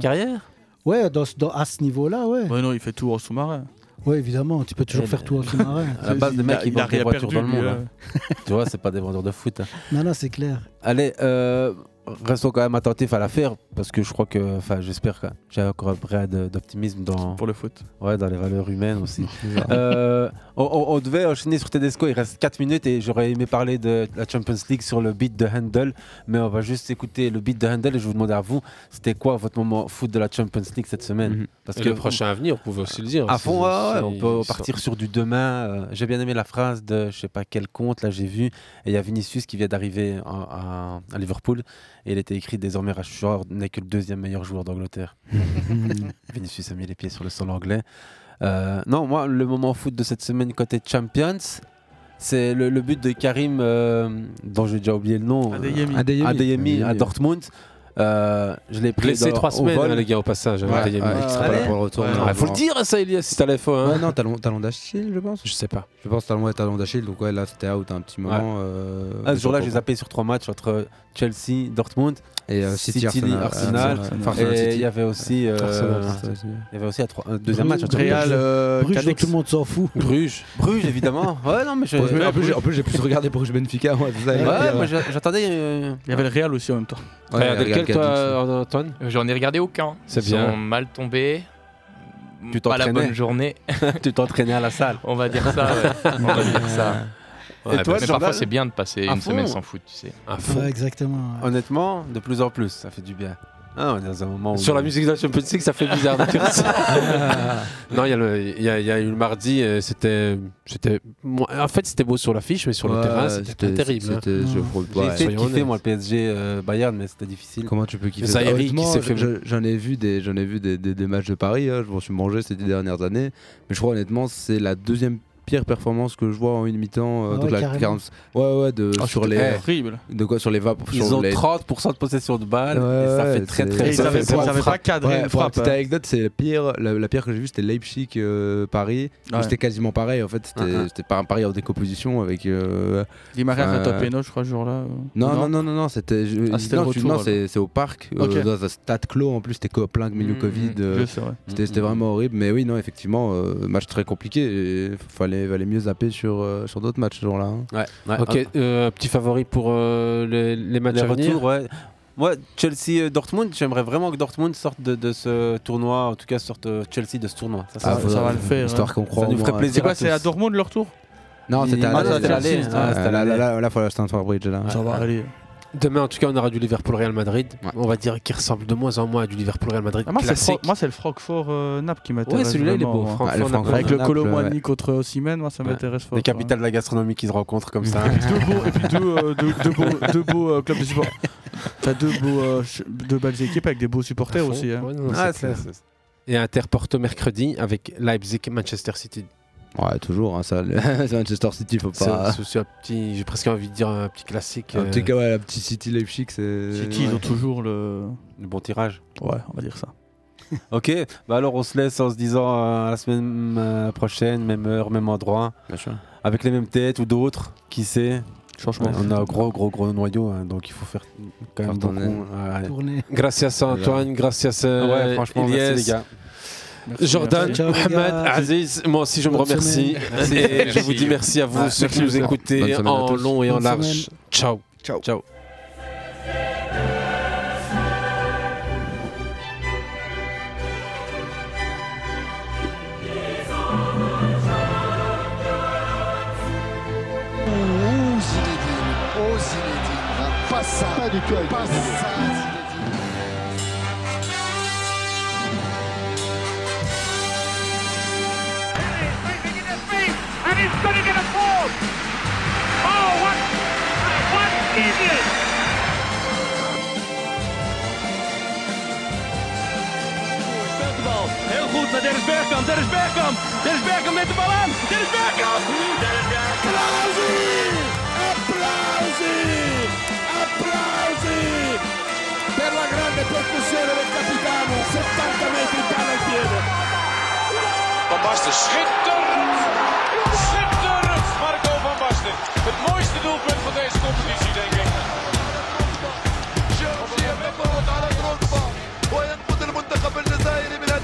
Speaker 2: euh.
Speaker 10: Ouais, dans, ce- dans- à ce niveau-là, Ah ouais.
Speaker 2: Ouais, non, il fait tout en sous-marin.
Speaker 10: Ouais, évidemment, tu peux toujours
Speaker 2: Et
Speaker 10: faire
Speaker 2: le-
Speaker 10: tout en sous-marin.
Speaker 7: À la base, des
Speaker 2: Il
Speaker 7: mecs
Speaker 2: a- Bah,
Speaker 7: qui
Speaker 2: il a
Speaker 7: vendent des
Speaker 2: rien
Speaker 7: voitures
Speaker 2: perdu,
Speaker 7: dans le monde.
Speaker 2: lui, euh.
Speaker 7: hein. tu vois, c'est pas des vendeurs de foot. hein.
Speaker 10: Non, non, c'est clair.
Speaker 7: Allez, euh, restons quand même attentifs à l'affaire parce que je crois que, enfin, j'espère que j'ai encore un brin de- d'optimisme dans pour
Speaker 2: le foot.
Speaker 7: Ouais, dans les valeurs humaines aussi. Euh, on, on- on devait enchaîner sur Tedesco. Il reste 4 minutes et j'aurais aimé parler de la Champions League sur le beat de Handel, mais on va juste écouter le beat de Handel et je vous demande à vous, c'était quoi votre moment foot de la Champions League cette semaine
Speaker 9: Mhm.
Speaker 2: Mhm.
Speaker 7: Parce
Speaker 8: Et le prochain à venir, on pouvait aussi le dire.
Speaker 9: hein,
Speaker 7: à fond, ouais,
Speaker 8: C'est-
Speaker 7: ouais, on peut
Speaker 8: c'est-
Speaker 7: partir sur du demain. Euh, j'ai bien aimé la phrase de je sais pas quel compte, là j'ai vu, et il y a Vinicius qui vient d'arriver à, à- à Liverpool, et il était écrit désormais Rashford n'est que le deuxième meilleur joueur d'Angleterre. Vinicius a mis les pieds sur le sol anglais. Euh, non, moi, le moment foot de cette semaine côté Champions, c'est le, le but de Karim, euh, dont j'ai déjà oublié le nom,
Speaker 2: Adeyemi.
Speaker 7: euh, Adeyemi à
Speaker 2: Adeyemi.
Speaker 7: Dortmund. Euh, je l'ai pris
Speaker 8: Blessé
Speaker 7: dans-
Speaker 8: trois
Speaker 7: au
Speaker 8: semaines,
Speaker 7: vol.
Speaker 8: hein, les gars, au passage.
Speaker 7: Ouais,
Speaker 8: Ah, il y a
Speaker 7: ouais,
Speaker 8: une-
Speaker 7: il
Speaker 8: Ah,
Speaker 7: sera pas là
Speaker 8: ouais.
Speaker 7: pour le retour,
Speaker 8: Ouais,
Speaker 7: normalement.
Speaker 8: faut le dire, ça, Elias, si t'as la faim.
Speaker 11: Ouais, non, talon, talon d'Achille, je pense.
Speaker 8: Je sais pas.
Speaker 11: Je pense talon, ouais, talon d'Achille, donc ouais, là c'était out un petit moment.
Speaker 7: Ouais.
Speaker 11: euh,
Speaker 7: Ah, ce jour-là, j'ai
Speaker 11: pour-
Speaker 7: zappé sur trois matchs entre Chelsea, Dortmund
Speaker 11: Et, euh, City, Arsenal.
Speaker 7: Arsenal.
Speaker 11: Arsenal, Arsenal.
Speaker 7: Et
Speaker 11: City.
Speaker 7: il y avait aussi. euh,
Speaker 11: Arsenal, Arsenal, Arsenal.
Speaker 7: Il y avait aussi un, tro- un deuxième match.
Speaker 11: Bruges,
Speaker 7: entre
Speaker 11: Real,
Speaker 7: Bruges.
Speaker 11: euh, Bruges, Cadix. dont tout le
Speaker 10: monde s'en fout.
Speaker 7: Bruges. Bruges, évidemment. Ouais, non, mais je-
Speaker 11: Bon, je- en plus, j'ai- en plus, j'ai plus regardé pour que je Benfica. Ouais, c'est ça,
Speaker 7: Ouais,
Speaker 11: il y a-
Speaker 7: moi j'a- j'attendais. euh,
Speaker 2: Il y avait le Real aussi en même temps.
Speaker 9: hein.
Speaker 11: Ouais, T'as regardé regarde lequel, toi, Cadix,
Speaker 8: Antoine
Speaker 9: J'en ai regardé aucun.
Speaker 8: C'est
Speaker 9: Ils
Speaker 8: bien.
Speaker 9: sont mal tombés.
Speaker 7: Tu
Speaker 9: Pas la
Speaker 7: t'entraînais.
Speaker 9: bonne journée.
Speaker 7: tu t'entraînais à la salle.
Speaker 9: On va dire ça. ouais. On va dire ça.
Speaker 7: Et
Speaker 9: Ouais,
Speaker 7: toi,
Speaker 9: mais
Speaker 7: Jordan
Speaker 9: parfois c'est bien de passer
Speaker 7: À
Speaker 9: une
Speaker 7: fond.
Speaker 9: semaine sans foot, tu sais.
Speaker 7: À fond.
Speaker 10: Ouais, exactement.
Speaker 7: Honnêtement, de plus en plus, ça fait du bien. Ah, on est dans un moment où-
Speaker 8: Sur la musique de la Champions League, ça fait bizarre de dire ça. non, il y, a le- il y a- il y a eu le mardi, euh, c'était. c'était- moi, En fait, c'était beau sur l'affiche, mais sur le
Speaker 7: Ouais,
Speaker 8: terrain, c'était pas
Speaker 7: c'était-
Speaker 8: terrible. hein.
Speaker 11: c'était- je crois
Speaker 7: J'ai
Speaker 11: pas,
Speaker 7: essayé de
Speaker 11: soyons
Speaker 7: kiffer,
Speaker 11: honnêtes.
Speaker 7: moi, le PSG euh, Bayern, mais c'était difficile.
Speaker 11: Comment tu peux kiffer
Speaker 7: Le
Speaker 11: ça
Speaker 7: Zaïri qui
Speaker 11: Honnêtement,
Speaker 7: s'est fait.
Speaker 11: je- J'en ai vu des, j'en ai vu des, des- des matchs de Paris. hein, je m'en suis mangé ces dix dernières années. Mais je crois honnêtement, c'est la deuxième pire performance que je vois en une mi-temps. euh,
Speaker 7: Ah
Speaker 11: donc
Speaker 7: ouais,
Speaker 11: la
Speaker 7: carrément.
Speaker 11: 40 ouais, ouais, de
Speaker 7: Ah,
Speaker 11: sur
Speaker 7: c'était
Speaker 11: les
Speaker 7: horrible.
Speaker 11: De quoi sur les vapes
Speaker 7: Ils
Speaker 11: sur
Speaker 7: ont
Speaker 11: les-
Speaker 7: 30% de possession de balle
Speaker 11: Ouais,
Speaker 7: et ça
Speaker 11: ouais,
Speaker 7: fait très
Speaker 11: c'est-
Speaker 7: très
Speaker 11: ça fait
Speaker 7: ça
Speaker 11: pour-
Speaker 7: fait
Speaker 11: frappe. hein. Ouais,
Speaker 7: une
Speaker 11: pour
Speaker 7: frappe.
Speaker 11: petite anecdote, c'est la pire, la, la pire que j'ai vue, c'était Leipzig euh, Paris. où
Speaker 2: Ouais.
Speaker 11: C'était quasiment pareil en fait. C'était
Speaker 2: Ah, ah.
Speaker 11: c'était pas un pari en décomposition avec. Euh,
Speaker 2: Di Maria
Speaker 11: euh,
Speaker 2: fait un péno, je crois, ce jour-là. euh,
Speaker 11: non, non, non, non, non, c'était. je-
Speaker 2: Ah, c'était
Speaker 11: non,
Speaker 2: le
Speaker 11: tu-
Speaker 2: retour,
Speaker 11: non,
Speaker 2: alors.
Speaker 11: c'est c'est au parc, euh,
Speaker 2: Ok.
Speaker 11: dans un stade clos en plus, c'était co- plein de milieu
Speaker 2: Mm,
Speaker 11: Covid.
Speaker 2: mm,
Speaker 11: euh,
Speaker 2: je sais, ouais.
Speaker 11: C'était c'était vraiment horrible, mais oui, non, effectivement, euh, match très compliqué. et fallait, fallait mieux zapper sur, euh, sur d'autres matchs ce jour-là. hein.
Speaker 8: Ok,
Speaker 2: ah.
Speaker 8: euh, petit favori pour euh, les, les matchs
Speaker 7: Les
Speaker 8: à venir.
Speaker 7: retours, ouais. Moi, Chelsea euh, Dortmund, j'aimerais vraiment que Dortmund sorte de, de ce tournoi, en tout cas sorte euh, Chelsea de ce tournoi. Ça,
Speaker 11: Ah,
Speaker 7: ça,
Speaker 11: faudra-
Speaker 7: ça
Speaker 11: va le faire, histoire hein. qu'on croit
Speaker 7: Ça
Speaker 11: au
Speaker 7: nous ferait
Speaker 11: moins.
Speaker 7: plaisir.
Speaker 11: C'est quoi,
Speaker 7: à
Speaker 11: c'est
Speaker 7: tous.
Speaker 11: à
Speaker 2: Dortmund le retour
Speaker 11: Non, c'était à
Speaker 7: Ah, non, c'était à
Speaker 11: l'aller.
Speaker 7: l'aller.
Speaker 2: hein.
Speaker 7: Ah, c'était à
Speaker 11: Là, là,
Speaker 7: l'aller.
Speaker 11: là, là, faut Stamford Bridge. Là.
Speaker 2: Ça va aller.
Speaker 8: Demain, en tout cas, on aura du Liverpool Real Madrid. On va dire qu'il ressemble de moins en moins à du Liverpool Real Madrid.
Speaker 2: Ah, moi, c'est le Fran-
Speaker 8: classique.
Speaker 2: moi, c'est le Francfort euh, Naples qui m'intéresse.
Speaker 8: celui-là, il est
Speaker 2: vraiment,
Speaker 8: beau,
Speaker 2: moi.
Speaker 8: Francfort, Ah, le Naples. Francfort,
Speaker 2: Avec le
Speaker 8: Naples,
Speaker 2: Colomani
Speaker 8: ouais.
Speaker 2: contre Ossimène, moi, ça
Speaker 8: Ouais.
Speaker 2: m'intéresse fort. hein.
Speaker 7: Les capitales de la gastronomie qui se rencontrent comme ça.
Speaker 2: Et puis deux beaux, et puis deux, euh, deux- deux beaux, deux beaux, euh, clubs de support. Enfin, deux, beaux, euh, ch- deux belles équipes avec des beaux supporters
Speaker 8: À fond.
Speaker 2: aussi. hein.
Speaker 8: Ouais, non, non,
Speaker 7: Ah,
Speaker 8: c'est clair. Et Inter Porto mercredi avec Leipzig et Manchester City.
Speaker 11: Ouais, toujours, hein, ça. le- c'est Manchester City, faut
Speaker 8: C'est
Speaker 11: pas.
Speaker 8: c'est aussi un petit, j'ai presque envie de dire un petit classique.
Speaker 11: En tout
Speaker 8: euh,
Speaker 11: cas, ouais, la petite City Leipzig, c'est.
Speaker 2: City, ils
Speaker 11: ouais.
Speaker 2: ont toujours le.
Speaker 7: Le bon tirage.
Speaker 2: Ouais, on va dire ça.
Speaker 7: ok, bah alors on se laisse en se disant euh, à la semaine euh, prochaine, même heure, même endroit. Avec les mêmes têtes ou d'autres, qui sait
Speaker 2: Changement.
Speaker 7: Ouais, on a un gros, gros, gros noyau, hein, donc il faut faire quand même
Speaker 11: tourner.
Speaker 7: beaucoup. Ouais.
Speaker 10: Tourner.
Speaker 8: Gracias à Antoine, gracias à
Speaker 7: Ouais, franchement, merci,
Speaker 8: Ilyes,
Speaker 7: les gars.
Speaker 10: Merci,
Speaker 8: Jordan,
Speaker 10: merci. Ciao, les
Speaker 8: Mohamed,
Speaker 10: gars.
Speaker 8: Aziz, moi aussi je me
Speaker 10: Bonne
Speaker 8: remercie.
Speaker 10: semaine.
Speaker 8: Merci. Et je vous dis merci à vous,
Speaker 10: Ouais,
Speaker 8: ceux qui
Speaker 10: merci
Speaker 8: nous
Speaker 10: beaucoup. Bonne
Speaker 8: écoutez
Speaker 10: semaine à
Speaker 8: en
Speaker 10: tous.
Speaker 8: long et en
Speaker 10: Bonne
Speaker 8: large.
Speaker 10: semaine.
Speaker 8: Ciao. Ciao.
Speaker 4: Ouh, Zinedine, oh Zinedine, pas ça, pas du tout, pas ça.
Speaker 5: and he's going to get a ball. Oh, what, what is it?
Speaker 6: Speelt de bal. Heel goed naar Dennis Bergkamp. Dennis Bergkamp. Dennis Bergkamp met de bal aan. Dennis Bergkamp. Dennis Bergkamp. Applausie. Applausie. Applausie. Per la grande percussione del capitano. 70 metri in piede. Van Basten schittert.